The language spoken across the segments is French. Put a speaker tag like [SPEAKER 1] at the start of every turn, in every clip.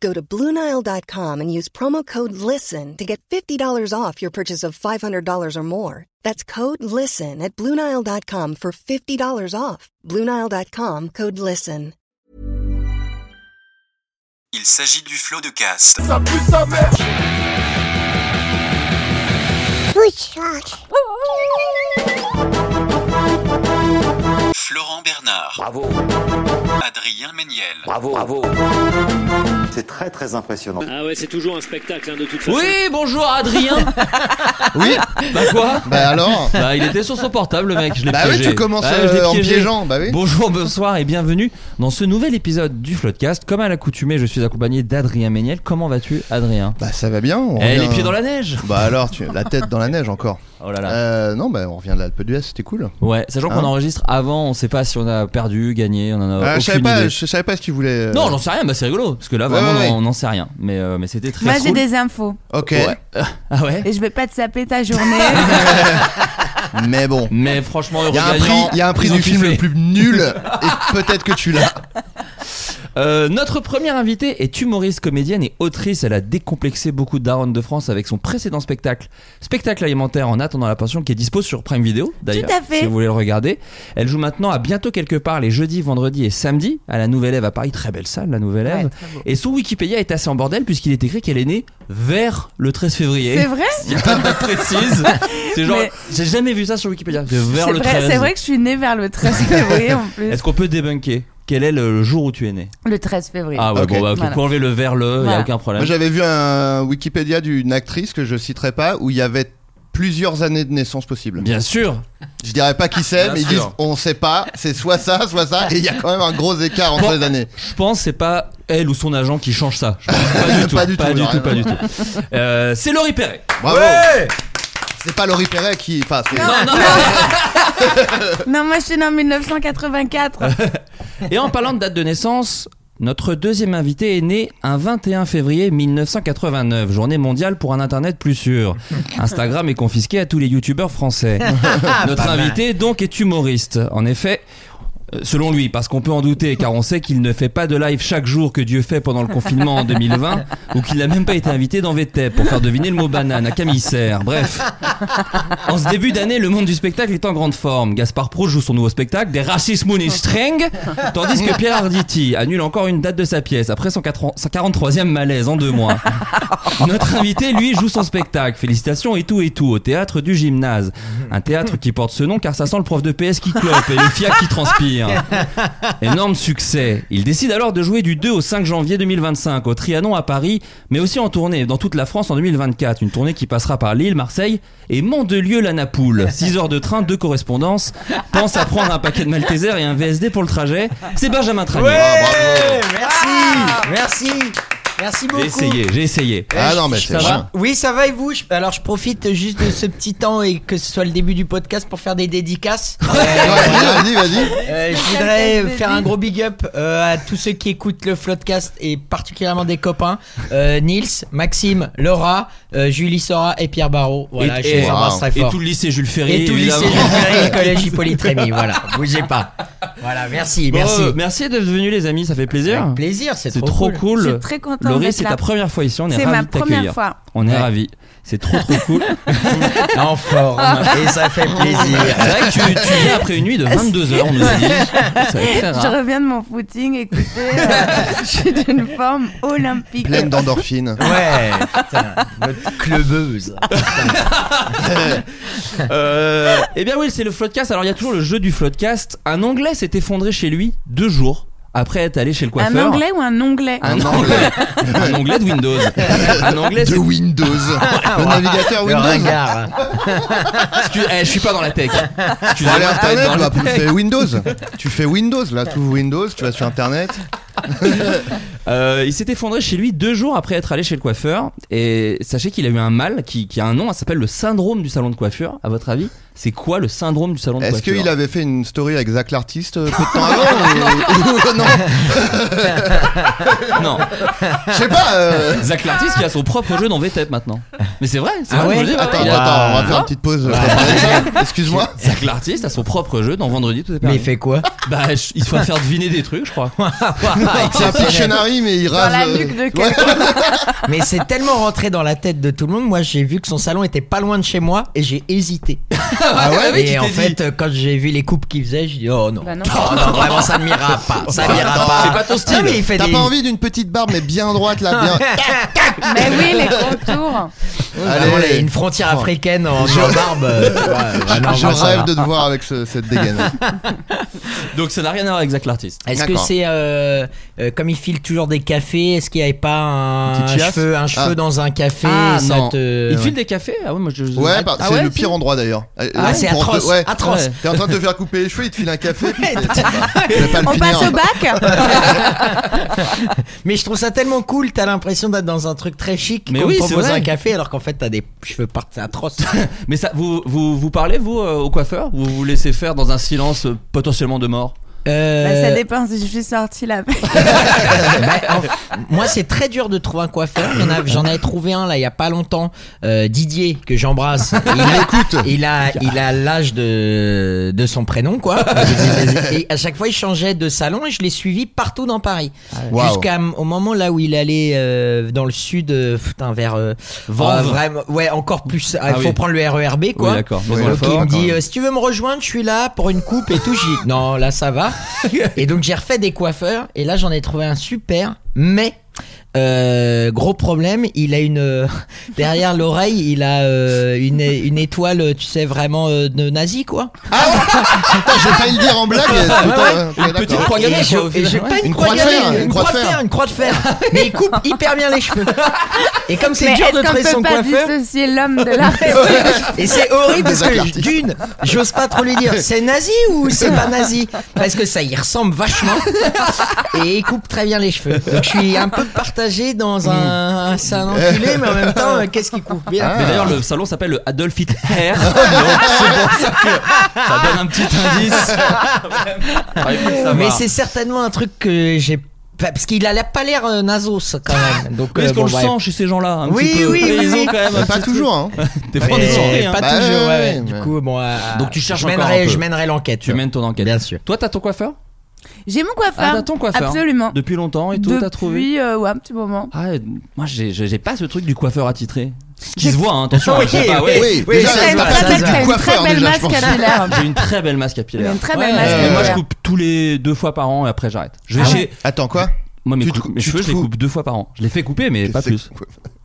[SPEAKER 1] Go to BlueNile.com and use promo code LISTEN to get $50 off your purchase of $500 or more. That's code LISTEN at BlueNile.com for $50 off. BlueNile.com code LISTEN.
[SPEAKER 2] Il s'agit du flot de cast.
[SPEAKER 3] Food truck.
[SPEAKER 2] Florent Bernard,
[SPEAKER 4] Bravo,
[SPEAKER 2] Adrien Méniel,
[SPEAKER 4] bravo, bravo.
[SPEAKER 5] C'est très très impressionnant.
[SPEAKER 6] Ah ouais, c'est toujours un spectacle hein, de toute façon.
[SPEAKER 7] Oui, bonjour Adrien.
[SPEAKER 8] Oui,
[SPEAKER 7] bah quoi
[SPEAKER 8] bah alors
[SPEAKER 7] Bah il était sur son portable le mec, je l'ai
[SPEAKER 8] Bah oui,
[SPEAKER 7] piégé.
[SPEAKER 8] tu commences
[SPEAKER 7] Ouais,
[SPEAKER 8] euh,
[SPEAKER 7] je l'ai
[SPEAKER 8] en
[SPEAKER 7] piégé.
[SPEAKER 8] piégeant, bah oui.
[SPEAKER 7] Bonjour, bonsoir et bienvenue dans ce nouvel épisode du Floodcast. Comme à l'accoutumée, je suis accompagné d'Adrien Méniel. Comment vas-tu Adrien
[SPEAKER 8] Bah ça va bien. On
[SPEAKER 7] Eh
[SPEAKER 8] revient-
[SPEAKER 7] les pieds dans la neige
[SPEAKER 8] Bah alors, tu... la tête dans la neige encore.
[SPEAKER 7] Oh là là.
[SPEAKER 8] Euh, non, bah on revient de l'Alpe d'Huez, c'était cool.
[SPEAKER 7] Ouais, sachant
[SPEAKER 8] hein.
[SPEAKER 7] qu'on enregistre avant, on sait pas si on a perdu, gagné, on en a
[SPEAKER 8] Ah,
[SPEAKER 7] aucune
[SPEAKER 8] je savais pas,
[SPEAKER 7] idée.
[SPEAKER 8] je savais pas si tu voulais. euh,
[SPEAKER 7] Non, j'en sais rien, bah c'est rigolo, parce que là
[SPEAKER 8] Ouais,
[SPEAKER 7] vraiment
[SPEAKER 8] ouais, ouais.
[SPEAKER 7] on n'en sait rien. Mais, euh, mais c'était très
[SPEAKER 9] Moi j'ai
[SPEAKER 7] cool.
[SPEAKER 9] des infos
[SPEAKER 8] Ok,
[SPEAKER 7] Ouais. Ah ouais
[SPEAKER 9] et je vais pas te saper ta journée.
[SPEAKER 7] Ah
[SPEAKER 8] mais bon.
[SPEAKER 7] Mais franchement,
[SPEAKER 8] Il y a un prix,
[SPEAKER 7] gagnant,
[SPEAKER 8] il y a un prix
[SPEAKER 7] ils ont
[SPEAKER 8] du film
[SPEAKER 7] kiffé.
[SPEAKER 8] le plus nul et peut-être que tu l'as.
[SPEAKER 7] Euh, notre première invitée est humoriste, comédienne et autrice. Elle a décomplexé beaucoup de darons de France avec son précédent spectacle, spectacle alimentaire en attendant la pension, qui est dispo sur Prime Video. D'ailleurs,
[SPEAKER 9] Tout à fait.
[SPEAKER 7] si vous voulez le regarder, elle joue maintenant à bientôt quelque part les jeudis, vendredis et samedis à la Nouvelle Ève à Paris. Très belle salle, la Nouvelle Ève.
[SPEAKER 9] Ouais, très beau.
[SPEAKER 7] et son Wikipédia est assez en bordel puisqu'il est écrit qu'elle est née vers le 13 février.
[SPEAKER 9] C'est vrai
[SPEAKER 7] Il n'y a pas de date précise. C'est genre,
[SPEAKER 9] Mais-
[SPEAKER 7] j'ai jamais vu ça sur Wikipédia. De vers
[SPEAKER 9] C'est
[SPEAKER 7] le
[SPEAKER 9] vrai,
[SPEAKER 7] 13.
[SPEAKER 9] c'est vrai que je suis née vers le 13 février en plus.
[SPEAKER 7] Est-ce qu'on peut débunker quel est le, le jour où tu es né
[SPEAKER 9] Le 13 février.
[SPEAKER 7] Ah ouais,
[SPEAKER 8] Ok.
[SPEAKER 7] bon, bah, ok,
[SPEAKER 9] Voilà.
[SPEAKER 7] pour enlever le vers le, il n'y a
[SPEAKER 9] Voilà.
[SPEAKER 7] aucun problème.
[SPEAKER 8] Moi j'avais vu un Wikipédia d'une actrice que je citerai pas où il y avait plusieurs années de naissance possibles.
[SPEAKER 7] Bien sûr.
[SPEAKER 8] Je dirais pas qui c'est,
[SPEAKER 7] Bien
[SPEAKER 8] mais ils disent
[SPEAKER 7] sûr.
[SPEAKER 8] on sait pas, c'est soit ça, soit ça, et il y a quand même un gros écart entre
[SPEAKER 7] Bon.
[SPEAKER 8] les années.
[SPEAKER 7] Je pense que c'est pas elle ou son agent qui change ça. Je pense pas du tout.
[SPEAKER 8] Pas du
[SPEAKER 7] Pas
[SPEAKER 8] tout,
[SPEAKER 7] du
[SPEAKER 8] rien
[SPEAKER 7] tout.
[SPEAKER 8] à
[SPEAKER 7] pas du tout. Euh, c'est Laurie Perret.
[SPEAKER 8] Bravo! C'est pas Laurie Perret qui. Enfin, c'est.
[SPEAKER 7] Non, non,
[SPEAKER 9] Non, moi je suis née en 1984.
[SPEAKER 7] non. Et en parlant de date de naissance, notre deuxième invité est né un 21 février 1989, journée mondiale pour un internet plus sûr. Instagram est confisqué à tous les youtubeurs français. Notre invité donc est humoriste. En effet, euh, Selon lui, parce qu'on peut en douter, car on sait qu'il ne fait pas de live chaque jour que Dieu fait pendant le confinement en 2020, ou qu'il n'a même pas été invité dans VTEP pour faire deviner le mot banane à Camille Serre. Bref. En ce début d'année, le monde du spectacle est en grande forme. Gaspard Proust joue son nouveau spectacle, Des Racistes Moon et Streng, tandis que Pierre Arditi annule encore une date de sa pièce après son 4 sa 43e malaise en deux mois. Notre invité, lui, joue son spectacle. Félicitations et tout et tout au théâtre du gymnase. Un théâtre qui porte ce nom car ça sent le prof de PS qui clope et le fiac qui transpire. Énorme succès. Il décide alors de jouer du 2 au 5 janvier 2025 au Trianon à Paris, mais aussi en tournée dans toute la France en 2024. Une tournée qui passera par Lille, Marseille et Mandelieu la Napoule. 6 heures de train, deux correspondances. Pense à prendre un paquet de Malteser et un VSD pour le trajet. C'est Benjamin Ah, Tranier.
[SPEAKER 10] Merci, merci, merci beaucoup.
[SPEAKER 7] J'ai essayé, j'ai essayé.
[SPEAKER 8] Ah non, mais c'est
[SPEAKER 7] Ça va
[SPEAKER 8] chiant.
[SPEAKER 10] Oui, ça va et vous Je- Alors, je profite juste de ce petit temps et que ce soit le début du podcast pour faire des dédicaces.
[SPEAKER 8] Ouais, vas-y, vas-y.
[SPEAKER 10] Euh, je voudrais faire un gros big up euh, à tous ceux qui écoutent le Floodcast et particulièrement des copains Euh, Nils, Maxime, Laura, euh, Julie Sora et Pierre Barraud. Voilà,
[SPEAKER 7] Et-
[SPEAKER 10] je
[SPEAKER 7] et-
[SPEAKER 10] les embrasse très
[SPEAKER 7] Et
[SPEAKER 10] fort.
[SPEAKER 7] tout le lycée Jules Ferry.
[SPEAKER 10] Et tout le lycée,
[SPEAKER 7] évidemment.
[SPEAKER 10] Jules Ferry, le collège Hippolyte Rémy. Voilà, bougez pas. Voilà, merci,
[SPEAKER 7] Bon,
[SPEAKER 10] merci.
[SPEAKER 7] euh, merci d'être venu les amis, ça fait plaisir.
[SPEAKER 10] Avec plaisir, c'est
[SPEAKER 7] C'est
[SPEAKER 10] trop,
[SPEAKER 7] trop
[SPEAKER 10] cool.
[SPEAKER 7] cool.
[SPEAKER 9] Je suis très contente
[SPEAKER 7] Laurie,
[SPEAKER 9] d'être
[SPEAKER 7] c'est
[SPEAKER 9] là.
[SPEAKER 7] ta première fois ici, on est,
[SPEAKER 9] C'est
[SPEAKER 7] ravis
[SPEAKER 9] ma
[SPEAKER 7] de t'accueillir.
[SPEAKER 9] première fois.
[SPEAKER 7] On est
[SPEAKER 10] Ouais.
[SPEAKER 7] ravis. C'est trop trop cool.
[SPEAKER 10] En forme. Et ça fait plaisir.
[SPEAKER 7] C'est vrai que tu, tu viens après une nuit de 22 heures, on nous a dit. Ça va être très
[SPEAKER 9] Je
[SPEAKER 7] rare.
[SPEAKER 9] reviens de mon footing, écoutez, euh, je suis d'une forme olympique.
[SPEAKER 8] Pleine d'endorphines.
[SPEAKER 10] Ouais, putain, votre clubeuse.
[SPEAKER 7] Euh, Eh bien oui, c'est le Floodcast. Alors il y a toujours le jeu du Floodcast, un onglet s'est effondré chez lui deux jours après être allé chez le
[SPEAKER 9] Un
[SPEAKER 7] coiffeur.
[SPEAKER 9] anglais ou un onglais
[SPEAKER 7] Un anglais. un anglais de Windows. Un anglais.
[SPEAKER 8] de
[SPEAKER 7] c'est- Ah,
[SPEAKER 8] Windows. le navigateur
[SPEAKER 10] Le
[SPEAKER 8] Windows.
[SPEAKER 10] ringard.
[SPEAKER 7] Excuse- eh, je suis pas dans la tech.
[SPEAKER 8] Tu vas aller
[SPEAKER 7] Excusez-moi, je vais être
[SPEAKER 8] internet,
[SPEAKER 7] dans
[SPEAKER 8] bah,
[SPEAKER 7] la
[SPEAKER 8] tu
[SPEAKER 7] tech.
[SPEAKER 8] fais Windows. tu fais Windows là, tu ouvres Windows, tu vas sur internet.
[SPEAKER 7] Euh, il s'est effondré chez lui deux jours après être allé chez le coiffeur. Et sachez qu'il a eu un mal qui, qui a un nom, ça s'appelle le syndrome du salon de coiffure. À votre avis, c'est quoi le syndrome du salon de
[SPEAKER 8] Est-ce
[SPEAKER 7] coiffure
[SPEAKER 8] qu'il avait fait une story avec Zach l'artiste euh, peu de temps avant ou- ou- Non,
[SPEAKER 7] Non,
[SPEAKER 8] je sais pas. euh,
[SPEAKER 7] Zach l'artiste qui a son propre jeu dans VTEP maintenant. Mais c'est vrai, c'est
[SPEAKER 10] Ah
[SPEAKER 7] vrai, je
[SPEAKER 10] ouais
[SPEAKER 7] vous le dis,
[SPEAKER 8] Attends,
[SPEAKER 7] il a-
[SPEAKER 8] attends, on va faire
[SPEAKER 7] Ah,
[SPEAKER 8] une petite pause. euh, pour parler de ça. Excuse-moi.
[SPEAKER 7] Zach l'artiste a son propre jeu dans Vendredi tout est
[SPEAKER 10] Mais
[SPEAKER 7] permis.
[SPEAKER 10] il fait quoi
[SPEAKER 7] Bah, je- il faut faire deviner des trucs, je crois.
[SPEAKER 8] C'est un Pictionary, mais il
[SPEAKER 9] Dans
[SPEAKER 8] rase.
[SPEAKER 9] la
[SPEAKER 8] euh,
[SPEAKER 9] nuque de
[SPEAKER 8] ouais.
[SPEAKER 9] quelqu'un.
[SPEAKER 10] Mais c'est tellement rentré dans la tête de tout le monde. Moi, j'ai vu que son salon était pas loin de chez moi et j'ai hésité. ah
[SPEAKER 7] ouais, oui, tu
[SPEAKER 10] Et en
[SPEAKER 7] t'es
[SPEAKER 10] fait, euh, quand j'ai vu les coupes qu'il faisait, j'ai dit oh non.
[SPEAKER 9] Bah non.
[SPEAKER 10] Oh non, vraiment, ça ne m'ira pas. Ça m'ira
[SPEAKER 8] Attends,
[SPEAKER 10] pas.
[SPEAKER 8] c'est
[SPEAKER 7] pas ton style.
[SPEAKER 10] Non, mais il fait
[SPEAKER 8] T'as
[SPEAKER 10] des-
[SPEAKER 8] pas envie d'une petite barbe, mais bien droite là, bien.
[SPEAKER 9] Mais oui, les contours.
[SPEAKER 10] Vraiment,
[SPEAKER 8] Allez.
[SPEAKER 10] les- une frontière africaine en en barbe. euh, ouais, ouais, non,
[SPEAKER 8] Je
[SPEAKER 10] moi, ça va.
[SPEAKER 8] rêve de te voir avec ce- cette dégaine.
[SPEAKER 7] Donc ça n'a rien à voir avec Zach l'artiste.
[SPEAKER 10] Est-ce que
[SPEAKER 8] D'accord.
[SPEAKER 10] c'est euh, euh, comme il file toujours des cafés Est-ce qu'il n'y avait pas
[SPEAKER 8] Une
[SPEAKER 10] un,
[SPEAKER 8] petite chiasse
[SPEAKER 10] cheveu, un cheveu
[SPEAKER 8] Ah.
[SPEAKER 10] dans un café
[SPEAKER 7] Ah,
[SPEAKER 10] ça
[SPEAKER 7] non.
[SPEAKER 10] te-
[SPEAKER 7] il file des cafés Ah ouais, moi je.
[SPEAKER 8] Ouais, par-
[SPEAKER 7] Ah
[SPEAKER 8] c'est
[SPEAKER 7] ouais,
[SPEAKER 8] le
[SPEAKER 7] si.
[SPEAKER 8] pire endroit d'ailleurs.
[SPEAKER 10] Ah,
[SPEAKER 8] Euh,
[SPEAKER 10] c'est
[SPEAKER 8] pour te-
[SPEAKER 10] atroce,
[SPEAKER 8] ouais.
[SPEAKER 10] atroce.
[SPEAKER 7] Ouais.
[SPEAKER 8] T'es en train de te faire couper les cheveux, il te file un café. puis
[SPEAKER 10] Ouais,
[SPEAKER 8] t'es- Je vais pas le
[SPEAKER 9] On
[SPEAKER 8] finir.
[SPEAKER 9] passe au bac Ah, bah,
[SPEAKER 10] Mais je trouve ça tellement cool, t'as l'impression d'être dans un truc très chic.
[SPEAKER 7] Mais
[SPEAKER 10] qu'on
[SPEAKER 7] oui,
[SPEAKER 10] te
[SPEAKER 7] c'est
[SPEAKER 10] propose
[SPEAKER 7] vrai.
[SPEAKER 10] un café alors qu'en fait t'as des cheveux par... c'est atroce.
[SPEAKER 7] Mais ça, vous, vous, vous parlez, vous, euh, au coiffeur Vous vous laissez faire dans un silence euh, potentiellement de mort
[SPEAKER 10] Euh,
[SPEAKER 9] Bah, Ça dépend si je suis sortie la veille.
[SPEAKER 10] bah, en- moi, c'est très dur de trouver un coiffeur. Il y en a- J'en avais trouvé un là il y a pas longtemps, euh, Didier que j'embrasse. Et Il a, Il a, il a l'âge de de son prénom quoi. Et à chaque fois, il changeait de salon et je l'ai suivi partout dans Paris.
[SPEAKER 8] Waouh.
[SPEAKER 10] Jusqu'au moment là où il allait euh, dans le sud, euh, putain vers euh,
[SPEAKER 7] Vanves.
[SPEAKER 10] euh, vraiment, ouais encore plus. Il
[SPEAKER 7] Ah
[SPEAKER 10] faut
[SPEAKER 7] oui.
[SPEAKER 10] prendre le RERB quoi.
[SPEAKER 7] Oui, d'accord.
[SPEAKER 8] Oui,
[SPEAKER 7] Maison
[SPEAKER 10] Donc
[SPEAKER 7] Alfort,
[SPEAKER 10] il me
[SPEAKER 8] quand
[SPEAKER 10] dit
[SPEAKER 8] même.
[SPEAKER 10] euh, si tu veux me rejoindre, je suis là pour une coupe et tout. J'ai dit, non là ça va. Et donc j'ai refait des coiffeurs et là j'en ai trouvé un super, mais euh, gros problème, il a une euh, derrière l'oreille, il a euh, une une étoile, tu sais vraiment euh, de nazi quoi.
[SPEAKER 8] Putain, j'ai failli le dire en blague. et- putain, ouais,
[SPEAKER 7] petite
[SPEAKER 8] d'accord.
[SPEAKER 7] croix
[SPEAKER 10] Et
[SPEAKER 7] gammée,
[SPEAKER 10] je-
[SPEAKER 7] quoi, au
[SPEAKER 10] et
[SPEAKER 7] final.
[SPEAKER 10] j'ai pas
[SPEAKER 8] Une
[SPEAKER 10] une croix
[SPEAKER 8] croix de fer,
[SPEAKER 10] gammée, une croix de fer, une croix de fer. Mais il coupe hyper bien les cheveux. Et comme c'est
[SPEAKER 9] Mais
[SPEAKER 10] dur de
[SPEAKER 9] est-ce
[SPEAKER 10] trouver
[SPEAKER 9] qu'on
[SPEAKER 10] son
[SPEAKER 9] peut pas
[SPEAKER 10] coiffeur,
[SPEAKER 9] dissocier l'homme de la
[SPEAKER 10] et c'est horrible parce
[SPEAKER 8] Des
[SPEAKER 10] que
[SPEAKER 8] artistes.
[SPEAKER 10] d'une, j'ose pas trop lui dire c'est nazi ou c'est pas nazi parce que ça y ressemble vachement et il coupe très bien les cheveux. Donc je suis un peu partagé dans un c'est un enculé mais en même temps euh, qu'est-ce qu'il coupe bien.
[SPEAKER 7] Mm. Ah. Mais d'ailleurs, le salon s'appelle le Adolf Hitler. Donc, c'est pour ça que ça donne un petit indice. Ah, il faut le savoir.
[SPEAKER 10] Mais c'est certainement un truc que j'ai pas- parce qu'il a pas l'air euh, nasos quand même. Donc
[SPEAKER 7] Ah. Mais
[SPEAKER 10] euh,
[SPEAKER 7] est-ce qu'on
[SPEAKER 10] bon,
[SPEAKER 7] le
[SPEAKER 10] bref.
[SPEAKER 7] sent chez ces gens-là un
[SPEAKER 10] Oui,
[SPEAKER 7] petit peu
[SPEAKER 10] oui, oui,
[SPEAKER 7] Ils ont
[SPEAKER 9] oui.
[SPEAKER 7] quand même. un
[SPEAKER 8] Pas
[SPEAKER 7] petit
[SPEAKER 8] toujours, hein.
[SPEAKER 7] truc. Des fois, on est
[SPEAKER 10] Et
[SPEAKER 7] surpris, hein.
[SPEAKER 10] Pas
[SPEAKER 8] Bah,
[SPEAKER 10] toujours,
[SPEAKER 8] ouais,
[SPEAKER 10] euh, ouais,
[SPEAKER 8] ouais,
[SPEAKER 10] ouais. Du
[SPEAKER 8] ouais.
[SPEAKER 10] coup, bon. euh,
[SPEAKER 7] Donc, tu cherches
[SPEAKER 10] je
[SPEAKER 7] encore
[SPEAKER 10] mènerai,
[SPEAKER 7] un peu.
[SPEAKER 10] je mènerai l'enquête.
[SPEAKER 7] Tu mènes ton enquête.
[SPEAKER 10] Bien sûr.
[SPEAKER 7] Toi, t'as ton coiffeur
[SPEAKER 9] J'ai mon coiffeur.
[SPEAKER 7] Ah, t'as ton coiffeur.
[SPEAKER 9] Absolument.
[SPEAKER 7] Depuis longtemps et tout, t'as trouvé
[SPEAKER 9] Depuis, euh, ouais, un petit moment.
[SPEAKER 7] Ah, euh, moi, j'ai- j'ai j'ai pas ce truc du coiffeur attitré. Ce qui se voit, hein, attention.
[SPEAKER 10] Ah, Oui,
[SPEAKER 7] je sais pas, ouais.
[SPEAKER 8] Oui,
[SPEAKER 10] oui,
[SPEAKER 8] déjà,
[SPEAKER 10] c'est
[SPEAKER 9] T'as une
[SPEAKER 8] la
[SPEAKER 10] pas
[SPEAKER 9] très
[SPEAKER 10] ça,
[SPEAKER 9] belle-
[SPEAKER 8] base
[SPEAKER 10] ça.
[SPEAKER 9] t'as
[SPEAKER 8] du
[SPEAKER 9] une très
[SPEAKER 8] coiffeur,
[SPEAKER 9] belle
[SPEAKER 8] déjà, je
[SPEAKER 9] masse
[SPEAKER 8] pense.
[SPEAKER 9] capillaire.
[SPEAKER 7] J'ai une très belle masse capillaire.
[SPEAKER 9] Une très belle
[SPEAKER 10] Ouais.
[SPEAKER 9] masse
[SPEAKER 8] Euh,
[SPEAKER 7] Et moi, je
[SPEAKER 9] capillaire.
[SPEAKER 7] coupe tous les deux fois par an et après, j'arrête. Je vais
[SPEAKER 10] Ah
[SPEAKER 7] chez.
[SPEAKER 8] Attends, quoi
[SPEAKER 7] Moi, mes,
[SPEAKER 8] Tu te
[SPEAKER 7] cou-
[SPEAKER 8] cou-
[SPEAKER 7] mes
[SPEAKER 8] tu
[SPEAKER 7] cheveux,
[SPEAKER 8] te
[SPEAKER 7] je les
[SPEAKER 8] coupes.
[SPEAKER 7] coupe deux fois par an. Je les fais couper, mais pas
[SPEAKER 8] C'est-
[SPEAKER 7] plus.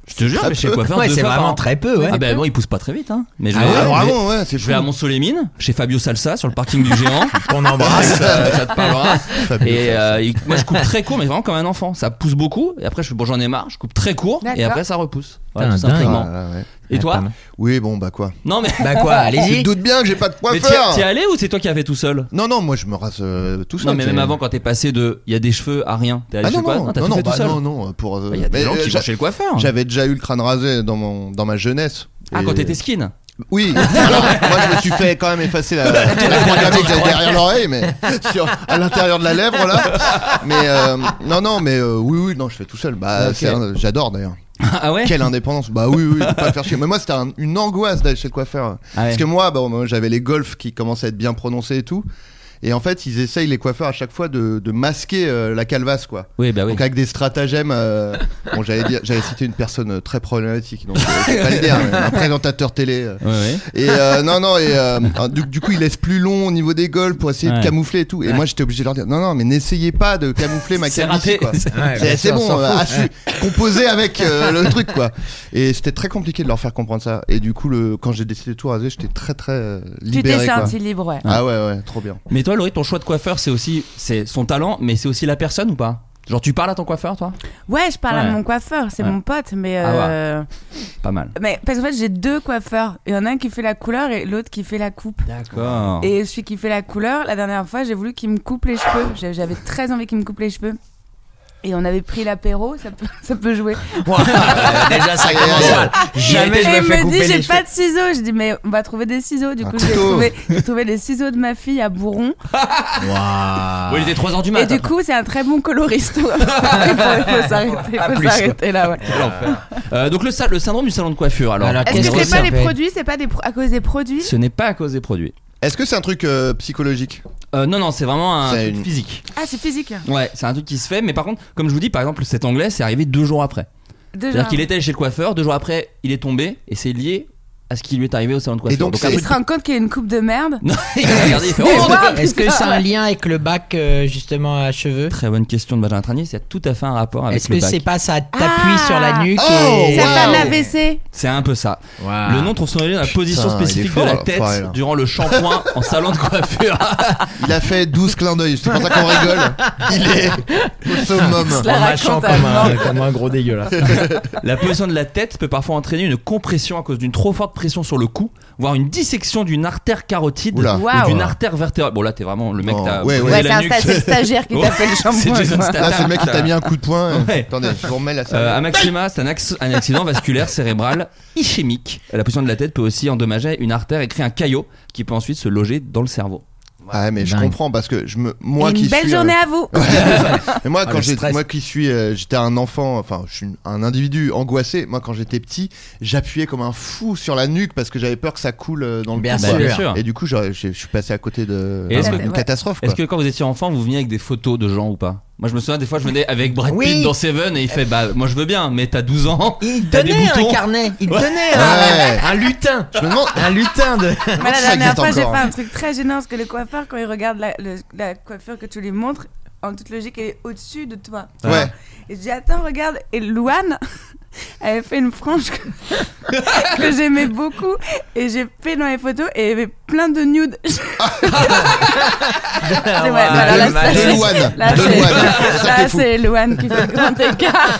[SPEAKER 7] Je te jure,
[SPEAKER 8] très
[SPEAKER 7] mais chez
[SPEAKER 8] peu.
[SPEAKER 7] le coiffeur,
[SPEAKER 10] Ouais,
[SPEAKER 7] deux
[SPEAKER 10] c'est
[SPEAKER 7] fois par
[SPEAKER 10] vraiment
[SPEAKER 7] an.
[SPEAKER 10] très peu, ouais.
[SPEAKER 7] Ah, ben moi, ils poussent pas très vite, hein. Mais je
[SPEAKER 8] Ah
[SPEAKER 7] vais,
[SPEAKER 8] ouais,
[SPEAKER 7] je vais-
[SPEAKER 8] vraiment, ouais, c'est
[SPEAKER 7] je vais
[SPEAKER 8] fou.
[SPEAKER 7] à Montsolémine, chez Fabio Salsa, sur le parking du géant.
[SPEAKER 10] Qu'on embrasse.
[SPEAKER 7] ça, ça te parlera.
[SPEAKER 8] Fabio
[SPEAKER 7] Et euh, il- moi, je coupe très court, mais vraiment comme un enfant. Ça pousse beaucoup. Et après, je fais bon, j'en ai marre. Je coupe très court. Et
[SPEAKER 9] D'accord.
[SPEAKER 7] après, ça repousse. Voilà,
[SPEAKER 10] Putain,
[SPEAKER 7] tout
[SPEAKER 10] dingue.
[SPEAKER 7] simplement.
[SPEAKER 8] Ah, ouais.
[SPEAKER 7] Et toi
[SPEAKER 8] Oui, bon, bah quoi.
[SPEAKER 7] Non, mais.
[SPEAKER 10] Bah quoi,
[SPEAKER 8] Tu te
[SPEAKER 10] allez-y.
[SPEAKER 8] doutes bien que j'ai pas de
[SPEAKER 7] Mais t'y
[SPEAKER 8] coiffeur.
[SPEAKER 7] t'y allé ou c'est toi qui as fait tout seul
[SPEAKER 8] Non, non, moi je me rase euh, tout seul.
[SPEAKER 7] Non, mais
[SPEAKER 8] j'ai-
[SPEAKER 7] même avant, quand t'es passé de il y a des cheveux à rien, t'es allé
[SPEAKER 8] Ah
[SPEAKER 7] chez
[SPEAKER 8] non,
[SPEAKER 7] quoi
[SPEAKER 8] non,
[SPEAKER 7] t'as
[SPEAKER 8] non,
[SPEAKER 7] tout
[SPEAKER 8] non,
[SPEAKER 7] fait tout
[SPEAKER 8] bah
[SPEAKER 7] seul.
[SPEAKER 8] non, non, pour. euh,
[SPEAKER 7] Il y a des
[SPEAKER 8] mais,
[SPEAKER 7] gens
[SPEAKER 8] euh,
[SPEAKER 7] qui
[SPEAKER 8] j'a-
[SPEAKER 7] vont chez le coiffeur. hein.
[SPEAKER 8] J'avais déjà eu le crâne rasé dans, mon, dans ma jeunesse.
[SPEAKER 7] Ah,
[SPEAKER 8] Et-
[SPEAKER 7] quand t'étais skin
[SPEAKER 8] Oui, alors, moi je me suis fait quand même effacer la, la croix gammée que j'avais derrière l'oreille, mais sur- à l'intérieur de la lèvre là. Mais euh, non, non, mais euh, oui, oui, non, je fais tout seul. Bah,
[SPEAKER 7] Ok.
[SPEAKER 8] c'est un- j'adore d'ailleurs.
[SPEAKER 7] Ah ouais
[SPEAKER 8] Quelle indépendance Bah oui, oui, faut pas le faire chier. Mais moi, c'était un- une angoisse d'aller chez le coiffeur.
[SPEAKER 7] Ah ouais.
[SPEAKER 8] Parce que moi, bon, moi, j'avais les golfs qui commençaient à être bien prononcés et tout. Et en fait, ils essayent les coiffeurs à chaque fois de, de masquer euh, la calvasse, quoi.
[SPEAKER 7] Oui, bah oui.
[SPEAKER 8] Donc avec des stratagèmes, euh, bon, j'allais dire, j'allais citer une personne euh, très problématique, donc euh, je vais pas le dire, mais un présentateur télé. euh.
[SPEAKER 7] Ouais, ouais.
[SPEAKER 8] Et euh, non, non, et euh, alors, du, du coup, il laisse plus long au niveau des golfs pour essayer
[SPEAKER 7] Ouais.
[SPEAKER 8] de camoufler et tout. Et moi, j'étais obligé de leur dire, non, non, mais n'essayez pas de camoufler ma
[SPEAKER 7] C'est
[SPEAKER 8] calvitie,
[SPEAKER 7] raté.
[SPEAKER 8] quoi.
[SPEAKER 7] C'est-
[SPEAKER 10] Ouais,
[SPEAKER 8] C'est
[SPEAKER 10] bien
[SPEAKER 8] c'est
[SPEAKER 10] sûr, Eh ben, on
[SPEAKER 8] bon,
[SPEAKER 10] s'en
[SPEAKER 8] euh,
[SPEAKER 10] fout. Eh.
[SPEAKER 8] à su- composer avec euh, le truc quoi. Et c'était très compliqué de leur faire comprendre ça. Et du coup, le, quand j'ai décidé de tout raser, j'étais très très euh,
[SPEAKER 9] Tu t'es
[SPEAKER 8] libéré. quoi.
[SPEAKER 9] senti libre, ouais.
[SPEAKER 8] Ah ouais ouais, trop bien.
[SPEAKER 7] Mais toi, Laurie, ton choix de coiffeur, c'est aussi c'est son talent, mais c'est aussi la personne ou pas Genre, tu parles à ton coiffeur, toi
[SPEAKER 9] Ouais, je parle
[SPEAKER 7] Ouais.
[SPEAKER 9] à mon coiffeur, c'est
[SPEAKER 7] Ouais.
[SPEAKER 9] mon pote, mais.
[SPEAKER 7] Ah ouais.
[SPEAKER 9] euh,
[SPEAKER 7] Pas mal.
[SPEAKER 9] Mais parce qu'en fait, j'ai deux coiffeurs. Il y en a un qui fait la couleur et l'autre qui fait la coupe.
[SPEAKER 7] D'accord.
[SPEAKER 9] Et celui qui fait la couleur, la dernière fois, j'ai voulu qu'il me coupe les cheveux. J'a- J'avais très envie qu'il me coupe les cheveux. Et on avait pris l'apéro, ça peut, ça peut jouer.
[SPEAKER 10] Déjà,
[SPEAKER 8] Ah,
[SPEAKER 10] ça commence mal. Jamais
[SPEAKER 7] Ah,
[SPEAKER 9] et
[SPEAKER 10] je me fais
[SPEAKER 9] il me
[SPEAKER 10] couper
[SPEAKER 9] dit,
[SPEAKER 10] les
[SPEAKER 9] j'ai
[SPEAKER 10] cheveux.
[SPEAKER 9] pas de ciseaux. Je dis, mais on va trouver des ciseaux. Du
[SPEAKER 8] Un
[SPEAKER 9] coup, j'ai
[SPEAKER 8] couteau.
[SPEAKER 9] trouvé, j'ai trouvé les ciseaux de ma fille à Bourron.
[SPEAKER 7] Oui, il était 3h du
[SPEAKER 9] Et
[SPEAKER 7] matin.
[SPEAKER 9] du coup, c'est un très bon coloriste. il faut, faut s'arrêter,
[SPEAKER 10] Ah,
[SPEAKER 9] faut
[SPEAKER 10] plus, quoi.
[SPEAKER 9] s'arrêter là. ouais.
[SPEAKER 7] Euh, donc, le, sa- le syndrome du salon de coiffure, alors.
[SPEAKER 10] Alors,
[SPEAKER 9] Est-ce
[SPEAKER 10] Qu'est-ce
[SPEAKER 9] que
[SPEAKER 10] que
[SPEAKER 9] c'est pas
[SPEAKER 10] ça
[SPEAKER 9] les
[SPEAKER 10] fait
[SPEAKER 9] produits C'est pas des pro- à cause des produits
[SPEAKER 7] Ce n'est pas à cause des produits.
[SPEAKER 8] Est-ce que c'est un truc euh, psychologique
[SPEAKER 7] Euh, non, non, c'est vraiment un
[SPEAKER 8] C'est
[SPEAKER 7] truc
[SPEAKER 8] une-
[SPEAKER 7] physique.
[SPEAKER 9] Ah, c'est physique.
[SPEAKER 7] Ouais, c'est un truc qui se fait, mais par contre, comme je vous dis, par exemple, cet anglais, c'est arrivé deux jours après.
[SPEAKER 9] Déjà.
[SPEAKER 7] C'est-à-dire qu'il était chez le coiffeur, deux jours après, il est tombé, et c'est lié à ce qui lui est arrivé au salon de coiffure.
[SPEAKER 8] donc,
[SPEAKER 7] un
[SPEAKER 8] c'est-
[SPEAKER 9] Il
[SPEAKER 7] truc-
[SPEAKER 9] se rend compte qu'il y a une coupe de merde.
[SPEAKER 7] Non, il a regardé, il fait,
[SPEAKER 9] Mais
[SPEAKER 7] oh,
[SPEAKER 9] ouais.
[SPEAKER 10] Est-ce que c'est un lien avec le bac euh, justement à cheveux
[SPEAKER 7] Très bonne question de Benjamin Tranier, c'est tout à fait un rapport avec
[SPEAKER 10] Est-ce
[SPEAKER 7] le
[SPEAKER 10] que c'est
[SPEAKER 7] bac.
[SPEAKER 10] pas ça t'appuie
[SPEAKER 9] Ah.
[SPEAKER 10] sur la nuque
[SPEAKER 8] Oh,
[SPEAKER 10] et...
[SPEAKER 9] Ça fait un
[SPEAKER 8] Wow.
[SPEAKER 9] AVC.
[SPEAKER 7] C'est un peu ça.
[SPEAKER 10] Ah.
[SPEAKER 7] Le nom trouve son origine dans la
[SPEAKER 8] Putain,
[SPEAKER 7] position
[SPEAKER 8] il est
[SPEAKER 7] spécifique
[SPEAKER 8] fort,
[SPEAKER 7] de la tête
[SPEAKER 8] l'enfoiré, là.
[SPEAKER 7] durant le shampoing en salon de coiffure.
[SPEAKER 8] Il a fait 12 clins d'œil, c'est pour ça qu'on rigole. Il est au summum.
[SPEAKER 9] la
[SPEAKER 10] en mâchant
[SPEAKER 9] raconte à
[SPEAKER 10] comme un,
[SPEAKER 9] mort.
[SPEAKER 10] comme un gros dégueulasse.
[SPEAKER 7] La position de la tête peut parfois entraîner une compression à cause d'une trop forte pression sur le cou, voire une dissection d'une artère carotide
[SPEAKER 8] Oula.
[SPEAKER 7] ou
[SPEAKER 9] Waouh.
[SPEAKER 7] d'une artère vertébrale. Bon là t'es vraiment le mec
[SPEAKER 8] Oh,
[SPEAKER 7] t'as
[SPEAKER 8] ouais,
[SPEAKER 7] brisé
[SPEAKER 8] ouais.
[SPEAKER 9] Ouais,
[SPEAKER 7] la
[SPEAKER 9] c'est un
[SPEAKER 7] nuque.
[SPEAKER 9] sta- c'est le stagiaire qui t'a fait le
[SPEAKER 7] C'est Jason
[SPEAKER 9] shampoing.
[SPEAKER 7] Statham. Ah.
[SPEAKER 8] Là, c'est le mec qui t'a mis un coup de poing.
[SPEAKER 7] Ouais.
[SPEAKER 8] Attendez, je vous remets la salle.
[SPEAKER 7] Euh, à Maxima, c'est un, acc- un accident vasculaire cérébral ischémique. La position de la tête peut aussi endommager une artère et créer un caillot qui peut ensuite se loger dans le cerveau.
[SPEAKER 8] Ah ouais, mais je
[SPEAKER 10] Dingue.
[SPEAKER 8] comprends parce que je me moi
[SPEAKER 9] Et
[SPEAKER 8] qui
[SPEAKER 9] Une belle
[SPEAKER 8] suis,
[SPEAKER 9] journée à vous.
[SPEAKER 8] euh, mais moi
[SPEAKER 10] Ah,
[SPEAKER 8] quand
[SPEAKER 10] le
[SPEAKER 8] j'ai
[SPEAKER 10] stress.
[SPEAKER 8] moi qui suis euh, j'étais un enfant enfin je suis un individu angoissé moi quand j'étais petit j'appuyais comme un fou sur la nuque parce que j'avais peur que ça coule euh, dans le
[SPEAKER 10] Bien
[SPEAKER 8] cou,
[SPEAKER 10] sûr.
[SPEAKER 8] quoi.
[SPEAKER 10] Bien
[SPEAKER 7] sûr.
[SPEAKER 8] et du coup j'aurais- je je suis passé à côté de
[SPEAKER 7] Et est-ce
[SPEAKER 8] d'une
[SPEAKER 9] que- ouais.
[SPEAKER 8] catastrophe quoi.
[SPEAKER 7] Est-ce que quand vous étiez enfant, vous veniez avec des photos de gens ou pas Moi, je me souviens des fois, je venais avec Brad Pitt
[SPEAKER 10] Oui.
[SPEAKER 7] dans Seven et il fait Bah, moi je veux bien, mais t'as 12 ans.
[SPEAKER 10] Il
[SPEAKER 7] T'as des
[SPEAKER 10] donnait un
[SPEAKER 7] boutons.
[SPEAKER 10] carnet, il donnait
[SPEAKER 7] Ah,
[SPEAKER 8] Ouais.
[SPEAKER 10] un, un lutin,
[SPEAKER 8] je me demande
[SPEAKER 10] un lutin de.
[SPEAKER 9] Voilà,
[SPEAKER 8] ça
[SPEAKER 9] la dernière
[SPEAKER 8] existe
[SPEAKER 9] fois, j'ai fait
[SPEAKER 8] encore, hein.
[SPEAKER 9] un truc très gênant parce que le coiffeur, quand il regarde la, le- la coiffure que tu lui montres, en toute logique, elle est au-dessus de toi.
[SPEAKER 7] Ah.
[SPEAKER 8] ouais
[SPEAKER 9] Et je dis, attends, regarde. Et Louane avait fait une frange que, que j'aimais beaucoup. Et j'ai fait dans les photos et il y avait plein de nudes.
[SPEAKER 10] Ah, ouais,
[SPEAKER 9] ouais, voilà,
[SPEAKER 10] le
[SPEAKER 9] là,
[SPEAKER 10] mal-
[SPEAKER 9] c'est-
[SPEAKER 8] de Louane
[SPEAKER 9] Là,
[SPEAKER 8] de
[SPEAKER 9] c'est-
[SPEAKER 8] Louane C'est ça qui est
[SPEAKER 9] Là,
[SPEAKER 8] fou.
[SPEAKER 9] c'est Louane qui fait le grand écart.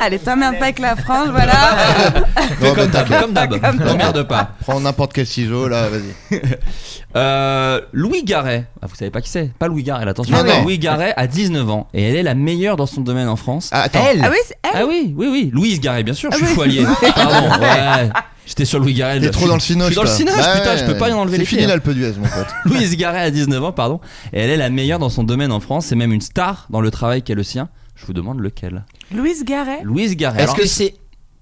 [SPEAKER 9] Allez, t'emmerdes pas avec la frange, voilà.
[SPEAKER 8] Non,
[SPEAKER 7] Fais
[SPEAKER 8] mais
[SPEAKER 7] comme d'hab,
[SPEAKER 8] t'inquiète.
[SPEAKER 7] comme d'hab. T'emmerdes pas.
[SPEAKER 8] prends n'importe quel ciseau là vas-y
[SPEAKER 7] Euh, Louis Garret, Ah, vous savez pas qui c'est Pas Louis Garret, attention.
[SPEAKER 8] Non, non.
[SPEAKER 7] Louis Garret a 19 ans et elle est la meilleure dans son domaine en France.
[SPEAKER 8] Ah, attends
[SPEAKER 9] Ah oui, c'est elle.
[SPEAKER 7] Ah oui, oui, oui. Louise Garret, bien sûr, je
[SPEAKER 9] Ah
[SPEAKER 7] suis
[SPEAKER 9] oui.
[SPEAKER 7] foilier. Pardon, ouais. J'étais sur Louis Garret.
[SPEAKER 8] T'es
[SPEAKER 7] là.
[SPEAKER 8] trop
[SPEAKER 7] Je-
[SPEAKER 8] dans le
[SPEAKER 7] Je
[SPEAKER 8] cinoche.
[SPEAKER 7] suis dans le
[SPEAKER 8] toi.
[SPEAKER 7] cinoche,
[SPEAKER 8] Bah
[SPEAKER 7] putain,
[SPEAKER 8] ouais,
[SPEAKER 7] je peux pas y enlever les
[SPEAKER 8] C'est fini
[SPEAKER 7] pieds.
[SPEAKER 8] là le peu d'US, mon pote.
[SPEAKER 7] Louise Garret à 19 ans, pardon. Et elle est la meilleure dans son domaine en France. C'est même une star dans le travail qu'est le sien. Je vous demande lequel.
[SPEAKER 9] Louise Garret.
[SPEAKER 7] Louise Garret.
[SPEAKER 10] Est-ce
[SPEAKER 7] Alors,
[SPEAKER 10] que c'est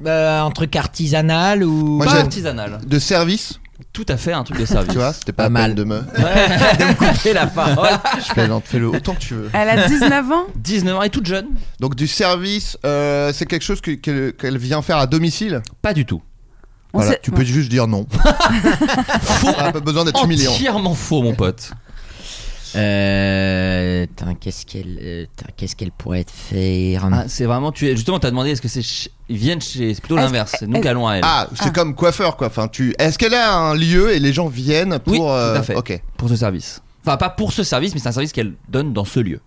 [SPEAKER 10] euh, un truc artisanal ou
[SPEAKER 8] Moi,
[SPEAKER 7] pas
[SPEAKER 8] j'ai-
[SPEAKER 7] artisanal
[SPEAKER 8] De service,
[SPEAKER 7] Tout à fait un truc de service.
[SPEAKER 8] tu vois, c'était pas,
[SPEAKER 10] Pas mal.
[SPEAKER 8] la peine de me.
[SPEAKER 7] de me couper la parole.
[SPEAKER 8] Je plaisante, fais-le autant que tu veux.
[SPEAKER 9] Elle a 19 ans.
[SPEAKER 7] 19 ans et toute jeune
[SPEAKER 8] Donc du service, euh, c'est quelque chose que- qu'elle qu'elle vient faire à domicile.
[SPEAKER 7] Pas du tout.
[SPEAKER 9] On
[SPEAKER 8] Voilà,
[SPEAKER 9] sait-
[SPEAKER 8] tu peux juste dire non.
[SPEAKER 7] Faux.
[SPEAKER 8] T'as pas besoin
[SPEAKER 7] Oh,
[SPEAKER 8] d'être humiliant.
[SPEAKER 7] Entièrement faux, mon pote.
[SPEAKER 8] Hmm.
[SPEAKER 10] Euh, tain, qu'est-ce qu'elle, euh, tain, qu'est-ce qu'elle pourrait te faire
[SPEAKER 7] Ah, c'est vraiment. Tu es, justement, t'as demandé est-ce que c'est. ch- Ils viennent chez. C'est plutôt
[SPEAKER 9] Est-ce-
[SPEAKER 7] l'inverse. C'est nous
[SPEAKER 9] est-ce-
[SPEAKER 7] qui allons à elle.
[SPEAKER 8] Ah, c'est
[SPEAKER 9] Ah.
[SPEAKER 8] comme coiffeur quoi. Enfin, tu. Est-ce qu'elle a un lieu et les gens viennent pour
[SPEAKER 7] Oui, tout à
[SPEAKER 8] euh,
[SPEAKER 7] fait.
[SPEAKER 8] Ok.
[SPEAKER 7] Pour ce service. Enfin, pas pour ce service, mais c'est un service qu'elle donne dans ce lieu.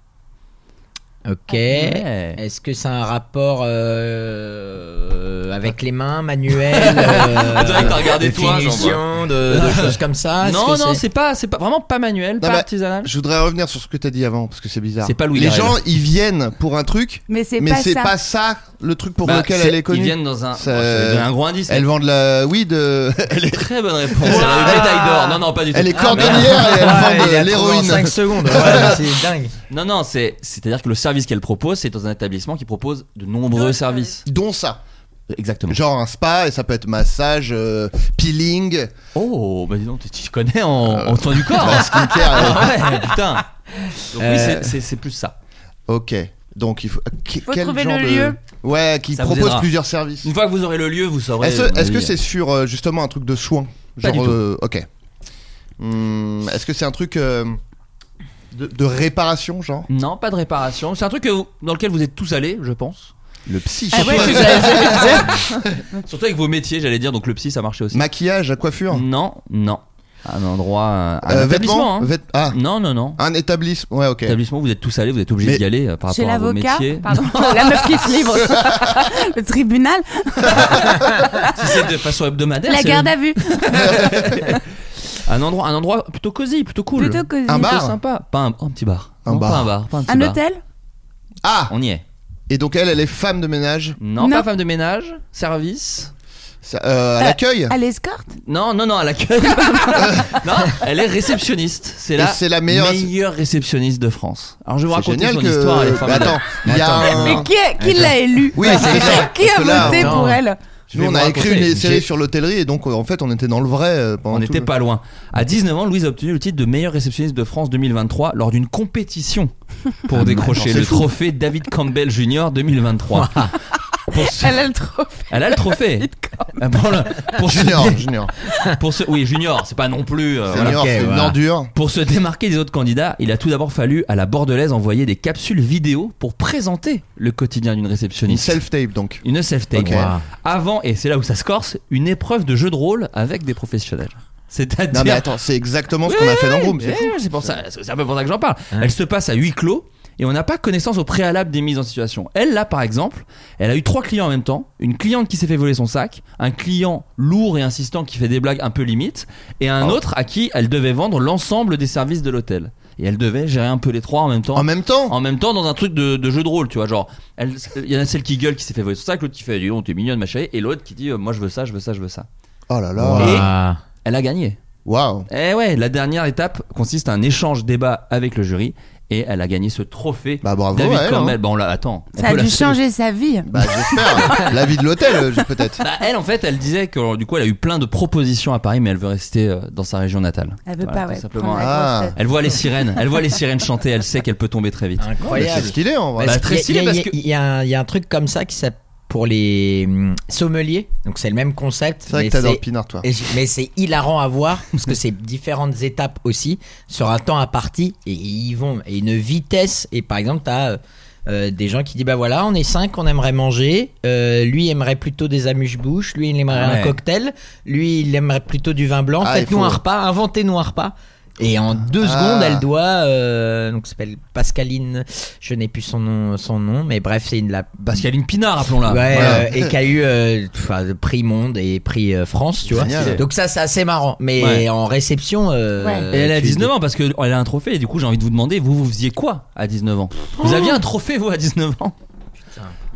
[SPEAKER 10] Ok.
[SPEAKER 7] Ouais.
[SPEAKER 10] Est-ce que c'est un rapport euh, avec les mains manuelles euh,
[SPEAKER 7] Attends, il t'a regardé
[SPEAKER 10] de
[SPEAKER 7] toi, genre, bah.
[SPEAKER 10] finition, de, de choses comme ça Est-ce
[SPEAKER 7] non,
[SPEAKER 10] que
[SPEAKER 7] non, Ah, c'est pas, c'est pas vraiment pas manuel, pas
[SPEAKER 8] bah,
[SPEAKER 7] artisanal.
[SPEAKER 8] Je voudrais revenir sur ce que t'as dit avant parce que c'est bizarre.
[SPEAKER 7] C'est pas Louis
[SPEAKER 8] Les
[SPEAKER 7] Garrel.
[SPEAKER 8] gens, ils viennent pour un truc,
[SPEAKER 9] Mais c'est
[SPEAKER 8] mais
[SPEAKER 9] pas
[SPEAKER 8] c'est
[SPEAKER 9] ça.
[SPEAKER 8] pas ça le truc pour
[SPEAKER 7] Bah,
[SPEAKER 8] lequel
[SPEAKER 7] c'est-
[SPEAKER 8] elle est
[SPEAKER 7] Ils
[SPEAKER 8] connue.
[SPEAKER 7] viennent dans un.
[SPEAKER 8] Ça-
[SPEAKER 7] Bon, je vais donner un gros indice. mais
[SPEAKER 8] Elle vend de la weed. euh, elle est,
[SPEAKER 7] Très bonne réponse. Elle a une médaille d'or. Non, non, pas du tout.
[SPEAKER 8] elle est
[SPEAKER 7] Ah,
[SPEAKER 8] cordonnière et elle vend de l'héroïne.
[SPEAKER 10] 5 secondes, ouais, c'est dingue.
[SPEAKER 7] Non, non, c'est c'est à dire que le service qu'elle propose, c'est dans un établissement qui propose de nombreux
[SPEAKER 9] D'autres
[SPEAKER 7] services.
[SPEAKER 8] Dont ça.
[SPEAKER 7] Exactement.
[SPEAKER 8] Genre un spa et ça peut être massage, euh, peeling,
[SPEAKER 7] Oh, bah dis donc, tu- tu connais en, en temps du corps.
[SPEAKER 8] euh, skincare. euh,
[SPEAKER 7] Ah ouais, putain. Donc, oui,
[SPEAKER 10] Euh,
[SPEAKER 7] c'est- c'est- c'est plus ça.
[SPEAKER 8] Ok. Donc il faut, qu-
[SPEAKER 9] Faut
[SPEAKER 8] quel
[SPEAKER 9] trouver
[SPEAKER 8] genre
[SPEAKER 9] le
[SPEAKER 8] de-
[SPEAKER 9] lieu.
[SPEAKER 8] Ouais, qui
[SPEAKER 7] Ça vous
[SPEAKER 8] propose
[SPEAKER 7] aidera.
[SPEAKER 8] plusieurs services.
[SPEAKER 7] Une fois que vous aurez le lieu, vous saurez.
[SPEAKER 8] Est-ce
[SPEAKER 7] à mon
[SPEAKER 8] est-ce que
[SPEAKER 7] avis.
[SPEAKER 8] c'est sur euh, justement un truc de soin
[SPEAKER 7] Pas
[SPEAKER 8] Genre,
[SPEAKER 7] du tout.
[SPEAKER 8] euh, ok. Hmm, Est-ce que c'est un truc euh, de, de réparation, genre
[SPEAKER 7] Non, pas de réparation. C'est un truc que vous- dans lequel vous êtes tous allés, je pense.
[SPEAKER 8] Le psy.
[SPEAKER 9] Ah ouais,
[SPEAKER 8] surtout.
[SPEAKER 9] c'est ça, c'est-
[SPEAKER 7] Surtout avec vos métiers, j'allais dire. Donc le psy, ça marchait aussi.
[SPEAKER 8] Maquillage, coiffure.
[SPEAKER 7] Non, non. un endroit, un, Hmm. un
[SPEAKER 8] Euh,
[SPEAKER 7] établissement.
[SPEAKER 8] vêtements
[SPEAKER 7] hein.
[SPEAKER 8] Vêt- Ah,
[SPEAKER 7] Non, non, non.
[SPEAKER 8] un établissement. Ouais, ok.
[SPEAKER 7] Établissement, vous êtes tous allés, vous êtes obligés
[SPEAKER 8] Mais-
[SPEAKER 7] d'y aller euh, par
[SPEAKER 9] Chez
[SPEAKER 7] rapport à vos
[SPEAKER 9] l'avocat,
[SPEAKER 7] métiers.
[SPEAKER 9] pardon, la meuf qui se livre, le tribunal,
[SPEAKER 7] Si c'est de façon hebdomadaire,
[SPEAKER 9] la
[SPEAKER 7] c'est
[SPEAKER 9] garde à vue,
[SPEAKER 7] un endroit, un endroit plutôt cosy, plutôt cool,
[SPEAKER 9] plutôt que
[SPEAKER 8] Un
[SPEAKER 7] plutôt
[SPEAKER 8] bar
[SPEAKER 7] sympa, pas un, un petit bar,
[SPEAKER 8] Un
[SPEAKER 7] Non,
[SPEAKER 8] bar.
[SPEAKER 7] pas un bar, pas un petit
[SPEAKER 9] un
[SPEAKER 7] bar.
[SPEAKER 9] hôtel,
[SPEAKER 8] Ah,
[SPEAKER 7] On y est.
[SPEAKER 8] et donc elle, elle est femme de ménage
[SPEAKER 7] Non,
[SPEAKER 9] Non.
[SPEAKER 7] pas femme de ménage, service.
[SPEAKER 8] ça- euh, à l'accueil.
[SPEAKER 9] à l'escorte,
[SPEAKER 7] Non, non, non, à l'accueil. non, elle est réceptionniste. C'est
[SPEAKER 8] Et
[SPEAKER 7] la,
[SPEAKER 8] c'est la meilleure-
[SPEAKER 7] réceptionniste de France. Alors je vais vous
[SPEAKER 8] C'est
[SPEAKER 7] raconter
[SPEAKER 8] génial
[SPEAKER 7] son
[SPEAKER 8] que.
[SPEAKER 7] histoire. Elle est
[SPEAKER 8] Mais
[SPEAKER 7] formidable.
[SPEAKER 8] attends, il y a
[SPEAKER 7] Attends.
[SPEAKER 8] un-
[SPEAKER 9] mais qui, a- qui l'a élu
[SPEAKER 8] Oui, c'est ça.
[SPEAKER 9] Qui a
[SPEAKER 8] Parce que là,
[SPEAKER 9] voté
[SPEAKER 10] non.
[SPEAKER 9] pour elle
[SPEAKER 7] Je vais
[SPEAKER 8] Nous, on
[SPEAKER 7] vous
[SPEAKER 8] a
[SPEAKER 7] raconter.
[SPEAKER 8] écrit une
[SPEAKER 7] J'ai-
[SPEAKER 8] série sur l'hôtellerie et donc euh, en fait, on était dans le vrai euh, pendant
[SPEAKER 7] On
[SPEAKER 8] tout
[SPEAKER 7] n'était
[SPEAKER 8] le-
[SPEAKER 7] pas loin. À 19 ans, Louise a obtenu le titre de meilleure réceptionniste de France 2023 lors d'une compétition pour décrocher
[SPEAKER 8] Bah, c'est
[SPEAKER 7] le
[SPEAKER 8] fou.
[SPEAKER 7] trophée David Campbell Jr. 2023. Pour ce-
[SPEAKER 9] Elle a le trophée.
[SPEAKER 7] Elle a le trophée. Ah, Pour, le- pour ce-
[SPEAKER 8] Junior, junior.
[SPEAKER 7] pour ce- oui, Junior, c'est pas non plus. euh, voilà.
[SPEAKER 8] Senior,
[SPEAKER 10] ok,
[SPEAKER 8] c'est une
[SPEAKER 10] voilà.
[SPEAKER 8] ordure.
[SPEAKER 7] Pour se démarquer des autres candidats, il a tout d'abord fallu à la Bordelaise envoyer des capsules vidéo pour présenter le quotidien d'une
[SPEAKER 8] Une
[SPEAKER 7] réceptionniste.
[SPEAKER 8] self-tape donc.
[SPEAKER 7] Une self-tape.
[SPEAKER 8] Ok.
[SPEAKER 7] Wow. Avant, et c'est là où ça se corse, une épreuve de jeu de rôle avec des professionnels.
[SPEAKER 8] Non mais
[SPEAKER 7] C'est-à-dire.
[SPEAKER 8] attends, c'est exactement ce qu'on a fait dans Broom.
[SPEAKER 7] Ouais,
[SPEAKER 8] c'est fou.
[SPEAKER 7] ouais, C'est pour ça, c'est un peu pour ça que j'en parle. Elle se passe à huis clos et on n'a pas connaissance au préalable des mises en situation. Elle là par exemple, elle a eu trois clients en même temps, une cliente qui s'est fait voler son sac, un client lourd et insistant qui fait des blagues un peu limites et un
[SPEAKER 8] Oh.
[SPEAKER 7] autre à qui elle devait vendre l'ensemble des services de l'hôtel. Et elle devait gérer un peu les trois en même temps.
[SPEAKER 8] En même temps,
[SPEAKER 7] En même temps, dans un truc de, de jeu de rôle, tu vois, genre, elle- il y en a celle qui gueule, qui s'est fait voler son sac, l'autre qui fait, dis donc, t'es mignonne, ma chérie, et l'autre qui dit, euh, moi, je veux ça, je veux ça, je veux ça.
[SPEAKER 8] oh là
[SPEAKER 7] Et-
[SPEAKER 8] là,
[SPEAKER 10] Ah.
[SPEAKER 7] Elle a gagné.
[SPEAKER 8] waouh.
[SPEAKER 7] Eh ouais, la dernière étape consiste à un échange débat avec le jury et elle a gagné ce trophée.
[SPEAKER 8] Bah, bravo
[SPEAKER 7] David
[SPEAKER 8] à elle,
[SPEAKER 7] Cormel.
[SPEAKER 8] hein.
[SPEAKER 7] Bon, là, attends. on
[SPEAKER 9] Ça a
[SPEAKER 7] peut la-
[SPEAKER 9] dû changer sa vie.
[SPEAKER 8] Bah j'espère. la vie de l'hôtel euh, je- peut-être.
[SPEAKER 7] Bah, elle, en fait, elle disait que alors, du coup, elle a eu plein de propositions à Paris, mais elle veut rester euh, dans sa région natale.
[SPEAKER 9] Elle veut
[SPEAKER 7] Voilà,
[SPEAKER 9] pas,
[SPEAKER 7] tout
[SPEAKER 9] ouais.
[SPEAKER 7] simplement.
[SPEAKER 9] prendre la
[SPEAKER 8] Ah.
[SPEAKER 9] grosse tête.
[SPEAKER 7] Elle voit les sirènes, elle voit les sirènes chanter, elle sait qu'elle peut tomber très vite.
[SPEAKER 8] Mais C'est
[SPEAKER 10] Incroyable.
[SPEAKER 8] stylé en vrai.
[SPEAKER 7] Bah,
[SPEAKER 10] Parce
[SPEAKER 7] très
[SPEAKER 10] qu'il y a-
[SPEAKER 7] stylé,
[SPEAKER 10] il y a-
[SPEAKER 7] parce que-
[SPEAKER 10] il y, a un- il y a un truc comme ça qui s'appelle pour les hum, sommeliers. Donc c'est le même concept.
[SPEAKER 8] C'est vrai
[SPEAKER 10] mais
[SPEAKER 8] que t'adores
[SPEAKER 10] c'est-
[SPEAKER 8] Pinard toi.
[SPEAKER 10] et j- Mais c'est hilarant à voir parce que c'est différentes étapes aussi sur un temps à partie et ils vont et une vitesse et par exemple t'as euh, euh, des gens qui disent bah voilà on est cinq on aimerait manger euh, lui aimerait plutôt des amuse-bouches lui il aimerait
[SPEAKER 7] Ouais.
[SPEAKER 10] un cocktail lui il aimerait plutôt du vin blanc
[SPEAKER 8] Ah, il
[SPEAKER 10] faites-nous
[SPEAKER 8] faut-
[SPEAKER 10] un repas inventez-nous un repas et en deux
[SPEAKER 8] Ah.
[SPEAKER 10] secondes elle doit euh, donc s'appelle Pascaline je n'ai plus son nom son nom mais bref c'est une la
[SPEAKER 7] Parce qu'il y a une pinard, rappelons-la.
[SPEAKER 10] Ouais,
[SPEAKER 8] Voilà.
[SPEAKER 10] euh, et qui a eu euh, enfin, le prix monde et prix euh, France, tu vois.
[SPEAKER 8] Génial.
[SPEAKER 10] Donc ça, c'est assez marrant. Mais
[SPEAKER 7] Ouais.
[SPEAKER 10] en réception, euh,
[SPEAKER 9] Ouais.
[SPEAKER 7] Et elle a
[SPEAKER 10] tu-
[SPEAKER 7] 19 ans parce qu'elle a un trophée et du coup j'ai envie de vous demander, vous vous faisiez quoi à 19 ans Vous aviez un trophée vous à 19 ans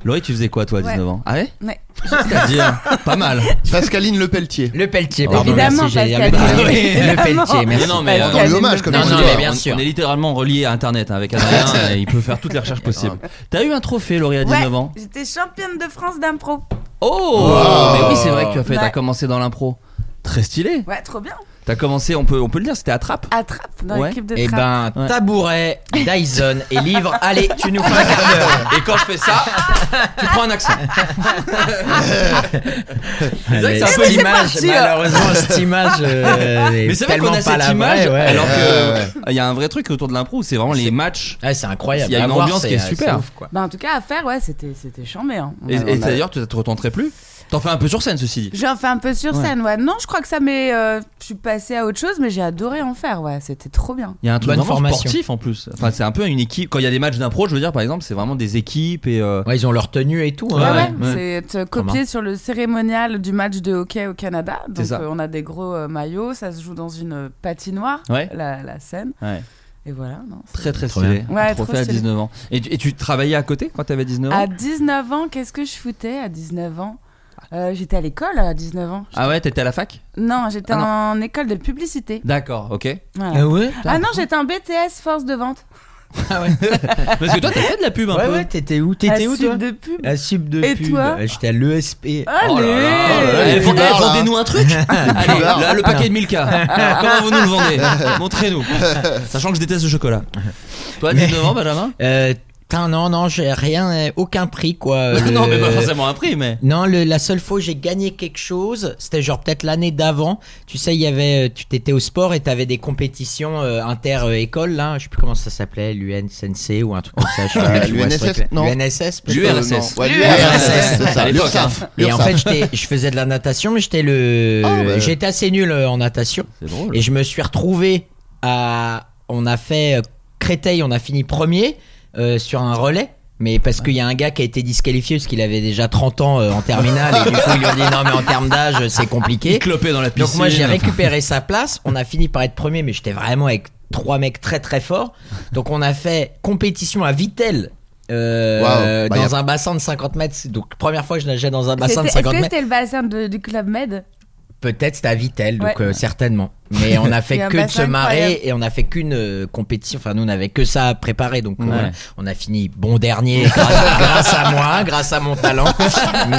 [SPEAKER 7] Laurie tu faisais quoi toi à
[SPEAKER 9] Ouais.
[SPEAKER 7] 19 ans Ah ouais
[SPEAKER 9] Ouais.
[SPEAKER 7] C'est-à-dire pas mal.
[SPEAKER 8] Pascaline Le Pelletier.
[SPEAKER 10] Le Pelletier,
[SPEAKER 7] Oh,
[SPEAKER 10] pardon,
[SPEAKER 9] évidemment,
[SPEAKER 10] merci, j'allais dire le
[SPEAKER 9] Pascal.
[SPEAKER 10] Pelletier.
[SPEAKER 9] Oui,
[SPEAKER 10] Le
[SPEAKER 9] évidemment.
[SPEAKER 10] Pelletier, merci.
[SPEAKER 7] Mais non, mais,
[SPEAKER 8] On rend lui hommage comme
[SPEAKER 10] Non,
[SPEAKER 8] ça.
[SPEAKER 10] non, Ah, mais bien
[SPEAKER 7] on,
[SPEAKER 10] sûr.
[SPEAKER 7] on est littéralement relié à internet hein, avec Adrien et il peut faire toutes les recherches possibles. T'as eu un trophée Laurie à 19
[SPEAKER 9] Ouais,
[SPEAKER 7] ans
[SPEAKER 9] j'étais championne de France d'impro.
[SPEAKER 7] Oh Mais oui c'est vrai que tu as fait, t'as
[SPEAKER 9] Ouais.
[SPEAKER 7] commencé dans l'impro. Très stylé.
[SPEAKER 9] Ouais, trop bien.
[SPEAKER 7] T'as commencé, on peut, on peut le dire, c'était à Trappe.
[SPEAKER 9] Attrape dans
[SPEAKER 7] Ouais.
[SPEAKER 9] l'équipe de
[SPEAKER 10] Eh
[SPEAKER 9] trappe.
[SPEAKER 10] ben,
[SPEAKER 7] Ouais.
[SPEAKER 10] tabouret, Dyson et livre. Allez, tu nous fais un quart d'heure.
[SPEAKER 7] Et quand je fais ça, tu prends un accent.
[SPEAKER 10] C'est
[SPEAKER 7] vrai que c'est un peu
[SPEAKER 10] cette
[SPEAKER 9] l'image,
[SPEAKER 10] image,
[SPEAKER 9] parti, là.
[SPEAKER 10] malheureusement, cette image euh, est
[SPEAKER 7] Mais c'est vrai
[SPEAKER 10] tellement
[SPEAKER 7] qu'on a
[SPEAKER 10] pas
[SPEAKER 7] cette
[SPEAKER 10] la
[SPEAKER 7] image
[SPEAKER 10] vraie, ouais.
[SPEAKER 7] alors
[SPEAKER 8] Ouais,
[SPEAKER 7] que ah, il y a un vrai truc autour de l'impro, c'est vraiment les matchs.
[SPEAKER 10] Ouais, c'est incroyable.
[SPEAKER 7] Il y a
[SPEAKER 10] À
[SPEAKER 7] une
[SPEAKER 10] voir,
[SPEAKER 7] ambiance qui
[SPEAKER 10] c'est- euh, c'est
[SPEAKER 7] est super.
[SPEAKER 10] ouf, quoi.
[SPEAKER 9] Bah, en tout cas, à faire, ouais, c'était, c'était chambé. hein. On
[SPEAKER 7] Et,
[SPEAKER 9] a-
[SPEAKER 7] et
[SPEAKER 9] on a-
[SPEAKER 7] d'ailleurs, tu te retenterais plus T'en fais un peu sur scène, ceci dit.
[SPEAKER 9] J'en fais un peu sur
[SPEAKER 7] Ouais.
[SPEAKER 9] scène, ouais. Non, je crois que ça m'est. euh, je suis passée à autre chose, mais j'ai adoré en faire, ouais. C'était trop bien.
[SPEAKER 7] Il y a un truc
[SPEAKER 10] Bonne
[SPEAKER 7] vraiment
[SPEAKER 10] formation.
[SPEAKER 7] sportif en plus. Enfin, c'est un peu une équipe. Quand il y a des matchs d'impro, je veux dire, par exemple, c'est vraiment des équipes et. euh,
[SPEAKER 10] Ouais, ils ont leur tenue et tout.
[SPEAKER 7] Ouais,
[SPEAKER 9] Ouais,
[SPEAKER 10] hein.
[SPEAKER 9] ouais,
[SPEAKER 7] ouais.
[SPEAKER 9] c'est euh,
[SPEAKER 10] Comment
[SPEAKER 9] copié sur le cérémonial du match de hockey au Canada.
[SPEAKER 7] C'est
[SPEAKER 9] Donc
[SPEAKER 7] ça.
[SPEAKER 9] euh, on a des gros euh, maillots, ça se joue dans une euh, patinoire,
[SPEAKER 7] Ouais.
[SPEAKER 9] la, la scène.
[SPEAKER 7] Ouais.
[SPEAKER 9] Et voilà. non, c'est-
[SPEAKER 7] Très très
[SPEAKER 10] Trop
[SPEAKER 7] stylé.
[SPEAKER 9] bien. Ouais,
[SPEAKER 7] Un trophée
[SPEAKER 9] trop
[SPEAKER 7] à
[SPEAKER 9] stylé.
[SPEAKER 7] 19 ans. Et tu, et tu travaillais à côté quand t'avais 19 ans
[SPEAKER 9] À 19 ans, qu'est-ce que je foutais à 19 ans Euh, J'étais à l'école à 19 ans.
[SPEAKER 7] Ah ouais, t'étais à la fac
[SPEAKER 9] Non, j'étais
[SPEAKER 7] Ah
[SPEAKER 9] en école de publicité.
[SPEAKER 7] D'accord, ok.
[SPEAKER 9] Voilà.
[SPEAKER 10] Ah ouais
[SPEAKER 9] Ah non, j'étais en BTS force de vente.
[SPEAKER 10] Ah ouais.
[SPEAKER 7] Parce que toi, t'as fait de la pub un
[SPEAKER 10] Ouais,
[SPEAKER 7] peu.
[SPEAKER 10] ouais, t'étais où
[SPEAKER 9] À
[SPEAKER 10] T'étais où,
[SPEAKER 9] Sud
[SPEAKER 10] toi
[SPEAKER 9] de pub.
[SPEAKER 10] La sub de
[SPEAKER 9] Et
[SPEAKER 10] pub.
[SPEAKER 9] toi
[SPEAKER 10] Euh, J'étais à l'ESP.
[SPEAKER 9] Allez
[SPEAKER 7] Oh là là,
[SPEAKER 8] Oh là là,
[SPEAKER 7] Eh,
[SPEAKER 8] les
[SPEAKER 7] vend-
[SPEAKER 8] pubards,
[SPEAKER 7] eh,
[SPEAKER 8] là.
[SPEAKER 7] vendez-nous un truc Allez,
[SPEAKER 8] pubards.
[SPEAKER 7] là, le paquet de Milka. Alors, comment vous nous le vendez Montrez-nous. Sachant que je déteste le chocolat. Toi, 19 ans, Benjamin
[SPEAKER 10] Euh, Putain, non, non, j'ai rien, euh, aucun prix, quoi. Euh, le-
[SPEAKER 7] non, mais pas forcément un prix, mais.
[SPEAKER 10] Non, le- la seule fois où j'ai gagné quelque chose, c'était genre peut-être l'année d'avant. Tu sais, il y avait, euh, tu t'étais au sport et t'avais des compétitions inter-école, là. Je sais plus comment ça s'appelait, l'UNSNC ou un truc comme ça. je sais
[SPEAKER 8] Euh,
[SPEAKER 10] plus, tu vois, ce
[SPEAKER 8] l'UNSS,
[SPEAKER 10] truc-là.
[SPEAKER 8] non.
[SPEAKER 10] L'UNSS, peut-être.
[SPEAKER 7] L'URSS.
[SPEAKER 8] Euh, non. Ouais,
[SPEAKER 10] L'URSS.
[SPEAKER 8] l'URSS, c'est
[SPEAKER 7] À
[SPEAKER 8] ça.
[SPEAKER 7] l'époque,
[SPEAKER 8] L'URSS.
[SPEAKER 10] hein. Et en
[SPEAKER 8] L'URSS.
[SPEAKER 10] fait, j'étais- je faisais de la natation, mais j'étais le,
[SPEAKER 8] Ah, bah.
[SPEAKER 10] j'étais assez nul euh, en natation.
[SPEAKER 7] C'est drôle.
[SPEAKER 10] Et je me suis retrouvé à. On a fait euh, Créteil, on a fini premier euh, sur un relais. Mais parce qu'il y a un gars qui a été disqualifié parce qu'il avait déjà 30 ans euh, en terminale et du coup ils lui ont dit non mais en termes d'âge euh, c'est compliqué.
[SPEAKER 7] Clopé dans la piscine.
[SPEAKER 10] Donc moi j'ai récupéré sa place, on a fini par être premier mais j'étais vraiment avec trois mecs très très forts. Donc on a fait compétition à Vitel. euh,
[SPEAKER 8] Waouh. Bah,
[SPEAKER 10] dans
[SPEAKER 8] y a-
[SPEAKER 10] un bassin de 50 mètres, donc première fois que je nageais dans un bassin de
[SPEAKER 9] C'était- Est-ce
[SPEAKER 10] 50
[SPEAKER 9] que
[SPEAKER 10] mètres.
[SPEAKER 9] c'était le bassin de- du Club Med
[SPEAKER 10] Peut-être c'était à Vitel, donc
[SPEAKER 9] Ouais.
[SPEAKER 10] euh, certainement. Mais on a
[SPEAKER 9] Il y
[SPEAKER 10] fait
[SPEAKER 9] a un
[SPEAKER 10] que de se
[SPEAKER 9] bassin
[SPEAKER 10] marrer
[SPEAKER 9] incroyable.
[SPEAKER 10] et on a fait qu'une euh, compétition. Enfin, nous, on n'avait que ça à préparer, donc euh,
[SPEAKER 7] Ouais.
[SPEAKER 10] on a fini bon dernier grâce, grâce à moi, grâce à mon talent.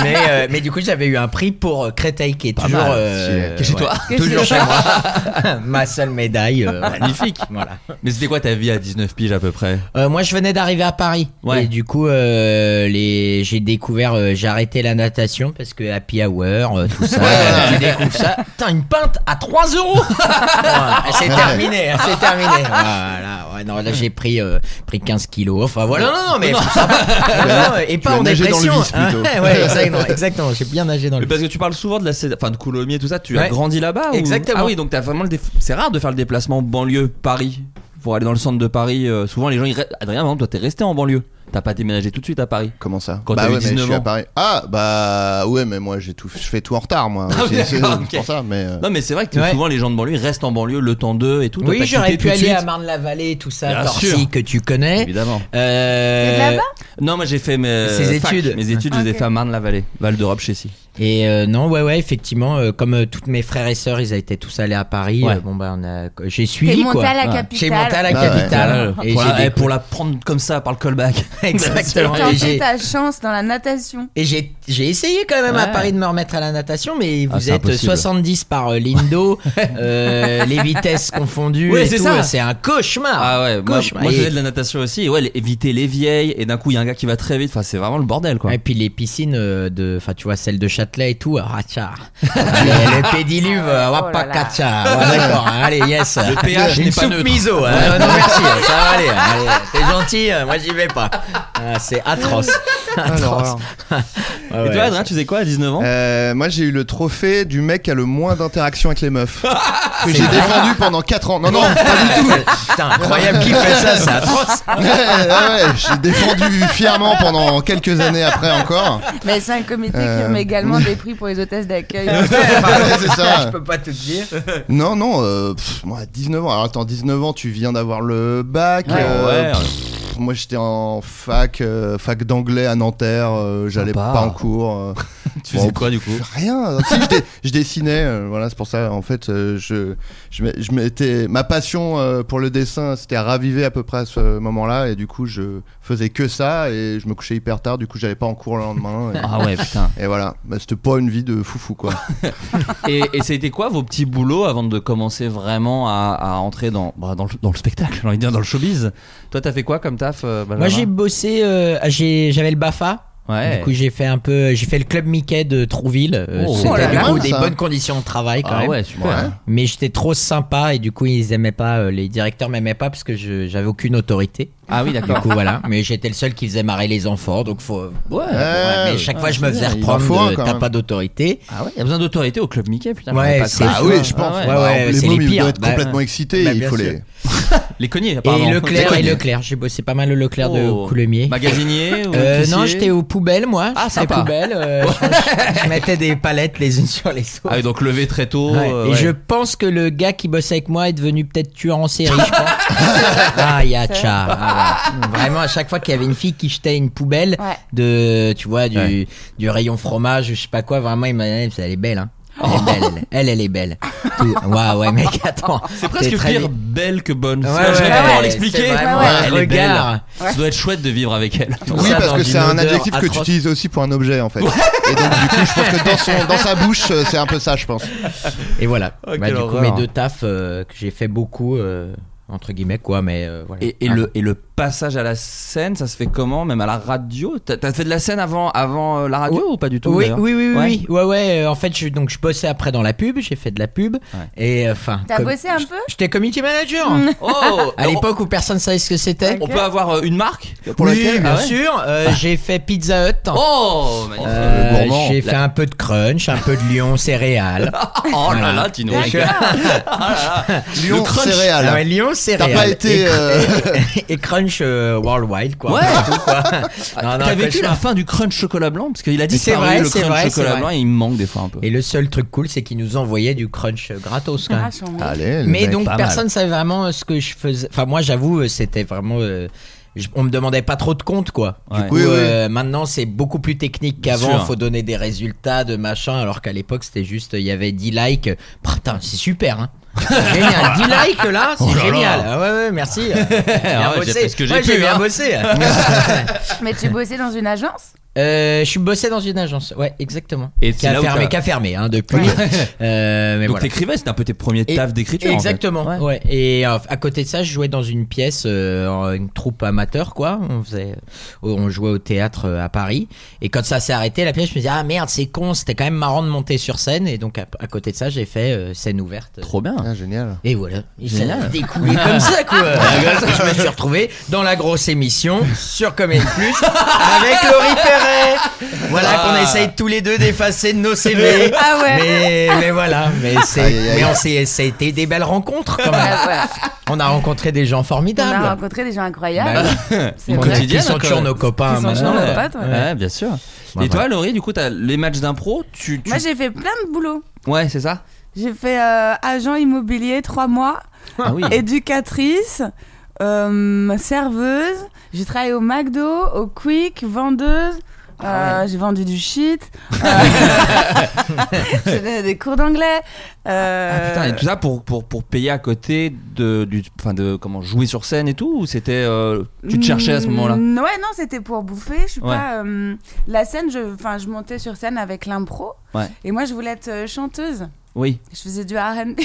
[SPEAKER 10] mais, euh, mais du coup, j'avais eu un prix pour euh, Créteil, qui est toujours
[SPEAKER 7] mal,
[SPEAKER 10] euh,
[SPEAKER 7] qui est chez toi.
[SPEAKER 9] Que
[SPEAKER 10] toujours
[SPEAKER 9] chez
[SPEAKER 10] chez moi. Ma seule médaille.
[SPEAKER 7] Bah,
[SPEAKER 10] Magnifique. Voilà.
[SPEAKER 7] Mais c'était quoi ta vie à 19 piges à peu près
[SPEAKER 10] Euh, moi, je venais d'arriver à Paris.
[SPEAKER 7] Ouais.
[SPEAKER 10] Et du coup, euh, les... j'ai découvert, euh, j'ai arrêté la natation parce que happy hour, euh, tout ça. euh, tu découvres ça. Putain, une pinte à 3 euros. Ouais, c'est terminé, hein, c'est terminé. Voilà. Ouais, non, là, j'ai pris, euh, pris 15 kilos. Enfin, voilà. Non, non, non, mais ça va. Non, non, et
[SPEAKER 8] vas
[SPEAKER 10] pas en
[SPEAKER 8] nager dans le
[SPEAKER 10] dépression.
[SPEAKER 8] vice, plutôt.
[SPEAKER 10] hein. Ouais, exactement. exactement. J'ai bien nagé dans le
[SPEAKER 7] Mais parce que tu parles souvent de la Cé- enfin de Coulommiers et tout ça, tu as
[SPEAKER 10] Ouais.
[SPEAKER 7] grandi là-bas ou-
[SPEAKER 10] Exactement.
[SPEAKER 7] Ah oui, donc t'as vraiment le dé- c'est rare de faire le déplacement banlieue Paris pour aller dans le centre de Paris, Euh, souvent les gens ils restent Adrien, par exemple, toi t'es resté en banlieue. T'as pas déménagé tout de suite à Paris.
[SPEAKER 8] Comment ça
[SPEAKER 7] Quand
[SPEAKER 8] Bah
[SPEAKER 7] t'as eu
[SPEAKER 8] ouais, mais je
[SPEAKER 7] 19
[SPEAKER 8] suis à
[SPEAKER 7] ans.
[SPEAKER 8] Paris. Ah bah ouais mais moi j'ai tout je fais tout en retard moi.
[SPEAKER 7] Ah oui,
[SPEAKER 8] C'est- c'est
[SPEAKER 7] d'accord, ok.
[SPEAKER 8] pour ça mais euh,
[SPEAKER 7] Non mais c'est vrai que
[SPEAKER 10] Ouais.
[SPEAKER 7] souvent les gens de banlieue restent en banlieue le temps d'eux et tout. Toi,
[SPEAKER 10] Oui,
[SPEAKER 7] t'as
[SPEAKER 10] j'aurais
[SPEAKER 7] quitté
[SPEAKER 10] pu
[SPEAKER 7] tout de
[SPEAKER 10] aller à
[SPEAKER 7] suite.
[SPEAKER 10] Marne-la-Vallée, tout ça,
[SPEAKER 7] Bien
[SPEAKER 10] Torcy,
[SPEAKER 7] sûr.
[SPEAKER 10] que tu connais.
[SPEAKER 7] Évidemment.
[SPEAKER 10] Euh,
[SPEAKER 9] C'est là-bas
[SPEAKER 7] Non, moi j'ai fait mes
[SPEAKER 10] Ses
[SPEAKER 7] facs,
[SPEAKER 10] études.
[SPEAKER 7] Mes études, je les ai
[SPEAKER 9] Ok.
[SPEAKER 7] fait à Marne-la-Vallée, Val d'Europe chez si.
[SPEAKER 10] Et euh, non, ouais, ouais, effectivement, euh, comme euh, toutes mes frères et sœurs, ils étaient tous allés à Paris.
[SPEAKER 7] Ouais.
[SPEAKER 10] euh, bon, bah, on a- j'ai
[SPEAKER 9] T'es
[SPEAKER 10] suivi
[SPEAKER 9] monté
[SPEAKER 10] quoi.
[SPEAKER 9] à la
[SPEAKER 7] Ouais.
[SPEAKER 9] capitale.
[SPEAKER 10] J'ai monté à la
[SPEAKER 8] Ah ouais.
[SPEAKER 10] capitale. Et
[SPEAKER 7] pour,
[SPEAKER 10] j'ai
[SPEAKER 7] la, eh,
[SPEAKER 10] découvert-
[SPEAKER 7] pour la prendre comme ça par le callback.
[SPEAKER 10] Exactement.
[SPEAKER 7] Ah,
[SPEAKER 9] T'as
[SPEAKER 10] Et
[SPEAKER 9] fait
[SPEAKER 10] j'ai-
[SPEAKER 9] ta chance dans la natation.
[SPEAKER 10] Et j'ai j'ai essayé quand même à
[SPEAKER 7] Ouais.
[SPEAKER 10] Paris de me remettre à la natation, mais
[SPEAKER 7] Ah,
[SPEAKER 10] vous
[SPEAKER 7] c'est
[SPEAKER 10] êtes
[SPEAKER 7] impossible.
[SPEAKER 10] 70 par euh, Lindo, euh, les vitesses confondues,
[SPEAKER 7] Ouais,
[SPEAKER 10] et
[SPEAKER 7] c'est
[SPEAKER 10] tout,
[SPEAKER 7] ça.
[SPEAKER 10] euh, c'est un cauchemar.
[SPEAKER 7] Ah ouais, moi,
[SPEAKER 10] cauchemar.
[SPEAKER 7] moi je
[SPEAKER 10] Et-
[SPEAKER 7] faisais de la natation aussi. Et ouais, les- éviter les vieilles. Et d'un coup, il y a un gars qui va très vite. Enfin, c'est vraiment le bordel quoi.
[SPEAKER 10] Et puis les piscines euh, de, enfin tu vois celle de Châtelet et tout, Ratcha. le pédiluve, euh,
[SPEAKER 9] Oh là
[SPEAKER 10] wapa
[SPEAKER 9] là.
[SPEAKER 10] kacha. Ouais, D'accord, hein, allez yes. Le
[SPEAKER 7] pH n'est
[SPEAKER 10] Une
[SPEAKER 7] pas
[SPEAKER 10] soupe
[SPEAKER 7] neutre.
[SPEAKER 10] miso. hein. Non, non, merci, ça va aller. hein, allez. T'es gentil, euh, moi j'y vais pas. Ah, c'est atroce. atroce. Ouais,
[SPEAKER 7] Et
[SPEAKER 10] ouais.
[SPEAKER 7] toi, Adrien, tu faisais quoi à 19 ans
[SPEAKER 8] euh, moi j'ai eu le trophée du mec qui a le moins d'interaction avec les meufs
[SPEAKER 7] Ah,
[SPEAKER 8] que j'ai défendu pendant 4 ans. Non non, pas du tout.
[SPEAKER 10] Putain, incroyable qui fait ça, c'est atroce.
[SPEAKER 8] Ouais, ouais, j'ai défendu fièrement pendant quelques années après encore.
[SPEAKER 9] Mais c'est un comité
[SPEAKER 8] Euh,
[SPEAKER 9] qui remet également des prix pour les hôtesses d'accueil. Ah,
[SPEAKER 8] Ouais, c'est ça.
[SPEAKER 10] Ah, Je peux pas tout te dire.
[SPEAKER 8] Non, non, euh, pff, moi à 19 ans. Alors attends, 19 ans, tu viens d'avoir le bac.
[SPEAKER 7] Ouais,
[SPEAKER 8] euh,
[SPEAKER 7] ouais.
[SPEAKER 8] pff, moi j'étais en fac, euh, fac d'anglais à Nanterre, euh, j'allais
[SPEAKER 7] Sympa.
[SPEAKER 8] pas en cours. euh,
[SPEAKER 7] Tu faisais
[SPEAKER 8] Bon,
[SPEAKER 7] quoi du coup
[SPEAKER 8] rien. Si, je, dé- je dessinais, euh, voilà, c'est pour ça en fait, euh, je, je, m'é- je m'étais. Ma passion euh, pour le dessin c'était ravivée à peu près à ce moment-là et du coup je faisais que ça et je me couchais hyper tard, du coup j'allais pas en cours le lendemain. et-
[SPEAKER 7] Ah ouais, putain.
[SPEAKER 8] Et voilà, Bah, c'était pas une vie de foufou quoi.
[SPEAKER 7] Et, et c'était quoi vos petits boulots avant de commencer vraiment à, à entrer dans, bah, dans, le, dans le spectacle, j'ai envie de dire, dans le showbiz Toi, t'as fait quoi comme taf euh, Benjamin
[SPEAKER 10] Moi j'ai bossé, euh, j'ai- j'avais le Bafa.
[SPEAKER 7] Ouais.
[SPEAKER 10] Du coup j'ai fait un peu, j'ai fait le club Mickey de Trouville. Euh,
[SPEAKER 7] Oh,
[SPEAKER 10] C'était
[SPEAKER 8] oh là
[SPEAKER 10] du
[SPEAKER 8] là.
[SPEAKER 10] coup des
[SPEAKER 8] Ça.
[SPEAKER 10] bonnes conditions de travail quand
[SPEAKER 7] Ah
[SPEAKER 10] même.
[SPEAKER 7] ouais, super.
[SPEAKER 8] Ouais.
[SPEAKER 10] Mais j'étais trop sympa et du coup ils aimaient pas, euh, les directeurs m'aimaient pas parce que je- j'avais aucune autorité.
[SPEAKER 7] Ah oui,
[SPEAKER 10] Du
[SPEAKER 7] d'accord.
[SPEAKER 10] coup voilà, mais j'étais le seul qui faisait marrer les enfants, donc faut. Ouais. mais chaque
[SPEAKER 8] ouais,
[SPEAKER 10] fois je me
[SPEAKER 8] c'est
[SPEAKER 10] faisais
[SPEAKER 8] bien, Euh, il en
[SPEAKER 10] reprendre.
[SPEAKER 8] faut un,
[SPEAKER 10] de,
[SPEAKER 8] quand
[SPEAKER 10] T'as
[SPEAKER 8] même.
[SPEAKER 10] pas d'autorité.
[SPEAKER 7] Ah ouais, il y a besoin d'autorité au club Mickey, putain.
[SPEAKER 10] Ouais,
[SPEAKER 7] j'avais pas
[SPEAKER 10] c'est
[SPEAKER 7] ça.
[SPEAKER 8] Ah oui, je
[SPEAKER 7] Ah
[SPEAKER 8] pense.
[SPEAKER 7] ouais.
[SPEAKER 10] Ouais, ouais,
[SPEAKER 8] les
[SPEAKER 10] c'est
[SPEAKER 8] mômes,
[SPEAKER 10] les
[SPEAKER 8] ils
[SPEAKER 10] pires.
[SPEAKER 8] doivent être
[SPEAKER 10] Bah,
[SPEAKER 8] complètement excités,
[SPEAKER 10] Bah,
[SPEAKER 8] il
[SPEAKER 10] bien
[SPEAKER 8] faut
[SPEAKER 10] sûr.
[SPEAKER 8] les.
[SPEAKER 7] Les cogniers, apparemment.
[SPEAKER 10] Et Leclerc
[SPEAKER 7] Les
[SPEAKER 10] et
[SPEAKER 7] cogniers.
[SPEAKER 10] Leclerc, j'ai bossé pas mal le Leclerc
[SPEAKER 7] Oh.
[SPEAKER 10] de Coulommiers.
[SPEAKER 7] Magasinier ou
[SPEAKER 10] Euh,
[SPEAKER 7] épicier
[SPEAKER 10] non, j'étais aux poubelles moi.
[SPEAKER 7] Ah,
[SPEAKER 10] J'étais
[SPEAKER 7] sympa.
[SPEAKER 10] poubelle. euh, je, je mettais des palettes les unes sur les autres.
[SPEAKER 7] Ah oui, donc levé très tôt.
[SPEAKER 10] Ouais.
[SPEAKER 7] euh,
[SPEAKER 10] Et
[SPEAKER 7] ouais.
[SPEAKER 10] je pense que le gars qui bosse avec moi est devenu peut-être tueur en série, je pense. ah, Yatcha. Ah, ouais. Vraiment, à chaque fois qu'il y avait une fille qui jetait une poubelle
[SPEAKER 9] Ouais.
[SPEAKER 10] de, tu vois, du,
[SPEAKER 7] Ouais.
[SPEAKER 10] du rayon fromage, je sais pas quoi, vraiment, il m'a elle est belle, hein. Elle est
[SPEAKER 7] Oh.
[SPEAKER 10] belle, elle, elle, elle est belle. Tout- Waouh, ouais, mec, attends.
[SPEAKER 7] C'est presque
[SPEAKER 10] T'es très
[SPEAKER 7] pire
[SPEAKER 10] bien.
[SPEAKER 7] belle que bonne.
[SPEAKER 10] Ouais,
[SPEAKER 7] Ça,
[SPEAKER 10] ouais,
[SPEAKER 7] je vais
[SPEAKER 10] ouais,
[SPEAKER 7] pouvoir
[SPEAKER 10] ouais,
[SPEAKER 7] l'expliquer.
[SPEAKER 10] c'est vraiment
[SPEAKER 7] Ouais,
[SPEAKER 10] un
[SPEAKER 7] elle est
[SPEAKER 10] regard.
[SPEAKER 7] belle. Ça doit être chouette de vivre avec elle.
[SPEAKER 10] Tout
[SPEAKER 8] Oui,
[SPEAKER 10] ça
[SPEAKER 8] parce
[SPEAKER 10] dans
[SPEAKER 8] que
[SPEAKER 10] une
[SPEAKER 8] c'est un
[SPEAKER 10] odeur
[SPEAKER 8] adjectif que tu
[SPEAKER 10] atroce.
[SPEAKER 8] utilises aussi pour un objet en fait. Et donc du coup, je pense que dans, son, dans sa bouche, euh, c'est un peu ça, je pense.
[SPEAKER 10] Et voilà.
[SPEAKER 7] Oh,
[SPEAKER 10] Bah,
[SPEAKER 7] quelle
[SPEAKER 10] du coup,
[SPEAKER 7] horreur.
[SPEAKER 10] mes deux tafs euh, que j'ai fait beaucoup, euh, entre guillemets, quoi, mais euh, voilà.
[SPEAKER 7] Et, et le, et le passage à la scène Ça se fait comment Même à la radio T'as t'as fait de la scène avant, avant euh, la radio ou pas du tout
[SPEAKER 10] oui,
[SPEAKER 7] d'ailleurs
[SPEAKER 10] oui, oui, oui,
[SPEAKER 7] Ouais.
[SPEAKER 10] oui. Ouais, ouais. euh, en fait, je, donc je bossais après dans la pub. J'ai fait de la pub. Et euh, enfin.
[SPEAKER 9] T'as
[SPEAKER 10] comme-
[SPEAKER 9] bossé un peu Mm.
[SPEAKER 10] J'étais community manager.
[SPEAKER 7] Oh
[SPEAKER 10] À l'époque où personne savait ce que c'était.
[SPEAKER 7] On peut avoir euh, une marque pour
[SPEAKER 10] oui,
[SPEAKER 7] laquelle
[SPEAKER 10] bien
[SPEAKER 7] Ah ouais
[SPEAKER 10] sûr. euh, J'ai fait Pizza Hut.
[SPEAKER 7] Oh magnifique.
[SPEAKER 10] Euh,
[SPEAKER 8] Le gourmand.
[SPEAKER 10] J'ai fait un peu de crunch, un peu de lion céréales.
[SPEAKER 7] Oh là là, tu nous
[SPEAKER 10] Je-
[SPEAKER 7] régales. Ah là là.
[SPEAKER 8] Lyon, céréales.
[SPEAKER 10] Ah ouais, lion céréales.
[SPEAKER 8] pas été,
[SPEAKER 10] Et, cr-
[SPEAKER 8] euh,
[SPEAKER 10] et crunch euh, worldwide quoi.
[SPEAKER 7] Ouais.
[SPEAKER 10] Partout, quoi. Non, non,
[SPEAKER 7] T'as vécu
[SPEAKER 10] franchement.
[SPEAKER 7] la fin du crunch chocolat blanc parce qu'il a disparu
[SPEAKER 10] vrai,
[SPEAKER 7] le
[SPEAKER 10] c'est
[SPEAKER 7] crunch
[SPEAKER 10] vrai, c'est
[SPEAKER 7] chocolat
[SPEAKER 10] vrai.
[SPEAKER 7] blanc et il me manque des fois un peu.
[SPEAKER 10] Et le seul truc cool, c'est qu'ils nous envoyaient du crunch euh, gratos quand même.
[SPEAKER 9] Ah, j'en ai.
[SPEAKER 8] Allez, le
[SPEAKER 10] Mais
[SPEAKER 8] mec.
[SPEAKER 10] donc
[SPEAKER 7] pas mal.
[SPEAKER 10] personne ne savait vraiment euh, ce que je faisais. Enfin moi j'avoue euh, c'était vraiment euh, je- on me demandait pas trop de comptes quoi.
[SPEAKER 7] Ouais.
[SPEAKER 10] Du coup
[SPEAKER 8] Oui,
[SPEAKER 10] euh, maintenant c'est beaucoup plus technique
[SPEAKER 7] Bien
[SPEAKER 10] qu'avant,
[SPEAKER 7] sûr.
[SPEAKER 10] faut donner des résultats de machin alors qu'à l'époque c'était juste il y avait 10 likes. Bah, Putain, c'est super hein. génial, 10 likes là, c'est
[SPEAKER 7] Oh là là.
[SPEAKER 10] génial. Ah ouais ouais, merci. Bien
[SPEAKER 7] ouais, j'ai
[SPEAKER 10] bossé.
[SPEAKER 7] fait ce que j'ai
[SPEAKER 10] Ouais,
[SPEAKER 7] pu,
[SPEAKER 10] bien
[SPEAKER 7] hein.
[SPEAKER 10] bossé.
[SPEAKER 9] Mais tu bossais dans une agence
[SPEAKER 10] Euh, je suis bossé dans une agence. Ouais, exactement.
[SPEAKER 7] Et
[SPEAKER 10] qui
[SPEAKER 7] c'est là
[SPEAKER 10] a
[SPEAKER 7] où
[SPEAKER 10] fermé,
[SPEAKER 7] t'as-
[SPEAKER 10] qui a fermé hein, depuis. Euh, mais
[SPEAKER 7] Donc
[SPEAKER 10] voilà.
[SPEAKER 7] t'écrivais, c'était un peu tes premiers
[SPEAKER 10] Et-
[SPEAKER 7] tafs d'écriture. en fait.
[SPEAKER 10] Exactement,
[SPEAKER 7] Ouais.
[SPEAKER 10] ouais. Et euh, à côté de ça, je jouais dans une pièce, euh, en- une troupe amateur, quoi. On faisait, on jouait au théâtre euh, à Paris. Et quand ça s'est arrêté, la pièce, je me disais, ah merde, c'est con, c'était quand même marrant de monter sur scène. Et donc, à, à côté de ça, j'ai fait euh, scène ouverte.
[SPEAKER 7] Trop bien.
[SPEAKER 8] Ah, génial.
[SPEAKER 10] Et voilà, il s'est
[SPEAKER 7] Génial.
[SPEAKER 10] découlé comme ça, quoi. je me suis retrouvé dans la grosse émission sur Comédie Plus avec Laurie Perret. Voilà
[SPEAKER 7] Ah.
[SPEAKER 10] qu'on essaye tous les deux d'effacer de nos CV.
[SPEAKER 9] Ah ouais.
[SPEAKER 10] Mais, mais voilà, mais c'est,
[SPEAKER 8] Aïe, aïe, aïe.
[SPEAKER 10] mais on s'est, ça a été des belles rencontres quand
[SPEAKER 9] Ah,
[SPEAKER 10] même.
[SPEAKER 9] voilà.
[SPEAKER 10] On a rencontré des gens
[SPEAKER 9] On a
[SPEAKER 10] formidables.
[SPEAKER 9] rencontré des gens
[SPEAKER 10] Bah
[SPEAKER 9] incroyables.
[SPEAKER 10] oui.
[SPEAKER 9] C'est
[SPEAKER 7] Mon
[SPEAKER 9] vrai.
[SPEAKER 7] quotidien.
[SPEAKER 10] Qui
[SPEAKER 7] Quotidienne,
[SPEAKER 10] sont
[SPEAKER 7] quand
[SPEAKER 10] toujours
[SPEAKER 7] même.
[SPEAKER 10] nos copains
[SPEAKER 9] Qui sont toujours
[SPEAKER 10] maintenant.
[SPEAKER 9] nos potes, ouais.
[SPEAKER 7] Ouais, bien sûr.
[SPEAKER 10] Ouais,
[SPEAKER 7] et toi, Laurie, du coup, t'as les matchs d'impro, tu. tu-
[SPEAKER 9] Moi, j'ai fait plein de boulot.
[SPEAKER 7] Ouais, c'est ça
[SPEAKER 9] J'ai fait euh, agent immobilier trois mois,
[SPEAKER 7] Ah oui.
[SPEAKER 9] éducatrice, euh, serveuse. J'ai travaillé au McDo, au Quick, vendeuse.
[SPEAKER 7] Ah
[SPEAKER 9] Euh, J'ai vendu du shit. Euh, J'ai donné des cours d'anglais.
[SPEAKER 7] Ah,
[SPEAKER 9] Euh,
[SPEAKER 7] putain, et tout ça pour, pour, pour payer à côté de, du, enfin de comment jouer sur scène et tout ou c'était euh, tu te cherchais à ce
[SPEAKER 9] Mm,
[SPEAKER 7] moment-là
[SPEAKER 9] Ouais, non, c'était pour bouffer. Je suis
[SPEAKER 7] Ouais.
[SPEAKER 9] pas. euh, la scène, je, enfin, je montais sur scène avec l'impro.
[SPEAKER 7] Ouais.
[SPEAKER 9] Et moi, je voulais être euh, chanteuse.
[SPEAKER 7] Oui.
[SPEAKER 9] Je faisais du R&B.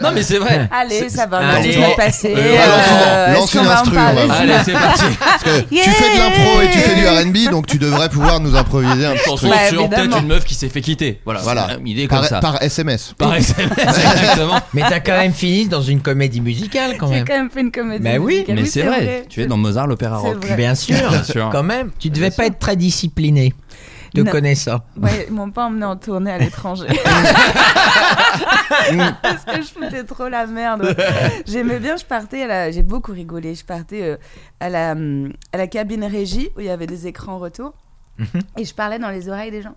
[SPEAKER 7] Non mais c'est vrai.
[SPEAKER 9] Allez, ça va,
[SPEAKER 10] Allez.
[SPEAKER 9] laisse-moi passer.
[SPEAKER 7] Euh,
[SPEAKER 8] lance-
[SPEAKER 9] est-ce
[SPEAKER 8] lance
[SPEAKER 9] qu'on
[SPEAKER 8] une
[SPEAKER 9] va en
[SPEAKER 8] instru,
[SPEAKER 9] parler
[SPEAKER 8] on va-
[SPEAKER 7] Allez, c'est parti.
[SPEAKER 8] Parce que tu fais de l'impro et tu fais du RB, donc tu devrais pouvoir nous improviser un petit
[SPEAKER 7] Chanson
[SPEAKER 8] truc.
[SPEAKER 9] Bah,
[SPEAKER 7] sur peut-être
[SPEAKER 9] évidemment.
[SPEAKER 7] une meuf qui s'est fait quitter. Voilà.
[SPEAKER 8] Voilà.
[SPEAKER 7] c'est Une idée comme
[SPEAKER 8] Par,
[SPEAKER 7] ça.
[SPEAKER 8] par SMS.
[SPEAKER 7] Par SMS, exactement.
[SPEAKER 10] Mais t'as quand même fini dans une comédie musicale quand
[SPEAKER 9] J'ai
[SPEAKER 10] même.
[SPEAKER 9] quand même fait une comédie.
[SPEAKER 10] Bah oui,
[SPEAKER 9] musicale.
[SPEAKER 7] Mais c'est vrai. Tu es dans Mozart l'opéra
[SPEAKER 9] C'est
[SPEAKER 7] rock.
[SPEAKER 9] vrai.
[SPEAKER 10] Bien sûr,
[SPEAKER 7] Bien sûr.
[SPEAKER 10] quand même. Tu devais
[SPEAKER 7] Bien
[SPEAKER 10] pas
[SPEAKER 7] sûr.
[SPEAKER 10] être très discipliné. Je
[SPEAKER 9] Non.
[SPEAKER 10] connais ça.
[SPEAKER 9] Ouais, ils m'ont pas emmené en tournée à l'étranger. Parce que je foutais trop la merde. J'aimais bien, je partais à la... J'ai beaucoup rigolé. Je partais euh, à, la, hum, à la cabine régie où il y avait des écrans retour.
[SPEAKER 7] Mhm.
[SPEAKER 9] Et je parlais dans les oreilles des gens.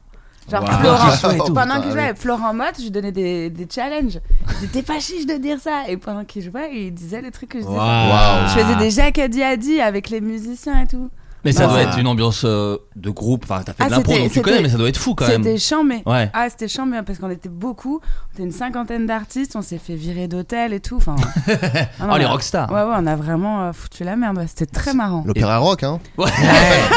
[SPEAKER 9] Genre,
[SPEAKER 8] Wow.
[SPEAKER 9] Florent,
[SPEAKER 8] Ah, ouais, tout.
[SPEAKER 9] pendant
[SPEAKER 8] Ah,
[SPEAKER 9] que je
[SPEAKER 8] ouais.
[SPEAKER 9] jouais avec Florent Motte, je lui donnais des, des challenges. J'étais pas chiche de dire ça. Et pendant qu'il jouait, il disait les trucs que je disais.
[SPEAKER 10] Waouh.
[SPEAKER 9] Je faisais des Jacques à Adi avec les musiciens et tout.
[SPEAKER 7] Mais ça
[SPEAKER 10] Ah.
[SPEAKER 7] doit être une ambiance euh, de groupe. Enfin, t'as fait de
[SPEAKER 9] Ah,
[SPEAKER 7] l'impro,
[SPEAKER 9] c'était-
[SPEAKER 7] donc tu
[SPEAKER 9] c'était-
[SPEAKER 7] connais, mais ça doit être fou quand même.
[SPEAKER 9] C'était chambé.
[SPEAKER 7] Ouais.
[SPEAKER 9] Ah, c'était chambé parce qu'on était beaucoup. On était une cinquantaine d'artistes. On s'est fait virer d'hôtel et tout. Enfin, ah non,
[SPEAKER 7] Oh les
[SPEAKER 9] on a-
[SPEAKER 7] rockstars.
[SPEAKER 9] Ouais, ouais, on a vraiment euh, foutu la merde. ouais, C'était très marrant.
[SPEAKER 8] L'opéra rock, hein.
[SPEAKER 7] Ouais.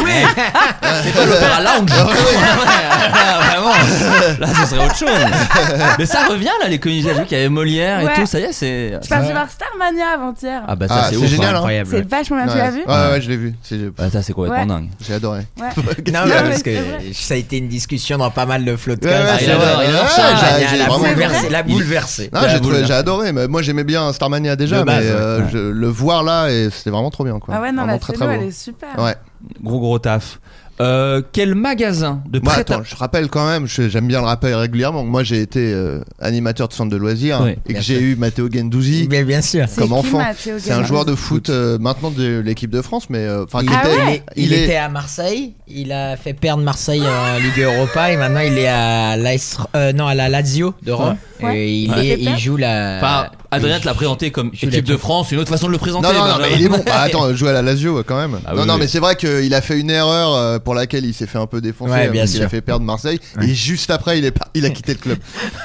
[SPEAKER 7] Oui. C'est pas l'opéra lounge. Vraiment. Là, ce serait autre chose. Mais ça revient là, les comédies. J'ai vu qu'il y avait Molière
[SPEAKER 9] Ouais.
[SPEAKER 7] et tout. Ça y est, c'est.
[SPEAKER 9] Je suis partie voir Starmania avant-hier.
[SPEAKER 7] Ah bah ça
[SPEAKER 8] Ah,
[SPEAKER 7] c'est
[SPEAKER 8] c'est
[SPEAKER 7] ouf.
[SPEAKER 8] génial,
[SPEAKER 7] hein.
[SPEAKER 8] hein.
[SPEAKER 10] Incroyable.
[SPEAKER 9] C'est vachement bien. Ah, Tu l'as vu
[SPEAKER 8] Ouais, ouais, ouais, je l'ai vu. C'est-
[SPEAKER 7] Bah ça c'est complètement
[SPEAKER 9] Ouais.
[SPEAKER 7] dingue.
[SPEAKER 8] J'ai adoré.
[SPEAKER 9] Ouais.
[SPEAKER 10] Non,
[SPEAKER 9] mais
[SPEAKER 10] mais
[SPEAKER 9] ouais,
[SPEAKER 10] parce
[SPEAKER 9] c'est
[SPEAKER 10] que
[SPEAKER 9] vrai.
[SPEAKER 10] ça a été une discussion dans pas mal de flottes.
[SPEAKER 8] Ouais, ouais,
[SPEAKER 7] il
[SPEAKER 8] c'est
[SPEAKER 7] adore,
[SPEAKER 8] vrai.
[SPEAKER 7] il adore
[SPEAKER 8] Ouais,
[SPEAKER 7] ça,
[SPEAKER 8] j'ai-
[SPEAKER 7] génial,
[SPEAKER 8] j'ai
[SPEAKER 10] la
[SPEAKER 8] vraiment
[SPEAKER 9] boule
[SPEAKER 8] aimé.
[SPEAKER 9] verte.
[SPEAKER 10] bouleversée. La
[SPEAKER 7] Il-
[SPEAKER 10] bouleversée.
[SPEAKER 8] Non,
[SPEAKER 7] La
[SPEAKER 8] j'ai
[SPEAKER 7] boule,
[SPEAKER 8] trouvé-
[SPEAKER 7] là.
[SPEAKER 8] j'ai adoré. Mais moi, j'aimais bien Starmania déjà,
[SPEAKER 10] De base,
[SPEAKER 8] mais euh,
[SPEAKER 7] ouais.
[SPEAKER 8] je- le voir là, et c'était vraiment trop bien, quoi.
[SPEAKER 9] Ah ouais, non,
[SPEAKER 8] Vraiment
[SPEAKER 9] la
[SPEAKER 8] très,
[SPEAKER 9] photo,
[SPEAKER 8] très
[SPEAKER 9] elle
[SPEAKER 8] beau.
[SPEAKER 9] est super.
[SPEAKER 8] Ouais.
[SPEAKER 7] Gros gros taf. Euh, quel magasin de
[SPEAKER 8] Moi,
[SPEAKER 7] prêt
[SPEAKER 8] attends, je rappelle quand même, je- j'aime bien le rappel régulièrement. que Moi, j'ai été euh, animateur de centre de loisirs
[SPEAKER 7] Oui,
[SPEAKER 8] et
[SPEAKER 10] bien
[SPEAKER 8] que j'ai
[SPEAKER 10] sûr.
[SPEAKER 8] eu Matteo Gendouzi
[SPEAKER 10] Mais bien sûr.
[SPEAKER 9] C'est
[SPEAKER 8] comme
[SPEAKER 9] qui,
[SPEAKER 8] enfant.
[SPEAKER 9] Mathéo
[SPEAKER 8] C'est un
[SPEAKER 9] Gaillard
[SPEAKER 8] joueur de foot euh, maintenant de l'équipe de France, mais euh, enfin,
[SPEAKER 10] Il,
[SPEAKER 8] qui
[SPEAKER 9] Ah
[SPEAKER 8] était-
[SPEAKER 9] ouais
[SPEAKER 10] il- il était à Marseille, il a fait perdre Marseille en Ligue Europa et maintenant il est à l'AS euh, non à la Lazio de Rome
[SPEAKER 9] Ouais.
[SPEAKER 10] et il,
[SPEAKER 9] Ouais.
[SPEAKER 10] est- il joue la.
[SPEAKER 8] Euh,
[SPEAKER 7] Enfin, Adrien te l'a présenté comme équipe de France, une autre façon de le présenter.
[SPEAKER 8] Non, non, non,
[SPEAKER 7] Benjamin.
[SPEAKER 8] mais il est bon. Bah, attends, jouer à la Lazio quand même.
[SPEAKER 7] Ah
[SPEAKER 8] non,
[SPEAKER 7] oui,
[SPEAKER 8] non,
[SPEAKER 7] oui.
[SPEAKER 8] mais c'est vrai qu'il a fait une erreur euh, pour laquelle il s'est fait un peu défoncer.
[SPEAKER 10] Ouais,
[SPEAKER 8] euh,
[SPEAKER 10] bien
[SPEAKER 8] parce qu'il a
[SPEAKER 10] sûr.
[SPEAKER 8] fait perdre Marseille. Et juste après, il, est par- il a quitté le club.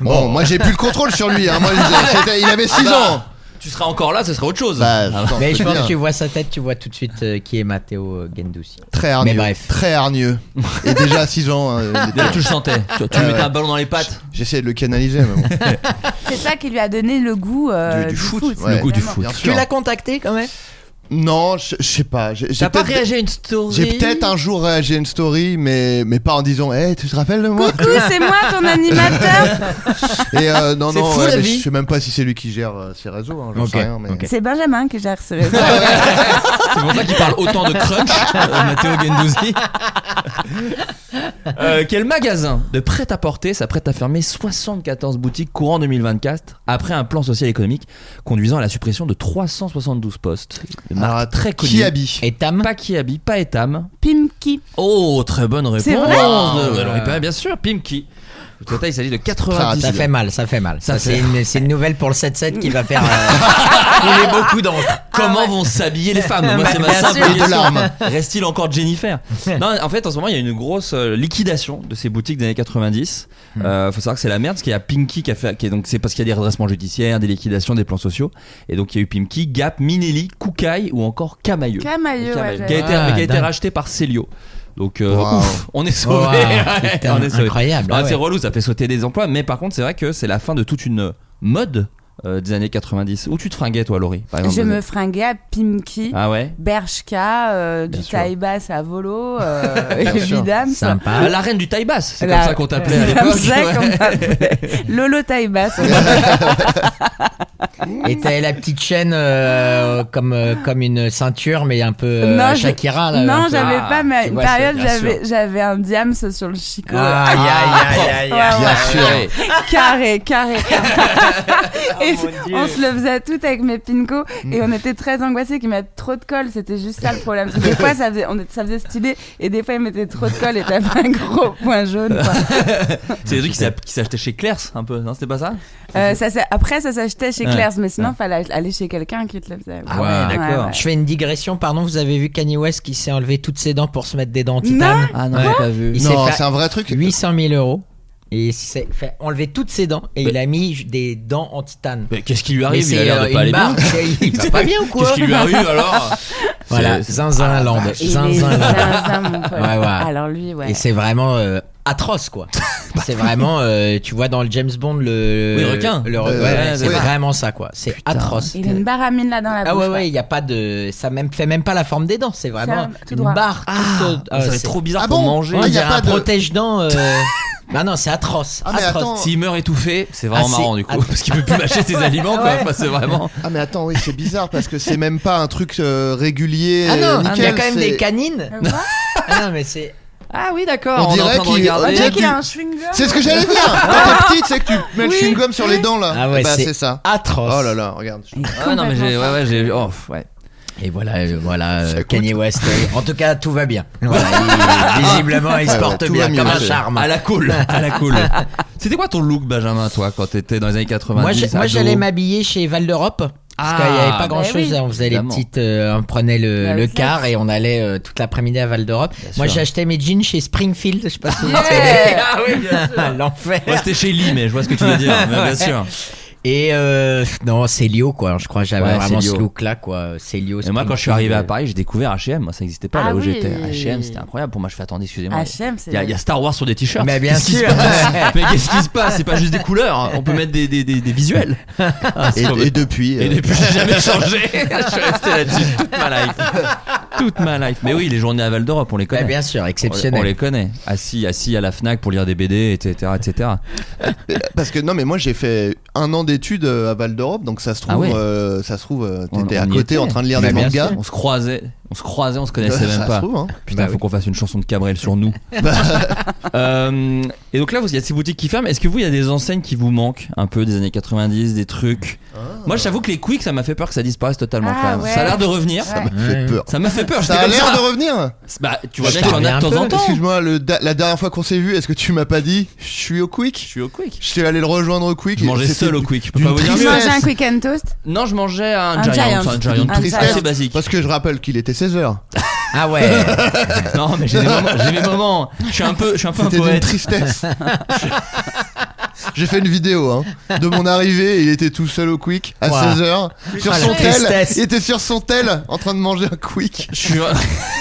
[SPEAKER 8] bon, moi j'ai plus le contrôle sur lui. hein. Moi, j'ai- c'était- il avait 6
[SPEAKER 10] Ah
[SPEAKER 7] bah.
[SPEAKER 8] ans.
[SPEAKER 7] Tu seras encore là, ce sera autre chose.
[SPEAKER 8] Bah,
[SPEAKER 7] Ah,
[SPEAKER 8] attends,
[SPEAKER 10] Mais
[SPEAKER 8] faut
[SPEAKER 10] je pense
[SPEAKER 8] dire.
[SPEAKER 10] que tu vois sa tête, tu vois tout de suite euh, qui est Matteo Gendouzi.
[SPEAKER 8] Très hargneux.
[SPEAKER 10] Mais bref.
[SPEAKER 8] Très hargneux. Et déjà à 6 ans. hein, il était-
[SPEAKER 7] Déjà, tu le sentais. Tu, tu lui
[SPEAKER 8] Ouais,
[SPEAKER 7] mettais
[SPEAKER 8] Ah ouais.
[SPEAKER 7] un ballon dans les pattes.
[SPEAKER 8] J'essayais de le canaliser. Mais bon.
[SPEAKER 9] C'est ça qui lui a donné le goût euh,
[SPEAKER 8] Du- du foot, ouais.
[SPEAKER 7] Le goût du
[SPEAKER 9] vraiment.
[SPEAKER 7] foot.
[SPEAKER 8] Bien
[SPEAKER 10] Tu
[SPEAKER 8] sûr.
[SPEAKER 10] l'as contacté quand même
[SPEAKER 8] Non, je je sais pas. J'ai j'ai
[SPEAKER 10] T'as pas
[SPEAKER 8] peut-être-
[SPEAKER 10] réagi à une story
[SPEAKER 8] J'ai peut-être un jour réagi à une story, mais, mais pas en disant Hey, tu te rappelles de moi
[SPEAKER 9] Coucou, c'est moi ton animateur.
[SPEAKER 8] Et euh, non,
[SPEAKER 10] C'est
[SPEAKER 8] non,
[SPEAKER 10] fou,
[SPEAKER 8] ouais,
[SPEAKER 10] la
[SPEAKER 8] mais
[SPEAKER 10] vie.
[SPEAKER 8] je sais même pas si c'est lui qui gère euh, ses réseaux, hein, j'en
[SPEAKER 7] Ok,
[SPEAKER 8] sais rien. Mais...
[SPEAKER 7] ok.
[SPEAKER 9] C'est Benjamin qui gère ce réseau.
[SPEAKER 7] C'est pour ça qu'il parle autant de crunch, euh, Matteo Gendouzi. Euh, quel magasin de prêt-à-porter s'apprête à fermer 74 boutiques courant 2024 après un plan social économique conduisant à la suppression de 372 postes Une marque
[SPEAKER 8] Alors,
[SPEAKER 7] Ah, très connue.
[SPEAKER 8] Qui habille
[SPEAKER 10] Et Tam
[SPEAKER 7] Pas Kiabi, pas Etam. Ah.
[SPEAKER 9] Pimki.
[SPEAKER 7] Oh, très bonne réponse
[SPEAKER 9] C'est vrai
[SPEAKER 7] de Valérie Pécresse, bien sûr, Pimki. Au total, il s'agit de
[SPEAKER 10] Ah,
[SPEAKER 7] 90.
[SPEAKER 10] ça fait mal, ça fait mal. Ça,
[SPEAKER 7] Ça fait-
[SPEAKER 10] c'est une, c'est une nouvelle pour le 7-7 qui va faire. euh, couler beaucoup d'encre.
[SPEAKER 7] Comment vont s'habiller les femmes Moi, Ah, c'est ma
[SPEAKER 10] Bah, Bien
[SPEAKER 7] simple
[SPEAKER 10] sûr.
[SPEAKER 7] question.
[SPEAKER 10] De larmes.
[SPEAKER 7] Reste-t-il encore Jennifer Non, en fait, en ce moment, il y a une grosse euh, liquidation de ces boutiques des années 90.
[SPEAKER 10] Hmm.
[SPEAKER 7] Euh, faut savoir que c'est la merde, parce qu'il y a Pinky qui a fait. qui est- donc, c'est parce qu'il y a des redressements judiciaires, des liquidations, des plans sociaux. Et donc, il y a eu Pinky, Gap, Minelli, Koukaï ou encore Camailleux. Camailleux,
[SPEAKER 9] Camailleux, ouais,
[SPEAKER 7] qui a
[SPEAKER 9] j'avais-
[SPEAKER 7] été,
[SPEAKER 10] Ah,
[SPEAKER 7] qui a été
[SPEAKER 10] dingue.
[SPEAKER 7] racheté par Célio. Donc, euh,
[SPEAKER 8] Wow.
[SPEAKER 7] ouf, on est
[SPEAKER 10] Wow,
[SPEAKER 7] sauvé.
[SPEAKER 10] putain, incroyable,
[SPEAKER 7] Ah,
[SPEAKER 10] ouais.
[SPEAKER 7] C'est relou, ça fait sauter des emplois. Mais par contre, c'est vrai que c'est la fin de toute une mode euh, des années 90. Où tu te fringuais, toi, Laurie par exemple,
[SPEAKER 9] Je
[SPEAKER 7] dans-
[SPEAKER 9] me fringuais à Pimki.
[SPEAKER 7] Ah ouais
[SPEAKER 9] Bershka, euh,
[SPEAKER 7] Bien
[SPEAKER 9] du
[SPEAKER 7] sûr.
[SPEAKER 9] taille basse à volo, euh,
[SPEAKER 8] Bien sûr.
[SPEAKER 9] évidemment.
[SPEAKER 10] Sympa.
[SPEAKER 7] Bah, La reine du taille basse, c'est
[SPEAKER 9] La-
[SPEAKER 7] comme ça qu'on t'appelait à
[SPEAKER 9] C'est comme
[SPEAKER 7] l'époque.
[SPEAKER 9] ça qu'on
[SPEAKER 7] Ouais.
[SPEAKER 9] m'appelait. Lolo taille basse.
[SPEAKER 10] Et t'as la petite chaîne euh, comme, euh, comme une ceinture, mais un peu euh,
[SPEAKER 9] Non, j'ai-
[SPEAKER 10] Shakira. Là, un
[SPEAKER 9] non,
[SPEAKER 10] peu.
[SPEAKER 9] j'avais
[SPEAKER 7] Ah,
[SPEAKER 9] pas ma
[SPEAKER 10] tu
[SPEAKER 9] une
[SPEAKER 10] vois,
[SPEAKER 9] période,
[SPEAKER 10] c'est- bien sûr.
[SPEAKER 9] j'avais j'avais un diams sur le chicot.
[SPEAKER 10] Ah, aïe, aïe, aïe, aïe, aïe.
[SPEAKER 9] Ouais, ouais.
[SPEAKER 8] Bien sûr.
[SPEAKER 7] Ouais.
[SPEAKER 9] Carré, carré, carré. Et on se le faisait tout avec mes pincos et on était très angoissés qu'ils mettent trop de colle. C'était juste ça le problème. Parce que Des fois, ça faisait, on, ça faisait stylé et des fois, ils mettaient trop de colle et t'avais un gros point jaune. quoi.
[SPEAKER 7] C'est des trucs qui s'a- qui s'achetaient chez Claire's un peu, non C'était pas ça
[SPEAKER 9] Euh, ça, s'est- après, ça s'achetait chez
[SPEAKER 7] Ouais.
[SPEAKER 9] Claire's, mais sinon,
[SPEAKER 7] Ouais.
[SPEAKER 9] fallait aller chez quelqu'un qui te le faisait.
[SPEAKER 7] Ah ouais, d'accord.
[SPEAKER 10] Je fais une digression, pardon, vous avez vu Kanye West qui s'est enlevé toutes ses dents pour se mettre des dents en
[SPEAKER 9] Non.
[SPEAKER 10] titane
[SPEAKER 7] Ah
[SPEAKER 10] non, j'ai
[SPEAKER 7] pas vu.
[SPEAKER 10] Il s'est
[SPEAKER 8] Non,
[SPEAKER 10] fait
[SPEAKER 8] c'est un vrai truc.
[SPEAKER 10] 800 000 euros. Et il s'est fait enlever toutes ses dents et il a mis des dents en titane.
[SPEAKER 7] Mais qu'est-ce qui lui
[SPEAKER 10] Mais
[SPEAKER 7] arrive Il a
[SPEAKER 10] c'est,
[SPEAKER 7] l'air
[SPEAKER 10] euh,
[SPEAKER 7] de pas
[SPEAKER 10] une
[SPEAKER 7] aller bien.
[SPEAKER 10] barbe, c'est- il va pas bien ou quoi
[SPEAKER 7] Qu'est-ce qui lui arrive alors
[SPEAKER 10] Voilà,
[SPEAKER 7] C'est- ah,
[SPEAKER 10] Zinzin Land.
[SPEAKER 9] Et les
[SPEAKER 10] Zinzin Land.
[SPEAKER 9] zinzins, mon pote.
[SPEAKER 10] Ouais, ouais.
[SPEAKER 9] Alors lui, ouais.
[SPEAKER 10] Et c'est vraiment euh, atroce quoi. c'est vraiment, euh, tu vois dans le James Bond le.
[SPEAKER 7] Oui, requin.
[SPEAKER 10] le-
[SPEAKER 8] Euh,
[SPEAKER 10] ouais,
[SPEAKER 7] ouais,
[SPEAKER 10] c'est
[SPEAKER 7] ouais.
[SPEAKER 10] vraiment ça quoi. C'est atroce.
[SPEAKER 9] Il a une baramine là dans la
[SPEAKER 10] Ah
[SPEAKER 9] bouche.
[SPEAKER 10] ouais ouais, il y a pas de, ça même fait même pas la forme des dents. C'est vraiment
[SPEAKER 9] C'est un- tout
[SPEAKER 10] une
[SPEAKER 9] droit.
[SPEAKER 10] barre. toute-
[SPEAKER 7] Ah,
[SPEAKER 10] euh,
[SPEAKER 7] ça va être
[SPEAKER 10] c'est-
[SPEAKER 7] trop bizarre
[SPEAKER 8] Ah
[SPEAKER 7] pour
[SPEAKER 8] bon
[SPEAKER 7] manger.
[SPEAKER 8] Ah,
[SPEAKER 10] On
[SPEAKER 8] il y a
[SPEAKER 10] dirait
[SPEAKER 8] pas
[SPEAKER 10] un
[SPEAKER 8] de-
[SPEAKER 10] protège-dents. euh, bah non, c'est atroce.
[SPEAKER 8] Ah, mais
[SPEAKER 10] atroce.
[SPEAKER 8] attends.
[SPEAKER 7] S'il meurt étouffé, c'est vraiment
[SPEAKER 10] Ah, c'est-
[SPEAKER 7] marrant du coup,
[SPEAKER 10] Ah.
[SPEAKER 7] parce qu'il peut plus mâcher ses aliments quoi. Enfin, c'est vraiment.
[SPEAKER 8] Ah, mais attends, oui, c'est bizarre parce que c'est même pas un truc euh, régulier.
[SPEAKER 10] Ah
[SPEAKER 8] euh,
[SPEAKER 10] non, il y a
[SPEAKER 8] nickel,
[SPEAKER 10] quand même des
[SPEAKER 8] c'est-
[SPEAKER 10] canines.
[SPEAKER 9] Euh, quoi
[SPEAKER 10] Ah non, mais c'est.
[SPEAKER 7] Ah oui, d'accord. est
[SPEAKER 8] On
[SPEAKER 7] en
[SPEAKER 8] dirait
[SPEAKER 7] train de
[SPEAKER 8] qu'il-
[SPEAKER 7] regarder.
[SPEAKER 8] on
[SPEAKER 9] On
[SPEAKER 8] dirait
[SPEAKER 9] dirait
[SPEAKER 8] du-
[SPEAKER 9] qu'il y a un chewing-gum.
[SPEAKER 8] C'est ce que j'allais dire Quand t'es petite, c'est que tu mets le
[SPEAKER 9] Oui.
[SPEAKER 8] chewing-gum sur les dents là.
[SPEAKER 10] Ah ouais,
[SPEAKER 8] bah,
[SPEAKER 10] c'est-
[SPEAKER 8] c'est ça.
[SPEAKER 10] Atroce.
[SPEAKER 8] Oh là là, regarde.
[SPEAKER 7] Ah non mais j'ai ouais ouais j'ai oh, pff, ouais.
[SPEAKER 10] Et voilà, euh, voilà euh,
[SPEAKER 8] Ça coûte.
[SPEAKER 10] Kanye West. euh, en tout cas, tout va bien. Voilà, il- euh, visiblement, il se
[SPEAKER 8] Ah. Ouais,
[SPEAKER 10] porte
[SPEAKER 8] ouais, tout
[SPEAKER 10] bien
[SPEAKER 8] va mieux,
[SPEAKER 10] comme un
[SPEAKER 8] c'est-
[SPEAKER 10] charme.
[SPEAKER 7] À la cool, à la cool. C'était quoi ton look Benjamin toi quand t'étais dans les années 90
[SPEAKER 10] Moi, je- moi,
[SPEAKER 7] ado
[SPEAKER 10] j'allais m'habiller chez Val d'Europe. Parce
[SPEAKER 7] Ah,
[SPEAKER 10] qu'il n'y avait pas
[SPEAKER 7] bah
[SPEAKER 10] grand chose,
[SPEAKER 9] oui.
[SPEAKER 10] on faisait les
[SPEAKER 7] Évidemment.
[SPEAKER 10] petites, euh, on prenait le,
[SPEAKER 9] Bah,
[SPEAKER 10] le
[SPEAKER 9] le flex.
[SPEAKER 10] car et on allait euh, toute l'après-midi à Val d'Europe. Moi
[SPEAKER 7] sûr.
[SPEAKER 10] j'ai acheté mes jeans chez Springfield, je sais pas si vous vous souvenez.
[SPEAKER 9] Yeah.
[SPEAKER 7] Ah oui, bien sûr.
[SPEAKER 10] L'enfer.
[SPEAKER 7] Moi c'était chez Lee mais je vois ce que tu veux dire, mais bien
[SPEAKER 10] Ouais.
[SPEAKER 7] sûr.
[SPEAKER 10] Et euh, non, c'est Lio quoi, je crois que j'avais
[SPEAKER 7] Ouais,
[SPEAKER 10] vraiment
[SPEAKER 7] c'est Lio.
[SPEAKER 10] ce look là quoi, c'est Lio.
[SPEAKER 7] Et moi, quand je suis
[SPEAKER 10] Springfield.
[SPEAKER 7] arrivé à Paris, j'ai découvert HM. Moi, ça n'existait pas là
[SPEAKER 9] Ah
[SPEAKER 7] où
[SPEAKER 9] oui.
[SPEAKER 7] j'étais. HM, c'était incroyable. Pour moi, je fais attendez, excusez-moi.
[SPEAKER 9] HM, c'est.
[SPEAKER 7] Il y, a, il y a Star Wars sur des t-shirts.
[SPEAKER 10] Mais bien
[SPEAKER 7] Qu'est-ce qui se
[SPEAKER 10] sûr.
[SPEAKER 7] passe Mais qu'est-ce qui se passe C'est pas juste des couleurs. hein. On peut mettre des, des, des, des visuels. Ah, c'est
[SPEAKER 8] Et,
[SPEAKER 7] complètement-
[SPEAKER 8] et depuis.
[SPEAKER 7] Et
[SPEAKER 8] euh,
[SPEAKER 7] depuis, j'ai jamais changé. je suis resté là-dessus toute ma life. Toute ma life. Mais oui, les journées à Val d'Europe, on les
[SPEAKER 10] Bah,
[SPEAKER 7] connaît.
[SPEAKER 10] bien sûr,
[SPEAKER 7] On les- on
[SPEAKER 10] exceptionnel.
[SPEAKER 7] les connaît. Assis, assis à la Fnac pour lire des BD, etc., etc.
[SPEAKER 8] Parce que non, mais moi j'ai fait un an d'études euh, à Val d'Europe, donc ça se trouve,
[SPEAKER 7] Ah ouais.
[SPEAKER 8] euh, ça se trouve, euh, t'étais
[SPEAKER 7] On-
[SPEAKER 8] à
[SPEAKER 7] on y
[SPEAKER 8] côté
[SPEAKER 7] était.
[SPEAKER 8] en train de lire
[SPEAKER 10] Bah,
[SPEAKER 8] des
[SPEAKER 10] bien
[SPEAKER 8] mangas.
[SPEAKER 10] sûr.
[SPEAKER 7] On se croisait, on se croisait, on se connaissait
[SPEAKER 8] Ça
[SPEAKER 7] même
[SPEAKER 8] se
[SPEAKER 7] pas.
[SPEAKER 8] trouve, hein.
[SPEAKER 7] Putain,
[SPEAKER 10] Bah
[SPEAKER 7] faut
[SPEAKER 10] oui.
[SPEAKER 7] qu'on fasse une chanson de Cabrel sur nous. Bah. Euh, et donc là, vous- il y a ces boutiques qui ferment. Est-ce que vous, il y a des enseignes qui vous manquent un peu des années 90, des trucs
[SPEAKER 8] Ah.
[SPEAKER 7] Moi, j'avoue que les Quick, ça m'a fait peur que ça disparaisse totalement.
[SPEAKER 9] Ah
[SPEAKER 7] quand même.
[SPEAKER 9] ouais.
[SPEAKER 7] Ça a l'air de revenir.
[SPEAKER 9] Ouais.
[SPEAKER 8] Ça fait peur.
[SPEAKER 7] Ça m'a fait peur.
[SPEAKER 8] Ça
[SPEAKER 7] j'étais
[SPEAKER 8] a
[SPEAKER 7] comme
[SPEAKER 8] l'air
[SPEAKER 7] ça.
[SPEAKER 8] de revenir.
[SPEAKER 7] Bah, tu vois
[SPEAKER 10] Je
[SPEAKER 7] bien qu'il y en a de
[SPEAKER 10] t'en
[SPEAKER 7] temps en temps.
[SPEAKER 8] Excuse-moi, le da- la dernière fois qu'on s'est vu, est-ce que tu m'as pas dit je suis au
[SPEAKER 7] Je
[SPEAKER 8] Quick
[SPEAKER 7] suis au Quick.
[SPEAKER 8] Je suis allé le rejoindre au Quick.
[SPEAKER 7] Je
[SPEAKER 8] et
[SPEAKER 7] mangeais
[SPEAKER 8] c'était
[SPEAKER 7] seul au Quick. Je peux
[SPEAKER 8] d'une
[SPEAKER 7] pas vous dire
[SPEAKER 9] Tu
[SPEAKER 7] mieux.
[SPEAKER 8] tristesse.
[SPEAKER 9] manges un quick and toast
[SPEAKER 7] Non, je mangeais un,
[SPEAKER 9] Un
[SPEAKER 7] giant,
[SPEAKER 9] Giant.
[SPEAKER 7] un giant,
[SPEAKER 9] Une
[SPEAKER 7] c'est
[SPEAKER 9] tristesse.
[SPEAKER 7] assez basique.
[SPEAKER 8] Parce que je rappelle qu'il était 16h.
[SPEAKER 10] Ah ouais.
[SPEAKER 7] Non, mais j'ai des moments, j'ai des moments. Je suis un peu, je suis un peu un
[SPEAKER 8] C'était d'une
[SPEAKER 7] poète.
[SPEAKER 8] tristesse. J'ai fait une vidéo hein, de mon arrivée, il était tout seul au Quick à
[SPEAKER 10] Ouah.
[SPEAKER 8] 16h sur
[SPEAKER 10] Ah, la
[SPEAKER 8] son tel,
[SPEAKER 10] tristesse.
[SPEAKER 8] il était sur son tel en train de manger un Quick.
[SPEAKER 7] Je suis un-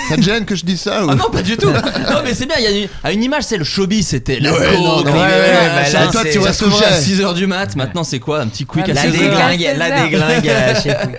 [SPEAKER 8] Ça te gêne que je dise ça ou
[SPEAKER 7] Ah non, pas du tout. Non, mais c'est bien. Il y a une, à une image, c'est le showbiz. C'était la
[SPEAKER 8] Ouais,
[SPEAKER 7] coke,
[SPEAKER 8] non, non,
[SPEAKER 7] les
[SPEAKER 8] ouais, ouais,
[SPEAKER 7] machins,
[SPEAKER 10] bah là,
[SPEAKER 7] ça
[SPEAKER 10] toi,
[SPEAKER 7] se
[SPEAKER 10] tu
[SPEAKER 7] couchait
[SPEAKER 8] restes vrai.
[SPEAKER 7] à 6h du mat. Maintenant, c'est quoi Un petit quick à
[SPEAKER 10] Ah, La
[SPEAKER 7] 16h
[SPEAKER 10] déglingue, la
[SPEAKER 9] Cassez-la.
[SPEAKER 10] déglingue euh, chez Quick.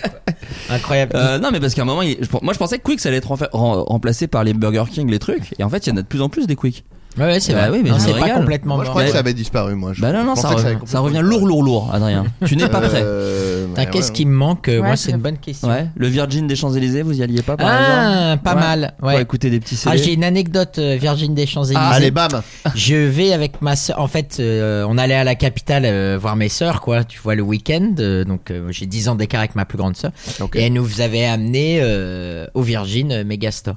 [SPEAKER 10] Incroyable.
[SPEAKER 7] Euh, non, mais parce qu'à un moment, il- je- moi je pensais que Quick ça allait être renfa- ren- remplacé par les Burger King, les trucs. Et en fait, il y en a de plus en plus des Quick.
[SPEAKER 10] Ouais, ouais, c'est
[SPEAKER 7] Bah
[SPEAKER 10] vrai.
[SPEAKER 7] oui, mais
[SPEAKER 10] Non,
[SPEAKER 7] je
[SPEAKER 10] c'est
[SPEAKER 7] me
[SPEAKER 10] pas
[SPEAKER 7] régale.
[SPEAKER 10] complètement
[SPEAKER 8] Moi, je
[SPEAKER 10] mort.
[SPEAKER 8] crois que
[SPEAKER 7] mais-
[SPEAKER 8] ça avait disparu, moi. Je-
[SPEAKER 7] Bah non,
[SPEAKER 8] je
[SPEAKER 7] non,
[SPEAKER 8] pensais
[SPEAKER 7] ça, re-
[SPEAKER 8] que avait
[SPEAKER 7] ça
[SPEAKER 8] complètement
[SPEAKER 7] revient
[SPEAKER 8] disparu.
[SPEAKER 7] lourd, lourd, lourd, Adrien. tu n'es pas prêt.
[SPEAKER 8] Euh,
[SPEAKER 10] Putain,
[SPEAKER 8] ouais,
[SPEAKER 10] Qu'est-ce
[SPEAKER 8] ouais.
[SPEAKER 10] qui me manque euh, Moi,
[SPEAKER 9] Ouais,
[SPEAKER 10] c'est une bonne question.
[SPEAKER 7] Ouais, le Virgin des Champs-Élysées, vous y alliez pas par
[SPEAKER 10] Ah,
[SPEAKER 7] exemple
[SPEAKER 10] pas
[SPEAKER 7] Ouais.
[SPEAKER 10] mal.
[SPEAKER 7] Pour
[SPEAKER 10] Ouais.
[SPEAKER 7] écouter des petits CD.
[SPEAKER 10] Ah, j'ai une anecdote, euh, Virgin des Champs-Élysées.
[SPEAKER 8] Ah, Allez, bam
[SPEAKER 10] Je vais avec ma soeur. En fait, euh, on allait à la capitale euh, voir mes sœurs, quoi. Tu vois, le week-end. euh, donc, euh, j'ai 10 ans d'écart avec ma plus grande sœur.
[SPEAKER 8] Ok.
[SPEAKER 10] Et elle nous avait amené euh, au Virgin euh, Megastore.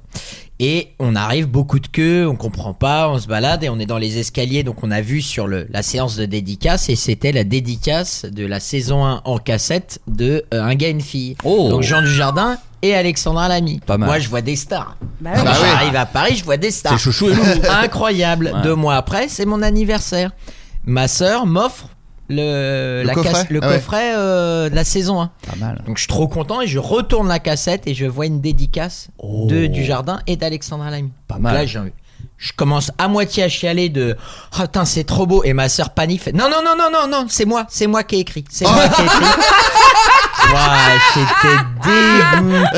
[SPEAKER 10] Et on arrive, beaucoup de queue, on comprend pas, on se balade et on est dans les escaliers. Donc, on a vu sur le, la séance de dédicace et c'était la dédicace de la saison 1 en cassette de euh, Un gars, une fille.
[SPEAKER 7] Oh.
[SPEAKER 10] Donc, Jean Dujardin et Alexandra Lamy.
[SPEAKER 7] Pas mal. Ah
[SPEAKER 10] Moi, je vois des stars.
[SPEAKER 9] Bah
[SPEAKER 10] Quand
[SPEAKER 9] ouais.
[SPEAKER 8] Bah oui.
[SPEAKER 10] J'arrive à Paris, je vois des stars.
[SPEAKER 7] C'est chouchou et loulou.
[SPEAKER 10] Incroyable.
[SPEAKER 7] Ouais.
[SPEAKER 10] Deux mois après, c'est mon anniversaire. Ma sœur m'offre le,
[SPEAKER 8] Le
[SPEAKER 10] la
[SPEAKER 8] coffret
[SPEAKER 10] casse- le
[SPEAKER 8] Ah ouais.
[SPEAKER 10] coffret, euh, de la saison 1.
[SPEAKER 7] Pas mal.
[SPEAKER 10] Donc je suis trop content et je retourne la cassette et je vois une dédicace
[SPEAKER 7] Oh.
[SPEAKER 10] de du jardin et d'Alexandra Lamy.
[SPEAKER 7] Pas mal.
[SPEAKER 10] Là, j'ai envie- Je commence à moitié à chialer de oh, putain c'est trop beau et ma sœur panique fait, non non non non non non c'est moi c'est moi qui ai écrit c'est moi qui ai écrit Ouah, j'étais dégoûté dégoûté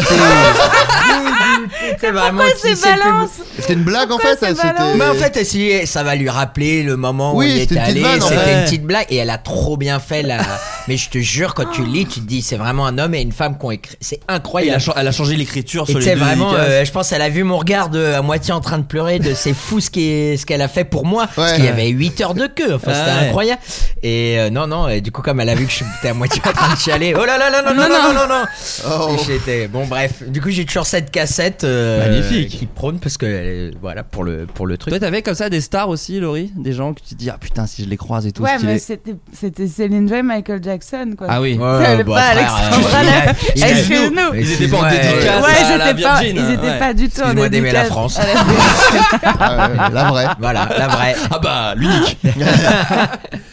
[SPEAKER 10] C'est vraiment
[SPEAKER 9] Pourquoi
[SPEAKER 10] qui
[SPEAKER 9] c'est
[SPEAKER 10] sait plus-
[SPEAKER 9] balance
[SPEAKER 8] C'était une blague en
[SPEAKER 9] Pourquoi
[SPEAKER 8] fait
[SPEAKER 9] c'est
[SPEAKER 8] ça,
[SPEAKER 9] malin
[SPEAKER 8] c'était-
[SPEAKER 10] mais en fait, elle s'est dit, ça va lui rappeler le moment où
[SPEAKER 8] Oui,
[SPEAKER 10] il était
[SPEAKER 8] c'était une petite
[SPEAKER 10] allé,
[SPEAKER 8] vanne, en
[SPEAKER 10] c'était
[SPEAKER 7] fait.
[SPEAKER 10] une petite blague, et elle a trop bien fait là. mais je te jure, quand tu lis, tu te dis, c'est vraiment un homme et une femme qui ont écrit. C'est
[SPEAKER 7] Elle a,
[SPEAKER 10] incroyable.
[SPEAKER 7] cha- elle a changé l'écriture
[SPEAKER 10] Et
[SPEAKER 7] sur
[SPEAKER 10] tu
[SPEAKER 7] les
[SPEAKER 10] sais,
[SPEAKER 7] deux
[SPEAKER 10] vraiment,
[SPEAKER 7] dédicaces.
[SPEAKER 10] euh, je pense qu'elle a vu mon regard de à moitié en train de pleurer de c'est fou ce qu'est- ce qu'elle a fait pour moi. parce
[SPEAKER 8] Ouais.
[SPEAKER 10] qu'il y avait 8 heures de queue. Enfin, c'était
[SPEAKER 7] Ah ouais.
[SPEAKER 10] incroyable. Et euh, non, non, et du coup, comme elle a vu que j'étais à moitié en train de chialer, oh là là là, non, non, non, non, non, non.
[SPEAKER 8] Oh.
[SPEAKER 10] Et J'étais bon bref. Du coup j'ai toujours cette cassette euh,
[SPEAKER 7] Magnifique.
[SPEAKER 10] qui prône parce que euh, voilà pour le pour le truc.
[SPEAKER 7] Toi, t'avais comme ça des stars aussi, Laurie Des gens que tu te dis, ah putain, si je les croise et tout,
[SPEAKER 9] Ouais,
[SPEAKER 7] stylé.
[SPEAKER 9] mais c'était c'était Céline Joy, Michael Jackson, quoi.
[SPEAKER 7] Ah oui.
[SPEAKER 10] Ouais,
[SPEAKER 9] Ça allait
[SPEAKER 10] bah,
[SPEAKER 9] pas,
[SPEAKER 10] frère,
[SPEAKER 9] Alexandra,
[SPEAKER 10] euh,
[SPEAKER 9] là.
[SPEAKER 10] il a- il a-
[SPEAKER 9] Excuse-nous.
[SPEAKER 7] Ils étaient pas en
[SPEAKER 10] Excuse-moi,
[SPEAKER 7] dédicace.
[SPEAKER 9] Ouais,
[SPEAKER 7] à
[SPEAKER 9] ils
[SPEAKER 7] la
[SPEAKER 9] étaient pas,
[SPEAKER 7] Virgin,
[SPEAKER 9] ils
[SPEAKER 7] hein,
[SPEAKER 9] étaient
[SPEAKER 7] ouais.
[SPEAKER 9] pas du tout en
[SPEAKER 10] Excuse-moi d'aimer la
[SPEAKER 9] dédicace.
[SPEAKER 10] France.
[SPEAKER 9] À la-
[SPEAKER 8] Ah ouais, la vraie.
[SPEAKER 10] Voilà, la vraie.
[SPEAKER 7] Ah bah, l'unique.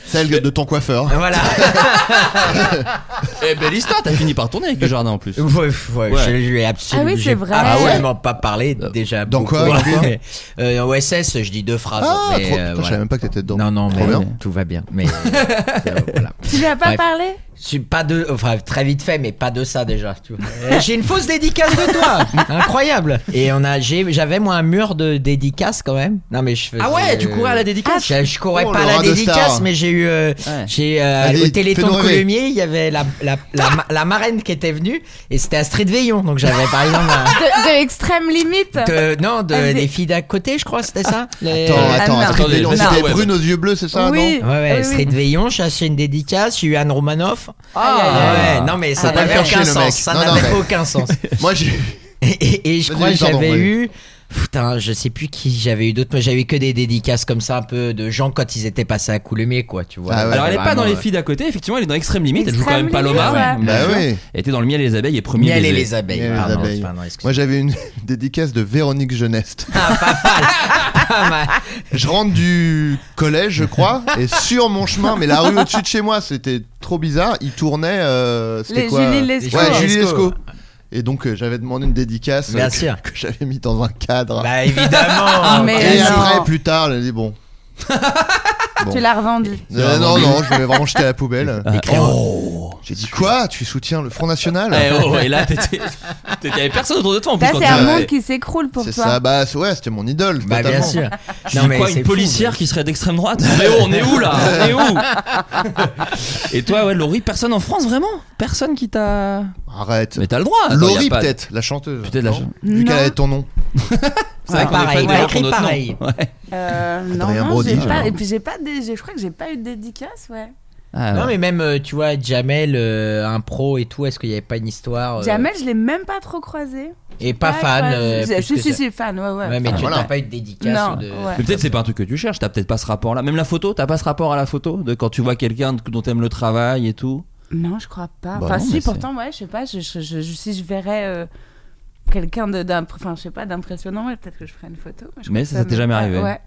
[SPEAKER 8] Celle de ton coiffeur.
[SPEAKER 10] Voilà.
[SPEAKER 7] eh, belle histoire, t'as fini par tourner avec le jardin en plus.
[SPEAKER 10] Ouais, ouais,
[SPEAKER 7] Ouais.
[SPEAKER 10] Je lui ai absolument,
[SPEAKER 9] Ah oui, c'est
[SPEAKER 10] j'ai
[SPEAKER 9] vrai.
[SPEAKER 10] absolument pas parlé déjà.
[SPEAKER 8] Dans
[SPEAKER 10] beaucoup.
[SPEAKER 8] quoi, dans quoi
[SPEAKER 10] Mais, euh, En OSS, je dis deux phrases.
[SPEAKER 8] Ah,
[SPEAKER 10] mais, euh,
[SPEAKER 8] trop- putain, je
[SPEAKER 10] voilà.
[SPEAKER 8] savais même pas que t'étais dedans.
[SPEAKER 10] Non, non, mais
[SPEAKER 8] Trop bien.
[SPEAKER 10] tout va bien. Mais euh, voilà.
[SPEAKER 9] Tu lui as pas
[SPEAKER 10] Bref.
[SPEAKER 9] parlé
[SPEAKER 10] Je suis pas de. Enfin, très vite fait, mais pas de ça déjà. tu vois. Euh, J'ai une fausse dédicace de toi Incroyable Et on a, j'ai- j'avais moi un mur de dédicace quand même. Non, mais je faisais-
[SPEAKER 7] Ah ouais, tu courais à la dédicace
[SPEAKER 10] Je, je courais
[SPEAKER 8] Oh,
[SPEAKER 10] pas à
[SPEAKER 8] le
[SPEAKER 10] la
[SPEAKER 8] rat de
[SPEAKER 10] dédicace,
[SPEAKER 8] star.
[SPEAKER 10] mais j'ai eu. euh,
[SPEAKER 7] Ouais.
[SPEAKER 10] J'ai euh,
[SPEAKER 8] Vas-y,
[SPEAKER 10] au Téléthon
[SPEAKER 8] fais-nous
[SPEAKER 10] de
[SPEAKER 8] rêver.
[SPEAKER 10] Colomiers, il y avait la, la, la, ma- la marraine qui était venue et c'était Astrid Veillon. Donc j'avais par exemple. un-
[SPEAKER 9] De, de extrême limite.
[SPEAKER 10] de- non, de,
[SPEAKER 9] Elle-
[SPEAKER 10] des filles d'à côté, je crois, c'était ça les-
[SPEAKER 8] Attends,
[SPEAKER 9] Ah,
[SPEAKER 8] attends,
[SPEAKER 9] non.
[SPEAKER 8] Astrid
[SPEAKER 7] Attendez,
[SPEAKER 8] Veillon,
[SPEAKER 7] je vais sur
[SPEAKER 8] c'était
[SPEAKER 7] le web.
[SPEAKER 8] brune
[SPEAKER 10] bah.
[SPEAKER 8] aux yeux bleus, c'est ça,
[SPEAKER 9] oui.
[SPEAKER 10] Ouais, ouais,
[SPEAKER 9] oui, oui.
[SPEAKER 10] Astrid Veillon, j'ai acheté une dédicace, j'ai eu Anne Romanoff.
[SPEAKER 9] Ah,
[SPEAKER 10] ouais, non mais ça
[SPEAKER 8] Faut pas
[SPEAKER 10] n'avait
[SPEAKER 8] le faire
[SPEAKER 10] aucun
[SPEAKER 8] chier, le mec.
[SPEAKER 10] sens, ça
[SPEAKER 8] Non, non,
[SPEAKER 10] n'avait
[SPEAKER 8] mais-
[SPEAKER 10] aucun sens.
[SPEAKER 8] non Moi, j'ai.
[SPEAKER 10] Et, et- et je
[SPEAKER 8] Vas-y,
[SPEAKER 10] crois que
[SPEAKER 8] pardon,
[SPEAKER 10] j'avais
[SPEAKER 8] vas-y.
[SPEAKER 10] eu. Putain, je sais plus qui j'avais eu d'autres, mais j'avais eu que des dédicaces comme ça, un peu de gens quand ils étaient passés à Coulommiers, quoi, tu vois.
[SPEAKER 8] Ah ouais.
[SPEAKER 7] Alors, elle est pas
[SPEAKER 10] Vraiment,
[SPEAKER 7] dans les
[SPEAKER 10] euh,
[SPEAKER 7] filles d'à côté, effectivement, elle est dans extrême limite. Elle joue quand
[SPEAKER 9] Extrême
[SPEAKER 7] même Paloma.
[SPEAKER 9] Limite, ouais.
[SPEAKER 7] Bien
[SPEAKER 8] Bah
[SPEAKER 7] sûr.
[SPEAKER 8] oui.
[SPEAKER 7] Elle était dans le miel et les abeilles et premier
[SPEAKER 10] Miel et
[SPEAKER 7] baiser.
[SPEAKER 10] les abeilles.
[SPEAKER 8] Miel et les
[SPEAKER 10] pardon,
[SPEAKER 8] abeilles.
[SPEAKER 10] pardon, excuse-
[SPEAKER 8] Moi, j'avais une dédicace de Véronique Geneste.
[SPEAKER 10] Ah, ma-
[SPEAKER 8] Je rentre du collège, je crois, et sur mon chemin, mais la rue au-dessus de chez moi, c'était trop bizarre. Il tournait. euh, c'était
[SPEAKER 9] Les
[SPEAKER 8] quoi
[SPEAKER 9] Julie
[SPEAKER 8] euh,
[SPEAKER 9] Lescaut.
[SPEAKER 8] Ouais,
[SPEAKER 10] Les
[SPEAKER 8] Julie
[SPEAKER 10] Lescaut.
[SPEAKER 8] Lescaut. Et donc, euh, j'avais demandé une dédicace euh,
[SPEAKER 10] Bien
[SPEAKER 8] que,
[SPEAKER 10] sûr.
[SPEAKER 8] que j'avais mis dans un cadre.
[SPEAKER 10] Bah évidemment.
[SPEAKER 7] Bah,
[SPEAKER 9] Mais
[SPEAKER 8] et
[SPEAKER 9] non.
[SPEAKER 8] après, plus tard, elle a dit bon. Bon.
[SPEAKER 9] Tu l'as revendu.
[SPEAKER 8] Euh, non, non, je voulais vraiment jeter à la poubelle.
[SPEAKER 7] Ah, oh.
[SPEAKER 8] J'ai dit quoi Tu soutiens le Front National
[SPEAKER 7] Eh, oh, et là, t'étais. t'étais- T'avais personne autour de toi en plus.
[SPEAKER 9] Là,
[SPEAKER 7] quand
[SPEAKER 9] c'est
[SPEAKER 7] tu-
[SPEAKER 9] un
[SPEAKER 8] Ouais.
[SPEAKER 9] monde qui s'écroule pour
[SPEAKER 8] C'est
[SPEAKER 9] toi.
[SPEAKER 8] ça, bah c'est- ouais, c'était mon idole.
[SPEAKER 10] Bah bien
[SPEAKER 8] totalement.
[SPEAKER 10] sûr.
[SPEAKER 7] Tu dis quoi,
[SPEAKER 10] c'est
[SPEAKER 7] une
[SPEAKER 10] fou,
[SPEAKER 7] policière qui serait d'extrême droite Mais oh, on est où là On est où Et toi, ouais, Laurie, personne en France vraiment Personne qui t'a.
[SPEAKER 8] Arrête.
[SPEAKER 7] Mais t'as le droit attends, Ah, y
[SPEAKER 8] Laurie
[SPEAKER 7] a pas-
[SPEAKER 8] peut-être, la chanteuse.
[SPEAKER 7] Peut-être la
[SPEAKER 8] non
[SPEAKER 7] ch-
[SPEAKER 8] Vu qu'elle
[SPEAKER 9] Non.
[SPEAKER 8] avait ton nom.
[SPEAKER 7] C'est vrai
[SPEAKER 10] Ouais,
[SPEAKER 7] qu'on est
[SPEAKER 10] pareil,
[SPEAKER 7] fan des
[SPEAKER 10] ouais,
[SPEAKER 7] gens
[SPEAKER 10] écrit
[SPEAKER 7] qui ont notre nom.
[SPEAKER 10] pareil.
[SPEAKER 7] Ouais.
[SPEAKER 9] Euh, non,
[SPEAKER 8] Adrien
[SPEAKER 9] non,
[SPEAKER 8] Brody,
[SPEAKER 9] j'ai
[SPEAKER 8] genre.
[SPEAKER 9] pas. Et puis j'ai pas des. j'ai- Je crois que j'ai pas eu de dédicace, ouais.
[SPEAKER 7] Ah,
[SPEAKER 10] Non
[SPEAKER 7] ouais.
[SPEAKER 10] mais même euh, tu vois Jamel euh, impro et tout est-ce qu'il y avait pas une histoire euh,
[SPEAKER 9] Jamel, je l'ai même pas trop croisé.
[SPEAKER 10] et pas fan euh, plus
[SPEAKER 9] si,
[SPEAKER 10] que
[SPEAKER 9] si,
[SPEAKER 10] ça.
[SPEAKER 9] si, fan, ouais, ouais.
[SPEAKER 10] Ouais, mais
[SPEAKER 8] Ah,
[SPEAKER 10] tu
[SPEAKER 8] voilà.
[SPEAKER 10] n'as pas eu de dédicace
[SPEAKER 9] Non,
[SPEAKER 10] ou de
[SPEAKER 9] ouais.
[SPEAKER 7] Mais peut-être c'est pas un truc que tu cherches, t'as peut-être pas ce rapport là. Même la photo, t'as pas ce rapport à la photo de quand tu vois quelqu'un dont t'aimes le travail et tout.
[SPEAKER 9] Non, je crois pas.
[SPEAKER 7] Bah
[SPEAKER 9] enfin,
[SPEAKER 7] non, mais
[SPEAKER 9] si,
[SPEAKER 7] c'est-
[SPEAKER 9] pourtant, ouais, je sais pas. Je, je- je- je- si je verrais euh, quelqu'un de- d'un, enfin, je sais pas, d'impressionnant, ouais, peut-être que je ferais une photo. je
[SPEAKER 7] Mais
[SPEAKER 9] crois
[SPEAKER 7] ça, ça
[SPEAKER 9] que
[SPEAKER 7] t'est
[SPEAKER 9] me-
[SPEAKER 7] jamais arrivé.
[SPEAKER 9] Ouais.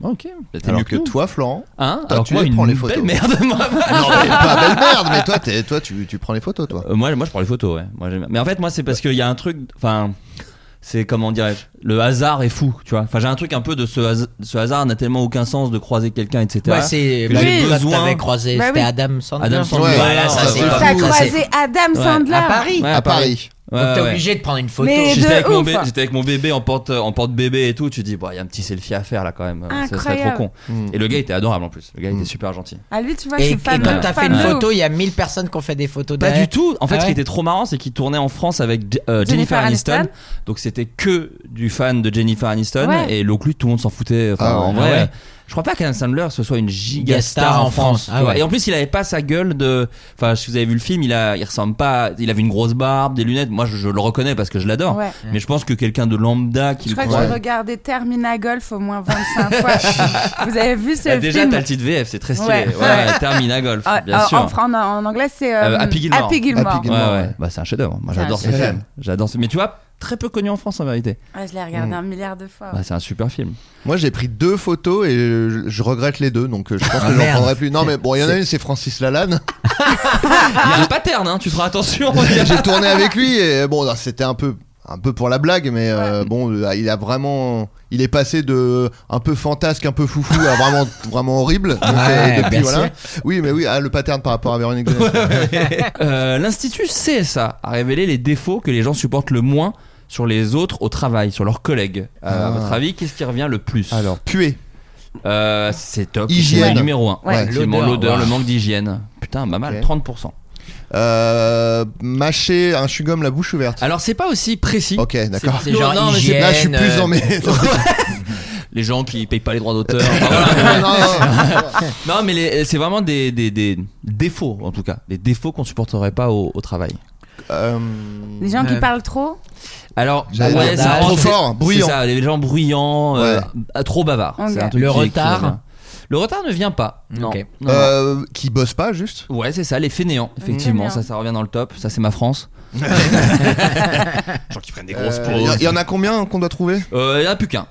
[SPEAKER 7] Ok, peut-être t'es
[SPEAKER 8] Alors
[SPEAKER 7] mieux
[SPEAKER 8] que
[SPEAKER 7] nous.
[SPEAKER 8] toi, Florent.
[SPEAKER 7] Hein
[SPEAKER 8] Toi,
[SPEAKER 7] Alors que
[SPEAKER 8] tu
[SPEAKER 7] moi,
[SPEAKER 8] les
[SPEAKER 7] une
[SPEAKER 8] prends, les
[SPEAKER 7] belle
[SPEAKER 8] photos.
[SPEAKER 7] merde, moi.
[SPEAKER 8] Non, mais pas belle merde, mais toi, t'es- toi tu, tu prends les photos, toi.
[SPEAKER 7] Euh, moi, moi, je prends les photos, ouais. Moi, j'aime bien. mais en fait, moi, c'est parce qu'il y a un truc. Enfin. c'est- c'est comment dirais-je Le hasard est fou, tu vois. Enfin, j'ai un truc un peu de ce, has- ce hasard n'a tellement aucun sens de croiser quelqu'un, etc.
[SPEAKER 10] Ouais, c'est
[SPEAKER 7] que
[SPEAKER 10] bah,
[SPEAKER 7] j'ai
[SPEAKER 10] le pote
[SPEAKER 7] besoin-
[SPEAKER 10] t'avais croisé,
[SPEAKER 9] Bah
[SPEAKER 10] c'était
[SPEAKER 9] oui.
[SPEAKER 10] Adam Sandler.
[SPEAKER 7] Adam Sandler.
[SPEAKER 10] Voilà, ça
[SPEAKER 7] Ouais,
[SPEAKER 10] c'est
[SPEAKER 7] ouais,
[SPEAKER 10] fou,
[SPEAKER 9] T'as
[SPEAKER 7] ouais.
[SPEAKER 10] Ah, ça,
[SPEAKER 9] croisé
[SPEAKER 10] c'est-
[SPEAKER 9] Adam
[SPEAKER 7] Ouais.
[SPEAKER 9] Sandler
[SPEAKER 10] à Paris.
[SPEAKER 7] Ouais,
[SPEAKER 8] à Paris.
[SPEAKER 7] Ouais,
[SPEAKER 10] Donc t'es
[SPEAKER 7] ouais.
[SPEAKER 10] obligé de prendre une photo.
[SPEAKER 9] Mais- Et
[SPEAKER 7] J'étais
[SPEAKER 9] de
[SPEAKER 7] avec, mon
[SPEAKER 9] ouf.
[SPEAKER 7] bé- j'étais avec mon bébé en porte, en porte bébé et tout. Tu dis, bon, il y a un petit selfie à faire là quand même. Ça serait trop
[SPEAKER 9] Incroyable.
[SPEAKER 7] con.
[SPEAKER 8] Mm.
[SPEAKER 7] Et le gars était adorable en plus. Le gars
[SPEAKER 8] Mm.
[SPEAKER 7] était super gentil.
[SPEAKER 9] Ah lui, tu vois, je
[SPEAKER 10] Et,
[SPEAKER 9] suis
[SPEAKER 10] et
[SPEAKER 9] fan
[SPEAKER 10] quand
[SPEAKER 9] de-
[SPEAKER 10] t'as fait
[SPEAKER 9] fan
[SPEAKER 10] une
[SPEAKER 9] de ouf.
[SPEAKER 10] photo, il y a 1000 personnes qui ont fait des photos
[SPEAKER 7] Pas
[SPEAKER 10] derrière.
[SPEAKER 7] du tout. En fait,
[SPEAKER 10] Ah
[SPEAKER 7] ce qui
[SPEAKER 10] ouais
[SPEAKER 7] était trop marrant, c'est qu'il tournait en France avec J- euh, Jennifer,
[SPEAKER 9] Jennifer
[SPEAKER 7] Aniston.
[SPEAKER 9] Aniston.
[SPEAKER 7] Donc c'était que du fan de Jennifer Aniston.
[SPEAKER 9] Ouais.
[SPEAKER 7] Et l'Oclu, tout le monde s'en foutait. Enfin,
[SPEAKER 8] Ah ouais.
[SPEAKER 7] en vrai,
[SPEAKER 10] Ah ouais.
[SPEAKER 7] euh, je crois pas qu'Adam Sandler ce soit une giga
[SPEAKER 10] Giga
[SPEAKER 7] star en France.
[SPEAKER 10] Ah
[SPEAKER 7] tu vois.
[SPEAKER 10] ouais.
[SPEAKER 7] Et en plus, il avait pas sa gueule de. Enfin, si vous avez vu le film, il a, il ressemble pas. Il avait une grosse barbe, des lunettes. Moi, je, je le reconnais parce que je l'adore.
[SPEAKER 9] Ouais.
[SPEAKER 7] Mais je pense que quelqu'un de lambda qui le
[SPEAKER 9] Je crois que
[SPEAKER 7] croise-
[SPEAKER 9] j'ai regardé Termina Golf au moins 25 fois. Vous avez vu ce
[SPEAKER 7] Ah, déjà,
[SPEAKER 9] film
[SPEAKER 7] t'as le titre VF, c'est très stylé.
[SPEAKER 9] Ouais.
[SPEAKER 7] Ouais, Termina Golf,
[SPEAKER 9] Ah,
[SPEAKER 7] bien
[SPEAKER 9] ah,
[SPEAKER 7] sûr.
[SPEAKER 9] En, fran- en, en anglais, c'est euh,
[SPEAKER 7] Euh, Happy Gilmore.
[SPEAKER 9] Gilmore.
[SPEAKER 8] Happy
[SPEAKER 7] Ouais,
[SPEAKER 8] Gilmore,
[SPEAKER 7] ouais.
[SPEAKER 8] ouais.
[SPEAKER 7] Bah, c'est un chef-d'œuvre. Moi,
[SPEAKER 9] C'est
[SPEAKER 7] j'adore
[SPEAKER 9] un
[SPEAKER 7] ce
[SPEAKER 8] chef-d'œuvre.
[SPEAKER 7] film. J'adore ce. Mais tu vois, très peu connu en France en vérité.
[SPEAKER 9] Ouais, je l'ai regardé
[SPEAKER 8] Mm.
[SPEAKER 9] un milliard de fois.
[SPEAKER 7] Bah, c'est un super film.
[SPEAKER 8] Moi, j'ai pris deux photos et je, je regrette les deux, donc euh, je pense
[SPEAKER 10] Ah,
[SPEAKER 8] que j'en
[SPEAKER 10] merde.
[SPEAKER 8] prendrai plus. Non, mais bon, il y en a une, c'est Francis Lalanne.
[SPEAKER 7] Il y a un pattern, hein, tu feras attention.
[SPEAKER 8] j'ai tourné avec lui et bon, non, c'était un peu, un peu pour la blague, mais euh, bon, euh, il a vraiment, il est passé de un peu fantasque, un peu foufou à vraiment, vraiment horrible. Donc, euh,
[SPEAKER 10] Ouais,
[SPEAKER 8] depuis,
[SPEAKER 10] bien
[SPEAKER 8] voilà. Oui, mais oui, ah, le pattern par rapport à Véronique. Donnet.
[SPEAKER 7] Euh, L'Institut CSA a révélé les défauts que les gens supportent le moins sur les autres au travail, sur leurs collègues. Euh,
[SPEAKER 8] Ah.
[SPEAKER 7] À votre avis, qu'est-ce qui revient le plus
[SPEAKER 8] Alors, puer.
[SPEAKER 7] Euh, c'est top.
[SPEAKER 8] Hygiène.
[SPEAKER 7] C'est le numéro 1.
[SPEAKER 9] Ouais.
[SPEAKER 8] Ouais.
[SPEAKER 7] Effectivement,
[SPEAKER 10] L'odeur,
[SPEAKER 7] l'odeur,
[SPEAKER 10] ouais.
[SPEAKER 7] le manque d'hygiène. Putain, pas mal,
[SPEAKER 8] Ok.
[SPEAKER 7] 30%.
[SPEAKER 8] Euh, mâcher un chewing-gum la bouche ouverte.
[SPEAKER 7] Alors, c'est pas aussi précis.
[SPEAKER 8] Ok, d'accord.
[SPEAKER 10] Ah, C'est
[SPEAKER 7] Non,
[SPEAKER 10] genre
[SPEAKER 7] non, mais c'est-
[SPEAKER 10] hygiène.
[SPEAKER 8] Là, je suis plus
[SPEAKER 10] euh,
[SPEAKER 8] en mes.
[SPEAKER 7] les gens qui payent pas les droits d'auteur. Enfin, voilà.
[SPEAKER 8] Non, non,
[SPEAKER 7] Non,
[SPEAKER 8] non.
[SPEAKER 7] mais les- c'est vraiment des, des- des défauts, en tout cas. Des défauts qu'on supporterait pas au, au travail.
[SPEAKER 8] Euh,
[SPEAKER 9] Les gens qui
[SPEAKER 10] Euh,
[SPEAKER 9] parlent trop,
[SPEAKER 7] Alors,
[SPEAKER 8] J'allais
[SPEAKER 7] ouais,
[SPEAKER 10] dire,
[SPEAKER 7] ça
[SPEAKER 10] bah,
[SPEAKER 7] rentre-
[SPEAKER 10] trop
[SPEAKER 8] fort,
[SPEAKER 7] c'est-
[SPEAKER 8] bruyant.
[SPEAKER 7] c'est ça, les gens bruyants, euh, à- trop bavards.
[SPEAKER 9] Ok.
[SPEAKER 7] C'est un truc
[SPEAKER 10] Le
[SPEAKER 7] qui- qui
[SPEAKER 10] retard.
[SPEAKER 7] revient. Le retard ne vient pas. Non.
[SPEAKER 10] Ok.
[SPEAKER 7] Non,
[SPEAKER 8] euh, qui bosse pas, juste.
[SPEAKER 7] non. Ouais, c'est ça, les fainéants, effectivement. Ça,
[SPEAKER 9] Fainéants.
[SPEAKER 7] ça revient dans le top. Ça, c'est ma France. gens qui prennent des grosses
[SPEAKER 8] Il
[SPEAKER 7] pauses.
[SPEAKER 8] Euh, y, en a combien qu'on doit trouver
[SPEAKER 7] Euh, Il n'y en a plus qu'un.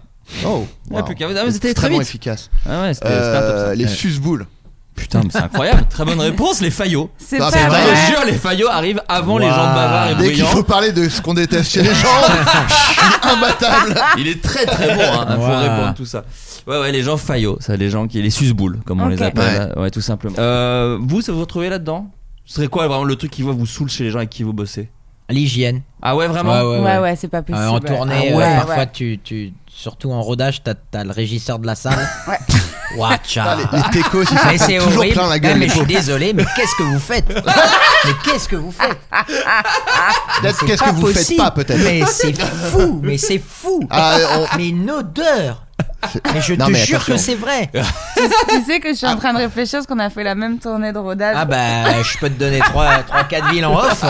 [SPEAKER 8] Oh,
[SPEAKER 7] Il y en a plus qu'un. Ah, Vous étiez très
[SPEAKER 8] Extrêmement
[SPEAKER 7] vite.
[SPEAKER 8] efficace.
[SPEAKER 7] Ah ouais, c'était c'était un top,
[SPEAKER 8] Euh,
[SPEAKER 7] ça.
[SPEAKER 8] les
[SPEAKER 7] Ouais. Ah,
[SPEAKER 8] susboules.
[SPEAKER 7] Putain, mais c'est incroyable. très bonne réponse, les faillots.
[SPEAKER 9] c'est
[SPEAKER 8] Ah,
[SPEAKER 9] pas
[SPEAKER 8] c'est
[SPEAKER 9] vrai.
[SPEAKER 7] Je
[SPEAKER 8] vrai.
[SPEAKER 7] te jure, les faillots arrivent avant les gens
[SPEAKER 10] Waouh.
[SPEAKER 7] bavards et
[SPEAKER 8] Dès qu'il
[SPEAKER 7] bruyants.
[SPEAKER 8] faut parler de ce qu'on déteste chez les gens, je suis imbattable.
[SPEAKER 7] Il est très très bon hein, pour
[SPEAKER 10] Wow.
[SPEAKER 7] répondre à tout ça. Ouais ouais les gens faillots, ça les gens qui les susboules comme on
[SPEAKER 9] Ok.
[SPEAKER 7] les appelle, ouais, tout simplement. Euh, vous ça vous retrouvez là-dedans Ce serait quoi vraiment le truc qui va vous saouler chez les gens avec qui vous bossez
[SPEAKER 10] L'hygiène.
[SPEAKER 7] Ah ouais vraiment
[SPEAKER 9] Ouais, ouais, c'est pas possible.
[SPEAKER 10] Euh, en tournée,
[SPEAKER 9] Ah
[SPEAKER 10] euh,
[SPEAKER 9] ouais,
[SPEAKER 10] parfois
[SPEAKER 9] ouais.
[SPEAKER 10] tu, tu, surtout en rodage, t'as, t'as le régisseur de la salle. Ouah, tcha.
[SPEAKER 8] Les techos, ils
[SPEAKER 10] Ah. Mais
[SPEAKER 8] s'en
[SPEAKER 10] c'est
[SPEAKER 8] foutent toujours
[SPEAKER 10] horrible.
[SPEAKER 8] plein la gueule.
[SPEAKER 10] Ouais, mais
[SPEAKER 8] les
[SPEAKER 10] je suis
[SPEAKER 8] pauvres.
[SPEAKER 10] désolé, mais qu'est-ce que vous faites Mais qu'est-ce que vous faites
[SPEAKER 8] Peut-être
[SPEAKER 10] C'est
[SPEAKER 8] qu'est-ce que
[SPEAKER 10] pas
[SPEAKER 8] vous faites
[SPEAKER 10] possible.
[SPEAKER 8] pas, peut-être.
[SPEAKER 10] Mais c'est fou, mais c'est fou.
[SPEAKER 8] Ah, on-
[SPEAKER 10] Mais une odeur.
[SPEAKER 8] C'est-
[SPEAKER 10] Mais je
[SPEAKER 8] Non,
[SPEAKER 10] te
[SPEAKER 8] mais
[SPEAKER 10] jure
[SPEAKER 8] attention.
[SPEAKER 10] que c'est vrai.
[SPEAKER 9] Tu sais que je suis en train de réfléchir parce qu'on a fait la même tournée de rodage.
[SPEAKER 10] Ah bah, je peux te donner 3 trois, quatre villes en off, mais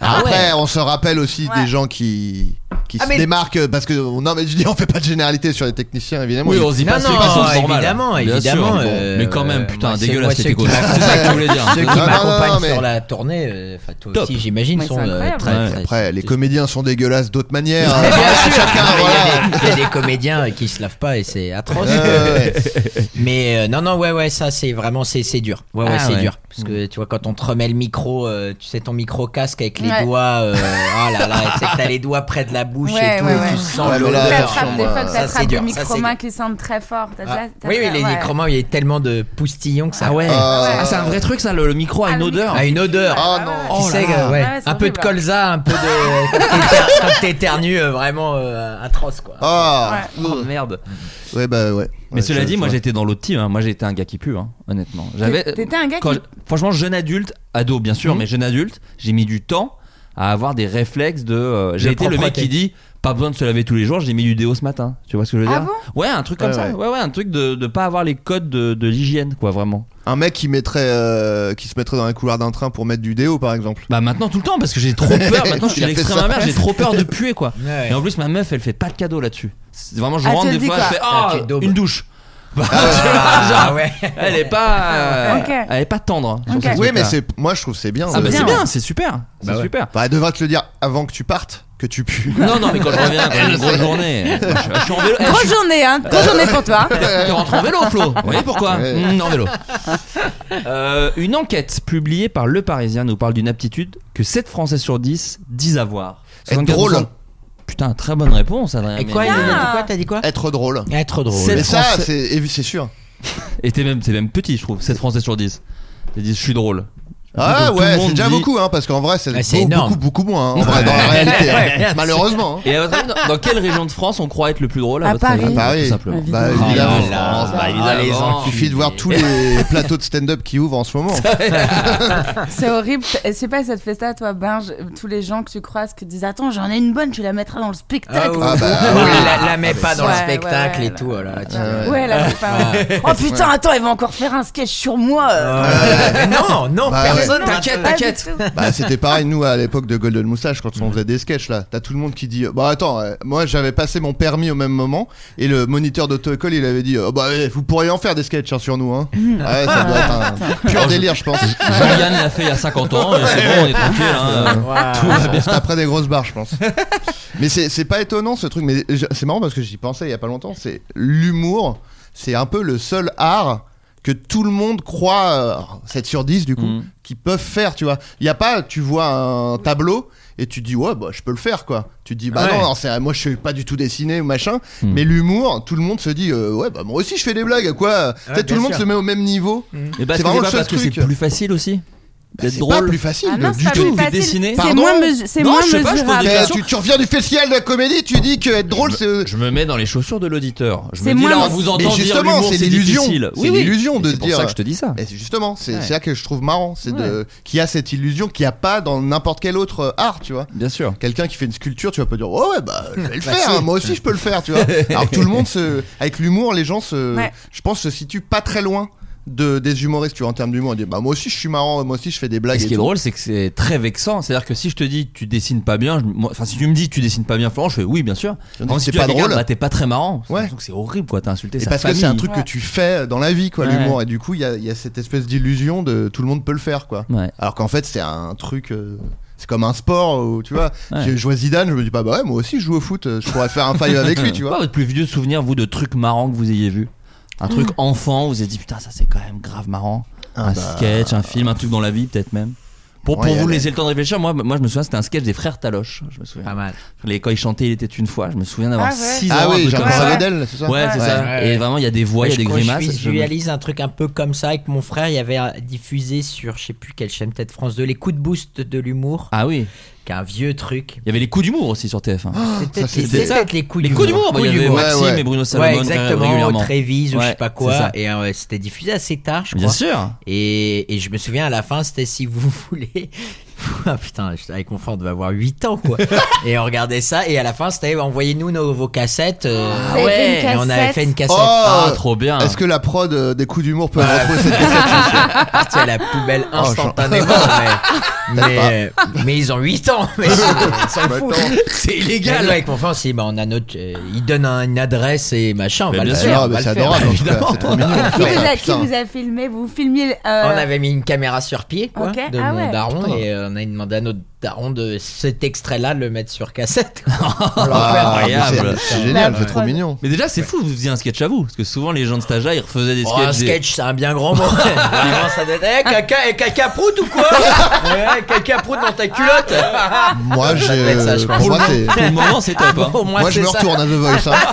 [SPEAKER 10] Ah ouais.
[SPEAKER 8] Après, on se rappelle aussi
[SPEAKER 9] Ouais.
[SPEAKER 8] des gens qui qui
[SPEAKER 10] Ah,
[SPEAKER 8] se
[SPEAKER 10] mais-
[SPEAKER 8] démarquent euh, parce que non mais je dis on fait pas de généralité sur les techniciens évidemment.
[SPEAKER 7] Oui,
[SPEAKER 8] Ils-
[SPEAKER 7] on se dit pas
[SPEAKER 10] Non,
[SPEAKER 7] c'est
[SPEAKER 10] non,
[SPEAKER 7] pas ça, c'est normal.
[SPEAKER 10] évidemment,
[SPEAKER 7] Bien sûr,
[SPEAKER 10] évidemment,
[SPEAKER 7] bon.
[SPEAKER 10] euh,
[SPEAKER 7] mais quand même,
[SPEAKER 10] euh,
[SPEAKER 7] putain,
[SPEAKER 10] moi, c'est-
[SPEAKER 7] dégueulasse
[SPEAKER 10] moi,
[SPEAKER 7] les
[SPEAKER 10] ceux
[SPEAKER 7] techos.
[SPEAKER 10] qui
[SPEAKER 7] C'est ça que je voulais dire.
[SPEAKER 10] ceux
[SPEAKER 8] Non,
[SPEAKER 10] qui
[SPEAKER 8] non,
[SPEAKER 10] m'accompagnent
[SPEAKER 8] non, mais-
[SPEAKER 10] sur la tournée, euh, enfin toi
[SPEAKER 7] Top.
[SPEAKER 10] aussi j'imagine,
[SPEAKER 9] Mais
[SPEAKER 10] sont
[SPEAKER 9] c'est
[SPEAKER 10] euh,
[SPEAKER 9] incroyable.
[SPEAKER 10] très,
[SPEAKER 7] Ouais.
[SPEAKER 10] très-
[SPEAKER 8] Après, les
[SPEAKER 10] très-
[SPEAKER 8] comédiens sont dégueulasses d'autres manières.
[SPEAKER 10] Mais bien
[SPEAKER 8] Voilà,
[SPEAKER 10] sûr,
[SPEAKER 8] chacun,
[SPEAKER 10] non, mais
[SPEAKER 8] voilà.
[SPEAKER 10] il, y a des, il y a des comédiens qui se lavent pas et c'est atroce.
[SPEAKER 8] Ouais, ouais.
[SPEAKER 10] Mais euh, non, non, ouais, ouais, ça c'est vraiment c'est c'est dur. Ouais, ouais,
[SPEAKER 7] Ah,
[SPEAKER 10] c'est
[SPEAKER 7] ouais.
[SPEAKER 10] dur. Parce que tu vois, quand on te remet le micro, euh, tu sais, ton micro casque avec les
[SPEAKER 9] Ouais.
[SPEAKER 10] doigts, euh, oh là là, tu sais que t'as les doigts près de la bouche
[SPEAKER 9] Ouais,
[SPEAKER 10] et tout,
[SPEAKER 9] ouais,
[SPEAKER 10] et
[SPEAKER 9] ouais.
[SPEAKER 10] tu sens
[SPEAKER 8] Ouais, mais là,
[SPEAKER 10] l'odeur.
[SPEAKER 8] attention,
[SPEAKER 9] T'attrapes des fois,
[SPEAKER 8] moi,
[SPEAKER 10] ça, c'est
[SPEAKER 9] t'attrapes des
[SPEAKER 10] dur, ça, c'est
[SPEAKER 9] micromains
[SPEAKER 10] dur.
[SPEAKER 9] qui sentent très fort.
[SPEAKER 10] Ah,
[SPEAKER 9] T'as déjà- t'as
[SPEAKER 10] oui, oui,
[SPEAKER 9] déjà-
[SPEAKER 10] les
[SPEAKER 9] ouais.
[SPEAKER 10] micromans, il y a tellement de poustillons que ça.
[SPEAKER 7] Ah ouais.
[SPEAKER 8] Euh,
[SPEAKER 7] Ah, c'est un vrai truc ça le, le micro a
[SPEAKER 9] Ah,
[SPEAKER 7] une
[SPEAKER 9] le Ah,
[SPEAKER 7] odeur.
[SPEAKER 10] a une odeur.
[SPEAKER 8] Oh
[SPEAKER 9] ouais,
[SPEAKER 8] non.
[SPEAKER 9] ouais.
[SPEAKER 10] Tu
[SPEAKER 7] Oh
[SPEAKER 10] sais
[SPEAKER 7] là
[SPEAKER 10] que,
[SPEAKER 7] là.
[SPEAKER 10] ouais,
[SPEAKER 9] Ah Ouais, c'est
[SPEAKER 10] un peu de
[SPEAKER 9] horrible. hein.
[SPEAKER 10] colza, un peu de. quand t'éter- quand t'éternues, euh, vraiment euh, atroce quoi.
[SPEAKER 8] Ah.
[SPEAKER 7] Oh, merde.
[SPEAKER 8] Ouais bah ouais.
[SPEAKER 7] Mais
[SPEAKER 8] Ouais,
[SPEAKER 7] cela
[SPEAKER 8] je-
[SPEAKER 7] dit, moi
[SPEAKER 8] ouais.
[SPEAKER 7] j'étais dans l'autre team. hein. Moi j'étais un gars qui pue, hein, honnêtement. J'avais.
[SPEAKER 9] T'étais un gars
[SPEAKER 7] Quand
[SPEAKER 9] qui.
[SPEAKER 7] je- franchement, jeune adulte, ado bien sûr,
[SPEAKER 10] Mhm.
[SPEAKER 7] mais jeune adulte, j'ai mis du temps à avoir des réflexes de. euh, j'ai
[SPEAKER 10] De
[SPEAKER 7] été le mec
[SPEAKER 10] propreté.
[SPEAKER 7] qui dit pas besoin de se laver tous les jours, j'ai mis du déo ce matin. Tu vois ce que je veux
[SPEAKER 9] Ah
[SPEAKER 7] dire Ouais, un truc comme
[SPEAKER 8] Ouais,
[SPEAKER 7] ça.
[SPEAKER 8] ouais.
[SPEAKER 7] Ouais, ouais, un truc de, de pas avoir les codes de, de l'hygiène, quoi, vraiment.
[SPEAKER 8] Un mec qui mettrait, euh, qui se mettrait dans la couloir d'un train pour mettre du déo, par exemple.
[SPEAKER 7] Bah maintenant tout le temps parce que j'ai trop peur. Maintenant je suis
[SPEAKER 8] Il
[SPEAKER 7] à
[SPEAKER 8] a fait
[SPEAKER 7] l'extrême
[SPEAKER 8] ça.
[SPEAKER 7] inverse, j'ai trop peur de puer, quoi.
[SPEAKER 10] Ouais, ouais.
[SPEAKER 7] Et en plus ma meuf, elle fait pas de cadeau là-dessus. C'est Vraiment, je
[SPEAKER 9] Ah, tu
[SPEAKER 7] rentre
[SPEAKER 9] le
[SPEAKER 7] des
[SPEAKER 9] dis
[SPEAKER 7] fois,
[SPEAKER 9] quoi
[SPEAKER 7] je fais
[SPEAKER 10] Ah,
[SPEAKER 7] ah
[SPEAKER 10] tu daubes.
[SPEAKER 7] une douche. Bah,
[SPEAKER 10] Ah, ouais.
[SPEAKER 7] Elle est pas, euh,
[SPEAKER 9] Ok.
[SPEAKER 7] elle est pas tendre. sur
[SPEAKER 9] Ok.
[SPEAKER 7] ce
[SPEAKER 8] Oui,
[SPEAKER 7] truc-là.
[SPEAKER 8] mais c'est, moi je trouve que c'est bien.
[SPEAKER 7] ah bah
[SPEAKER 8] Euh,
[SPEAKER 7] c'est
[SPEAKER 9] bien.
[SPEAKER 7] bien, c'est super, c'est
[SPEAKER 10] ouais.
[SPEAKER 7] super.
[SPEAKER 8] Bah, elle devrait te le dire avant que tu partes, que tu pues.
[SPEAKER 7] Non, non, mais quand je reviens, quand j'ai une grosse journée, je, je suis en vélo. Eh,
[SPEAKER 9] Grosse
[SPEAKER 7] je suis-
[SPEAKER 9] journée, hein. Grosse journée pour toi.
[SPEAKER 7] T'es rentré en vélo, Flo. Vous voyez pourquoi
[SPEAKER 8] Ouais.
[SPEAKER 7] Mm, En vélo. Euh, une enquête publiée par Le Parisien nous parle d'une aptitude que 7 Français sur 10 disent avoir.
[SPEAKER 8] Être
[SPEAKER 7] 74%
[SPEAKER 8] drôle.
[SPEAKER 7] Putain, très bonne réponse, Adrien.
[SPEAKER 10] Et quoi,
[SPEAKER 7] Méniel.
[SPEAKER 10] il a dit quoi T'as dit quoi
[SPEAKER 8] Être drôle.
[SPEAKER 10] Être Ah, drôle.
[SPEAKER 7] Être
[SPEAKER 8] Mais ça,
[SPEAKER 7] français.
[SPEAKER 8] c'est et oui, c'est sûr.
[SPEAKER 7] Et t'es même, t'es même petit, je trouve. 7 Français sur 10. Ils disent, je suis drôle. Donc,
[SPEAKER 8] Ah
[SPEAKER 7] tout le
[SPEAKER 8] ouais,
[SPEAKER 7] monde
[SPEAKER 8] c'est déjà
[SPEAKER 7] dit-
[SPEAKER 8] beaucoup, hein, parce qu'en vrai, c'est
[SPEAKER 10] Ah, c'est
[SPEAKER 8] beaucoup,
[SPEAKER 10] énorme.
[SPEAKER 8] beaucoup, beaucoup moins, hein, en vrai, dans la réalité. hein. Malheureusement. hein.
[SPEAKER 7] Et à votre avis, dans- dans quelle région de France on croit être le plus drôle à,
[SPEAKER 9] À
[SPEAKER 7] votre avis
[SPEAKER 9] Paris.
[SPEAKER 7] Tout
[SPEAKER 8] Paris.
[SPEAKER 7] simplement.
[SPEAKER 9] Évidemment.
[SPEAKER 8] Bah,
[SPEAKER 10] Oh
[SPEAKER 8] évidemment.
[SPEAKER 10] là là,
[SPEAKER 8] Bah,
[SPEAKER 10] ah,
[SPEAKER 8] évidemment.
[SPEAKER 10] les
[SPEAKER 8] Il suffit de voir tous les plateaux de stand-up qui ouvrent en ce moment.
[SPEAKER 9] C'est horrible. Je sais pas, cette festa, toi, Binge, tous les gens que tu croises qui te disent Attends, j'en ai une bonne, tu la mettras dans le
[SPEAKER 10] Ah,
[SPEAKER 9] spectacle.
[SPEAKER 10] ouais.
[SPEAKER 8] Ah, bah,
[SPEAKER 10] Oh,
[SPEAKER 8] oui.
[SPEAKER 10] la, la mets pas dans le
[SPEAKER 9] Ouais, ouais,
[SPEAKER 10] spectacle
[SPEAKER 9] ouais,
[SPEAKER 10] et tout. oh là là, tu-
[SPEAKER 8] Ah,
[SPEAKER 9] Ouais, là, c'est pas Oh putain, attends, elle va encore faire un sketch sur moi.
[SPEAKER 10] Euh,
[SPEAKER 9] euh.
[SPEAKER 10] mais non, non,
[SPEAKER 8] Ah, Bah, ouais.
[SPEAKER 10] personne.
[SPEAKER 9] Non,
[SPEAKER 10] T'inquiète,
[SPEAKER 9] pas du
[SPEAKER 10] t'inquiète.
[SPEAKER 9] tout.
[SPEAKER 8] Bah, c'était pareil, nous, à l'époque de Golden Moustache, quand on faisait des sketchs, là, t'as tout le monde qui dit Bah, attends, euh, moi, j'avais passé mon permis au même moment, et le moniteur d'auto-école, il avait dit Oh, Bah, eh, vous pourriez en faire des sketchs hein, sur nous, hein. Ouais, ça doit être un pur délire, je pense.
[SPEAKER 7] Jean-Yann l'a fait il y a 50 ans, et c'est bon, on est tranquille. hein.
[SPEAKER 8] C'est après des grosses barres, je pense. mais c'est c'est pas étonnant ce truc, mais je- c'est marrant parce que j'y pensais il y a pas longtemps. C'est l'humour, c'est un peu le seul art que tout le monde croit, euh, 7 sur 10 du coup,
[SPEAKER 7] Mm.
[SPEAKER 8] qui peuvent faire, tu vois. Il y a pas, tu vois un tableau et tu dis, ouais, bah, je peux le faire, quoi. Tu te dis, bah
[SPEAKER 10] Ouais.
[SPEAKER 8] non, non, c'est- moi je suis pas du tout dessiné ou machin.
[SPEAKER 7] Mm.
[SPEAKER 8] Mais l'humour, tout le monde se dit, euh, ouais, bah moi aussi je fais des blagues, quoi. Peut-être tout
[SPEAKER 10] bien
[SPEAKER 8] le monde
[SPEAKER 10] sûr.
[SPEAKER 8] se met au même niveau.
[SPEAKER 7] Et bah, c'est
[SPEAKER 8] C'est vraiment
[SPEAKER 7] pas
[SPEAKER 8] le seul
[SPEAKER 7] parce que c'est
[SPEAKER 8] truc.
[SPEAKER 7] plus facile aussi
[SPEAKER 8] Bah,
[SPEAKER 7] d'être
[SPEAKER 8] c'est pas
[SPEAKER 7] drôle.
[SPEAKER 8] plus facile
[SPEAKER 9] Ah non,
[SPEAKER 8] du
[SPEAKER 9] c'est pas
[SPEAKER 8] tout.
[SPEAKER 9] plus
[SPEAKER 7] Vous
[SPEAKER 9] facile.
[SPEAKER 7] dessinez
[SPEAKER 9] C'est
[SPEAKER 8] Pardon
[SPEAKER 9] moins, mesu- c'est
[SPEAKER 7] Non,
[SPEAKER 9] moins
[SPEAKER 7] je sais pas, je pose des
[SPEAKER 9] mesurable.
[SPEAKER 8] Mais
[SPEAKER 7] questions.
[SPEAKER 8] tu, tu reviens du festival de la comédie, tu dis que être
[SPEAKER 7] Bah,
[SPEAKER 8] drôle, c'est. euh,
[SPEAKER 7] Je me mets dans les chaussures de l'auditeur. Je me
[SPEAKER 9] C'est
[SPEAKER 7] dis
[SPEAKER 9] moins
[SPEAKER 7] là, on
[SPEAKER 9] mon-
[SPEAKER 7] vous
[SPEAKER 8] Mais
[SPEAKER 7] entend dire
[SPEAKER 8] justement,
[SPEAKER 7] l'humour,
[SPEAKER 8] c'est
[SPEAKER 7] c'est
[SPEAKER 8] l'illusion.
[SPEAKER 7] difficile.
[SPEAKER 8] C'est l'illusion
[SPEAKER 7] Mais
[SPEAKER 8] de
[SPEAKER 7] C'est pour
[SPEAKER 8] dire-
[SPEAKER 7] ça que je te dis ça.
[SPEAKER 8] Mais c'est justement, c'est
[SPEAKER 7] Ouais.
[SPEAKER 8] c'est ça que je trouve marrant, c'est de qu'il y a cette illusion qu'il n'y a pas dans n'importe quel autre euh, art, tu vois.
[SPEAKER 7] Bien sûr.
[SPEAKER 8] Quelqu'un qui fait une sculpture, tu vas pas dire oh ouais bah je vais le faire, hein, moi aussi je peux le faire, tu vois. Alors que tout le monde se, avec l'humour, les gens se,
[SPEAKER 9] Ouais.
[SPEAKER 8] je pense se situent pas très loin de des humoristes, tu vois, en termes d'humour. On dit bah moi aussi je suis marrant, moi aussi je fais des
[SPEAKER 7] Et
[SPEAKER 8] blagues.
[SPEAKER 7] ce
[SPEAKER 8] et
[SPEAKER 7] qui est
[SPEAKER 8] tout.
[SPEAKER 7] drôle, c'est que c'est très vexant. C'est-à-dire que si je te dis tu dessines pas bien, je- moi- enfin si tu me dis tu dessines pas bien, Florent, je fais oui, bien sûr.
[SPEAKER 8] Je dis,
[SPEAKER 7] Quand
[SPEAKER 8] c'est
[SPEAKER 7] si tu
[SPEAKER 8] pas
[SPEAKER 7] dis, regarde,
[SPEAKER 8] drôle.
[SPEAKER 7] Bah, t'es pas très marrant.
[SPEAKER 8] Ouais.
[SPEAKER 7] Donc c'est horrible quoi. T'as insulté
[SPEAKER 8] Et
[SPEAKER 7] sa
[SPEAKER 8] parce que
[SPEAKER 7] famille.
[SPEAKER 8] c'est un truc
[SPEAKER 9] Ouais.
[SPEAKER 8] que tu fais euh, dans la vie, quoi,
[SPEAKER 7] Ouais.
[SPEAKER 8] l'humour. Et du coup, il y a, il y a cette espèce d'illusion de tout le monde peut le faire, quoi.
[SPEAKER 7] Ouais.
[SPEAKER 8] Alors qu'en fait, c'est un truc. euh, c'est comme un sport où, tu vois,
[SPEAKER 7] Ouais.
[SPEAKER 8] je, je vois Zidane, je me dis pas, bah ouais, moi aussi je joue au foot, euh, je pourrais faire un five avec lui,
[SPEAKER 10] Hum.
[SPEAKER 8] tu
[SPEAKER 7] Quoi
[SPEAKER 8] vois.
[SPEAKER 7] votre plus vieux souvenir vous de trucs marrants que vous ayez vu Un truc
[SPEAKER 10] Hum.
[SPEAKER 7] enfant, vous avez dit putain ça c'est quand même grave marrant.
[SPEAKER 8] Ah
[SPEAKER 7] un
[SPEAKER 8] bah.
[SPEAKER 7] sketch, un film, un truc dans la vie peut-être même. Pour,
[SPEAKER 8] Ouais,
[SPEAKER 7] pour vous
[SPEAKER 8] ouais.
[SPEAKER 7] laisser le temps de réfléchir, moi, moi je me souviens c'était un sketch des frères Taloche. Je me
[SPEAKER 10] Pas
[SPEAKER 7] souviens.
[SPEAKER 10] mal.
[SPEAKER 7] Les, quand ils chantaient il était une fois, je me souviens d'avoir
[SPEAKER 9] Ah ouais.
[SPEAKER 7] 6
[SPEAKER 8] Ah
[SPEAKER 7] ans. un
[SPEAKER 8] oui,
[SPEAKER 7] truc
[SPEAKER 8] j'ai
[SPEAKER 7] comme
[SPEAKER 8] un
[SPEAKER 7] ça.
[SPEAKER 8] modèle, c'est ça
[SPEAKER 7] Ouais, c'est
[SPEAKER 10] Ouais.
[SPEAKER 7] ça.
[SPEAKER 10] Ouais.
[SPEAKER 7] Et vraiment, il y a des voix, il y a des
[SPEAKER 10] je, crois que
[SPEAKER 7] grimaces.
[SPEAKER 10] Je
[SPEAKER 7] Je me-
[SPEAKER 10] visualise un truc un peu comme ça avec mon frère. Il y avait euh, diffusé sur je sais plus quelle chaîne, peut-être France 2, les coups de boost de l'humour,
[SPEAKER 7] Ah oui,
[SPEAKER 10] qui est un vieux truc.
[SPEAKER 7] il y avait les coups d'humour aussi sur TF1.
[SPEAKER 10] C'était
[SPEAKER 8] c'était-
[SPEAKER 10] c'était
[SPEAKER 7] ça.
[SPEAKER 10] peut-être Oh, les coups
[SPEAKER 7] les
[SPEAKER 10] d'humour.
[SPEAKER 7] coups d'humour, bah, il y avait
[SPEAKER 8] d'humour.
[SPEAKER 7] Maxime
[SPEAKER 8] Ouais, ouais.
[SPEAKER 7] et Bruno Salomon
[SPEAKER 10] Ouais,
[SPEAKER 7] ré-
[SPEAKER 10] exactement, au
[SPEAKER 7] régulièrement.
[SPEAKER 10] Trévise ou je
[SPEAKER 7] Ouais,
[SPEAKER 10] sais pas
[SPEAKER 7] c'est
[SPEAKER 10] quoi.
[SPEAKER 7] ça.
[SPEAKER 10] Et euh, c'était diffusé assez tard, je
[SPEAKER 7] Bien
[SPEAKER 10] crois.
[SPEAKER 7] sûr.
[SPEAKER 10] Et, et je me souviens à la fin, c'était si vous voulez. Ah, putain, je- avec mon frère, on devait avoir 8 ans quoi. et on regardait ça, et à la fin, c'était bah, envoyez-nous nos- vos cassettes. euh,
[SPEAKER 9] Vous avez fait une
[SPEAKER 10] et on avait
[SPEAKER 9] cassette
[SPEAKER 10] fait une cassette.
[SPEAKER 8] Oh,
[SPEAKER 7] Ah, trop bien.
[SPEAKER 8] Est-ce que la prod euh, des coups d'humour peut
[SPEAKER 10] Ouais.
[SPEAKER 8] retrouver cette
[SPEAKER 10] parti à la poubelle
[SPEAKER 8] Oh,
[SPEAKER 10] instantanément. mais, mais, euh, mais ils ont 8 ans. Mais c'est
[SPEAKER 7] C'est
[SPEAKER 10] illégal. Avec mon frère, on s'est dit, bah, on a notre, euh, il donne un- une adresse et machin. On
[SPEAKER 7] Mais
[SPEAKER 10] va le
[SPEAKER 7] bien
[SPEAKER 8] Ah,
[SPEAKER 7] sûr,
[SPEAKER 10] faire.
[SPEAKER 8] non,
[SPEAKER 10] on
[SPEAKER 8] mais
[SPEAKER 10] va
[SPEAKER 8] c'est
[SPEAKER 10] le faire.
[SPEAKER 8] adorable, en tout cas, c'est trop mignon.
[SPEAKER 9] Qui vous a,
[SPEAKER 8] Ah, Putain.
[SPEAKER 9] qui vous a filmé Vous filmiez. euh,
[SPEAKER 10] On avait mis une caméra sur pied quoi,
[SPEAKER 9] Ok,
[SPEAKER 10] de
[SPEAKER 9] ah
[SPEAKER 10] mon
[SPEAKER 9] ouais.
[SPEAKER 10] daron
[SPEAKER 8] Putain.
[SPEAKER 10] et euh, on a demandé à notre daron de cet extrait-là de le mettre sur cassette.
[SPEAKER 8] Ah, mais c'est-
[SPEAKER 7] Incroyable.
[SPEAKER 8] C'est génial,
[SPEAKER 9] La
[SPEAKER 8] c'est trop
[SPEAKER 9] prod.
[SPEAKER 8] mignon.
[SPEAKER 7] Mais déjà, c'est fou, vous faisiez un sketch à vous. Parce que souvent, les gens de stagia, ils refaisaient des
[SPEAKER 10] Oh,
[SPEAKER 7] sketchs.
[SPEAKER 10] un
[SPEAKER 7] des-
[SPEAKER 10] sketch, c'est un bien grand mot. Vraiment, ça doit être, eh, caca, eh, caca prout ou quoi Eh, Caca prout dans ta culotte
[SPEAKER 8] Moi, j'ai.
[SPEAKER 10] doit être ça, je
[SPEAKER 8] pour
[SPEAKER 10] pense.
[SPEAKER 8] moi, c'est-
[SPEAKER 7] Pour le moment, c'est top. hein.
[SPEAKER 10] Au moins,
[SPEAKER 8] Moi, je
[SPEAKER 10] c'est
[SPEAKER 8] me
[SPEAKER 10] ça.
[SPEAKER 8] retourne à The Voice. hein.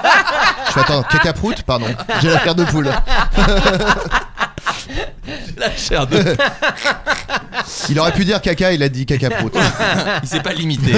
[SPEAKER 8] Je fais attends, caca prout Pardon, j'ai la paire de poule.
[SPEAKER 7] La chair de.
[SPEAKER 8] Il aurait pu dire caca, il a dit caca prout.
[SPEAKER 7] Il s'est pas limité.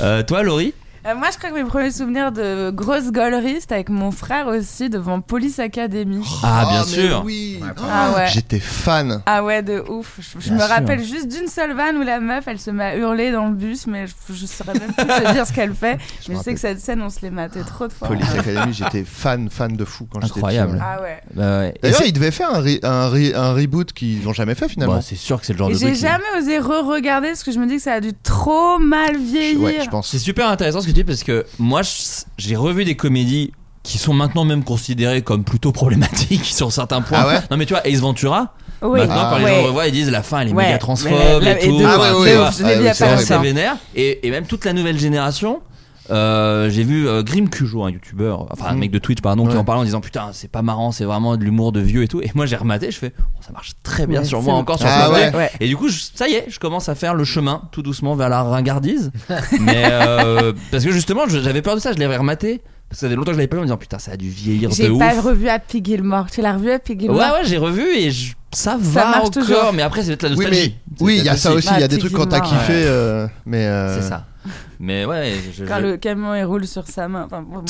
[SPEAKER 7] Euh, toi, Laurie
[SPEAKER 9] euh, moi, je crois que mes premiers souvenirs de grosses gauleries, c'était avec mon frère aussi devant Police Academy.
[SPEAKER 7] Ah, bien
[SPEAKER 8] mais
[SPEAKER 7] sûr.
[SPEAKER 8] oui.
[SPEAKER 9] Ah ouais.
[SPEAKER 8] J'étais fan.
[SPEAKER 9] Ah ouais, de ouf. Je, je
[SPEAKER 7] Bien
[SPEAKER 9] me
[SPEAKER 7] sûr.
[SPEAKER 9] rappelle juste d'une seule vanne où la meuf, elle se met à hurler dans le bus, mais je, je saurais même plus te dire ce qu'elle fait. mais je sais
[SPEAKER 8] rappelle.
[SPEAKER 9] que cette scène, on se l'est maté trop de fois.
[SPEAKER 8] Police Academy, j'étais fan, fan de fou quand j'étais
[SPEAKER 7] Incroyable.
[SPEAKER 8] petit, ouais.
[SPEAKER 9] Ah ouais.
[SPEAKER 7] Bah ouais. Et
[SPEAKER 8] D'ailleurs,
[SPEAKER 7] c'est-
[SPEAKER 8] ils devaient faire un, re- un, re- un reboot qu'ils n'ont jamais fait finalement.
[SPEAKER 7] Bah, c'est sûr que c'est le genre
[SPEAKER 9] Et
[SPEAKER 7] de
[SPEAKER 9] j'ai
[SPEAKER 7] truc. qui-
[SPEAKER 9] jamais osé re-regarder parce que je me dis que ça a dû trop mal vieillir.
[SPEAKER 8] ouais, je pense.
[SPEAKER 7] C'est super intéressant ce que tu dis parce que moi, je- j'ai revu des comédies qui sont maintenant même considérées comme plutôt problématiques sur certains points.
[SPEAKER 8] Ah ouais
[SPEAKER 7] non mais tu vois, Ace Ventura,
[SPEAKER 9] Oui. Ah
[SPEAKER 7] maintenant quand les
[SPEAKER 9] Ouais.
[SPEAKER 7] gens le revoient, ils disent la fin elle est
[SPEAKER 9] Ouais.
[SPEAKER 7] méga transphobe
[SPEAKER 9] Mais la-
[SPEAKER 7] et tout.
[SPEAKER 9] de-
[SPEAKER 8] Ah ouais,
[SPEAKER 7] Enfin,
[SPEAKER 8] ouais,
[SPEAKER 7] tu
[SPEAKER 8] ouais.
[SPEAKER 7] vois.
[SPEAKER 9] Je l'ai vu il y
[SPEAKER 8] Ah, oui,
[SPEAKER 9] a pas
[SPEAKER 8] c'est vrai,
[SPEAKER 7] c'est
[SPEAKER 9] longtemps.
[SPEAKER 7] vénère et, et même toute la nouvelle génération Euh, j'ai vu euh, Grim Cujo, un youtubeur, enfin
[SPEAKER 8] Mm.
[SPEAKER 7] un mec de Twitch, pardon, qui en parlait en disant putain, c'est pas marrant, c'est vraiment de l'humour de vieux et tout. Et moi j'ai rematé, je fais oh, ça marche très bien
[SPEAKER 9] Ouais,
[SPEAKER 7] sur
[SPEAKER 9] c'est
[SPEAKER 7] moi
[SPEAKER 9] vrai.
[SPEAKER 7] encore sur
[SPEAKER 8] Ah
[SPEAKER 7] ce côté.
[SPEAKER 9] ouais. Ouais.
[SPEAKER 7] Et du coup, je- ça y est, je commence à faire le chemin tout doucement vers la ringardise. mais euh, parce que justement, je- j'avais peur de ça, je l'avais rematé. Parce que ça faisait longtemps que je l'avais pas vu en me disant putain, ça a dû vieillir de
[SPEAKER 9] J'ai
[SPEAKER 7] ouf.
[SPEAKER 9] pas revu Happy Gilmore. Tu l'as revu Happy
[SPEAKER 7] Ouais,
[SPEAKER 9] Gilmore
[SPEAKER 7] ouais, j'ai revu et je- ça va
[SPEAKER 9] marche
[SPEAKER 7] encore,
[SPEAKER 9] toujours.
[SPEAKER 7] mais après, c'est peut-être la
[SPEAKER 8] Oui,
[SPEAKER 7] nostalgie.
[SPEAKER 8] mais oui, il y a ça aussi. Il y a
[SPEAKER 9] Bah,
[SPEAKER 8] des trucs quand t'as
[SPEAKER 9] typiquement,
[SPEAKER 8] kiffé, euh, mais euh,
[SPEAKER 7] C'est ça. Mais ouais, je-
[SPEAKER 9] Quand
[SPEAKER 7] je-
[SPEAKER 9] le camion il roule sur sa main. Enfin, bon, bon.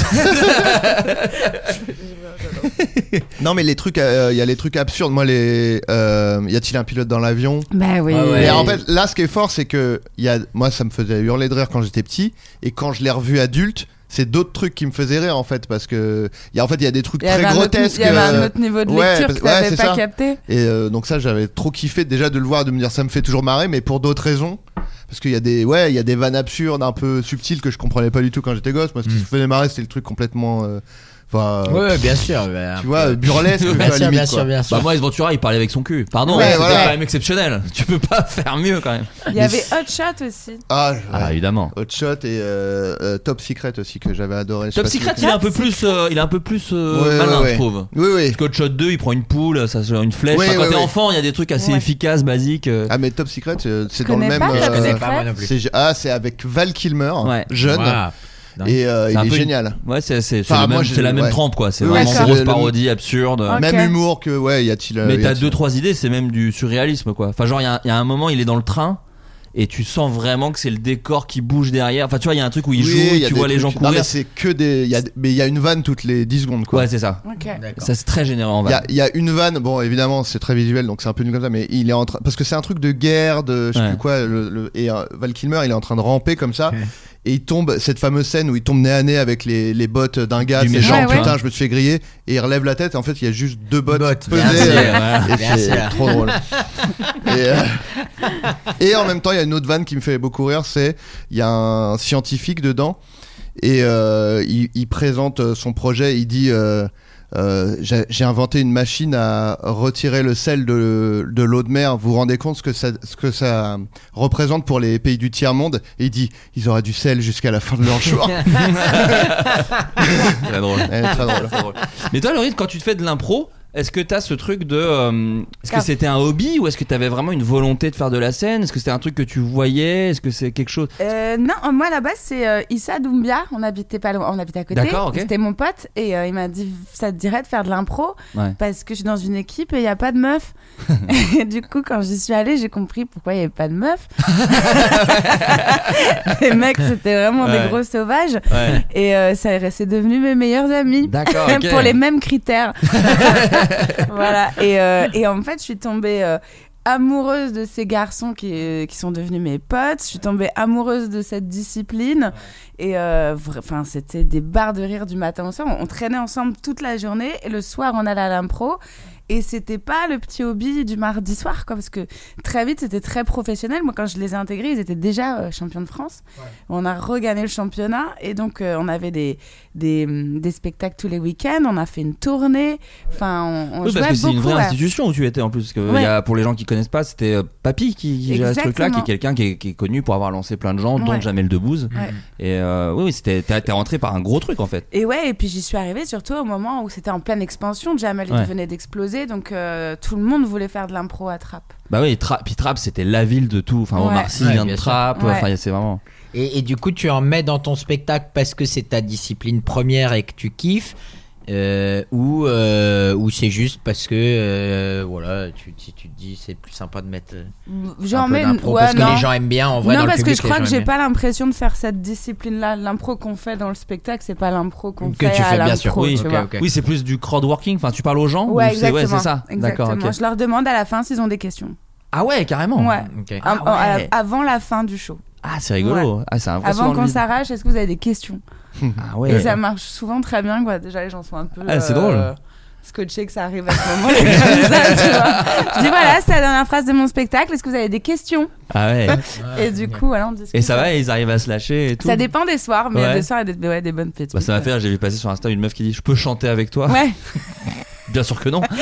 [SPEAKER 8] Non, mais les trucs, euh, il y a les trucs absurdes. Moi, les, euh, y a-t-il un pilote dans l'avion
[SPEAKER 9] bah oui.
[SPEAKER 7] Ah ouais.
[SPEAKER 8] Mais en fait, là, ce qui est fort, c'est que il y a, moi, ça me faisait hurler de rire quand j'étais petit, et quand je l'ai revu adulte, c'est d'autres trucs qui me faisaient rire en fait, parce que il y a en fait, il y a des trucs
[SPEAKER 9] Il y avait
[SPEAKER 8] très
[SPEAKER 9] un autre-
[SPEAKER 8] grotesques.
[SPEAKER 9] Il y avait un
[SPEAKER 8] euh,
[SPEAKER 9] autre niveau de
[SPEAKER 8] ouais,
[SPEAKER 9] lecture
[SPEAKER 8] parce-
[SPEAKER 9] que
[SPEAKER 8] ouais,
[SPEAKER 9] t'avais
[SPEAKER 8] c'est
[SPEAKER 9] pas
[SPEAKER 8] ça.
[SPEAKER 9] capté.
[SPEAKER 8] Et euh, donc ça, j'avais trop kiffé déjà de le voir, de me dire ça me fait toujours marrer, mais pour d'autres raisons. Parce qu'il y a des, ouais, il y a des vannes absurdes, un peu subtiles que je comprenais pas du tout quand j'étais gosse. Moi, ce qui me faisait marrer, c'était le truc complètement, euh, enfin, euh,
[SPEAKER 10] Mm. Ouais, bien sûr. bah,
[SPEAKER 8] tu vois, euh, burlesque,
[SPEAKER 10] bien,
[SPEAKER 8] quoi, à la
[SPEAKER 10] sûr,
[SPEAKER 8] limite,
[SPEAKER 10] bien
[SPEAKER 8] quoi.
[SPEAKER 10] sûr, bien sûr.
[SPEAKER 7] Bah moi, Ace Ventura, il parlait avec son cul. Pardon,
[SPEAKER 8] Ouais,
[SPEAKER 7] c'était
[SPEAKER 8] voilà.
[SPEAKER 7] quand même exceptionnel. Tu peux pas faire mieux quand même.
[SPEAKER 9] Il y avait Hot Shot aussi.
[SPEAKER 8] Ah, ouais.
[SPEAKER 7] Ah, évidemment.
[SPEAKER 8] Hot Shot et euh, euh, Top Secret aussi que j'avais adoré. Je sais
[SPEAKER 7] Top
[SPEAKER 8] pas si
[SPEAKER 7] Secret,
[SPEAKER 8] vous-
[SPEAKER 7] il est un peu plus, euh, il est un peu plus euh,
[SPEAKER 8] Ouais,
[SPEAKER 7] malin,
[SPEAKER 8] ouais, ouais.
[SPEAKER 7] je trouve.
[SPEAKER 8] Oui, oui.
[SPEAKER 7] Parce que Hot Shot 2, il prend une poule, ça, se- une flèche.
[SPEAKER 8] Ouais,
[SPEAKER 7] Enfin, quand
[SPEAKER 8] ouais,
[SPEAKER 7] t'es
[SPEAKER 8] ouais.
[SPEAKER 7] enfant, il y a des trucs assez
[SPEAKER 9] Ouais.
[SPEAKER 7] efficaces, basiques. euh.
[SPEAKER 8] Ah, mais Top Secret, euh, c'est
[SPEAKER 9] Je
[SPEAKER 8] dans le
[SPEAKER 9] connais
[SPEAKER 8] même.
[SPEAKER 9] pas,
[SPEAKER 10] Je
[SPEAKER 9] Top
[SPEAKER 8] euh,
[SPEAKER 10] connais
[SPEAKER 9] Secret.
[SPEAKER 10] pas moi non plus.
[SPEAKER 8] c'est ah, c'est avec Val Kilmer,
[SPEAKER 7] Ouais.
[SPEAKER 8] jeune,
[SPEAKER 10] Ouah.
[SPEAKER 8] et euh,
[SPEAKER 7] C'est un
[SPEAKER 8] il est
[SPEAKER 7] peu-
[SPEAKER 8] génial.
[SPEAKER 7] Ouais, c'est c'est- c'est
[SPEAKER 8] Enfin,
[SPEAKER 7] le même-
[SPEAKER 8] moi, j'ai-
[SPEAKER 7] c'est la même
[SPEAKER 8] ouais.
[SPEAKER 7] trempe, quoi. C'est
[SPEAKER 8] Oui,
[SPEAKER 7] vraiment
[SPEAKER 8] d'accord.
[SPEAKER 7] grosse
[SPEAKER 8] Le-
[SPEAKER 7] parodie, absurde.
[SPEAKER 9] Ok.
[SPEAKER 8] Même humour que ouais, y a-t-il. euh,
[SPEAKER 7] Mais
[SPEAKER 8] y
[SPEAKER 7] t'as
[SPEAKER 8] a-t-il-
[SPEAKER 7] deux trois idées, c'est même du surréalisme quoi. Enfin genre il y, a- il y a un moment il est dans le train et tu sens vraiment que c'est le décor qui bouge derrière. Enfin tu vois il y a un truc où il
[SPEAKER 8] Oui,
[SPEAKER 7] joue, et
[SPEAKER 8] y a
[SPEAKER 7] tu
[SPEAKER 8] des
[SPEAKER 7] vois les gens
[SPEAKER 8] trucs- Non,
[SPEAKER 7] courir.
[SPEAKER 8] mais c'est que des. y a- mais il y a une vanne toutes les 10 secondes, quoi.
[SPEAKER 7] ouais c'est ça.
[SPEAKER 9] Ok.
[SPEAKER 10] D'accord.
[SPEAKER 7] Ça c'est très généreux en
[SPEAKER 8] Il y
[SPEAKER 7] vrai.
[SPEAKER 8] a, y a une vanne, bon évidemment c'est très visuel donc c'est un peu nul comme ça, mais il est en train. Parce que c'est un truc de guerre, de je sais
[SPEAKER 7] Ouais.
[SPEAKER 8] plus quoi, le- le- et euh, Val Kilmer il est en train de ramper comme ça,
[SPEAKER 10] Ouais.
[SPEAKER 8] et il tombe, cette fameuse scène où il tombe nez à nez avec les, les bottes d'un gars,
[SPEAKER 7] Du
[SPEAKER 8] c'est
[SPEAKER 7] méchant,
[SPEAKER 8] genre
[SPEAKER 9] Ouais, ouais.
[SPEAKER 8] putain je me suis fait griller, et il relève la tête, et en fait il y a juste deux bottes,
[SPEAKER 10] Bottes,
[SPEAKER 8] pesées,
[SPEAKER 10] merci,
[SPEAKER 8] euh,
[SPEAKER 7] voilà.
[SPEAKER 8] et
[SPEAKER 10] Merci, là.
[SPEAKER 8] c'est trop drôle. et, euh, et en même temps il y a une autre vanne qui me fait beaucoup rire, c'est il y a un scientifique dedans, et euh, il, il présente euh, son projet, il dit. euh, euh, j'ai j'ai inventé une machine à retirer le sel de, de l'eau de mer. Vous vous rendez compte ce que ça, ce que ça représente pour les pays du tiers-monde Et il dit ils auraient du sel jusqu'à la fin de leur jour.
[SPEAKER 7] Très drôle.
[SPEAKER 8] Ouais, très drôle.
[SPEAKER 7] Très drôle. Mais toi Laurine quand tu te fais de l'impro, est-ce que t'as ce truc de euh, est-ce que
[SPEAKER 9] Car-
[SPEAKER 7] c'était un hobby ou est-ce que t'avais vraiment une volonté de faire de la scène Est-ce que c'était un truc que tu voyais Est-ce que c'est quelque chose
[SPEAKER 9] Euh, non, moi là-bas c'est euh, Issa Doumbia, on habitait pas loin, on habitait à côté.
[SPEAKER 7] D'accord, ok.
[SPEAKER 9] C'était mon pote et euh, il m'a dit ça te dirait de faire de l'impro
[SPEAKER 7] Ouais.
[SPEAKER 9] parce que je suis dans une équipe et il y a pas de meuf. et du coup quand j'y suis allée j'ai compris pourquoi il y avait pas de meuf. Les mecs c'était vraiment
[SPEAKER 7] Ouais.
[SPEAKER 9] des gros sauvages
[SPEAKER 7] Ouais.
[SPEAKER 9] et euh, ça c'est devenu mes meilleurs amis.
[SPEAKER 7] D'accord. ok.
[SPEAKER 9] pour les mêmes critères. voilà. Et, euh, et en fait, je suis tombée euh, amoureuse de ces garçons qui, euh, qui sont devenus mes potes. Je suis tombée amoureuse de cette discipline. Et euh, vra- enfin, c'était des barres de rire du matin au soir. On, on traînait ensemble toute la journée et le soir, on allait à l'impro. Et c'était pas le petit hobby du mardi soir, quoi, parce que très vite, c'était très professionnel. Moi, quand je les ai intégrés, ils étaient déjà euh, champions de France. On a regagné le championnat et donc euh, on avait des, des, mm, des spectacles tous les week-ends. On a fait une tournée. Enfin, on, on
[SPEAKER 7] Oui,
[SPEAKER 9] jouait
[SPEAKER 7] parce que c'est
[SPEAKER 9] beaucoup.
[SPEAKER 7] une vraie
[SPEAKER 9] ouais.
[SPEAKER 7] institution où tu étais en plus. Parce que euh,
[SPEAKER 9] Ouais.
[SPEAKER 7] il y a- pour les gens qui connaissent pas, c'était euh, Papy qui, qui gérait ce truc-là, qui est
[SPEAKER 9] Exactement.
[SPEAKER 7] quelqu'un qui, est- qui est connu pour avoir lancé plein de gens, dont
[SPEAKER 9] Ouais.
[SPEAKER 7] Jamel Debbouze.
[SPEAKER 9] Ouais.
[SPEAKER 7] Et euh, oui, oui, c'était- t'es t'es rentré par un gros truc en fait.
[SPEAKER 9] Et ouais, et puis j'y suis arrivée surtout au moment où c'était en pleine expansion. Jamel il
[SPEAKER 7] Ouais.
[SPEAKER 9] venait d'exploser, donc euh, tout le monde voulait faire de l'impro à trappe.
[SPEAKER 7] Bah oui, Tra puis Trapp, c'était la ville de tout. Enfin, Omar
[SPEAKER 9] Ouais.
[SPEAKER 7] Sy
[SPEAKER 10] Ouais,
[SPEAKER 7] vient de
[SPEAKER 10] bien sûr.
[SPEAKER 7] Trapp.
[SPEAKER 9] Ouais.
[SPEAKER 7] Enfin, c'est vraiment.
[SPEAKER 10] Et, et du coup, tu en mets dans ton spectacle parce que c'est ta discipline première et que tu kiffes, euh, ou, euh, ou c'est juste parce que euh, voilà, tu, tu, tu te dis c'est plus sympa de mettre euh,
[SPEAKER 9] J'en
[SPEAKER 10] un peu
[SPEAKER 9] mets
[SPEAKER 10] d'impro
[SPEAKER 9] ouais,
[SPEAKER 10] parce que
[SPEAKER 9] non.
[SPEAKER 10] les gens aiment bien en vrai.
[SPEAKER 9] non,
[SPEAKER 10] dans le
[SPEAKER 9] parce que
[SPEAKER 10] public,
[SPEAKER 9] je
[SPEAKER 10] les
[SPEAKER 9] crois
[SPEAKER 10] gens
[SPEAKER 9] que j'ai
[SPEAKER 10] aiment
[SPEAKER 9] pas l'impression de faire cette discipline-là. L'impro qu'on fait dans le spectacle, c'est pas l'impro qu'on
[SPEAKER 10] Que
[SPEAKER 9] fait
[SPEAKER 10] tu
[SPEAKER 9] à
[SPEAKER 10] fais, bien
[SPEAKER 9] l'impro,
[SPEAKER 10] sûr.
[SPEAKER 7] Oui,
[SPEAKER 9] tu
[SPEAKER 10] ok,
[SPEAKER 9] vois.
[SPEAKER 10] ok.
[SPEAKER 7] Oui, c'est plus du crowdworking. Enfin, tu parles aux gens. ou
[SPEAKER 9] Ouais,
[SPEAKER 7] c'est-
[SPEAKER 9] exactement.
[SPEAKER 7] c'est ça. D'accord.
[SPEAKER 9] Exactement.
[SPEAKER 7] ok.
[SPEAKER 9] Je leur demande à la fin s'ils ont des questions.
[SPEAKER 7] Ah ouais, carrément.
[SPEAKER 9] Ouais.
[SPEAKER 10] bien. Ok.
[SPEAKER 9] Am-
[SPEAKER 7] Ah ouais.
[SPEAKER 9] euh, Avant la fin du show.
[SPEAKER 7] Ah, c'est rigolo. Ah, c'est un vrai
[SPEAKER 9] Avant
[SPEAKER 7] souvent
[SPEAKER 9] qu'on
[SPEAKER 7] le-
[SPEAKER 9] s'arrache, est-ce que vous avez des questions
[SPEAKER 7] Ah ouais.
[SPEAKER 9] Et ça marche souvent très bien. Quoi. Déjà, les gens sont un peu.
[SPEAKER 7] Ah, c'est drôle.
[SPEAKER 9] Scotché que ça arrive à ce moment là comme ça, tu vois. Je dis voilà, c'est la dernière phrase de mon spectacle. Est-ce que vous avez des questions
[SPEAKER 7] Ah ouais.
[SPEAKER 9] Et du coup, voilà, on discute.
[SPEAKER 7] Et ça va, ils arrivent à se lâcher et tout.
[SPEAKER 9] Ça dépend des soirs, mais il y a
[SPEAKER 7] Ouais.
[SPEAKER 9] des soirs et des, ouais, des bonnes pétites.
[SPEAKER 7] Bah, ça m'a fait, rire, j'ai vu passer sur Insta une meuf qui dit Je peux chanter avec toi
[SPEAKER 9] Ouais,
[SPEAKER 7] Bien sûr que non.
[SPEAKER 9] bah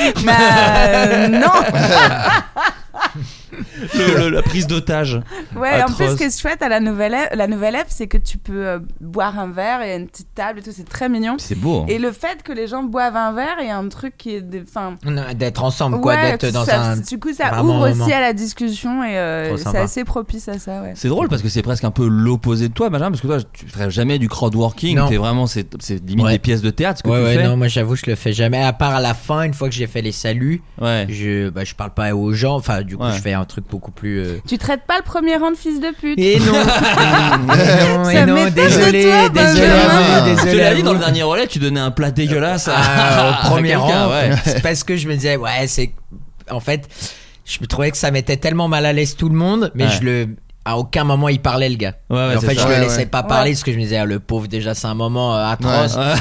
[SPEAKER 9] euh, non
[SPEAKER 7] le- le- la prise d'otage.
[SPEAKER 9] Ouais, en plus,
[SPEAKER 7] Atroce.
[SPEAKER 9] ce qui est chouette à la nouvelle Ève, la nouvelle Ève, c'est que tu peux euh, boire un verre et il y a une petite table et tout, c'est très mignon.
[SPEAKER 7] C'est beau. hein.
[SPEAKER 9] Et le fait que les gens boivent un verre et un truc qui est. des- Enfin.
[SPEAKER 10] Non, D'être ensemble, quoi,
[SPEAKER 9] ouais,
[SPEAKER 10] d'être dans
[SPEAKER 9] ça-
[SPEAKER 10] un.
[SPEAKER 9] Du coup, ça
[SPEAKER 10] un
[SPEAKER 9] ouvre
[SPEAKER 10] bon moment.
[SPEAKER 9] aussi à la discussion et euh,
[SPEAKER 10] Trop
[SPEAKER 9] c'est
[SPEAKER 10] sympa.
[SPEAKER 9] assez propice à ça, ouais.
[SPEAKER 7] C'est drôle parce que c'est presque un peu l'opposé de toi, Benjamin, parce que toi, tu ferais jamais du crowd working.
[SPEAKER 10] Non.
[SPEAKER 7] T'es vraiment, c'est c'est limite
[SPEAKER 10] Ouais.
[SPEAKER 7] des pièces de théâtre ce que
[SPEAKER 10] Ouais,
[SPEAKER 7] tu
[SPEAKER 10] ouais,
[SPEAKER 7] fais.
[SPEAKER 10] non, moi j'avoue, je le fais jamais. À part à la fin, une fois que j'ai fait les saluts,
[SPEAKER 7] Ouais.
[SPEAKER 10] je, bah, je parle pas aux gens. Enfin, du coup,
[SPEAKER 7] Ouais.
[SPEAKER 10] je fais un truc beaucoup plus. euh,
[SPEAKER 9] Tu traites pas le premier rang de fils de pute.
[SPEAKER 10] Et non, et non,
[SPEAKER 9] Ça
[SPEAKER 10] et non,
[SPEAKER 9] m'étonne de
[SPEAKER 10] désolé,
[SPEAKER 9] toi,
[SPEAKER 10] désolé,
[SPEAKER 9] Benjamin.
[SPEAKER 10] à vous, désolé.
[SPEAKER 7] Cela
[SPEAKER 10] à
[SPEAKER 7] dit, dans
[SPEAKER 10] vous.
[SPEAKER 7] le dernier relais, tu donnais un plat dégueulasse à,
[SPEAKER 10] hein, Ah,
[SPEAKER 7] à
[SPEAKER 10] au premier
[SPEAKER 7] quelqu'un,
[SPEAKER 10] rang,
[SPEAKER 7] ouais.
[SPEAKER 10] c'est parce que je me disais, ouais, c'est. En fait, je me trouvais que ça mettait tellement mal à l'aise tout le monde, mais
[SPEAKER 7] Ouais.
[SPEAKER 10] je le. À aucun moment il parlait, le gars.
[SPEAKER 7] Ouais, ouais,
[SPEAKER 10] Et en
[SPEAKER 7] c'est
[SPEAKER 10] fait,
[SPEAKER 7] ça.
[SPEAKER 10] je
[SPEAKER 8] Ouais,
[SPEAKER 10] le laissais
[SPEAKER 8] ouais.
[SPEAKER 10] pas parler parce que je me disais, ah, le pauvre, déjà, c'est un moment euh, atroce.
[SPEAKER 7] Ouais.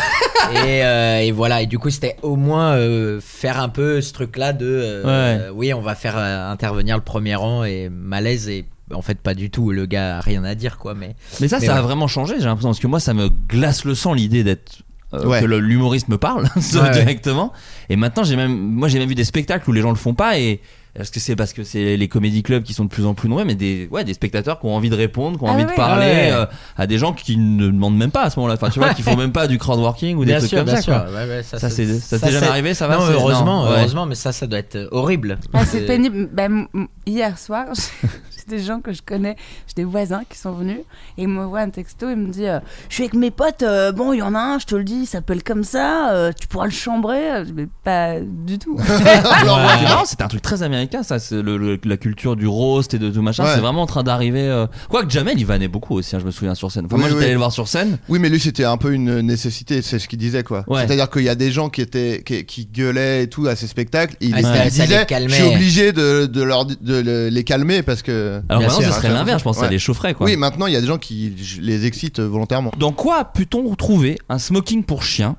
[SPEAKER 10] Et, euh, et voilà, et du coup, c'était au moins euh, faire un peu ce truc-là de euh,
[SPEAKER 7] Ouais.
[SPEAKER 10] euh, oui, on va faire euh, intervenir le premier rang et malaise, et en fait, pas du tout. Le gars a rien à dire, quoi, mais
[SPEAKER 7] Mais ça,
[SPEAKER 10] Mais
[SPEAKER 7] ça a
[SPEAKER 10] ouais.
[SPEAKER 7] vraiment changé, j'ai l'impression. Parce que moi, ça me glace le sang l'idée d'être. euh,
[SPEAKER 8] Ouais.
[SPEAKER 7] Que le- l'humoriste me parle
[SPEAKER 10] Ouais, ouais.
[SPEAKER 7] directement. Et maintenant, j'ai même, moi, j'ai même vu des spectacles où les gens le font pas. Et est-ce que c'est parce que c'est les comédie clubs qui sont de plus en plus nombreux, mais des, ouais, des spectateurs qui ont envie de répondre, qui ont
[SPEAKER 9] Ah
[SPEAKER 7] envie
[SPEAKER 9] ouais.
[SPEAKER 7] de parler
[SPEAKER 10] Ouais.
[SPEAKER 7] euh, à des gens qui ne demandent même pas à ce moment-là. Enfin, tu vois, qui font même pas du crowdworking ou des trucs comme ça. quoi.
[SPEAKER 10] Ouais, ouais, ça,
[SPEAKER 7] Ça, c'est, ça,
[SPEAKER 10] ça,
[SPEAKER 7] t'est jamais
[SPEAKER 10] c'est-
[SPEAKER 7] arrivé, ça va
[SPEAKER 10] Non,
[SPEAKER 7] c'est-
[SPEAKER 10] heureusement,
[SPEAKER 7] ouais.
[SPEAKER 10] heureusement, mais ça, ça doit être horrible.
[SPEAKER 9] Ah, c'est
[SPEAKER 10] Euh,
[SPEAKER 9] pénible. Ben, m- hier soir, j'ai des gens que je connais, j'ai des voisins qui sont venus et ils m'envoient un texto. Ils me disent euh, Je suis avec mes potes, euh, bon, il y en a un, je te le dis, il s'appelle comme ça, euh, tu pourras le chambrer. Je dis, Mais pas du tout.
[SPEAKER 7] Ah,
[SPEAKER 8] Euh,
[SPEAKER 7] Ouais. C'est marrant, c'est un truc très américain, ça. C'est le- le- la culture du roast et de tout machin.
[SPEAKER 8] Ouais.
[SPEAKER 7] C'est vraiment en train d'arriver. euh. Quoique Jamel, il vannait beaucoup aussi, hein, je me souviens, sur scène. Enfin,
[SPEAKER 8] Oui,
[SPEAKER 7] moi, j'étais
[SPEAKER 8] oui.
[SPEAKER 7] allé le voir sur scène.
[SPEAKER 8] Oui, mais lui, c'était un peu une nécessité, c'est ce qu'il disait, quoi.
[SPEAKER 7] Ouais.
[SPEAKER 8] C'est-à-dire qu'il y a des gens qui étaient, qui, qui gueulaient et tout à ces spectacles. Il,
[SPEAKER 10] Ah,
[SPEAKER 8] il
[SPEAKER 10] ça- ça les
[SPEAKER 8] disait,
[SPEAKER 10] calmait.
[SPEAKER 8] je suis obligé de, de leur, de le- les calmer parce que.
[SPEAKER 7] Alors
[SPEAKER 10] Bien
[SPEAKER 7] maintenant,
[SPEAKER 10] sûr, hein,
[SPEAKER 7] ce serait
[SPEAKER 8] ouais,
[SPEAKER 7] l'inverse, je pense, que ça
[SPEAKER 8] ouais.
[SPEAKER 7] les chaufferait, quoi.
[SPEAKER 8] Oui, maintenant, il y a des gens qui j- les excitent volontairement.
[SPEAKER 7] Dans quoi peut-on trouver un smoking pour chien,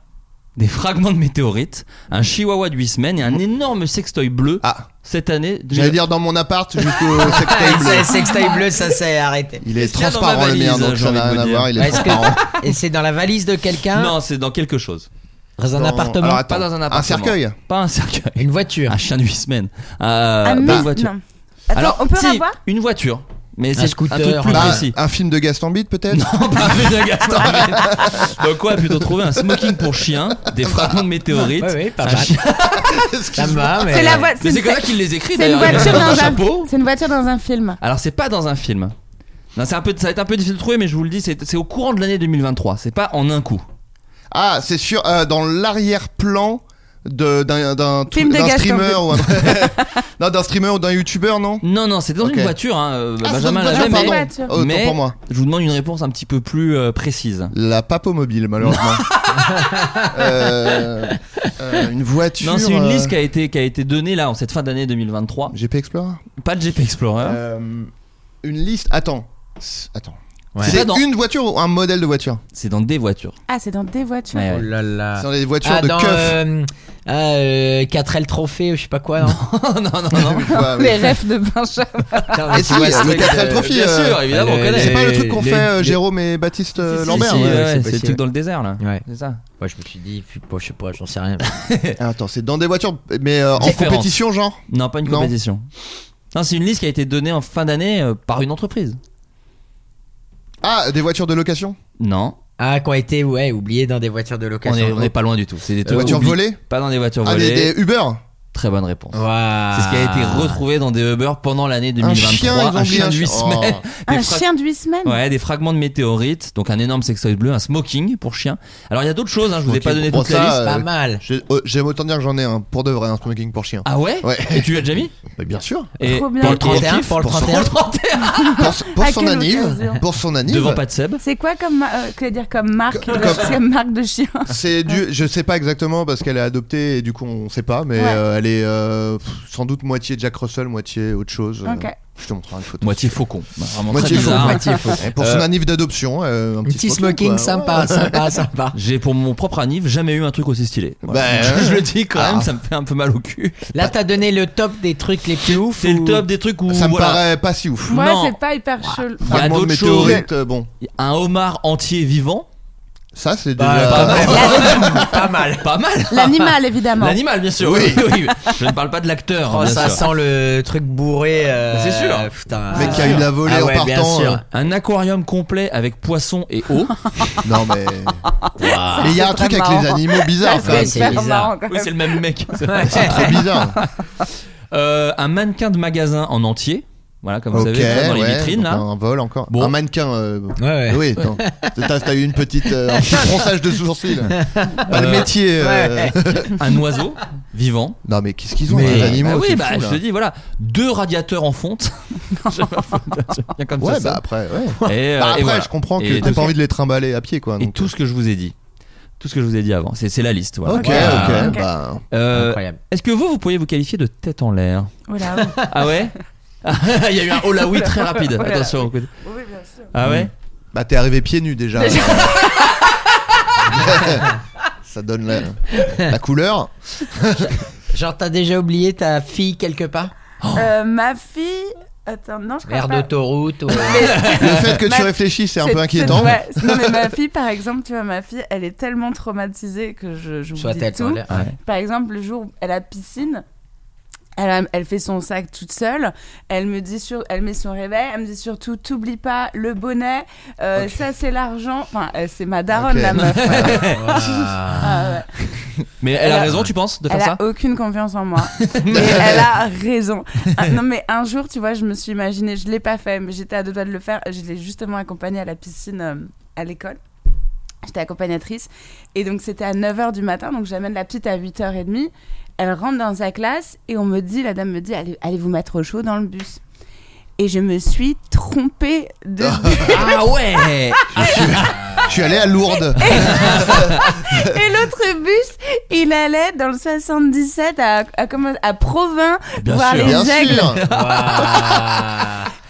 [SPEAKER 7] des fragments de météorites, un chihuahua de 8 semaines et un énorme sextoy bleu
[SPEAKER 8] Ah,
[SPEAKER 7] cette année
[SPEAKER 8] j'allais dire dans mon appart jusqu'au sextape bleu.
[SPEAKER 10] Ah, c'est- Sextail bleu, ça s'est arrêté.
[SPEAKER 8] Il est
[SPEAKER 7] Qu'est-ce qu'il y a dans ma
[SPEAKER 8] transparent le mien,
[SPEAKER 7] valise,
[SPEAKER 8] donc
[SPEAKER 7] j'ai
[SPEAKER 8] ça
[SPEAKER 7] envie de
[SPEAKER 8] n'a rien
[SPEAKER 7] vous
[SPEAKER 8] à
[SPEAKER 7] dire.
[SPEAKER 8] voir. Il est
[SPEAKER 10] Est-ce que-
[SPEAKER 8] transparent.
[SPEAKER 10] Et c'est dans la valise de quelqu'un
[SPEAKER 7] Non, c'est dans quelque chose.
[SPEAKER 10] Dans un
[SPEAKER 8] Dans-
[SPEAKER 10] appartement
[SPEAKER 8] Alors, attends,
[SPEAKER 7] Pas dans un appartement.
[SPEAKER 8] cercueil
[SPEAKER 7] Pas un cercueil.
[SPEAKER 10] Une voiture
[SPEAKER 7] Un chien de 8 semaines. Euh,
[SPEAKER 9] Ah,
[SPEAKER 7] pas
[SPEAKER 9] mais-
[SPEAKER 7] une voiture.
[SPEAKER 9] non. Attends,
[SPEAKER 7] Alors,
[SPEAKER 9] on peut
[SPEAKER 7] si,
[SPEAKER 9] revoir
[SPEAKER 7] Une voiture. Mais c'est
[SPEAKER 10] scooter,
[SPEAKER 7] un truc plus
[SPEAKER 8] Bah,
[SPEAKER 7] précis.
[SPEAKER 8] Un film de Gaston Bide, peut-être
[SPEAKER 7] Non, pas un vélo Gaston, mais- Donc quoi, plutôt trouver un smoking pour chien, des fragments de météorites.
[SPEAKER 10] Ouais, ouais, pas
[SPEAKER 7] un
[SPEAKER 10] mal.
[SPEAKER 7] chien-
[SPEAKER 10] Ça me va, mais.
[SPEAKER 9] C'est la voie-
[SPEAKER 7] Mais
[SPEAKER 9] c'est
[SPEAKER 7] c'est
[SPEAKER 9] une-
[SPEAKER 7] comme ça qu'il les écrit.
[SPEAKER 9] c'est une
[SPEAKER 7] d'ailleurs, il met
[SPEAKER 9] voiture
[SPEAKER 7] ça
[SPEAKER 9] dans un-
[SPEAKER 7] chapeau.
[SPEAKER 9] c'est une voiture dans un film.
[SPEAKER 7] Alors c'est pas dans un film. Non, c'est un peu, ça va être un peu difficile de trouver, mais je vous le dis, c'est c'est au courant de l'année 2023. C'est pas en un coup.
[SPEAKER 8] Ah, c'est sûr, euh, dans l'arrière-plan de- d'un d'un
[SPEAKER 9] Film
[SPEAKER 8] tru-
[SPEAKER 9] de
[SPEAKER 8] d'un
[SPEAKER 9] Gaston
[SPEAKER 8] streamer ou un... non d'un streamer ou d'un youtubeur non
[SPEAKER 7] Non, non, c'est dans
[SPEAKER 8] Ok.
[SPEAKER 7] une voiture. Hein, euh,
[SPEAKER 8] Ah, c'est dans
[SPEAKER 7] Benjamin
[SPEAKER 8] une
[SPEAKER 7] l'a
[SPEAKER 8] voiture,
[SPEAKER 7] jamais- Oh.
[SPEAKER 9] pardon.
[SPEAKER 7] mais-
[SPEAKER 9] voiture.
[SPEAKER 8] Autant
[SPEAKER 7] mais
[SPEAKER 8] pour moi.
[SPEAKER 7] je vous demande une réponse un petit peu plus euh, précise.
[SPEAKER 8] La papo mobile, malheureusement. Euh, euh, une voiture.
[SPEAKER 7] Non, c'est une
[SPEAKER 8] euh,
[SPEAKER 7] liste qui a été qui a été donnée là en cette fin d'année 2023.
[SPEAKER 8] GP euh, Explorer
[SPEAKER 7] Pas de GP Explorer.
[SPEAKER 8] Euh, Une liste. Attends. C'est- Attends.
[SPEAKER 10] Ouais.
[SPEAKER 7] C'est pas
[SPEAKER 8] C'est
[SPEAKER 7] dans-
[SPEAKER 8] une voiture ou un modèle de voiture
[SPEAKER 7] C'est dans des voitures.
[SPEAKER 9] Ah, c'est dans des voitures.
[SPEAKER 7] Ouais,
[SPEAKER 10] Oh
[SPEAKER 7] ouais.
[SPEAKER 10] là là.
[SPEAKER 8] C'est dans les voitures
[SPEAKER 10] Ah,
[SPEAKER 8] de
[SPEAKER 10] dans.
[SPEAKER 8] keuf.
[SPEAKER 10] euh, ah, euh, 4L Trophée, ou je sais pas quoi, non
[SPEAKER 7] non, non, non.
[SPEAKER 8] Ouais, ouais.
[SPEAKER 7] Ah
[SPEAKER 9] Les rêves de Benjamin.
[SPEAKER 10] Putain,
[SPEAKER 8] Et
[SPEAKER 10] mais
[SPEAKER 8] si,
[SPEAKER 10] tu vois,
[SPEAKER 8] le
[SPEAKER 10] ce truc
[SPEAKER 8] 4L
[SPEAKER 10] de-
[SPEAKER 8] Trophy,
[SPEAKER 7] Bien
[SPEAKER 8] euh,
[SPEAKER 7] sûr, évidemment, on
[SPEAKER 10] le-
[SPEAKER 7] connaît.
[SPEAKER 8] C'est pas le truc qu'on
[SPEAKER 10] Les-
[SPEAKER 8] fait euh,
[SPEAKER 10] les-
[SPEAKER 8] Jérôme et Baptiste euh,
[SPEAKER 10] si,
[SPEAKER 8] Lambert
[SPEAKER 7] Si,
[SPEAKER 10] ouais,
[SPEAKER 7] ouais,
[SPEAKER 10] c'est
[SPEAKER 7] ouais, c'est le
[SPEAKER 10] possible.
[SPEAKER 7] truc dans le désert là.
[SPEAKER 10] Ouais.
[SPEAKER 7] C'est ça.
[SPEAKER 10] Ouais, je me suis dit, puis, bon, je sais pas, j'en sais rien.
[SPEAKER 8] Ah, Attends, c'est dans des voitures, mais euh, en
[SPEAKER 7] Différence.
[SPEAKER 8] compétition, genre
[SPEAKER 7] Non, pas une
[SPEAKER 8] Non.
[SPEAKER 7] compétition. Non, c'est une liste qui a été donnée en fin d'année euh, par une entreprise.
[SPEAKER 8] Ah, des voitures de location
[SPEAKER 7] Non,
[SPEAKER 10] Ah, qui ont été, ouais, oubliés dans des voitures de
[SPEAKER 7] on
[SPEAKER 10] location.
[SPEAKER 7] est, on est pas loin du tout. C'est des
[SPEAKER 8] Des
[SPEAKER 7] trucs
[SPEAKER 8] voitures
[SPEAKER 7] oubli-
[SPEAKER 8] volées
[SPEAKER 7] Pas dans des voitures
[SPEAKER 8] Ah,
[SPEAKER 7] volées.
[SPEAKER 8] des, des Uber
[SPEAKER 7] Très bonne réponse.
[SPEAKER 10] Waouh.
[SPEAKER 7] C'est ce qui a été retrouvé dans des Uber pendant l'année 2023.
[SPEAKER 8] chien, ils ont
[SPEAKER 7] un
[SPEAKER 8] oublié
[SPEAKER 7] chien
[SPEAKER 8] un
[SPEAKER 7] de huit
[SPEAKER 8] chien. Oh.
[SPEAKER 7] semaines. Des
[SPEAKER 9] Un
[SPEAKER 7] fra-
[SPEAKER 9] chien de 8 semaines
[SPEAKER 7] Ouais, des fragments de météorites, donc un énorme sextoy bleu, un smoking pour chien. Alors il y a d'autres choses, hein, je vous ai
[SPEAKER 8] Ok,
[SPEAKER 7] pas donné
[SPEAKER 8] bon,
[SPEAKER 7] toute
[SPEAKER 8] ça,
[SPEAKER 7] la liste.
[SPEAKER 10] Pas
[SPEAKER 8] euh,
[SPEAKER 10] mal.
[SPEAKER 8] J'ai- euh, J'aime autant dire que j'en ai un pour de vrai, un smoking pour chien.
[SPEAKER 7] Ah ouais,
[SPEAKER 8] Ouais.
[SPEAKER 7] Et tu l'as déjà mis
[SPEAKER 8] Bah, bien sûr.
[SPEAKER 7] Et
[SPEAKER 9] Trop bien.
[SPEAKER 10] Pour le
[SPEAKER 7] Et-
[SPEAKER 10] 31,
[SPEAKER 7] et-
[SPEAKER 10] pour le
[SPEAKER 8] pour son-
[SPEAKER 7] Pour
[SPEAKER 10] 31.
[SPEAKER 7] le 31
[SPEAKER 8] Pour, pour
[SPEAKER 9] À
[SPEAKER 8] son
[SPEAKER 9] quelle
[SPEAKER 8] anniv,
[SPEAKER 9] occasion
[SPEAKER 8] pour son anniv,
[SPEAKER 7] Devant pas de Seb.
[SPEAKER 9] C'est quoi comme, euh, que dire, comme marque
[SPEAKER 8] Comme-
[SPEAKER 9] de-
[SPEAKER 8] comme-
[SPEAKER 9] comme marque de chien
[SPEAKER 8] C'est du, je sais pas exactement parce qu'elle est adoptée et du coup on sait pas, mais
[SPEAKER 9] Ouais.
[SPEAKER 8] euh, elle est euh, pff, sans doute moitié Jack Russell, moitié autre chose. Euh,
[SPEAKER 9] Ok.
[SPEAKER 8] Je te montrerai une photo.
[SPEAKER 7] Moitié faucon. Bah, Vraiment
[SPEAKER 8] Moitié
[SPEAKER 7] très
[SPEAKER 8] faux,
[SPEAKER 7] bizarre.
[SPEAKER 8] moitié faux. Et Pour son
[SPEAKER 7] Euh,
[SPEAKER 8] anniv d'adoption, euh, un
[SPEAKER 10] Un petit smoking
[SPEAKER 8] quoi.
[SPEAKER 10] sympa, sympa, sympa.
[SPEAKER 7] J'ai pour mon propre anniv jamais eu un truc aussi stylé. Voilà.
[SPEAKER 8] Bah,
[SPEAKER 7] je le dis quand même,
[SPEAKER 8] ah.
[SPEAKER 7] ça me fait un peu mal au cul.
[SPEAKER 10] Là, t'as donné le top des trucs les plus ouf.
[SPEAKER 7] C'est
[SPEAKER 10] ou-
[SPEAKER 7] le top des trucs où
[SPEAKER 8] Ça me
[SPEAKER 7] voilà,
[SPEAKER 8] paraît pas si ouf.
[SPEAKER 9] Moi,
[SPEAKER 7] Non.
[SPEAKER 9] c'est pas hyper chelou.
[SPEAKER 7] Il y a
[SPEAKER 8] Fragment de
[SPEAKER 7] d'autres choses.
[SPEAKER 8] météorite, euh, bon.
[SPEAKER 7] un homard entier vivant,
[SPEAKER 8] Ça, c'est euh,
[SPEAKER 10] Bah,
[SPEAKER 8] déjà.
[SPEAKER 10] pas, mal. pas mal.
[SPEAKER 7] Pas mal.
[SPEAKER 9] L'animal, évidemment.
[SPEAKER 7] L'animal, bien sûr. Oui, oui. Je ne parle pas de l'acteur.
[SPEAKER 10] Oh,
[SPEAKER 7] bien
[SPEAKER 10] ça
[SPEAKER 7] sûr.
[SPEAKER 10] sent le truc bourré. euh,
[SPEAKER 7] C'est sûr.
[SPEAKER 10] Putain.
[SPEAKER 8] Le mec qui a eu la volée
[SPEAKER 10] Ah ouais,
[SPEAKER 8] en
[SPEAKER 10] bien
[SPEAKER 8] partant.
[SPEAKER 10] sûr.
[SPEAKER 8] euh,
[SPEAKER 7] Un aquarium complet avec poissons et eau.
[SPEAKER 8] Non, mais.
[SPEAKER 10] Waouh.
[SPEAKER 8] Mais il y a un
[SPEAKER 9] c'est
[SPEAKER 8] truc
[SPEAKER 9] très
[SPEAKER 8] avec les
[SPEAKER 9] marrant.
[SPEAKER 8] animaux bizarres,
[SPEAKER 9] Ça,
[SPEAKER 8] quand même.
[SPEAKER 9] c'est
[SPEAKER 10] c'est
[SPEAKER 9] hyper
[SPEAKER 10] bizarre.
[SPEAKER 9] marrant, quand
[SPEAKER 7] Oui,
[SPEAKER 9] même.
[SPEAKER 7] c'est le même mec.
[SPEAKER 8] Trop bizarre.
[SPEAKER 7] Euh, un mannequin de magasin en entier. Voilà, comme vous
[SPEAKER 8] ok,
[SPEAKER 7] savez, dans les
[SPEAKER 8] ouais,
[SPEAKER 7] vitrines
[SPEAKER 8] donc
[SPEAKER 7] là.
[SPEAKER 8] Un vol encore.
[SPEAKER 7] Bon.
[SPEAKER 8] Un mannequin. euh,
[SPEAKER 10] Ouais, ouais.
[SPEAKER 8] Oui, attends. T'as t'as eu une petite. euh, un petit fronçage de sourcils. Pas le
[SPEAKER 7] Euh,
[SPEAKER 8] métier. euh,
[SPEAKER 10] ouais.
[SPEAKER 7] Un oiseau vivant.
[SPEAKER 8] Non, mais qu'est-ce qu'ils ont,
[SPEAKER 7] Mais-
[SPEAKER 8] les animaux
[SPEAKER 7] Bah oui,
[SPEAKER 8] c'est
[SPEAKER 7] bah,
[SPEAKER 8] fou,
[SPEAKER 7] je
[SPEAKER 8] là.
[SPEAKER 7] te dis, voilà, deux radiateurs en fonte. Je sais pas, c'est bien comme
[SPEAKER 8] Ouais,
[SPEAKER 7] ça,
[SPEAKER 8] bah
[SPEAKER 7] ça.
[SPEAKER 8] après, ouais.
[SPEAKER 7] Et, euh,
[SPEAKER 8] Bah, après,
[SPEAKER 7] et voilà.
[SPEAKER 8] je comprends que
[SPEAKER 7] Et
[SPEAKER 8] t'as
[SPEAKER 7] tout
[SPEAKER 8] pas
[SPEAKER 7] ce-
[SPEAKER 8] envie de les trimballer à pied, quoi.
[SPEAKER 7] Et
[SPEAKER 8] donc,
[SPEAKER 7] tout ce que je vous ai dit. Tout ce que je vous ai dit avant. C'est c'est la liste.
[SPEAKER 8] euh,
[SPEAKER 7] Voilà.
[SPEAKER 8] Ok,
[SPEAKER 7] Voilà.
[SPEAKER 8] ok, bah.
[SPEAKER 7] Euh,
[SPEAKER 10] Incroyable.
[SPEAKER 7] Est-ce que vous, vous pourriez vous qualifier de tête en l'air
[SPEAKER 9] Voilà, oui.
[SPEAKER 7] Ah ouais Il y a eu un oh là oui très rapide.
[SPEAKER 9] Oula.
[SPEAKER 7] Attention. écoute.
[SPEAKER 9] Oui, bien sûr.
[SPEAKER 7] Ah ouais
[SPEAKER 8] Bah, t'es arrivé pieds nus déjà.
[SPEAKER 9] Déjà.
[SPEAKER 8] Ça donne la, la couleur.
[SPEAKER 10] Genre, t'as déjà oublié ta fille quelque part
[SPEAKER 9] Euh, ma fille. Attends, non, je crois
[SPEAKER 10] L'air
[SPEAKER 9] pas.
[SPEAKER 10] d'autoroute ou. euh,
[SPEAKER 8] Le fait que tu
[SPEAKER 9] Ma-
[SPEAKER 8] réfléchis, c'est un peu
[SPEAKER 9] C'est-
[SPEAKER 8] inquiétant.
[SPEAKER 9] c'est- ouais. Non, mais ma fille, par exemple, tu vois, ma fille, elle est tellement traumatisée que je, je vous
[SPEAKER 10] Soit
[SPEAKER 9] dis
[SPEAKER 10] tête Ah,
[SPEAKER 9] tout.
[SPEAKER 10] en l'air.
[SPEAKER 7] Ouais.
[SPEAKER 9] Par exemple, le jour où elle a piscine, elle, a- elle fait son sac toute seule. Elle me dit sur, elle met son réveil. Elle me dit surtout, t'oublie pas le bonnet. euh, Ça c'est l'argent. Enfin, euh, c'est ma daronne
[SPEAKER 8] Ok.
[SPEAKER 9] la meuf.
[SPEAKER 10] Waouh.
[SPEAKER 9] Ah ouais.
[SPEAKER 7] Mais elle,
[SPEAKER 9] Elle
[SPEAKER 7] a,
[SPEAKER 9] a-
[SPEAKER 7] raison, tu penses, de faire
[SPEAKER 9] Elle
[SPEAKER 7] ça
[SPEAKER 9] a aucune confiance en moi. mais elle a raison. Ah, non mais un jour, tu vois, je me suis imaginé, je l'ai pas fait, mais j'étais à deux doigts de le faire. Je l'ai justement accompagnée à la piscine euh, à l'école. J'étais accompagnatrice. Et donc c'était à 9h du matin, donc j'amène la petite à 8h30. Elle rentre dans sa classe et on me dit, la dame me dit, allez, allez vous mettre au chaud dans le bus. Et je me suis trompée de bus.
[SPEAKER 7] Ah ouais
[SPEAKER 8] Je suis allé à Lourdes.
[SPEAKER 9] Et l'autre bus, il allait dans le 77 à, à, comment- à Provins
[SPEAKER 7] Bien
[SPEAKER 9] voir
[SPEAKER 7] sûr.
[SPEAKER 9] les
[SPEAKER 8] Bien
[SPEAKER 9] aigles.
[SPEAKER 8] sûr.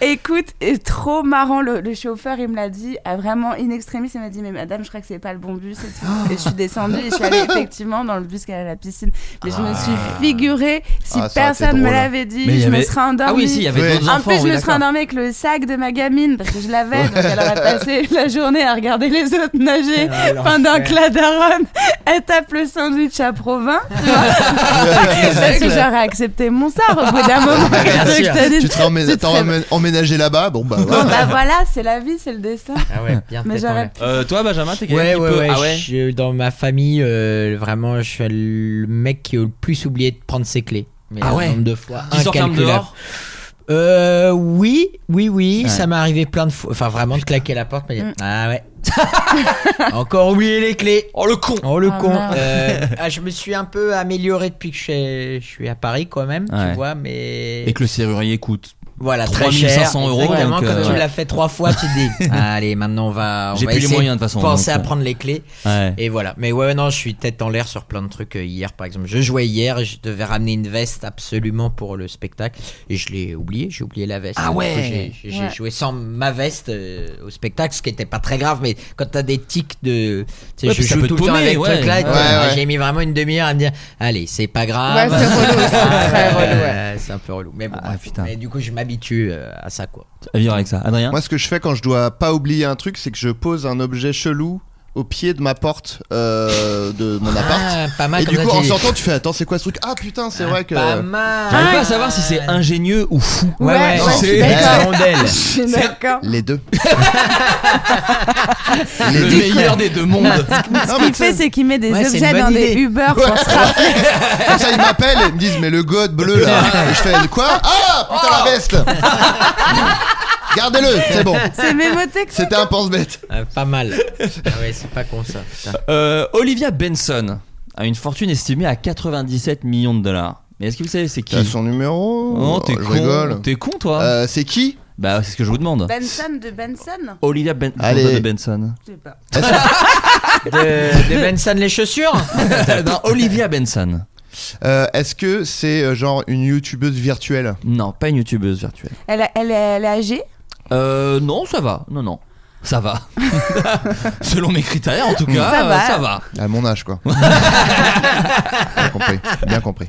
[SPEAKER 9] Écoute, et trop marrant, le, le chauffeur, il me l'a dit, ah, vraiment in extremis, il m'a dit, mais madame, je crois que c'est pas le bon bus et tout. Et je suis descendue et je suis allée effectivement dans le bus qui allait à la piscine. Mais je me suis figurée, si
[SPEAKER 8] Ah, ça aurait été
[SPEAKER 9] personne me
[SPEAKER 8] drôle.
[SPEAKER 9] l'avait dit,
[SPEAKER 7] Mais il y
[SPEAKER 9] je me
[SPEAKER 7] avait-
[SPEAKER 9] serais endormie.
[SPEAKER 7] Ah oui, si, il y avait
[SPEAKER 8] Oui.
[SPEAKER 7] d'autres
[SPEAKER 9] en
[SPEAKER 7] enfants.
[SPEAKER 9] plus, je
[SPEAKER 7] oui,
[SPEAKER 9] me serais
[SPEAKER 7] d'accord.
[SPEAKER 9] endormie avec le sac de ma gamine parce que je l'avais, donc elle aurait passé la journée à regarder les autres nager
[SPEAKER 10] Ah, l'enfer.
[SPEAKER 9] pendant que la daronne, elle tape le sandwich à Provins. tu vois. parce que j'aurais accepté mon sort au bout d'un moment.
[SPEAKER 10] Bien
[SPEAKER 9] Qu'est-ce que
[SPEAKER 10] sûr.
[SPEAKER 9] je te dis
[SPEAKER 8] Tu te remets-
[SPEAKER 9] Tu te
[SPEAKER 8] t'as
[SPEAKER 9] remets-
[SPEAKER 8] emmé- emménagé là-bas, bon bah
[SPEAKER 9] Bon,
[SPEAKER 8] voilà.
[SPEAKER 9] bah voilà, c'est la vie, c'est le destin.
[SPEAKER 10] Ah ouais, bien
[SPEAKER 9] Mais
[SPEAKER 10] tête en
[SPEAKER 9] j'aurais-
[SPEAKER 10] l'air.
[SPEAKER 7] Euh, toi, Benjamin, t'es
[SPEAKER 10] Ouais,
[SPEAKER 7] quelqu'un
[SPEAKER 10] ouais,
[SPEAKER 7] qui peut.
[SPEAKER 10] ouais,
[SPEAKER 7] ah ouais
[SPEAKER 10] je- dans ma famille, euh, vraiment, je suis le mec qui a le plus oublié de prendre ses clés. Mais
[SPEAKER 7] Ah
[SPEAKER 10] un
[SPEAKER 7] ouais.
[SPEAKER 10] nombre de fois.
[SPEAKER 7] Qui s'enferme
[SPEAKER 10] incalculable.
[SPEAKER 7] dehors
[SPEAKER 10] Euh, oui, oui, oui,
[SPEAKER 7] Ouais.
[SPEAKER 10] ça m'est arrivé plein de fois. Enfin, vraiment, de claquer la porte, mais
[SPEAKER 9] Mm.
[SPEAKER 10] dire, ah ouais. Encore oublié les clés.
[SPEAKER 7] Oh le con
[SPEAKER 10] Oh le
[SPEAKER 9] Ah,
[SPEAKER 10] con.
[SPEAKER 9] merde.
[SPEAKER 10] Euh, ah, je me suis un peu amélioré depuis que je suis- je suis à Paris quand même,
[SPEAKER 7] Ouais.
[SPEAKER 10] tu vois, mais
[SPEAKER 7] Et que le serrurier coûte.
[SPEAKER 10] voilà très
[SPEAKER 7] 3500
[SPEAKER 10] cher.
[SPEAKER 7] euros,
[SPEAKER 10] Exactement,
[SPEAKER 7] donc,
[SPEAKER 10] quand
[SPEAKER 7] euh,
[SPEAKER 10] tu
[SPEAKER 7] ouais.
[SPEAKER 10] l'as fait trois fois, tu te dis, allez, maintenant on va, on
[SPEAKER 7] J'ai
[SPEAKER 10] va
[SPEAKER 7] plus les
[SPEAKER 10] essayer
[SPEAKER 7] moyens, de toute façon,
[SPEAKER 10] Penser
[SPEAKER 7] donc, euh.
[SPEAKER 10] à
[SPEAKER 7] ouais.
[SPEAKER 10] prendre les clés.
[SPEAKER 7] Ouais.
[SPEAKER 10] Et voilà. Mais ouais, ouais, non, je suis tête en l'air sur plein de trucs euh, hier, par exemple. Je jouais hier et je devais ramener une veste absolument pour le spectacle. Et je l'ai oublié, j'ai oublié la veste.
[SPEAKER 7] Ah
[SPEAKER 10] Du coup,
[SPEAKER 7] ouais.
[SPEAKER 10] j'ai- J'ai
[SPEAKER 9] Ouais.
[SPEAKER 10] joué sans ma veste euh, au spectacle, ce qui était pas très grave, mais quand t'as des tics de. Tu sais,
[SPEAKER 7] Ouais,
[SPEAKER 10] je
[SPEAKER 7] puis ça
[SPEAKER 10] joue
[SPEAKER 7] peut
[SPEAKER 10] tout
[SPEAKER 7] te
[SPEAKER 10] le temps
[SPEAKER 7] paumer,
[SPEAKER 10] avec
[SPEAKER 7] ouais.
[SPEAKER 10] le claque.
[SPEAKER 7] Ouais,
[SPEAKER 10] euh,
[SPEAKER 8] ouais.
[SPEAKER 10] J'ai mis vraiment une demi-heure à me dire Allez, c'est pas grave.
[SPEAKER 9] Ouais, c'est relou, c'est
[SPEAKER 10] Ah,
[SPEAKER 9] très relou, ouais.
[SPEAKER 10] euh, C'est un peu relou. Mais bon,
[SPEAKER 7] Ah,
[SPEAKER 10] bref.
[SPEAKER 7] putain.
[SPEAKER 10] Mais du coup, je m'habitue euh, à ça, quoi.
[SPEAKER 7] À vivre avec ça. Adrien
[SPEAKER 8] Moi, ce que je fais quand je dois pas oublier un truc, c'est que je pose un objet chelou au pied de ma porte euh, de mon appart.
[SPEAKER 10] Ah, pas mal
[SPEAKER 8] Et
[SPEAKER 10] comme
[SPEAKER 8] du
[SPEAKER 10] ça,
[SPEAKER 8] coup, en
[SPEAKER 10] tu- Bah,
[SPEAKER 8] sortant, tu fais attends, c'est quoi ce truc Ah putain, c'est vrai que.
[SPEAKER 10] Pas mal.
[SPEAKER 7] J'arrive pas à savoir si c'est ingénieux ou fou.
[SPEAKER 10] Ah. Ouais, ouais,
[SPEAKER 9] Ouais,
[SPEAKER 8] je suis
[SPEAKER 10] c'est
[SPEAKER 8] d'accord.
[SPEAKER 10] la rondelle.
[SPEAKER 9] Je suis d'accord.
[SPEAKER 8] Les deux.
[SPEAKER 7] Le meilleur des deux mondes.
[SPEAKER 8] Non,
[SPEAKER 9] Ce
[SPEAKER 8] mais
[SPEAKER 9] qu'il
[SPEAKER 8] tu sais,
[SPEAKER 9] fait, c'est qu'il met des
[SPEAKER 10] Ouais, c'est
[SPEAKER 9] objets
[SPEAKER 10] une
[SPEAKER 9] dans
[SPEAKER 10] bonne
[SPEAKER 9] des
[SPEAKER 10] idée.
[SPEAKER 9] Uber pour se rappeler.
[SPEAKER 8] Comme ça, ils m'appellent et ils me disent Mais le god bleu là Et je fais Quoi Ah Putain, la veste Gardez-le, c'est bon.
[SPEAKER 9] C'est mémotechnique.
[SPEAKER 8] C'était un pense-bête.
[SPEAKER 10] Ah, pas mal. Ah ouais, c'est pas con ça. putain.
[SPEAKER 7] Euh, Olivia Benson a une fortune estimée à 97 millions de dollars. Mais est-ce que vous savez c'est qui
[SPEAKER 8] T'as son numéro
[SPEAKER 7] Non, t'es
[SPEAKER 8] Je
[SPEAKER 7] con.
[SPEAKER 8] rigole.
[SPEAKER 7] T'es con, toi
[SPEAKER 8] Euh, c'est qui
[SPEAKER 7] Bah, c'est ce que je vous demande.
[SPEAKER 9] Benson de Benson
[SPEAKER 7] Olivia Ben- de
[SPEAKER 8] Allez.
[SPEAKER 7] Benson.
[SPEAKER 9] Je sais pas.
[SPEAKER 10] De, de Benson les chaussures
[SPEAKER 7] Euh, non, Olivia Benson.
[SPEAKER 8] Euh, Est-ce que c'est euh, genre une youtubeuse virtuelle
[SPEAKER 7] Non, pas une youtubeuse virtuelle.
[SPEAKER 9] Elle, elle, elle est âgée
[SPEAKER 7] Euh, non, ça va. Non, non. Ça va. Selon mes critères, en tout cas,
[SPEAKER 9] Ça
[SPEAKER 7] euh,
[SPEAKER 9] va.
[SPEAKER 7] ça va.
[SPEAKER 8] À mon âge, quoi. bien compris. Bien compris.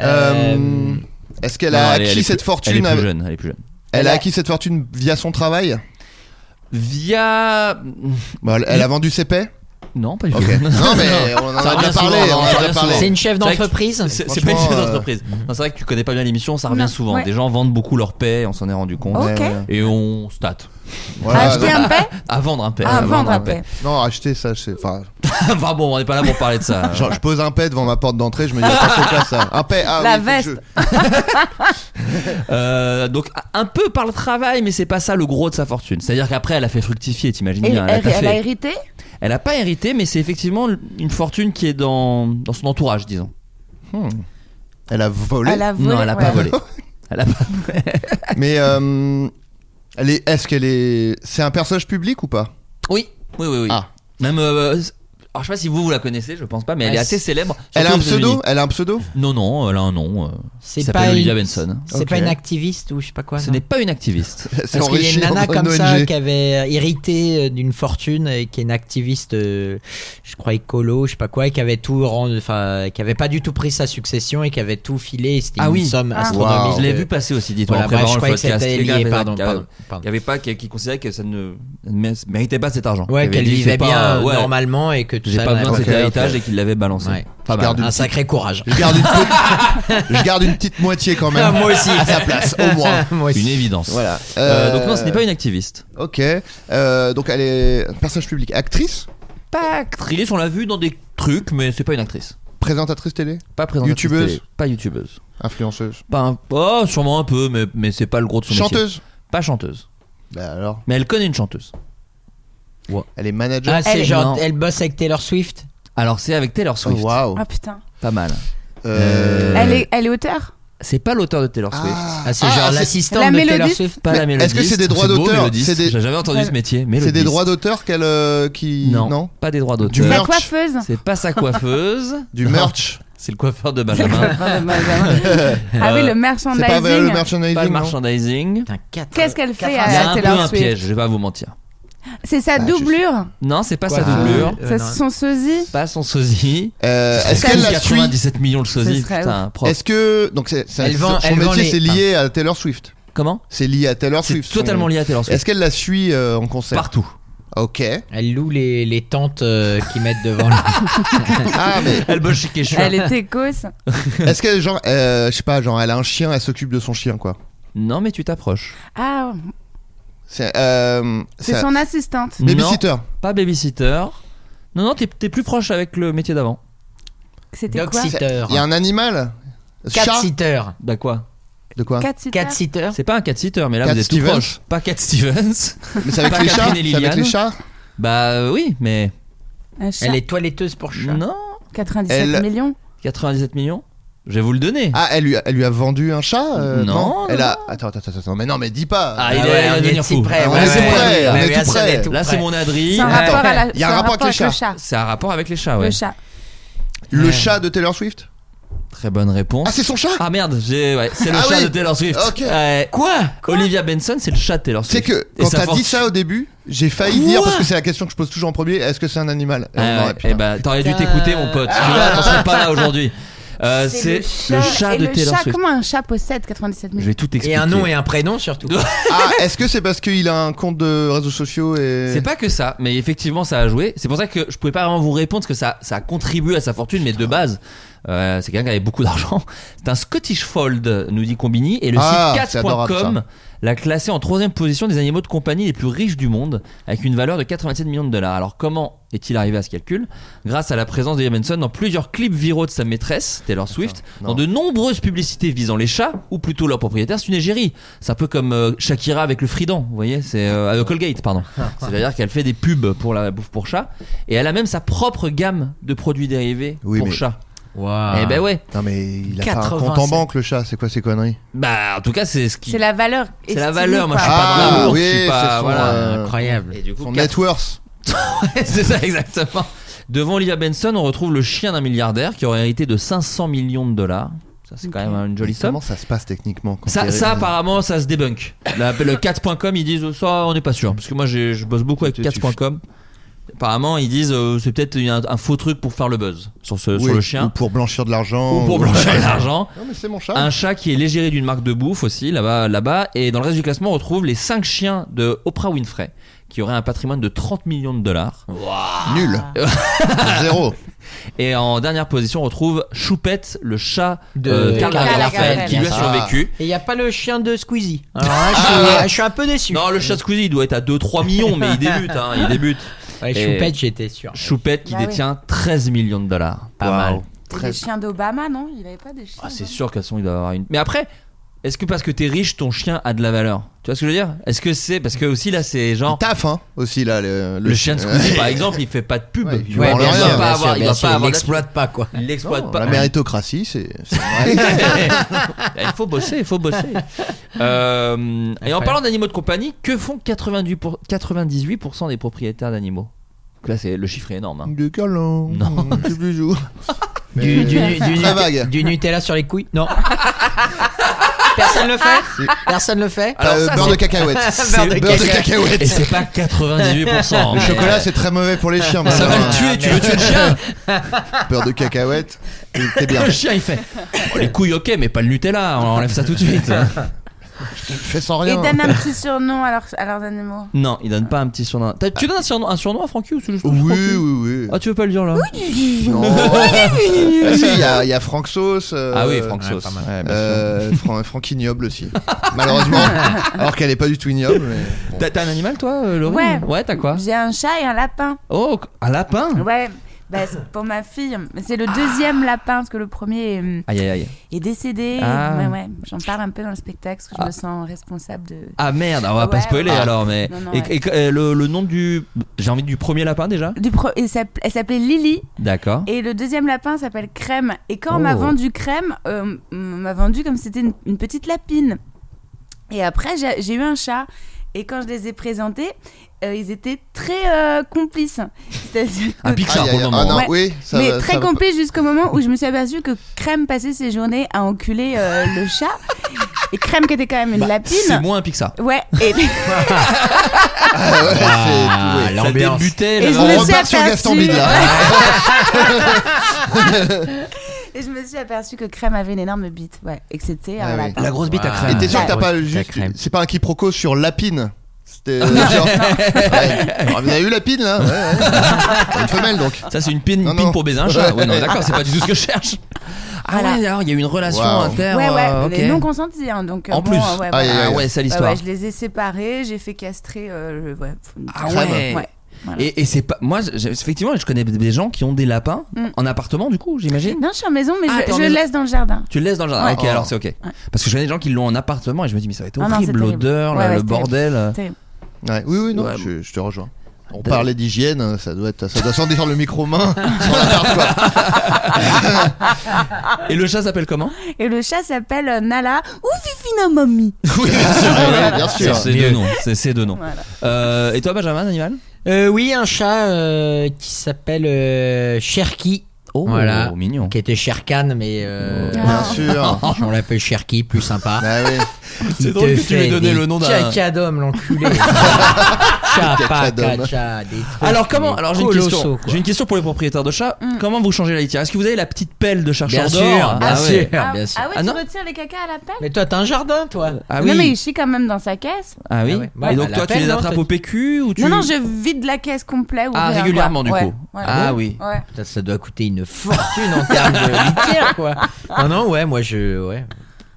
[SPEAKER 8] Euh, Est-ce qu'elle
[SPEAKER 7] Non,
[SPEAKER 8] a
[SPEAKER 7] elle est- elle
[SPEAKER 8] acquis
[SPEAKER 7] est
[SPEAKER 8] cette
[SPEAKER 7] plus-
[SPEAKER 8] fortune
[SPEAKER 7] Elle est plus
[SPEAKER 8] avec-
[SPEAKER 7] jeune, elle est plus jeune.
[SPEAKER 8] Elle a acquis cette fortune via son travail
[SPEAKER 7] Via.
[SPEAKER 8] Bon, elle, elle a vendu ses paix
[SPEAKER 7] Non, pas du tout.
[SPEAKER 8] Ok. Non, mais on en
[SPEAKER 7] Ça
[SPEAKER 8] a
[SPEAKER 7] revient
[SPEAKER 8] déjà parlé.
[SPEAKER 7] souvent,
[SPEAKER 8] on en
[SPEAKER 7] ça
[SPEAKER 8] a
[SPEAKER 7] revient
[SPEAKER 8] déjà parlé.
[SPEAKER 7] souvent.
[SPEAKER 10] C'est une chef
[SPEAKER 7] C'est vrai que-
[SPEAKER 10] d'entreprise.
[SPEAKER 7] C'est c'est pas une
[SPEAKER 8] Franchement,
[SPEAKER 7] chose
[SPEAKER 8] euh,
[SPEAKER 7] d'entreprise. Non, C'est vrai que tu connais pas bien l'émission, ça revient
[SPEAKER 9] Non,
[SPEAKER 7] souvent.
[SPEAKER 9] ouais. Oh.
[SPEAKER 7] Des gens vendent beaucoup leur paix, on s'en est rendu compte.
[SPEAKER 9] Ok.
[SPEAKER 7] Et on state.
[SPEAKER 8] Voilà,
[SPEAKER 9] Acheter
[SPEAKER 8] donc-
[SPEAKER 9] un paix
[SPEAKER 7] À vendre un paix.
[SPEAKER 9] Ah, vendre un paix.
[SPEAKER 8] Non, acheter ça, c'est. Enfin,
[SPEAKER 7] enfin bon, on n'est pas là pour parler de ça.
[SPEAKER 8] genre, je pose un paix devant ma porte d'entrée, je me dis, ah, c'est quoi ça Un paix, ah,
[SPEAKER 9] La
[SPEAKER 8] oui, faut que
[SPEAKER 9] veste.
[SPEAKER 8] je-
[SPEAKER 7] Euh, donc un peu par le travail, mais c'est pas ça le gros de sa fortune. C'est-à-dire qu'après, elle a fait fructifier, t'imagines
[SPEAKER 9] Et
[SPEAKER 7] bien. Elle a
[SPEAKER 9] elle, elle a
[SPEAKER 7] taffé.
[SPEAKER 9] hérité
[SPEAKER 7] Elle a pas hérité, mais c'est effectivement une fortune qui est dans, dans son entourage, disons.
[SPEAKER 8] Elle a volé.
[SPEAKER 9] Elle a volé.
[SPEAKER 7] non, elle a
[SPEAKER 9] ouais.
[SPEAKER 7] pas volé. Elle a pas-
[SPEAKER 8] Mais euh, elle est. Est-ce qu'elle est. C'est un personnage public ou pas
[SPEAKER 7] Oui, oui, oui, oui.
[SPEAKER 8] Ah.
[SPEAKER 7] Même. euh, alors, je sais pas si vous vous la connaissez, je pense pas, mais elle
[SPEAKER 10] Ah,
[SPEAKER 7] est assez
[SPEAKER 10] c'est-
[SPEAKER 7] célèbre.
[SPEAKER 8] Elle a
[SPEAKER 7] surtout
[SPEAKER 8] un
[SPEAKER 7] aux États-Unis.
[SPEAKER 8] pseudo Elle a un pseudo
[SPEAKER 7] Non, non, elle a un nom. euh, qui
[SPEAKER 10] C'est
[SPEAKER 7] s'appelle
[SPEAKER 10] pas
[SPEAKER 7] Olivia
[SPEAKER 10] une-
[SPEAKER 7] Benson.
[SPEAKER 10] C'est
[SPEAKER 8] Ok.
[SPEAKER 10] pas une activiste ou je sais pas quoi.
[SPEAKER 7] Ce
[SPEAKER 10] non
[SPEAKER 7] n'est pas une activiste.
[SPEAKER 8] C'est
[SPEAKER 10] Parce qu'il y a
[SPEAKER 8] enrichi
[SPEAKER 10] une
[SPEAKER 8] en
[SPEAKER 10] nana comme
[SPEAKER 8] ONG.
[SPEAKER 10] ça qui avait hérité euh, d'une fortune et qui est une activiste, euh, je crois écolo, je sais pas quoi, et qui avait tout rendu, enfin, qui avait pas du tout pris sa succession et qui avait tout filé. et C'était
[SPEAKER 7] Ah
[SPEAKER 10] une
[SPEAKER 7] oui.
[SPEAKER 10] somme
[SPEAKER 9] Ah.
[SPEAKER 10] astronomique.
[SPEAKER 7] Je l'ai vu passer aussi, dis-toi,
[SPEAKER 10] Voilà,
[SPEAKER 7] en
[SPEAKER 10] bref,
[SPEAKER 7] préparant
[SPEAKER 10] je
[SPEAKER 7] le
[SPEAKER 10] croyais que
[SPEAKER 7] podcast.
[SPEAKER 10] c'était
[SPEAKER 7] Il y avait-
[SPEAKER 10] lié, pardon,
[SPEAKER 7] pardon.
[SPEAKER 10] pardon, pardon.
[SPEAKER 7] Il y avait pas qui, qui considérait que ça ne, ne méritait pas cet argent.
[SPEAKER 10] Ouais,
[SPEAKER 7] Qui avait
[SPEAKER 10] qu'elle
[SPEAKER 7] dit,
[SPEAKER 10] vivait
[SPEAKER 7] c'est pas-
[SPEAKER 10] bien euh,
[SPEAKER 7] ouais,
[SPEAKER 10] normalement et que tout
[SPEAKER 7] J'ai
[SPEAKER 10] ça.
[SPEAKER 7] pas
[SPEAKER 10] n'a-
[SPEAKER 7] besoin de cet
[SPEAKER 8] ok, ok.
[SPEAKER 7] héritage et qu'il l'avait balancé.
[SPEAKER 10] Ouais.
[SPEAKER 7] Pas mal.
[SPEAKER 8] garde
[SPEAKER 10] Un sacré courage.
[SPEAKER 8] Je garde, une petite... je garde une petite moitié quand même.
[SPEAKER 10] Ah, moi aussi.
[SPEAKER 8] À sa place, au moins.
[SPEAKER 10] Moi aussi.
[SPEAKER 7] Une évidence.
[SPEAKER 8] Voilà.
[SPEAKER 7] Euh,
[SPEAKER 8] Euh,
[SPEAKER 7] donc non, ce n'est pas une activiste.
[SPEAKER 8] Ok. Euh, donc elle est. Personnage public. Actrice
[SPEAKER 7] Pas actrice, on l'a vu dans des trucs, mais c'est pas une actrice.
[SPEAKER 8] Présentatrice télé
[SPEAKER 7] Pas présente.
[SPEAKER 8] Youtubeuse
[SPEAKER 7] Pas youtubeuse.
[SPEAKER 8] Influenceuse
[SPEAKER 7] Pas un- oh, sûrement un peu, mais, mais c'est pas le gros de son métier.
[SPEAKER 8] Chanteuse
[SPEAKER 7] Pas chanteuse.
[SPEAKER 8] Bah alors.
[SPEAKER 7] Mais elle connaît une chanteuse.
[SPEAKER 8] Elle est manager
[SPEAKER 10] Ah, c'est
[SPEAKER 7] Elle-
[SPEAKER 10] genre,
[SPEAKER 7] non.
[SPEAKER 10] elle bosse avec Taylor Swift.
[SPEAKER 7] Alors c'est avec Taylor
[SPEAKER 8] Oh,
[SPEAKER 7] Swift.
[SPEAKER 8] Waouh.
[SPEAKER 9] Ah putain.
[SPEAKER 7] Pas mal.
[SPEAKER 8] Euh,
[SPEAKER 9] Elle est, elle est auteur
[SPEAKER 7] C'est pas l'auteur de Taylor Swift.
[SPEAKER 10] Ah, c'est
[SPEAKER 8] Ah,
[SPEAKER 10] genre
[SPEAKER 8] c'est-
[SPEAKER 10] l'assistante
[SPEAKER 9] La
[SPEAKER 10] de Taylor
[SPEAKER 9] mélodiste
[SPEAKER 10] Swift.
[SPEAKER 7] Pas la
[SPEAKER 8] Mais
[SPEAKER 7] mélodiste.
[SPEAKER 8] est-ce que c'est des droits
[SPEAKER 7] beau,
[SPEAKER 8] d'auteur
[SPEAKER 7] mélodiste.
[SPEAKER 8] C'est des-
[SPEAKER 7] J'ai jamais entendu ce métier.
[SPEAKER 8] C'est des
[SPEAKER 7] mélodiste.
[SPEAKER 8] droits d'auteur qu'elle. euh, qui...
[SPEAKER 7] Non. Pas des droits
[SPEAKER 8] Du
[SPEAKER 7] d'auteur.
[SPEAKER 9] Sa
[SPEAKER 8] merch.
[SPEAKER 9] coiffeuse
[SPEAKER 7] C'est pas sa coiffeuse.
[SPEAKER 8] Du
[SPEAKER 7] Non.
[SPEAKER 8] merch
[SPEAKER 7] C'est le coiffeur de
[SPEAKER 9] C'est quoi,
[SPEAKER 7] Benjamin.
[SPEAKER 9] vraiment, Benjamin Ah oui, le
[SPEAKER 8] C'est pas vers le
[SPEAKER 9] merchandising.
[SPEAKER 8] merchandising
[SPEAKER 7] Pas le
[SPEAKER 8] non
[SPEAKER 7] merchandising.
[SPEAKER 10] Putain, quatre-
[SPEAKER 9] Qu'est-ce qu'elle fait
[SPEAKER 7] Il y a
[SPEAKER 9] à
[SPEAKER 7] un peu un
[SPEAKER 9] Taylor Swift
[SPEAKER 7] piège, je vais pas vous mentir.
[SPEAKER 9] C'est sa
[SPEAKER 8] Ah, je
[SPEAKER 9] doublure,
[SPEAKER 7] Non, c'est pas
[SPEAKER 10] Quoi,
[SPEAKER 7] sa
[SPEAKER 10] euh,
[SPEAKER 7] doublure.
[SPEAKER 10] euh,
[SPEAKER 9] c'est
[SPEAKER 10] non.
[SPEAKER 9] son sosie.
[SPEAKER 7] Pas son sosie.
[SPEAKER 8] Euh,
[SPEAKER 7] Ce
[SPEAKER 8] Est-ce
[SPEAKER 7] serait
[SPEAKER 8] qu'elle
[SPEAKER 7] fou,
[SPEAKER 8] la suit
[SPEAKER 7] 97 millions le sosie,
[SPEAKER 9] Ce serait
[SPEAKER 7] putain, propre.
[SPEAKER 8] Est-ce que donc c'est, ça-
[SPEAKER 10] Elle vend-
[SPEAKER 8] son
[SPEAKER 10] elle vend
[SPEAKER 8] métier
[SPEAKER 10] les-
[SPEAKER 8] c'est lié à Taylor Swift
[SPEAKER 7] Comment
[SPEAKER 8] C'est lié à Taylor
[SPEAKER 7] C'est
[SPEAKER 8] Swift. son-
[SPEAKER 7] totalement lié à Taylor Swift.
[SPEAKER 8] Est-ce qu'elle la suit euh, en concert
[SPEAKER 7] Partout.
[SPEAKER 8] Ok.
[SPEAKER 10] Elle loue les, les tentes euh, qu'ils mettent devant le-
[SPEAKER 8] Ah mais
[SPEAKER 7] Elle bosse chez Quechua.
[SPEAKER 9] Elle est écosse.
[SPEAKER 8] est-ce qu'elle genre euh, je sais pas genre elle a un chien elle s'occupe de son chien quoi.
[SPEAKER 7] Non, mais tu t'approches.
[SPEAKER 9] Ah,
[SPEAKER 8] C'est euh,
[SPEAKER 9] c'est
[SPEAKER 8] ça-
[SPEAKER 9] son assistante.
[SPEAKER 8] babysitter.
[SPEAKER 7] Pas babysitter. Non, non, t'es t'es plus proche avec le métier d'avant.
[SPEAKER 9] C'était
[SPEAKER 10] dog
[SPEAKER 9] quoi
[SPEAKER 10] sitter.
[SPEAKER 8] Il y a un animal.
[SPEAKER 10] Cat
[SPEAKER 8] Chat.
[SPEAKER 10] sitter.
[SPEAKER 7] Bah quoi
[SPEAKER 8] De quoi
[SPEAKER 9] Cat sitter.
[SPEAKER 10] Cat sitter.
[SPEAKER 7] C'est pas un cat-sitter, mais là
[SPEAKER 8] Cat
[SPEAKER 7] vous êtes tout
[SPEAKER 8] Stevens.
[SPEAKER 7] proche. Pas Cat Stevens.
[SPEAKER 8] Mais c'est avec
[SPEAKER 7] Pas Catherine
[SPEAKER 8] les chats.
[SPEAKER 7] et
[SPEAKER 8] C'est avec
[SPEAKER 7] Liliane.
[SPEAKER 8] les chats.
[SPEAKER 7] bah euh, oui, mais.
[SPEAKER 9] Un chat.
[SPEAKER 10] Elle est toiletteuse pour chat.
[SPEAKER 7] Non
[SPEAKER 8] Elle-
[SPEAKER 9] 97 millions.
[SPEAKER 7] 97 millions Je vais vous le donner.
[SPEAKER 8] Ah elle lui a, elle lui a vendu un chat. euh,
[SPEAKER 7] Non, non,
[SPEAKER 8] Elle a attends attends attends attends mais non mais dis pas.
[SPEAKER 7] Ah,
[SPEAKER 10] Ah
[SPEAKER 7] il
[SPEAKER 10] ouais,
[SPEAKER 7] est- il va
[SPEAKER 10] on y est
[SPEAKER 7] devenir
[SPEAKER 10] si
[SPEAKER 7] fou.
[SPEAKER 10] près,
[SPEAKER 7] Ah,
[SPEAKER 8] on
[SPEAKER 10] ouais,
[SPEAKER 8] est si
[SPEAKER 10] ouais,
[SPEAKER 8] près,
[SPEAKER 10] ouais,
[SPEAKER 8] on est
[SPEAKER 10] ouais,
[SPEAKER 8] tout
[SPEAKER 10] ouais, ça
[SPEAKER 8] près.
[SPEAKER 10] n'est tout
[SPEAKER 7] Là, c'est
[SPEAKER 10] près.
[SPEAKER 7] mon Adri.
[SPEAKER 9] C'est un
[SPEAKER 10] Ouais.
[SPEAKER 9] rapport à la.
[SPEAKER 8] Il y a
[SPEAKER 9] c'est
[SPEAKER 8] un rapport
[SPEAKER 9] avec
[SPEAKER 8] avec les
[SPEAKER 9] le
[SPEAKER 8] chats.
[SPEAKER 9] chat.
[SPEAKER 7] C'est un rapport avec les chats, ouais.
[SPEAKER 9] Le chat.
[SPEAKER 8] Le
[SPEAKER 10] Ouais.
[SPEAKER 8] chat de Taylor Swift.
[SPEAKER 7] Très bonne réponse.
[SPEAKER 8] Ah c'est son chat.
[SPEAKER 7] Ah merde, j'ai ouais, c'est le
[SPEAKER 8] Ah
[SPEAKER 7] chat
[SPEAKER 8] oui.
[SPEAKER 7] de Taylor Swift.
[SPEAKER 8] Ok.
[SPEAKER 7] Ouais.
[SPEAKER 10] Quoi
[SPEAKER 7] Olivia Benson, c'est le chat de Taylor
[SPEAKER 8] C'est
[SPEAKER 7] Swift.
[SPEAKER 8] que
[SPEAKER 7] Et
[SPEAKER 8] quand
[SPEAKER 7] sa
[SPEAKER 8] t'as
[SPEAKER 7] force-
[SPEAKER 8] dit ça au début, j'ai failli dire parce que c'est la question que je pose toujours en premier. Est-ce que c'est un animal Et on
[SPEAKER 7] Ah
[SPEAKER 8] aurait
[SPEAKER 7] ouais,
[SPEAKER 8] pu
[SPEAKER 7] eh
[SPEAKER 8] dire.
[SPEAKER 7] bah, t'aurais dû
[SPEAKER 10] Putain.
[SPEAKER 7] t'écouter, mon pote. Tu vois, t'en serais pas là aujourd'hui. Euh, c'est le chat
[SPEAKER 9] et
[SPEAKER 7] de
[SPEAKER 9] le
[SPEAKER 7] Taylor
[SPEAKER 9] chat,
[SPEAKER 7] Swift.
[SPEAKER 9] Comment un chat possède 97
[SPEAKER 7] Je
[SPEAKER 9] millions
[SPEAKER 7] vais tout expliquer.
[SPEAKER 10] Et un nom et un prénom surtout.
[SPEAKER 8] Ah, est-ce que c'est parce qu'il a un compte de réseaux sociaux et
[SPEAKER 7] C'est pas que ça, mais effectivement, ça a joué. C'est pour ça que je pouvais pas vraiment vous répondre parce que ça, ça contribue à sa fortune, mais
[SPEAKER 8] Ah.
[SPEAKER 7] de base, euh, c'est quelqu'un qui avait beaucoup d'argent. C'est un Scottish Fold, nous dit Combini, et le
[SPEAKER 8] Ah,
[SPEAKER 7] site
[SPEAKER 8] c'est adorable,
[SPEAKER 7] 4.com l'a classé en troisième position des animaux de compagnie les plus riches du monde, avec une valeur de 87 millions de dollars. Alors comment est-il arrivé à ce calcul Grâce à la présence de Benson dans plusieurs clips viraux de sa maîtresse, Taylor Swift,
[SPEAKER 8] non.
[SPEAKER 7] dans de nombreuses publicités visant les chats, ou plutôt leur propriétaire, c'est une égérie. C'est un peu comme euh, Shakira avec le Fridan, vous voyez, c'est euh, euh, Colgate, pardon. C'est-à-dire qu'elle fait des pubs pour la bouffe pour chat, et elle a même sa propre gamme de produits dérivés
[SPEAKER 8] Oui,
[SPEAKER 7] pour
[SPEAKER 8] mais-
[SPEAKER 7] chat.
[SPEAKER 10] Waouh.
[SPEAKER 7] Eh ben ouais.
[SPEAKER 8] Non mais il a pas un compte en
[SPEAKER 10] 87.
[SPEAKER 8] banque le chat. C'est quoi ces conneries
[SPEAKER 7] Bah en tout cas c'est ce qui.
[SPEAKER 9] C'est la valeur.
[SPEAKER 7] C'est la
[SPEAKER 9] estimée,
[SPEAKER 7] valeur, moi je suis
[SPEAKER 9] quoi.
[SPEAKER 8] Ah,
[SPEAKER 7] pas dans l'amour,
[SPEAKER 8] oui,
[SPEAKER 7] je suis pas
[SPEAKER 8] c'est son,
[SPEAKER 7] voilà.
[SPEAKER 8] euh,
[SPEAKER 10] Incroyable.
[SPEAKER 7] Et du coup,
[SPEAKER 8] Son
[SPEAKER 7] quatre-
[SPEAKER 8] net worth.
[SPEAKER 7] c'est ça exactement. Devant Olivia Benson, on retrouve le chien d'un milliardaire qui aurait hérité de 500 millions de dollars. Ça c'est quand
[SPEAKER 9] Ok.
[SPEAKER 7] même une jolie somme.
[SPEAKER 8] Comment ça se passe techniquement quand
[SPEAKER 7] Ça,
[SPEAKER 8] t'es-
[SPEAKER 7] ça apparemment ça se débunk. La- le 4.com ils disent euh, ça on n'est pas sûr parce que moi j'ai- je bosse beaucoup avec
[SPEAKER 8] Tu- tu-
[SPEAKER 7] 4.com. Apparemment ils disent euh, c'est peut-être un, un faux truc pour faire le buzz sur ce sur
[SPEAKER 8] Oui,
[SPEAKER 7] le
[SPEAKER 8] ou
[SPEAKER 7] chien
[SPEAKER 8] pour blanchir de l'argent
[SPEAKER 7] ou pour blanchir l'argent.
[SPEAKER 8] Non mais c'est mon chat.
[SPEAKER 7] Un chat qui est légéré d'une marque de bouffe aussi là-bas là-bas et dans le reste du classement on retrouve les 5 chiens de Oprah Winfrey qui aurait un patrimoine de 30 millions de dollars.
[SPEAKER 8] Ah, Nul. Zéro.
[SPEAKER 7] Et en dernière position, on retrouve Choupette, le chat
[SPEAKER 10] De
[SPEAKER 7] euh, Karl
[SPEAKER 10] Karl
[SPEAKER 7] Lagerfeld,
[SPEAKER 10] Lagerfeld,
[SPEAKER 7] qui lui a
[SPEAKER 10] bien sûr.
[SPEAKER 7] survécu.
[SPEAKER 10] Et il n'y a pas le chien de Squeezie. Alors là, je, suis, euh, je suis un peu déçu.
[SPEAKER 7] Ah Non, le chat Squeezie, il doit être à 2-3 millions, mais il débute, hein, il débute.
[SPEAKER 10] Ouais, Choupette, j'étais sûr.
[SPEAKER 7] Choupette qui
[SPEAKER 9] Bah oui.
[SPEAKER 7] détient 13 millions de dollars.
[SPEAKER 10] Pas mal.
[SPEAKER 9] Des chiens d'Obama, non Il avait pas des chiens.
[SPEAKER 7] Ah, c'est
[SPEAKER 9] d'Obama
[SPEAKER 7] sûr qu'à son il doit avoir une. Mais après, est-ce que parce que t'es riche, ton chien a de la valeur Tu vois ce que je veux dire Est-ce que c'est parce que aussi là, c'est genre
[SPEAKER 8] Taf, hein, aussi, là. Le,
[SPEAKER 7] le chien de Squeezie par exemple, il fait pas de pub.
[SPEAKER 8] Ouais,
[SPEAKER 7] tu
[SPEAKER 8] Ouais,
[SPEAKER 7] vois,
[SPEAKER 8] bien
[SPEAKER 7] il
[SPEAKER 8] sûr,
[SPEAKER 7] doit
[SPEAKER 8] bien
[SPEAKER 7] pas avoir, il doit pas
[SPEAKER 10] il
[SPEAKER 7] avoir
[SPEAKER 10] l'exploite pas quoi.
[SPEAKER 7] Il l'exploite
[SPEAKER 8] Non,
[SPEAKER 7] pas.
[SPEAKER 8] La méritocratie, c'est. c'est vrai.
[SPEAKER 7] il faut bosser, il faut bosser. Euh, et en
[SPEAKER 10] Incroyable.
[SPEAKER 7] parlant d'animaux de compagnie, que font 98 pour- 98% des propriétaires d'animaux Donc Là, c'est le chiffre est énorme. hein.
[SPEAKER 8] Du câlin.
[SPEAKER 7] Non.
[SPEAKER 8] Du bijou.
[SPEAKER 10] Du, du, du, du-
[SPEAKER 8] Très vague.
[SPEAKER 10] du Nutella sur les couilles Non. Personne le fait Personne le fait
[SPEAKER 8] T'as,
[SPEAKER 7] Alors
[SPEAKER 8] euh,
[SPEAKER 7] ça,
[SPEAKER 8] beurre
[SPEAKER 7] c'est-
[SPEAKER 8] de cacahuète.
[SPEAKER 10] Beurre de
[SPEAKER 8] Beurre de
[SPEAKER 10] cacahuète.
[SPEAKER 8] cacahuète.
[SPEAKER 7] Et c'est pas 98%.
[SPEAKER 8] Le
[SPEAKER 7] hein.
[SPEAKER 8] chocolat, c'est très mauvais pour les chiens.
[SPEAKER 7] Ça va
[SPEAKER 8] maintenant,
[SPEAKER 7] le
[SPEAKER 8] hein.
[SPEAKER 7] tuer, tu veux tuer le chien
[SPEAKER 8] Beurre de cacahuète. T'es t'es bien.
[SPEAKER 7] Le chien il fait Bon, Les couilles ok mais pas le Nutella On enlève ça tout de suite
[SPEAKER 8] Fais sans
[SPEAKER 9] Et
[SPEAKER 8] rien.
[SPEAKER 9] donne un petit surnom à leurs, à leurs animaux.
[SPEAKER 7] Non il donne pas un petit surnom T'as- Tu donnes un surnom, un surnom à Francky ou c'est juste
[SPEAKER 8] Oui,
[SPEAKER 7] Francky
[SPEAKER 8] oui, oui.
[SPEAKER 7] Ah tu veux pas le dire là
[SPEAKER 8] Non. Ah, si, Il y, a- il y a Franck Sauce. euh,
[SPEAKER 7] Ah oui Franck Sauce
[SPEAKER 8] Euh, Fran- Franck Ignoble aussi. Malheureusement. Alors qu'elle est pas du tout ignoble. mais bon.
[SPEAKER 7] T'as t'as un animal toi euh, Laurie
[SPEAKER 9] Ouais.
[SPEAKER 7] Ouais t'as quoi
[SPEAKER 9] J'ai un chat et un lapin.
[SPEAKER 7] Oh un lapin
[SPEAKER 9] Ouais. Bah, c'est pour ma fille, Mais c'est le deuxième lapin parce que le premier est, hum,
[SPEAKER 7] Aïe aïe aïe
[SPEAKER 9] est décédé.
[SPEAKER 7] Ah.
[SPEAKER 9] Ouais, ouais. J'en parle un peu dans le spectacle parce que je me sens responsable de.
[SPEAKER 7] Ah merde on va
[SPEAKER 9] Ouais,
[SPEAKER 7] pas spoiler
[SPEAKER 9] ouais.
[SPEAKER 7] alors mais
[SPEAKER 9] Non, non,
[SPEAKER 7] Et-
[SPEAKER 9] ouais.
[SPEAKER 7] et que- euh, le, le nom du J'ai envie du premier lapin déjà
[SPEAKER 9] Du pro... et s'app- Elle s'appelait Lily
[SPEAKER 7] D'accord
[SPEAKER 9] et le deuxième lapin s'appelle Crème. Et quand on
[SPEAKER 7] Oh.
[SPEAKER 9] m'a vendu Crème, euh, on m'a vendu comme si c'était une, une petite lapine. Et après, j'ai j'ai eu un chat. Et quand je les ai présentés, euh, ils étaient très euh, complices. C'est-à-dire
[SPEAKER 7] Un
[SPEAKER 9] que-
[SPEAKER 7] Pixar
[SPEAKER 8] Aïe,
[SPEAKER 7] pour le
[SPEAKER 8] aïe, aïe.
[SPEAKER 7] moment hein.
[SPEAKER 8] Ah non,
[SPEAKER 9] Ouais.
[SPEAKER 8] oui, ça
[SPEAKER 9] mais
[SPEAKER 8] va-
[SPEAKER 9] très
[SPEAKER 8] ça va pas.
[SPEAKER 9] complice jusqu'au moment où je me suis aperçue que Crème passait ses journées à enculer euh, le chat. Et Crème qui était quand même
[SPEAKER 8] Bah,
[SPEAKER 9] une
[SPEAKER 7] C'est
[SPEAKER 9] lapine.
[SPEAKER 7] moins un Pixar
[SPEAKER 9] Ouais, et,
[SPEAKER 8] Ah ouais, c'est-
[SPEAKER 10] Ah,
[SPEAKER 8] oui.
[SPEAKER 7] Ça
[SPEAKER 10] l'ambiance.
[SPEAKER 7] débutait
[SPEAKER 9] Et
[SPEAKER 7] là.
[SPEAKER 9] je
[SPEAKER 8] On
[SPEAKER 9] me suis
[SPEAKER 8] repart sur
[SPEAKER 9] aperçue-
[SPEAKER 8] Gaston Bide là.
[SPEAKER 9] et je me suis aperçue que Crème avait une énorme bite. Ouais, et que c'était
[SPEAKER 8] Ah
[SPEAKER 9] un
[SPEAKER 8] oui.
[SPEAKER 9] lapin.
[SPEAKER 7] La grosse bite à crème
[SPEAKER 8] Et t'es sûr que t'as pas juste. C'est pas un quiproquo sur Lapine C'était. euh, genre- Ouais. Alors, Vous avez eu Lapine là Ouais, ouais. Une femelle donc.
[SPEAKER 7] Ça, c'est une pine,
[SPEAKER 8] Non,
[SPEAKER 7] pine
[SPEAKER 8] non.
[SPEAKER 7] pour baiser un chat. Ouais, non, d'accord, c'est pas du tout ce que je cherche. Ah
[SPEAKER 9] Voilà.
[SPEAKER 7] ouais, alors il y a eu une relation
[SPEAKER 8] Wow.
[SPEAKER 7] interne.
[SPEAKER 9] Ouais, ouais,
[SPEAKER 7] euh,
[SPEAKER 9] les
[SPEAKER 7] ok.
[SPEAKER 9] non consentis. hein, donc, euh,
[SPEAKER 7] En
[SPEAKER 9] bon,
[SPEAKER 7] plus.
[SPEAKER 9] euh, ouais,
[SPEAKER 8] Aïe,
[SPEAKER 9] voilà.
[SPEAKER 8] aïe,
[SPEAKER 7] Ah
[SPEAKER 8] aïe.
[SPEAKER 7] ouais, ça
[SPEAKER 9] Ouais,
[SPEAKER 7] l'histoire.
[SPEAKER 9] ouais, je les ai séparés, j'ai fait castrer. euh, le- ouais, faut-
[SPEAKER 7] Ah ouais.
[SPEAKER 9] Ouais, voilà.
[SPEAKER 7] Et, et c'est pas. Moi, j'ai- effectivement, je connais des gens qui ont des lapins
[SPEAKER 9] Mm.
[SPEAKER 7] en appartement, du coup, j'imagine.
[SPEAKER 9] Non, je suis en maison, mais
[SPEAKER 7] Ah, t'es
[SPEAKER 9] je,
[SPEAKER 7] en
[SPEAKER 9] je le
[SPEAKER 7] maison.
[SPEAKER 9] laisse dans le jardin.
[SPEAKER 7] Tu le laisses dans le jardin.
[SPEAKER 9] Ouais.
[SPEAKER 7] Ok, alors c'est ok. Parce que je connais des gens qui l'ont en appartement et je me dis, mais ça va être
[SPEAKER 9] Ah non,
[SPEAKER 7] horrible,
[SPEAKER 9] c'est terrible.
[SPEAKER 7] l'odeur,
[SPEAKER 9] Ouais,
[SPEAKER 7] le-
[SPEAKER 9] ouais,
[SPEAKER 7] le
[SPEAKER 9] c'est terrible.
[SPEAKER 7] bordel.
[SPEAKER 9] Terrible.
[SPEAKER 8] Ouais, oui, oui, non,
[SPEAKER 7] Ouais.
[SPEAKER 8] je, je te rejoins. On parlait d'hygiène, hein, ça doit être, ça doit sentir le micro-main sur la tarte, quoi.
[SPEAKER 7] Et le chat s'appelle comment
[SPEAKER 9] Et le chat s'appelle euh, Nala ou Fifina Mommy.
[SPEAKER 7] Oui, bien sûr.
[SPEAKER 8] bien
[SPEAKER 7] C'est
[SPEAKER 8] sûr.
[SPEAKER 7] ces deux noms. C'est ces deux noms.
[SPEAKER 9] Voilà.
[SPEAKER 7] Euh, et toi, Benjamin, un animal
[SPEAKER 10] Euh, oui, un chat euh, qui s'appelle euh, Cherky.
[SPEAKER 7] Oh,
[SPEAKER 10] Voilà.
[SPEAKER 7] mignon.
[SPEAKER 10] Qui était Sherkan, mais euh,
[SPEAKER 8] Bien sûr.
[SPEAKER 10] on l'appelle Cherky, plus sympa.
[SPEAKER 8] Bah oui.
[SPEAKER 7] C'est drôle que tu aies donné le nom d'un-
[SPEAKER 10] Cacadum, l'enculé.
[SPEAKER 8] Cacadum.
[SPEAKER 10] Chapacacha, des trucs
[SPEAKER 7] Alors comment Alors j'ai une
[SPEAKER 10] colossaux,
[SPEAKER 7] question.
[SPEAKER 10] quoi.
[SPEAKER 7] J'ai une question pour les propriétaires de chats. Comment vous changez la litière Est-ce que vous avez la petite pelle de
[SPEAKER 10] Bien
[SPEAKER 7] chercheur
[SPEAKER 10] sûr, bien
[SPEAKER 7] d'or Ah ouais.
[SPEAKER 10] sûr,
[SPEAKER 9] Ah,
[SPEAKER 10] bien sûr.
[SPEAKER 9] ah ouais,
[SPEAKER 7] Ah
[SPEAKER 9] tu
[SPEAKER 7] non.
[SPEAKER 9] retires les caca à la pelle
[SPEAKER 10] Mais toi, t'as un jardin, toi
[SPEAKER 7] Ah
[SPEAKER 9] Non, mais il
[SPEAKER 7] oui.
[SPEAKER 9] chie quand même dans sa caisse.
[SPEAKER 7] Ah oui.
[SPEAKER 10] Ah ouais. Bah,
[SPEAKER 7] Et donc
[SPEAKER 10] bah,
[SPEAKER 7] toi,
[SPEAKER 10] la
[SPEAKER 7] tu
[SPEAKER 10] pelle,
[SPEAKER 7] les
[SPEAKER 10] non,
[SPEAKER 7] attrapes
[SPEAKER 10] toi,
[SPEAKER 7] au PQ ou tu
[SPEAKER 9] Non, non, je vide la caisse complète. ou
[SPEAKER 7] Ah,
[SPEAKER 9] rien,
[SPEAKER 7] régulièrement,
[SPEAKER 9] quoi.
[SPEAKER 7] du
[SPEAKER 9] Ouais,
[SPEAKER 7] coup.
[SPEAKER 9] ouais.
[SPEAKER 7] Ah oui.
[SPEAKER 9] Ouais.
[SPEAKER 10] Putain, ça doit coûter une fortune en termes de litière, quoi. Non, non, ouais, moi, je... Ouais.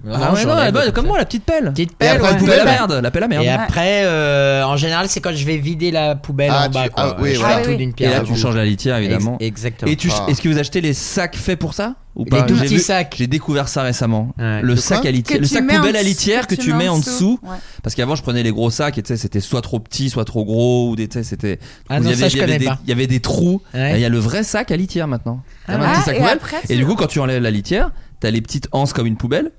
[SPEAKER 10] Non,
[SPEAKER 7] Ah ouais,
[SPEAKER 10] j'en
[SPEAKER 7] non,
[SPEAKER 10] ai
[SPEAKER 7] elle
[SPEAKER 10] beaucoup
[SPEAKER 7] va-
[SPEAKER 10] de
[SPEAKER 7] comme
[SPEAKER 10] ça.
[SPEAKER 7] moi, la petite pelle.
[SPEAKER 10] Petite
[SPEAKER 8] Et
[SPEAKER 10] pelle,
[SPEAKER 8] après,
[SPEAKER 10] ouais.
[SPEAKER 7] La
[SPEAKER 8] une
[SPEAKER 7] poubelle à
[SPEAKER 8] poubelle.
[SPEAKER 7] merde. La pelle à Ah, merde.
[SPEAKER 10] Et après, euh, en général, c'est quand je vais vider la poubelle
[SPEAKER 8] Ah,
[SPEAKER 10] en bas,
[SPEAKER 8] tu-
[SPEAKER 10] quoi.
[SPEAKER 8] ah, oui,
[SPEAKER 10] je
[SPEAKER 8] voilà.
[SPEAKER 10] fais
[SPEAKER 9] Ah,
[SPEAKER 10] tout
[SPEAKER 9] oui,
[SPEAKER 10] d'une
[SPEAKER 9] oui.
[SPEAKER 7] Et
[SPEAKER 10] pierre.
[SPEAKER 7] là, tu changes la litière
[SPEAKER 10] Ex-
[SPEAKER 7] évidemment.
[SPEAKER 10] Exactement.
[SPEAKER 7] Et tu,
[SPEAKER 8] Ah.
[SPEAKER 7] est-ce que vous achetez les sacs faits pour ça ou
[SPEAKER 10] Les
[SPEAKER 7] pas
[SPEAKER 10] tout
[SPEAKER 7] J'ai
[SPEAKER 10] petits
[SPEAKER 7] vu-
[SPEAKER 10] sacs.
[SPEAKER 7] J'ai découvert ça récemment.
[SPEAKER 10] Ouais.
[SPEAKER 7] Le
[SPEAKER 10] De
[SPEAKER 7] sac
[SPEAKER 8] quoi
[SPEAKER 7] à litière,
[SPEAKER 9] Que
[SPEAKER 7] le
[SPEAKER 9] tu
[SPEAKER 7] sac
[SPEAKER 9] mets en
[SPEAKER 7] poubelle à
[SPEAKER 9] dessous-
[SPEAKER 7] litière que tu mets en dessous.
[SPEAKER 9] ouais.
[SPEAKER 7] Parce qu'avant, je prenais les gros sacs et tu sais, c'était soit trop petit, soit trop gros ou des, tu sais, c'était.
[SPEAKER 10] Ah
[SPEAKER 7] il y
[SPEAKER 10] non,
[SPEAKER 7] avait-
[SPEAKER 10] ça, je
[SPEAKER 7] il y avait
[SPEAKER 10] connais
[SPEAKER 7] des-
[SPEAKER 10] pas.
[SPEAKER 7] Il y avait des trous.
[SPEAKER 10] Ouais.
[SPEAKER 7] Là, Bah, Il y a le vrai sac à litière maintenant. T'as un
[SPEAKER 9] Ah,
[SPEAKER 7] petit sac
[SPEAKER 9] et
[SPEAKER 7] poubelle.
[SPEAKER 9] après,
[SPEAKER 7] Et
[SPEAKER 9] tu-
[SPEAKER 7] du coup, quand tu enlèves la litière, t'as les petites anses comme une poubelle.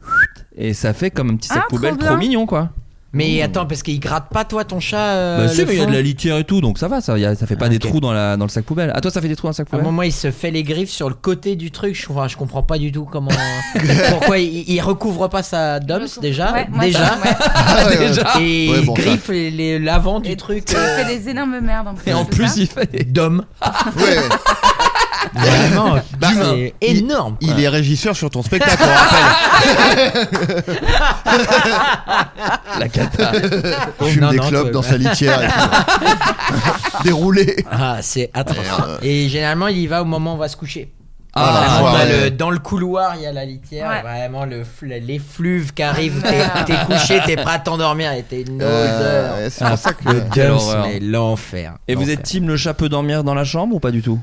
[SPEAKER 7] Et ça fait comme un petit sac
[SPEAKER 9] Ah, trop
[SPEAKER 7] poubelle trop,
[SPEAKER 9] bien.
[SPEAKER 7] mignon, quoi.
[SPEAKER 10] Mais attends, parce qu'il gratte pas, toi, ton chat. euh,
[SPEAKER 7] bah,
[SPEAKER 10] le
[SPEAKER 7] si, mais il y a
[SPEAKER 10] fond
[SPEAKER 7] de la litière et tout, donc ça va, ça, y a- ça fait pas
[SPEAKER 10] Ah,
[SPEAKER 7] des
[SPEAKER 10] ok.
[SPEAKER 7] trous dans, la, dans le sac poubelle. Ah, toi, ça fait des trous dans le sac
[SPEAKER 10] À un
[SPEAKER 7] poubelle
[SPEAKER 10] moment, il se fait les griffes sur le côté du truc. Je, enfin, je comprends pas du tout comment. pourquoi il, il recouvre pas sa doms déjà.
[SPEAKER 9] Ouais, moi,
[SPEAKER 10] déjà.
[SPEAKER 9] ça- ouais.
[SPEAKER 8] Ah ouais, ouais.
[SPEAKER 10] Et
[SPEAKER 8] Ouais,
[SPEAKER 10] il
[SPEAKER 8] bon, ça.
[SPEAKER 10] griffe les- les- l'avant du
[SPEAKER 9] Et
[SPEAKER 10] truc.
[SPEAKER 9] Tu
[SPEAKER 10] euh,
[SPEAKER 9] fais des énormes merdes en plus.
[SPEAKER 7] Et en
[SPEAKER 9] c'est ça
[SPEAKER 7] plus, il fait.
[SPEAKER 10] Dom.
[SPEAKER 8] Ouais.
[SPEAKER 10] Ah, Vraiment,
[SPEAKER 8] Bah,
[SPEAKER 10] c'est
[SPEAKER 8] il-
[SPEAKER 10] énorme. quoi.
[SPEAKER 8] Il est régisseur sur ton spectacle, on rappelle.
[SPEAKER 9] Ah.
[SPEAKER 7] La cata.
[SPEAKER 8] Il fume
[SPEAKER 10] Non,
[SPEAKER 8] des
[SPEAKER 10] non,
[SPEAKER 8] clopes
[SPEAKER 10] toi-
[SPEAKER 8] dans sa litière. et tout. Déroulé.
[SPEAKER 10] Ah, c'est atroce. Et généralement, il y va au moment où on va se coucher.
[SPEAKER 7] Ah,
[SPEAKER 10] Vraiment,
[SPEAKER 8] ouais.
[SPEAKER 10] t'as le- dans le couloir, il y a la litière.
[SPEAKER 9] Ouais.
[SPEAKER 10] et Vraiment, le fl- l'effluve qui arrive. T'es- T'es couché, t'es prêt à t'endormir et t'es une odeur.
[SPEAKER 8] Euh,
[SPEAKER 7] Ah,
[SPEAKER 8] c'est pour ça que.
[SPEAKER 10] Le
[SPEAKER 7] Quelle
[SPEAKER 10] dumps,
[SPEAKER 7] horreur.
[SPEAKER 10] mais l'enfer.
[SPEAKER 7] Et vous
[SPEAKER 10] L'enfer.
[SPEAKER 7] êtes team le chat peut dormir dans la chambre ou pas du tout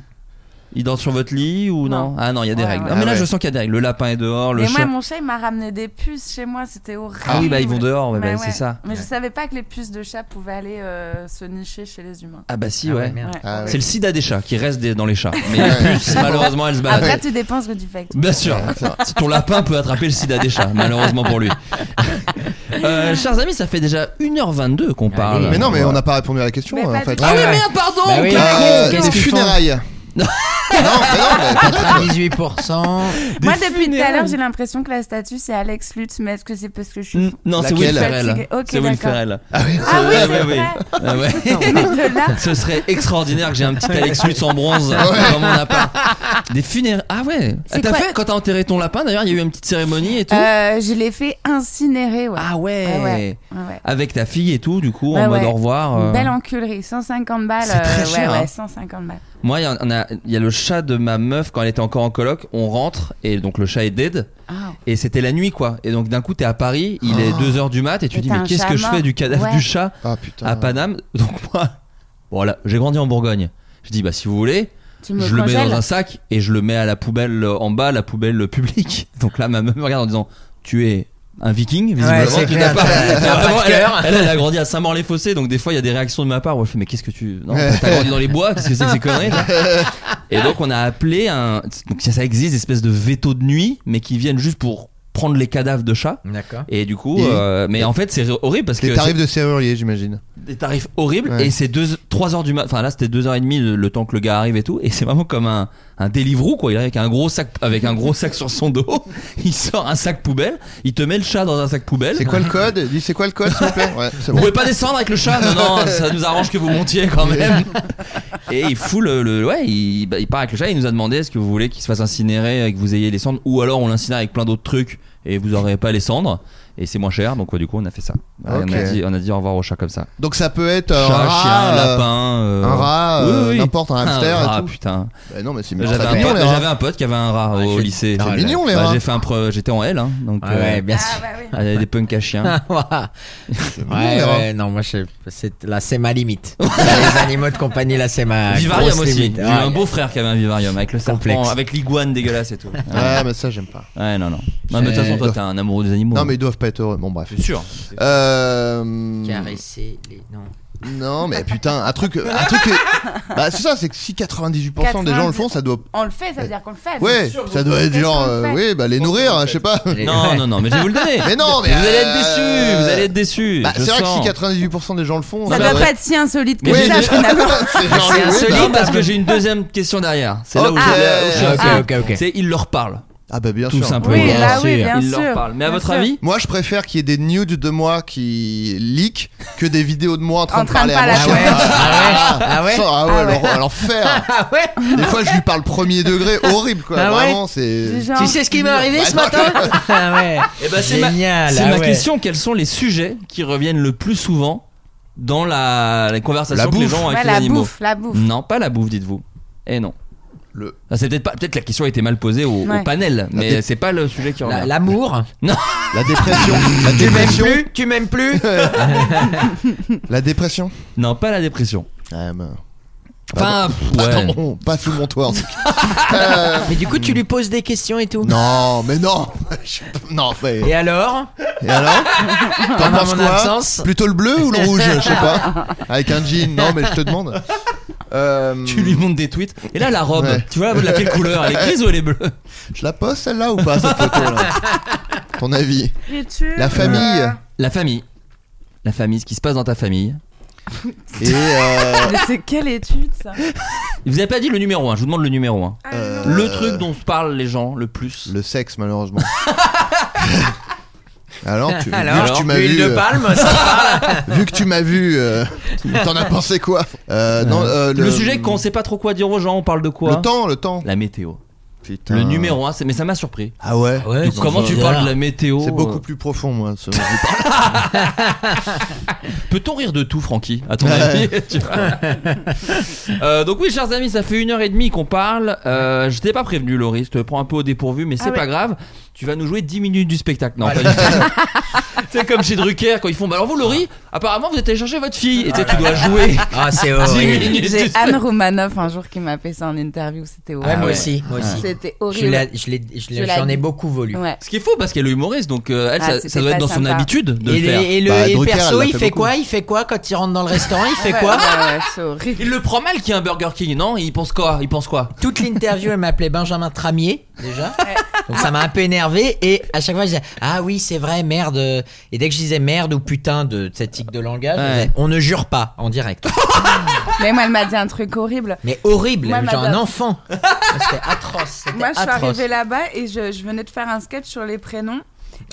[SPEAKER 7] Il dort sur votre lit ou non,
[SPEAKER 9] Non.
[SPEAKER 7] Ah non, il y a des
[SPEAKER 9] Ouais,
[SPEAKER 7] règles.
[SPEAKER 9] ouais.
[SPEAKER 7] Ah, mais
[SPEAKER 8] Ah
[SPEAKER 7] là,
[SPEAKER 8] ouais.
[SPEAKER 7] je sens qu'il y a des règles. Le lapin est dehors, le
[SPEAKER 9] Mais
[SPEAKER 7] chat.
[SPEAKER 9] moi, mon chat, il m'a ramené des puces chez moi, c'était horrible.
[SPEAKER 7] Ah oui, bah, ils vont dehors, ouais,
[SPEAKER 9] Bah
[SPEAKER 7] bah, c'est
[SPEAKER 9] ouais.
[SPEAKER 7] ça.
[SPEAKER 9] Mais je savais pas que les puces de chat pouvaient aller euh, se nicher chez les humains.
[SPEAKER 7] Ah bah si,
[SPEAKER 10] Ah ouais,
[SPEAKER 7] ouais.
[SPEAKER 10] merde.
[SPEAKER 9] Ouais.
[SPEAKER 8] Ah ouais.
[SPEAKER 7] C'est le sida des chats qui reste des- dans les chats. Mais les puces, malheureusement, elles se baladent.
[SPEAKER 9] Après, tu dépends ce que tu fais avec tout.
[SPEAKER 7] Bien sûr, Si ton lapin peut attraper le sida des chats, malheureusement pour lui. Euh, chers amis, ça fait déjà 1h22 qu'on parle.
[SPEAKER 8] Mais non, mais on
[SPEAKER 7] Voilà.
[SPEAKER 8] n'a pas répondu à la question hein,
[SPEAKER 9] Mais
[SPEAKER 8] en
[SPEAKER 9] pas
[SPEAKER 8] fait.
[SPEAKER 9] du
[SPEAKER 10] Ah
[SPEAKER 7] Ah oui,
[SPEAKER 10] ouais.
[SPEAKER 7] merde, pardon
[SPEAKER 10] Bah oui.
[SPEAKER 7] quel
[SPEAKER 8] Euh,
[SPEAKER 7] con.
[SPEAKER 10] Qu'est-ce
[SPEAKER 8] des
[SPEAKER 10] qu'ils font
[SPEAKER 8] funérailles. non, mais non, mais pas très-
[SPEAKER 10] 18%.
[SPEAKER 9] Moi, depuis tout à
[SPEAKER 7] funérailles.
[SPEAKER 9] l'heure, j'ai l'impression que la statue, c'est Alex Lutz, mais est-ce que c'est parce que je suis.
[SPEAKER 7] N- Non, c'est
[SPEAKER 8] Laquelle
[SPEAKER 7] Will Ferrell.
[SPEAKER 9] Fatigué. Ok,
[SPEAKER 7] c'est Will
[SPEAKER 9] d'accord.
[SPEAKER 7] Ferrell.
[SPEAKER 9] Ah oui, c'est
[SPEAKER 7] Ouais, ouais,
[SPEAKER 9] vrai
[SPEAKER 7] ouais. Ah ouais.
[SPEAKER 9] Mais de là,
[SPEAKER 7] Ce serait extraordinaire que j'ai un petit Alex Lutz en bronze dans mon appart. Des funérailles. Ah ouais.
[SPEAKER 9] C'est
[SPEAKER 7] T'as
[SPEAKER 9] quoi
[SPEAKER 7] fait quand t'as enterré ton lapin d'ailleurs, il y a eu une petite cérémonie et tout.
[SPEAKER 9] euh, je l'ai fait incinérer, ouais.
[SPEAKER 7] ah ouais.
[SPEAKER 9] Ouais, ouais. Ouais, ouais.
[SPEAKER 7] Avec ta fille et tout, du coup,
[SPEAKER 9] Ouais,
[SPEAKER 7] en mode
[SPEAKER 9] Bah ouais.
[SPEAKER 7] au revoir. euh.
[SPEAKER 9] Une belle enculerie, 150 balles.
[SPEAKER 7] C'est très
[SPEAKER 9] euh,
[SPEAKER 7] cher,
[SPEAKER 9] ouais,
[SPEAKER 7] hein.
[SPEAKER 9] ouais, 150 balles.
[SPEAKER 7] Moi, il y, en a- il y a le chat de ma meuf quand elle était encore en coloc. On rentre et donc le chat est dead.
[SPEAKER 9] Ah.
[SPEAKER 7] Et c'était la nuit quoi. Et donc d'un coup, t'es à Paris, il est 2h du mat et tu
[SPEAKER 9] Oh. Et
[SPEAKER 7] dis,
[SPEAKER 9] t'as
[SPEAKER 7] mais
[SPEAKER 9] un
[SPEAKER 7] qu'est-ce
[SPEAKER 9] chat
[SPEAKER 7] que je
[SPEAKER 9] mort.
[SPEAKER 7] fais du cadavre
[SPEAKER 9] Ouais.
[SPEAKER 7] du chat
[SPEAKER 8] Ah putain.
[SPEAKER 7] à Paname Donc moi, voilà, j'ai grandi en Bourgogne. Je dis, bah si vous voulez,
[SPEAKER 9] Tu me
[SPEAKER 7] je le mets
[SPEAKER 9] congèles
[SPEAKER 7] dans un sac et je le mets à la poubelle euh, en bas, la poubelle euh, publique. Donc là, ma mère me regarde en disant Tu es un viking, visiblement.
[SPEAKER 10] c'est
[SPEAKER 7] tu
[SPEAKER 10] clair,
[SPEAKER 7] n'as pas,
[SPEAKER 10] t'as- t'as pas de
[SPEAKER 7] elle,
[SPEAKER 10] cœur.
[SPEAKER 7] elle, elle a grandi à Saint-Maur-les-Fossés, donc des fois, il y a des réactions de ma part où elle fait Mais qu'est-ce que tu. Non, t'as t'as grandi dans les bois, qu'est-ce que c'est que ces conneries toi Et donc, on a appelé un. Donc, ça, ça existe, des espèces de veto de nuit, mais qui viennent juste pour prendre les cadavres de chats.
[SPEAKER 10] D'accord.
[SPEAKER 7] Et du coup,
[SPEAKER 8] Et-
[SPEAKER 7] euh, mais en fait, c'est horrible parce que.
[SPEAKER 8] Des tarifs de serrurier, j'imagine.
[SPEAKER 7] des tarifs horribles
[SPEAKER 8] Ouais.
[SPEAKER 7] et c'est 3 heures du matin enfin là c'était 2h30 le, le temps que le gars arrive et tout et c'est vraiment comme un un Deliveroo quoi il arrive avec un gros sac avec un gros sac sur son dos il sort un sac poubelle il te met le chat dans un sac poubelle
[SPEAKER 8] C'est quoi le code Dis, c'est quoi le code, s'il vous plaît Ouais, c'est
[SPEAKER 7] vous
[SPEAKER 8] bon.
[SPEAKER 7] pouvez pas descendre avec le chat non non ça nous arrange que vous montiez quand même et il fout le, le- ouais il, bah, il part avec le chat il nous a demandé est-ce que vous voulez qu'il se fasse incinérer et que vous ayez les cendres ou alors on l'incinère avec plein d'autres trucs et vous aurez pas les cendres et c'est moins cher donc ouais, du coup on a fait ça Voilà,
[SPEAKER 8] Ok.
[SPEAKER 7] on, a dit, on a dit au revoir au chat comme ça
[SPEAKER 8] Donc ça peut
[SPEAKER 7] Chat,
[SPEAKER 8] être euh, un rat,
[SPEAKER 7] chien,
[SPEAKER 8] euh,
[SPEAKER 7] lapin, euh,
[SPEAKER 8] un rat,
[SPEAKER 7] oui,
[SPEAKER 8] euh,
[SPEAKER 7] oui.
[SPEAKER 8] n'importe, un hamster
[SPEAKER 7] Un
[SPEAKER 8] et
[SPEAKER 7] rat,
[SPEAKER 8] tout.
[SPEAKER 7] putain.
[SPEAKER 8] Bah non, mais c'est
[SPEAKER 7] J'avais
[SPEAKER 8] c'est
[SPEAKER 7] un,
[SPEAKER 8] mignon,
[SPEAKER 7] pote-
[SPEAKER 8] les
[SPEAKER 7] j'avais
[SPEAKER 8] rats.
[SPEAKER 7] un pote qui avait un rat
[SPEAKER 10] Ah,
[SPEAKER 7] au
[SPEAKER 10] c'est-
[SPEAKER 7] lycée.
[SPEAKER 10] c'est
[SPEAKER 7] Bah,
[SPEAKER 8] mignon, les rats.
[SPEAKER 7] J'ai fait un pre- j'étais en L, hein, donc.
[SPEAKER 10] Ouais,
[SPEAKER 7] euh,
[SPEAKER 10] ouais, bien
[SPEAKER 9] Ah
[SPEAKER 10] sûr.
[SPEAKER 9] bah oui.
[SPEAKER 7] ah, il y a des punks à chiens.
[SPEAKER 10] ouais,
[SPEAKER 8] mignon,
[SPEAKER 10] ouais, non, moi, je- c'est, là, c'est ma limite. les animaux de compagnie, là, c'est ma.
[SPEAKER 7] Ah, vivarium
[SPEAKER 10] grosse
[SPEAKER 7] aussi.
[SPEAKER 10] limite.
[SPEAKER 7] J'ai eu
[SPEAKER 10] Ouais.
[SPEAKER 7] un beau frère qui avait un vivarium avec le serpent,
[SPEAKER 10] Complexe.
[SPEAKER 7] avec l'iguane dégueulasse et tout.
[SPEAKER 8] Ouais, mais ça, j'aime pas.
[SPEAKER 7] Ouais, non, non. Non, mais de toute façon, toi, t'es un amoureux des animaux. hein.
[SPEAKER 8] Non, mais ils doivent pas être heureux. Bon, bref.
[SPEAKER 7] C'est sûr.
[SPEAKER 8] Euh,
[SPEAKER 7] Hmm.
[SPEAKER 10] Caresser les. Non.
[SPEAKER 8] Non, mais putain, un truc. Un truc que- Bah, c'est ça, c'est que si 98% des gens le font, ça doit.
[SPEAKER 9] On le fait, ça veut dire qu'on le fait.
[SPEAKER 8] Ouais, ça doit être genre.
[SPEAKER 9] Qu'est-ce qu'on
[SPEAKER 8] euh,
[SPEAKER 9] fait
[SPEAKER 8] oui, bah les nourrir, hein, je sais pas.
[SPEAKER 10] Les-
[SPEAKER 7] Non,
[SPEAKER 10] ouais.
[SPEAKER 7] non, non, mais je vais vous le donner.
[SPEAKER 8] Mais non, mais.
[SPEAKER 7] vous allez être déçus,
[SPEAKER 8] euh,
[SPEAKER 7] vous allez être déçus.
[SPEAKER 8] Bah,
[SPEAKER 7] je
[SPEAKER 8] c'est vrai que
[SPEAKER 7] sens.
[SPEAKER 8] si 98% des gens le font.
[SPEAKER 9] Ça
[SPEAKER 8] bah,
[SPEAKER 9] doit
[SPEAKER 8] ouais.
[SPEAKER 9] pas être si insolite que
[SPEAKER 7] Oui,
[SPEAKER 9] ça,
[SPEAKER 8] mais-
[SPEAKER 9] finalement.
[SPEAKER 8] c'est genre
[SPEAKER 10] C'est
[SPEAKER 8] les- oui,
[SPEAKER 10] insolite.
[SPEAKER 8] bah-
[SPEAKER 7] Non, parce que j'ai une deuxième question derrière. Ah, C'est là où
[SPEAKER 8] Ok.
[SPEAKER 7] je- là où je suis
[SPEAKER 10] Ah,
[SPEAKER 7] assez-
[SPEAKER 10] ok, ok, ok.
[SPEAKER 7] C'est il leur parle.
[SPEAKER 8] Ah bah bien
[SPEAKER 7] Tout
[SPEAKER 8] sûr.
[SPEAKER 7] simplement.
[SPEAKER 9] Oui,
[SPEAKER 10] Bien
[SPEAKER 9] bah oui,
[SPEAKER 10] sûr.
[SPEAKER 9] bien
[SPEAKER 7] il
[SPEAKER 9] sûr.
[SPEAKER 7] leur parle. Mais à
[SPEAKER 9] Bien
[SPEAKER 7] votre
[SPEAKER 9] sûr.
[SPEAKER 7] avis
[SPEAKER 8] Moi, je préfère qu'il y ait des nudes de moi qui leak que des vidéos de moi en train,
[SPEAKER 9] En train
[SPEAKER 8] de
[SPEAKER 9] de
[SPEAKER 8] parler à
[SPEAKER 10] parler.
[SPEAKER 8] mon chien.
[SPEAKER 10] Ah ouais Ah ouais
[SPEAKER 8] Ça, ah ouais,
[SPEAKER 9] Ah ouais.
[SPEAKER 8] l'hor- l'enfer.
[SPEAKER 10] Ah ouais
[SPEAKER 8] Des fois, je lui parle premier degré, horrible quoi.
[SPEAKER 10] Ah ouais
[SPEAKER 8] Vraiment, c'est.
[SPEAKER 9] Du genre-
[SPEAKER 10] Tu sais ce qui m'est arrivé ce matin Ah ouais.
[SPEAKER 7] Bah, Eh ben, c'est ma-
[SPEAKER 10] Génial.
[SPEAKER 7] C'est
[SPEAKER 10] ah
[SPEAKER 7] ma
[SPEAKER 10] ouais.
[SPEAKER 7] question. Quels sont les sujets qui reviennent le plus souvent dans la, la conversation
[SPEAKER 8] La
[SPEAKER 7] que les
[SPEAKER 8] bouffe.
[SPEAKER 7] gens ont
[SPEAKER 9] Ouais,
[SPEAKER 7] avec les
[SPEAKER 9] la
[SPEAKER 7] animaux
[SPEAKER 9] bouffe, la bouffe.
[SPEAKER 7] Non, pas la bouffe, dites-vous. Eh non.
[SPEAKER 8] Le-
[SPEAKER 7] Ah, C'est peut-être pas. Peut-être la question a été mal posée au, au
[SPEAKER 9] Ouais.
[SPEAKER 7] panel, mais
[SPEAKER 8] dé-
[SPEAKER 7] c'est pas le sujet qui
[SPEAKER 10] La-
[SPEAKER 7] revient.
[SPEAKER 10] Bah, L'amour.
[SPEAKER 8] La dépression. La
[SPEAKER 10] Tu m'aimes
[SPEAKER 8] dépression.
[SPEAKER 10] plus Tu m'aimes plus
[SPEAKER 8] La dépression.
[SPEAKER 7] Non, pas la dépression.
[SPEAKER 10] Ah, bah.
[SPEAKER 8] Ouais, mais-
[SPEAKER 7] Enfin, pff,
[SPEAKER 8] Pas,
[SPEAKER 7] ouais.
[SPEAKER 8] dans mon- pas sous mon toit. en tout cas.
[SPEAKER 10] Mais du coup, tu lui poses des questions et tout.
[SPEAKER 8] non, mais non. Je- Non, mais.
[SPEAKER 10] Et alors
[SPEAKER 8] Et alors T'en
[SPEAKER 10] Pendant
[SPEAKER 8] penses
[SPEAKER 10] mon
[SPEAKER 8] quoi
[SPEAKER 10] absence
[SPEAKER 8] Plutôt le bleu ou le rouge Je sais pas. Avec un jean. Non, mais je te demande. Euh,
[SPEAKER 7] Tu lui montes des tweets. Et là, la robe,
[SPEAKER 8] Ouais.
[SPEAKER 7] tu vois, de quelle couleur Elle est grise ou elle est bleue
[SPEAKER 8] Je la poste celle-là ou pas cette photo là Ton avis
[SPEAKER 9] Friture,
[SPEAKER 8] La
[SPEAKER 9] Euh,
[SPEAKER 8] famille
[SPEAKER 7] La famille. La famille, ce qui se passe dans ta famille.
[SPEAKER 8] et euh,
[SPEAKER 9] Mais c'est quelle étude ça Ah,
[SPEAKER 7] Vous avez pas dit le numéro 1, je vous demande le numéro 1.
[SPEAKER 8] euh,
[SPEAKER 7] Le truc dont se parlent les gens le plus.
[SPEAKER 8] le sexe malheureusement. Alors, tu, vu que
[SPEAKER 10] Alors,
[SPEAKER 8] tu m'as
[SPEAKER 10] huile
[SPEAKER 8] vu,
[SPEAKER 10] de
[SPEAKER 8] euh,
[SPEAKER 10] palme, ça parle.
[SPEAKER 8] vu que tu m'as vu, euh, t'en as pensé quoi Euh, non, euh,
[SPEAKER 7] Le, sujet qu'on sait pas trop quoi dire aux gens, on parle de quoi
[SPEAKER 8] Le temps, le temps.
[SPEAKER 7] La météo.
[SPEAKER 8] Putain.
[SPEAKER 7] Le numéro 1, mais ça m'a surpris.
[SPEAKER 8] Ah ouais.
[SPEAKER 10] Ouais,
[SPEAKER 7] Donc,
[SPEAKER 10] c'est
[SPEAKER 7] comment tu
[SPEAKER 10] bizarre.
[SPEAKER 7] parles de la météo
[SPEAKER 8] C'est beaucoup
[SPEAKER 7] euh,
[SPEAKER 8] plus profond, moi. ce-
[SPEAKER 10] Ah.
[SPEAKER 7] Peut-on rire de tout, Francky À ton
[SPEAKER 8] Ouais.
[SPEAKER 7] avis tu vois Euh, Donc oui, chers amis, ça fait une heure et demie qu'on parle. Euh, je t'ai pas prévenu, Laurie. Je te prends un peu au dépourvu, mais c'est
[SPEAKER 9] Ah ouais.
[SPEAKER 7] pas grave. Tu vas nous jouer 10 minutes du spectacle. Non, pas du tout. C'est comme chez Drucker quand ils font. Bah, alors vous, Laurie, apparemment vous êtes allé chercher votre fille. Et tu sais, tu dois jouer.
[SPEAKER 10] Ah, c'est
[SPEAKER 7] 10
[SPEAKER 10] horrible.
[SPEAKER 7] minutes. du
[SPEAKER 9] J'ai
[SPEAKER 7] spectacle.
[SPEAKER 9] Anne Roumanoff un jour qui m'a fait ça en interview, c'était
[SPEAKER 10] Ouais,
[SPEAKER 9] horrible.
[SPEAKER 10] moi
[SPEAKER 7] Ah ouais.
[SPEAKER 10] aussi, moi aussi.
[SPEAKER 9] C'était
[SPEAKER 10] Je l'ai-
[SPEAKER 9] horrible.
[SPEAKER 10] je l'ai- je l'ai-
[SPEAKER 9] Je l'ai
[SPEAKER 10] J'en ai
[SPEAKER 9] dit.
[SPEAKER 10] beaucoup voulu.
[SPEAKER 9] Ouais.
[SPEAKER 7] Ce qui est faux parce qu'elle est humoriste, donc euh, elle,
[SPEAKER 9] Ah,
[SPEAKER 7] ça- ça,
[SPEAKER 9] c'était
[SPEAKER 7] doit être
[SPEAKER 9] pas
[SPEAKER 7] dans son
[SPEAKER 9] sympa.
[SPEAKER 7] habitude de
[SPEAKER 10] et,
[SPEAKER 7] le
[SPEAKER 10] le,
[SPEAKER 7] faire.
[SPEAKER 10] et le-
[SPEAKER 8] Bah,
[SPEAKER 10] et le
[SPEAKER 8] Drucker,
[SPEAKER 10] perso,
[SPEAKER 8] elle l'a
[SPEAKER 10] il
[SPEAKER 8] fait
[SPEAKER 10] fait
[SPEAKER 8] beaucoup.
[SPEAKER 10] quoi Il fait quoi quand il rentre dans le restaurant Il fait
[SPEAKER 9] Ouais,
[SPEAKER 10] quoi
[SPEAKER 9] ouais, ouais, C'est horrible.
[SPEAKER 7] Il le prend mal qu'il y a un Burger King, non Il pense quoi Il pense quoi
[SPEAKER 10] Toute l'interview, elle m'appelait Benjamin Tramier, déjà. Donc ça m'a un peu énervé. Et à chaque fois, je disais Ah oui, c'est vrai, merde. Et dès que je disais merde ou putain de cette tic de langage,
[SPEAKER 7] Ouais.
[SPEAKER 10] elle disait, on ne jure pas en direct.
[SPEAKER 9] Mais moi, elle m'a dit un truc horrible.
[SPEAKER 10] Mais horrible,
[SPEAKER 9] Moi,
[SPEAKER 10] genre un
[SPEAKER 9] madame.
[SPEAKER 10] enfant. C'était atroce. c'était
[SPEAKER 9] Moi, je suis
[SPEAKER 10] atroce.
[SPEAKER 9] arrivée là-bas et je, je venais de faire un sketch sur les prénoms.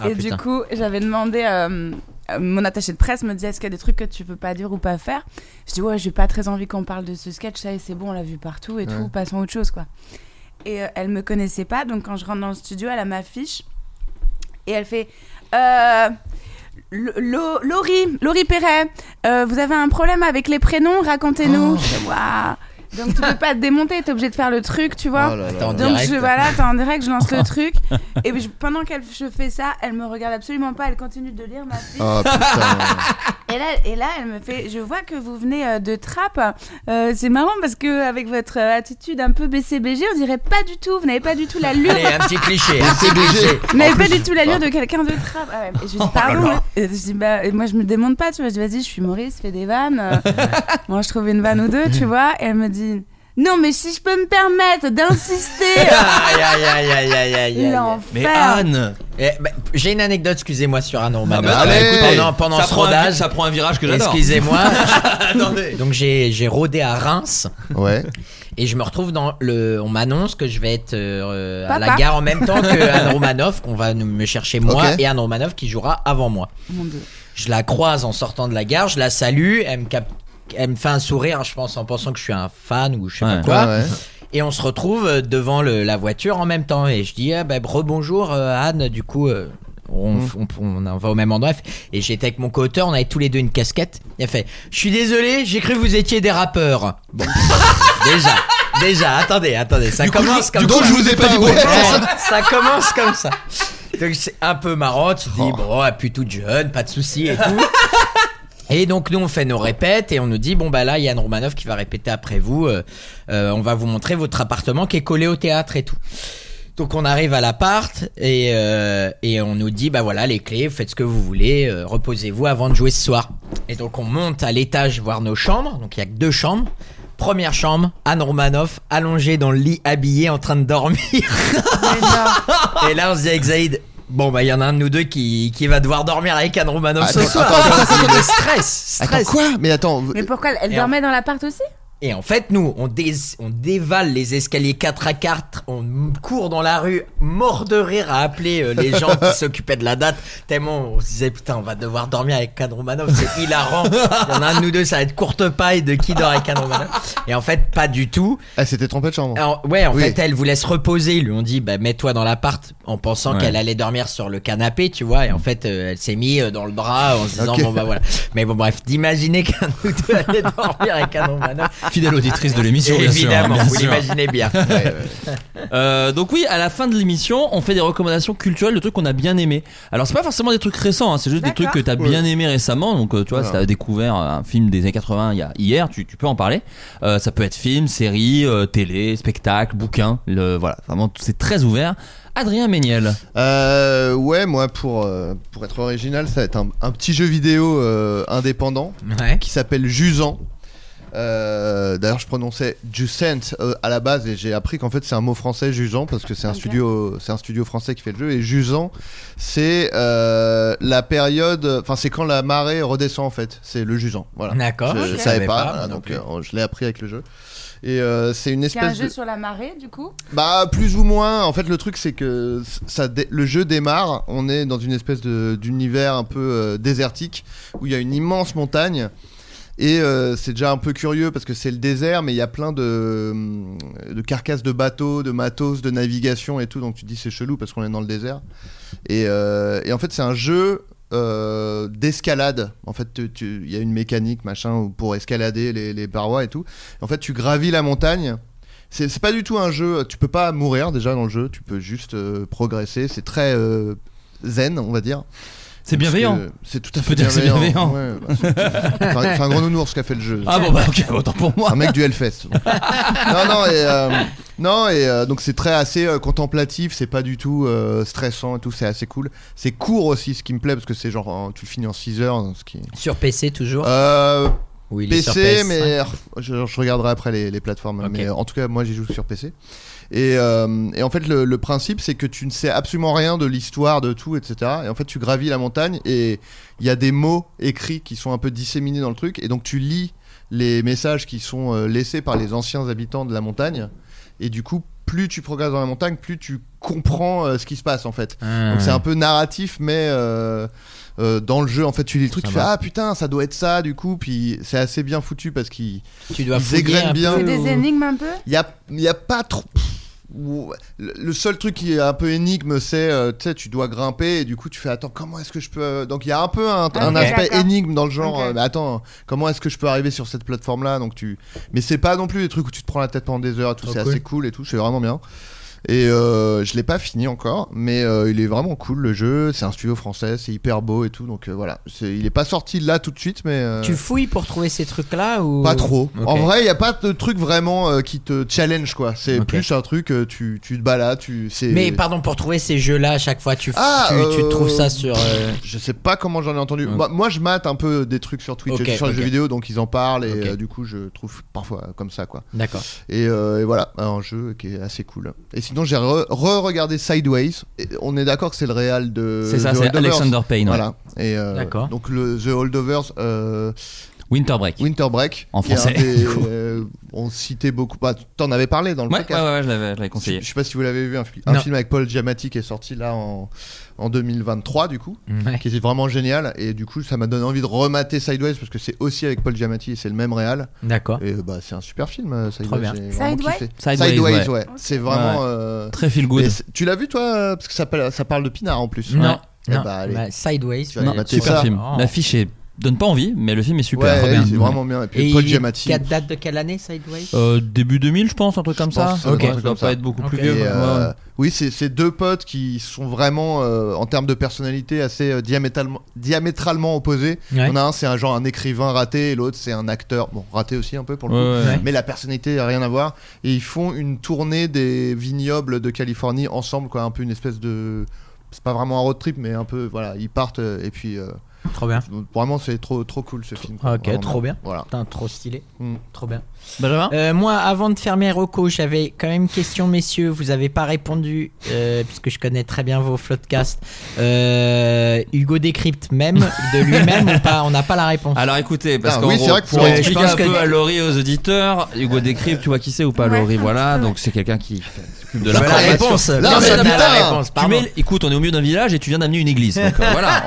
[SPEAKER 10] Ah,
[SPEAKER 9] et
[SPEAKER 10] putain.
[SPEAKER 9] du coup, j'avais demandé. euh, euh, mon attaché de presse me disait Est-ce qu'il y a des trucs que tu peux pas dire ou pas faire Je dis Ouais, j'ai pas très envie qu'on parle de ce sketch. Ça y est, c'est bon, on l'a vu partout et tout. Passons à autre chose, quoi. Et euh, elle me connaissait pas. Donc, quand je rentre dans le studio, elle a ma fiche. Et elle fait euh, Lo- Lo- Laurie, Laurie Perret, euh, vous avez un problème avec les prénoms
[SPEAKER 10] Oh.
[SPEAKER 9] Racontez-nous. Je fais, Waouh. Donc, tu peux pas te démonter, t'es obligé de faire le truc, tu vois.
[SPEAKER 8] Oh là là.
[SPEAKER 10] Attends,
[SPEAKER 9] Donc
[SPEAKER 10] direct.
[SPEAKER 9] je voilà, t'es en direct, je lance le truc. Et puis, je- pendant qu'elle je fais ça, elle me regarde absolument pas, elle continue de lire ma fille.
[SPEAKER 8] Ah, putain.
[SPEAKER 9] Et là, et là, elle me fait, je vois que vous venez euh, de Trappes. Euh, c'est marrant parce que avec votre euh, attitude un peu BCBG, on dirait pas du tout, vous n'avez pas du tout l'allure.
[SPEAKER 10] Allez, Bah. un petit cliché. un petit cliché.
[SPEAKER 9] Vous n'avez pas du tout l'allure de quelqu'un de Trappes. Ah ouais. Et je
[SPEAKER 10] Oh
[SPEAKER 9] dis pardon. Et je dis bah et moi je me démonte pas, tu vois. Je dis vas-y, je suis Maurice, fais des vannes. Euh, moi je trouve une vanne ou deux, tu vois. Et elle me dit. Non, mais si je peux me permettre d'insister,
[SPEAKER 10] Aïe, aïe, aïe, aïe, aïe, aïe, aïe.
[SPEAKER 9] l'enfer.
[SPEAKER 7] Mais Anne, Ah
[SPEAKER 10] Eh, bah, J'ai une anecdote, excusez-moi, sur un nom.
[SPEAKER 8] bah, allez.
[SPEAKER 10] pendant pendant
[SPEAKER 7] ça
[SPEAKER 10] ce
[SPEAKER 7] prend, un,
[SPEAKER 10] rodage,
[SPEAKER 7] ça prend un virage que j'adore.
[SPEAKER 10] excusez-moi.
[SPEAKER 7] Attendez.
[SPEAKER 10] Donc j'ai j'ai rodé à Reims.
[SPEAKER 8] Ouais.
[SPEAKER 10] Et je me retrouve dans le. On m'annonce que je vais être euh, à la
[SPEAKER 9] Papa.
[SPEAKER 10] gare en même temps que Anne Romanoff, qu'on va nous- me chercher moi,
[SPEAKER 8] Ok.
[SPEAKER 10] et Anne Romanoff qui jouera avant moi.
[SPEAKER 9] Mon Dieu.
[SPEAKER 10] Je la croise en sortant de la gare, je la salue, elle me, cap- elle me fait un sourire, hein, je pense, en pensant que je suis un fan ou je sais
[SPEAKER 7] Ouais.
[SPEAKER 10] pas quoi.
[SPEAKER 8] Ouais, ouais.
[SPEAKER 10] Et on se retrouve euh, devant le- la voiture en même temps. Et je dis, ah, bah, rebonjour euh, Anne, du coup. euh, on,
[SPEAKER 8] Mmh.
[SPEAKER 10] on- on en va au même endroit et j'étais avec mon co-auteur on avait tous les deux une casquette et elle fait je suis désolé j'ai cru que vous étiez des rappeurs bon déjà déjà attendez attendez ça commence comme
[SPEAKER 8] Donc,
[SPEAKER 10] ça
[SPEAKER 8] je vous ai pas dit
[SPEAKER 10] Ouais,
[SPEAKER 8] bonjour.
[SPEAKER 10] ça commence comme ça donc c'est un peu marrant tu te dis
[SPEAKER 8] Oh.
[SPEAKER 10] bon elle pue toute jeune pas de soucis et tout et donc nous on fait nos répètes et on nous dit bon bah là il y a Anne Romanoff qui va répéter après vous, euh, euh, on va vous montrer votre appartement qui est collé au théâtre et tout. Donc on arrive à l'appart et, euh, et on nous dit bah voilà les clés, faites ce que vous voulez, euh, reposez-vous avant de jouer ce soir. Et donc on monte à l'étage voir nos chambres, donc il y a que deux chambres. Première chambre, Anne Romanoff allongée dans le lit habillée en train de dormir. et là on se dit avec Zaïd, bon bah il y en a un de nous deux qui, qui va devoir dormir avec Anne Romanoff ce
[SPEAKER 8] Attends,
[SPEAKER 10] soir.
[SPEAKER 8] Ah, attends, attends, attends,
[SPEAKER 10] Le stress,
[SPEAKER 8] Attends,
[SPEAKER 10] stress.
[SPEAKER 8] quoi Mais attends.
[SPEAKER 9] Mais pourquoi elle- elle
[SPEAKER 10] Et en-
[SPEAKER 9] dormait dans l'appart aussi
[SPEAKER 10] Et en fait, nous, on, dé- on dévale les escaliers 4 à 4, on m- court dans la rue, mort de rire à appeler euh, les gens qui s'occupaient de la date, tellement on se disait, putain, on va devoir dormir avec Kadromanov, c'est hilarant. Il y en a un de nous deux, ça va être courte paille de qui dort avec Kadromanov. Et en fait, pas du tout.
[SPEAKER 8] Elle s'était trompée de chambre.
[SPEAKER 10] Alors, ouais, en
[SPEAKER 8] Oui.
[SPEAKER 10] fait, elle vous laisse reposer. Ils lui ont dit, bah, mets-toi dans l'appart en pensant
[SPEAKER 7] Ouais.
[SPEAKER 10] qu'elle allait dormir sur le canapé, tu vois. Et en fait, euh, elle s'est mise euh, dans le bras en se disant,
[SPEAKER 8] Ok.
[SPEAKER 10] bon, bah voilà. Mais bon, bref, d'imaginer qu'un de nous deux allait dormir avec un Romanov.
[SPEAKER 7] Fidèle auditrice de l'émission, bien sûr,
[SPEAKER 10] Évidemment,
[SPEAKER 7] bien
[SPEAKER 10] vous
[SPEAKER 7] sûr.
[SPEAKER 10] l'imaginez bien.
[SPEAKER 7] Euh, donc oui, à la fin de l'émission, on fait des recommandations culturelles de trucs qu'on a bien aimé. Alors c'est pas forcément des trucs récents, hein, c'est juste des trucs
[SPEAKER 9] D'accord.
[SPEAKER 7] que t'as bien aimé récemment. Donc euh, tu vois,
[SPEAKER 8] Voilà.
[SPEAKER 7] si t'as découvert un film des années 80 il y a- hier, tu, tu peux en parler. Euh, ça peut être film, série, euh, télé, spectacle, bouquin. Le, voilà, vraiment c'est très ouvert. Adrien Méniel.
[SPEAKER 8] Euh, ouais, moi pour, euh, pour être original, ça va être un, un petit jeu vidéo euh, indépendant
[SPEAKER 10] Ouais.
[SPEAKER 8] qui s'appelle Jusant. Euh, D'ailleurs, je prononçais Jusant euh, à la base et j'ai appris qu'en fait c'est un mot français Jusant parce que c'est un
[SPEAKER 9] Ok.
[SPEAKER 8] studio, c'est un studio français qui fait le jeu et Jusant, c'est euh, la période, enfin c'est quand la marée redescend en fait, c'est le Jusant. Voilà.
[SPEAKER 10] D'accord.
[SPEAKER 8] Je,
[SPEAKER 10] Ok.
[SPEAKER 8] savais pas,
[SPEAKER 10] moi
[SPEAKER 8] voilà,
[SPEAKER 10] non
[SPEAKER 8] donc
[SPEAKER 10] plus.
[SPEAKER 8] euh, je l'ai appris avec le jeu. Et euh, c'est une
[SPEAKER 9] C'est un
[SPEAKER 8] espèce
[SPEAKER 9] jeu
[SPEAKER 8] de.
[SPEAKER 9] sur la marée, du coup.
[SPEAKER 8] Bah plus ou moins. En fait, le truc c'est que ça, dé- le jeu démarre. On est dans une espèce de- d'univers un peu euh, désertique où il y a une immense montagne. Et euh, c'est déjà un peu curieux parce que c'est le désert, mais il y a plein de, hum, de carcasses de bateaux, de matos, de navigation et tout. Donc tu te dis c'est chelou parce qu'on est dans le désert. Et, euh, et en fait, c'est un jeu euh, d'escalade. En fait, tu- tu- il y a une mécanique machin où- pour escalader les, les parois et tout. En fait, tu gravis la montagne. C'est c'est pas du tout un jeu. Tu peux pas mourir déjà dans le jeu. Tu peux juste euh, progresser. C'est très euh, zen, on va dire.
[SPEAKER 7] C'est
[SPEAKER 8] Parce
[SPEAKER 7] bienveillant.
[SPEAKER 8] que C'est tout
[SPEAKER 7] Tu
[SPEAKER 8] à fait
[SPEAKER 7] peux dire que c'est
[SPEAKER 8] bienveillant.
[SPEAKER 7] bienveillant.
[SPEAKER 8] Ouais, bah, c'est- c'est un- c'est un grand nounours qui a fait le jeu.
[SPEAKER 7] Ah bon, bah ok, autant pour moi.
[SPEAKER 8] C'est un mec du Hellfest. non, non, et, euh, non, et euh, donc c'est très assez euh, contemplatif, c'est pas du tout euh, stressant et tout, c'est assez cool. C'est court aussi, ce qui me plaît, parce que c'est genre, en- tu le finis en 6 heures. Ce qui...
[SPEAKER 10] Sur PC toujours
[SPEAKER 8] Euh,
[SPEAKER 10] Ou il est sur
[SPEAKER 8] PC,
[SPEAKER 10] PS5?
[SPEAKER 8] mais je, je regarderai après les, les plateformes.
[SPEAKER 10] Ok.
[SPEAKER 8] Mais euh, en tout cas, moi, j'y joue sur PC. Et, euh, et en fait, le, le principe, c'est que tu ne sais absolument rien de l'histoire, de tout, etc. Et en fait, tu gravis la montagne et il y a des mots écrits qui sont un peu disséminés dans le truc. Et donc, tu lis les messages qui sont euh, laissés par les anciens habitants de la montagne. Et du coup, plus tu progresses dans la montagne, plus tu comprends euh, ce qui se passe, en fait.
[SPEAKER 10] Ah.
[SPEAKER 8] Donc c'est un peu narratif, mais euh, euh, dans le jeu, en fait, tu lis le truc,
[SPEAKER 10] Ça
[SPEAKER 8] tu fais
[SPEAKER 10] va.
[SPEAKER 8] ah putain, ça doit être ça, du coup, puis c'est assez bien foutu parce qu'il
[SPEAKER 10] Tu dois
[SPEAKER 8] ils
[SPEAKER 10] fouiller
[SPEAKER 8] égrènent
[SPEAKER 10] un peu.
[SPEAKER 8] bien.
[SPEAKER 9] C'est des énigmes un peu
[SPEAKER 8] y a, y a pas trop. pff, ouais. Le le seul truc qui est un peu énigme, c'est euh, tu sais, tu dois grimper et du coup tu fais attends comment est-ce que je peux euh, donc il y a un peu un,
[SPEAKER 9] Ah,
[SPEAKER 8] un
[SPEAKER 9] ok,
[SPEAKER 8] aspect
[SPEAKER 9] d'accord.
[SPEAKER 8] énigme dans le genre
[SPEAKER 9] Ok.
[SPEAKER 8] euh, mais attends comment est-ce que je peux arriver sur cette plateforme là donc tu mais c'est pas non plus des trucs où tu te prends la tête pendant des heures et tout
[SPEAKER 10] Trop
[SPEAKER 8] c'est
[SPEAKER 10] cool.
[SPEAKER 8] assez cool et tout c'est vraiment bien et euh, je l'ai pas fini encore, mais euh, il est vraiment cool le jeu. C'est un studio français, c'est hyper beau et tout. Donc euh, voilà, C'est- il est pas sorti là tout de suite, mais euh,
[SPEAKER 10] Tu fouilles pour trouver ces trucs-là ou
[SPEAKER 8] pas trop.
[SPEAKER 10] Ok.
[SPEAKER 8] En vrai, il y a pas de truc vraiment euh, qui te challenge quoi. C'est
[SPEAKER 10] Ok.
[SPEAKER 8] plus un truc euh, tu tu te balades, tu c'est.
[SPEAKER 10] Mais pardon, pour trouver ces jeux-là, à chaque fois, tu, f-
[SPEAKER 8] Ah,
[SPEAKER 10] tu, tu
[SPEAKER 8] euh,
[SPEAKER 10] trouves ça sur. euh,
[SPEAKER 8] Je sais pas comment j'en ai entendu.
[SPEAKER 10] Hmm.
[SPEAKER 8] Bah, moi, je mate un peu des trucs sur Twitch,
[SPEAKER 10] Ok,
[SPEAKER 8] et sur les
[SPEAKER 10] ok.
[SPEAKER 8] jeux vidéo, donc ils en parlent et
[SPEAKER 10] Ok.
[SPEAKER 8] euh, du coup, je trouve parfois euh, comme ça quoi.
[SPEAKER 10] D'accord.
[SPEAKER 8] Et, euh, et voilà, un jeu qui est assez cool. Et sinon, j'ai re- re-regardé Sideways. Et on est d'accord que c'est le réal de.
[SPEAKER 7] C'est ça,
[SPEAKER 8] The
[SPEAKER 7] c'est
[SPEAKER 8] Holdovers.
[SPEAKER 7] Alexander Payne. ouais.
[SPEAKER 8] Voilà. Et euh,
[SPEAKER 10] D'accord.
[SPEAKER 8] donc le The Holdovers, euh,
[SPEAKER 7] Winter Break.
[SPEAKER 8] Winter Break.
[SPEAKER 7] En
[SPEAKER 8] qui est un
[SPEAKER 7] français,
[SPEAKER 8] des-
[SPEAKER 7] du coup.
[SPEAKER 8] euh, on citait beaucoup. Bah, T'en avais parlé dans le
[SPEAKER 7] Ouais, ouais,
[SPEAKER 8] podcast.
[SPEAKER 7] ouais, je l'avais je l'avais conseillé.
[SPEAKER 8] Je sais pas si vous l'avez vu, un, fi- un
[SPEAKER 10] Non.
[SPEAKER 8] film avec Paul Giamatti qui est sorti là en, en 2023 du coup,
[SPEAKER 10] Ouais.
[SPEAKER 8] qui était vraiment génial et du coup ça m'a donné envie de remater Sideways parce que c'est aussi avec Paul Giamatti et c'est le même réal
[SPEAKER 10] D'accord.
[SPEAKER 8] et euh, bah c'est un super film euh, Sideways.
[SPEAKER 10] bien.
[SPEAKER 8] j'ai vraiment
[SPEAKER 9] Sideways
[SPEAKER 8] kiffé.
[SPEAKER 7] Sideways, ouais.
[SPEAKER 8] C'est vraiment.
[SPEAKER 7] Ouais.
[SPEAKER 8] euh,
[SPEAKER 7] Très feel
[SPEAKER 8] et
[SPEAKER 7] good.
[SPEAKER 8] c'est- Tu l'as vu toi euh, Parce que ça, parle- ça parle de Pinard en plus.
[SPEAKER 10] Non.
[SPEAKER 8] Eh
[SPEAKER 10] non.
[SPEAKER 8] bah, allez.
[SPEAKER 10] Bah, sideways.
[SPEAKER 8] Tu vas aller
[SPEAKER 7] Non,
[SPEAKER 8] mater
[SPEAKER 7] super
[SPEAKER 8] ça.
[SPEAKER 7] film.
[SPEAKER 10] Oh.
[SPEAKER 7] L'affiche est... donne pas envie, mais le film est super.
[SPEAKER 8] Ouais,
[SPEAKER 7] Trop bien.
[SPEAKER 8] il est vraiment bien. Et puis
[SPEAKER 10] Et
[SPEAKER 8] Paul
[SPEAKER 10] il est
[SPEAKER 8] Giamatti.
[SPEAKER 10] qu'a- date de quelle année, Sideways
[SPEAKER 7] Euh, début 2000, je pense, un truc comme
[SPEAKER 8] pense
[SPEAKER 7] ça.
[SPEAKER 8] que ça doit
[SPEAKER 7] Ok.
[SPEAKER 8] être un truc
[SPEAKER 7] Ça doit
[SPEAKER 8] comme ça.
[SPEAKER 7] pas être beaucoup plus
[SPEAKER 10] Ok.
[SPEAKER 8] Et,
[SPEAKER 7] vieux.
[SPEAKER 8] euh,
[SPEAKER 7] ouais.
[SPEAKER 8] Oui, c'est c'est deux potes qui sont vraiment, euh, en termes de personnalité, assez euh, diamétralement, diamétralement opposés.
[SPEAKER 10] Ouais.
[SPEAKER 8] On a un, c'est un genre un écrivain raté, et l'autre, c'est un acteur, bon, raté aussi un peu pour le coup.
[SPEAKER 7] Ouais, ouais.
[SPEAKER 10] Ouais.
[SPEAKER 8] Mais la personnalité a rien à voir. Et ils font une tournée des vignobles de Californie ensemble, quoi. Un peu une espèce de. C'est pas vraiment un road trip, mais un peu. Voilà, ils partent euh, et puis. euh,
[SPEAKER 10] Trop bien.
[SPEAKER 8] Vraiment, c'est trop, trop cool ce film. quoi.
[SPEAKER 10] ok,
[SPEAKER 8] Vraiment.
[SPEAKER 10] trop bien.
[SPEAKER 8] Voilà.
[SPEAKER 10] Putain, trop stylé.
[SPEAKER 8] Mm.
[SPEAKER 10] Trop bien.
[SPEAKER 7] Benjamin
[SPEAKER 10] Euh, moi, avant de faire mes recos, j'avais quand même une question, messieurs. Vous avez pas répondu, euh, puisque je connais très bien vos floodcasts. Euh, Hugo décrypte même de lui-même ou pas On n'a pas la réponse.
[SPEAKER 7] Alors écoutez, parce
[SPEAKER 8] Ah,
[SPEAKER 7] qu'en
[SPEAKER 8] oui,
[SPEAKER 7] gros,
[SPEAKER 8] c'est vrai que
[SPEAKER 7] pour
[SPEAKER 8] pour-
[SPEAKER 7] expliquer
[SPEAKER 10] je pense
[SPEAKER 7] un
[SPEAKER 10] que-
[SPEAKER 7] peu à Laurie aux auditeurs, Hugo Décrypte, tu vois qui c'est ou pas
[SPEAKER 9] Ouais,
[SPEAKER 7] Laurie,
[SPEAKER 9] un
[SPEAKER 7] voilà,
[SPEAKER 9] petit peu,
[SPEAKER 7] donc c'est quelqu'un qui s'occupe de
[SPEAKER 10] Je veux la
[SPEAKER 7] l'information.
[SPEAKER 10] réponse.
[SPEAKER 7] Non,
[SPEAKER 10] Personne
[SPEAKER 7] mais
[SPEAKER 10] n'a
[SPEAKER 7] putain,
[SPEAKER 10] la réponse.
[SPEAKER 7] Tu
[SPEAKER 10] Pardon.
[SPEAKER 7] mets, écoute, on est au milieu d'un village et tu viens d'amener une église. Donc euh, voilà,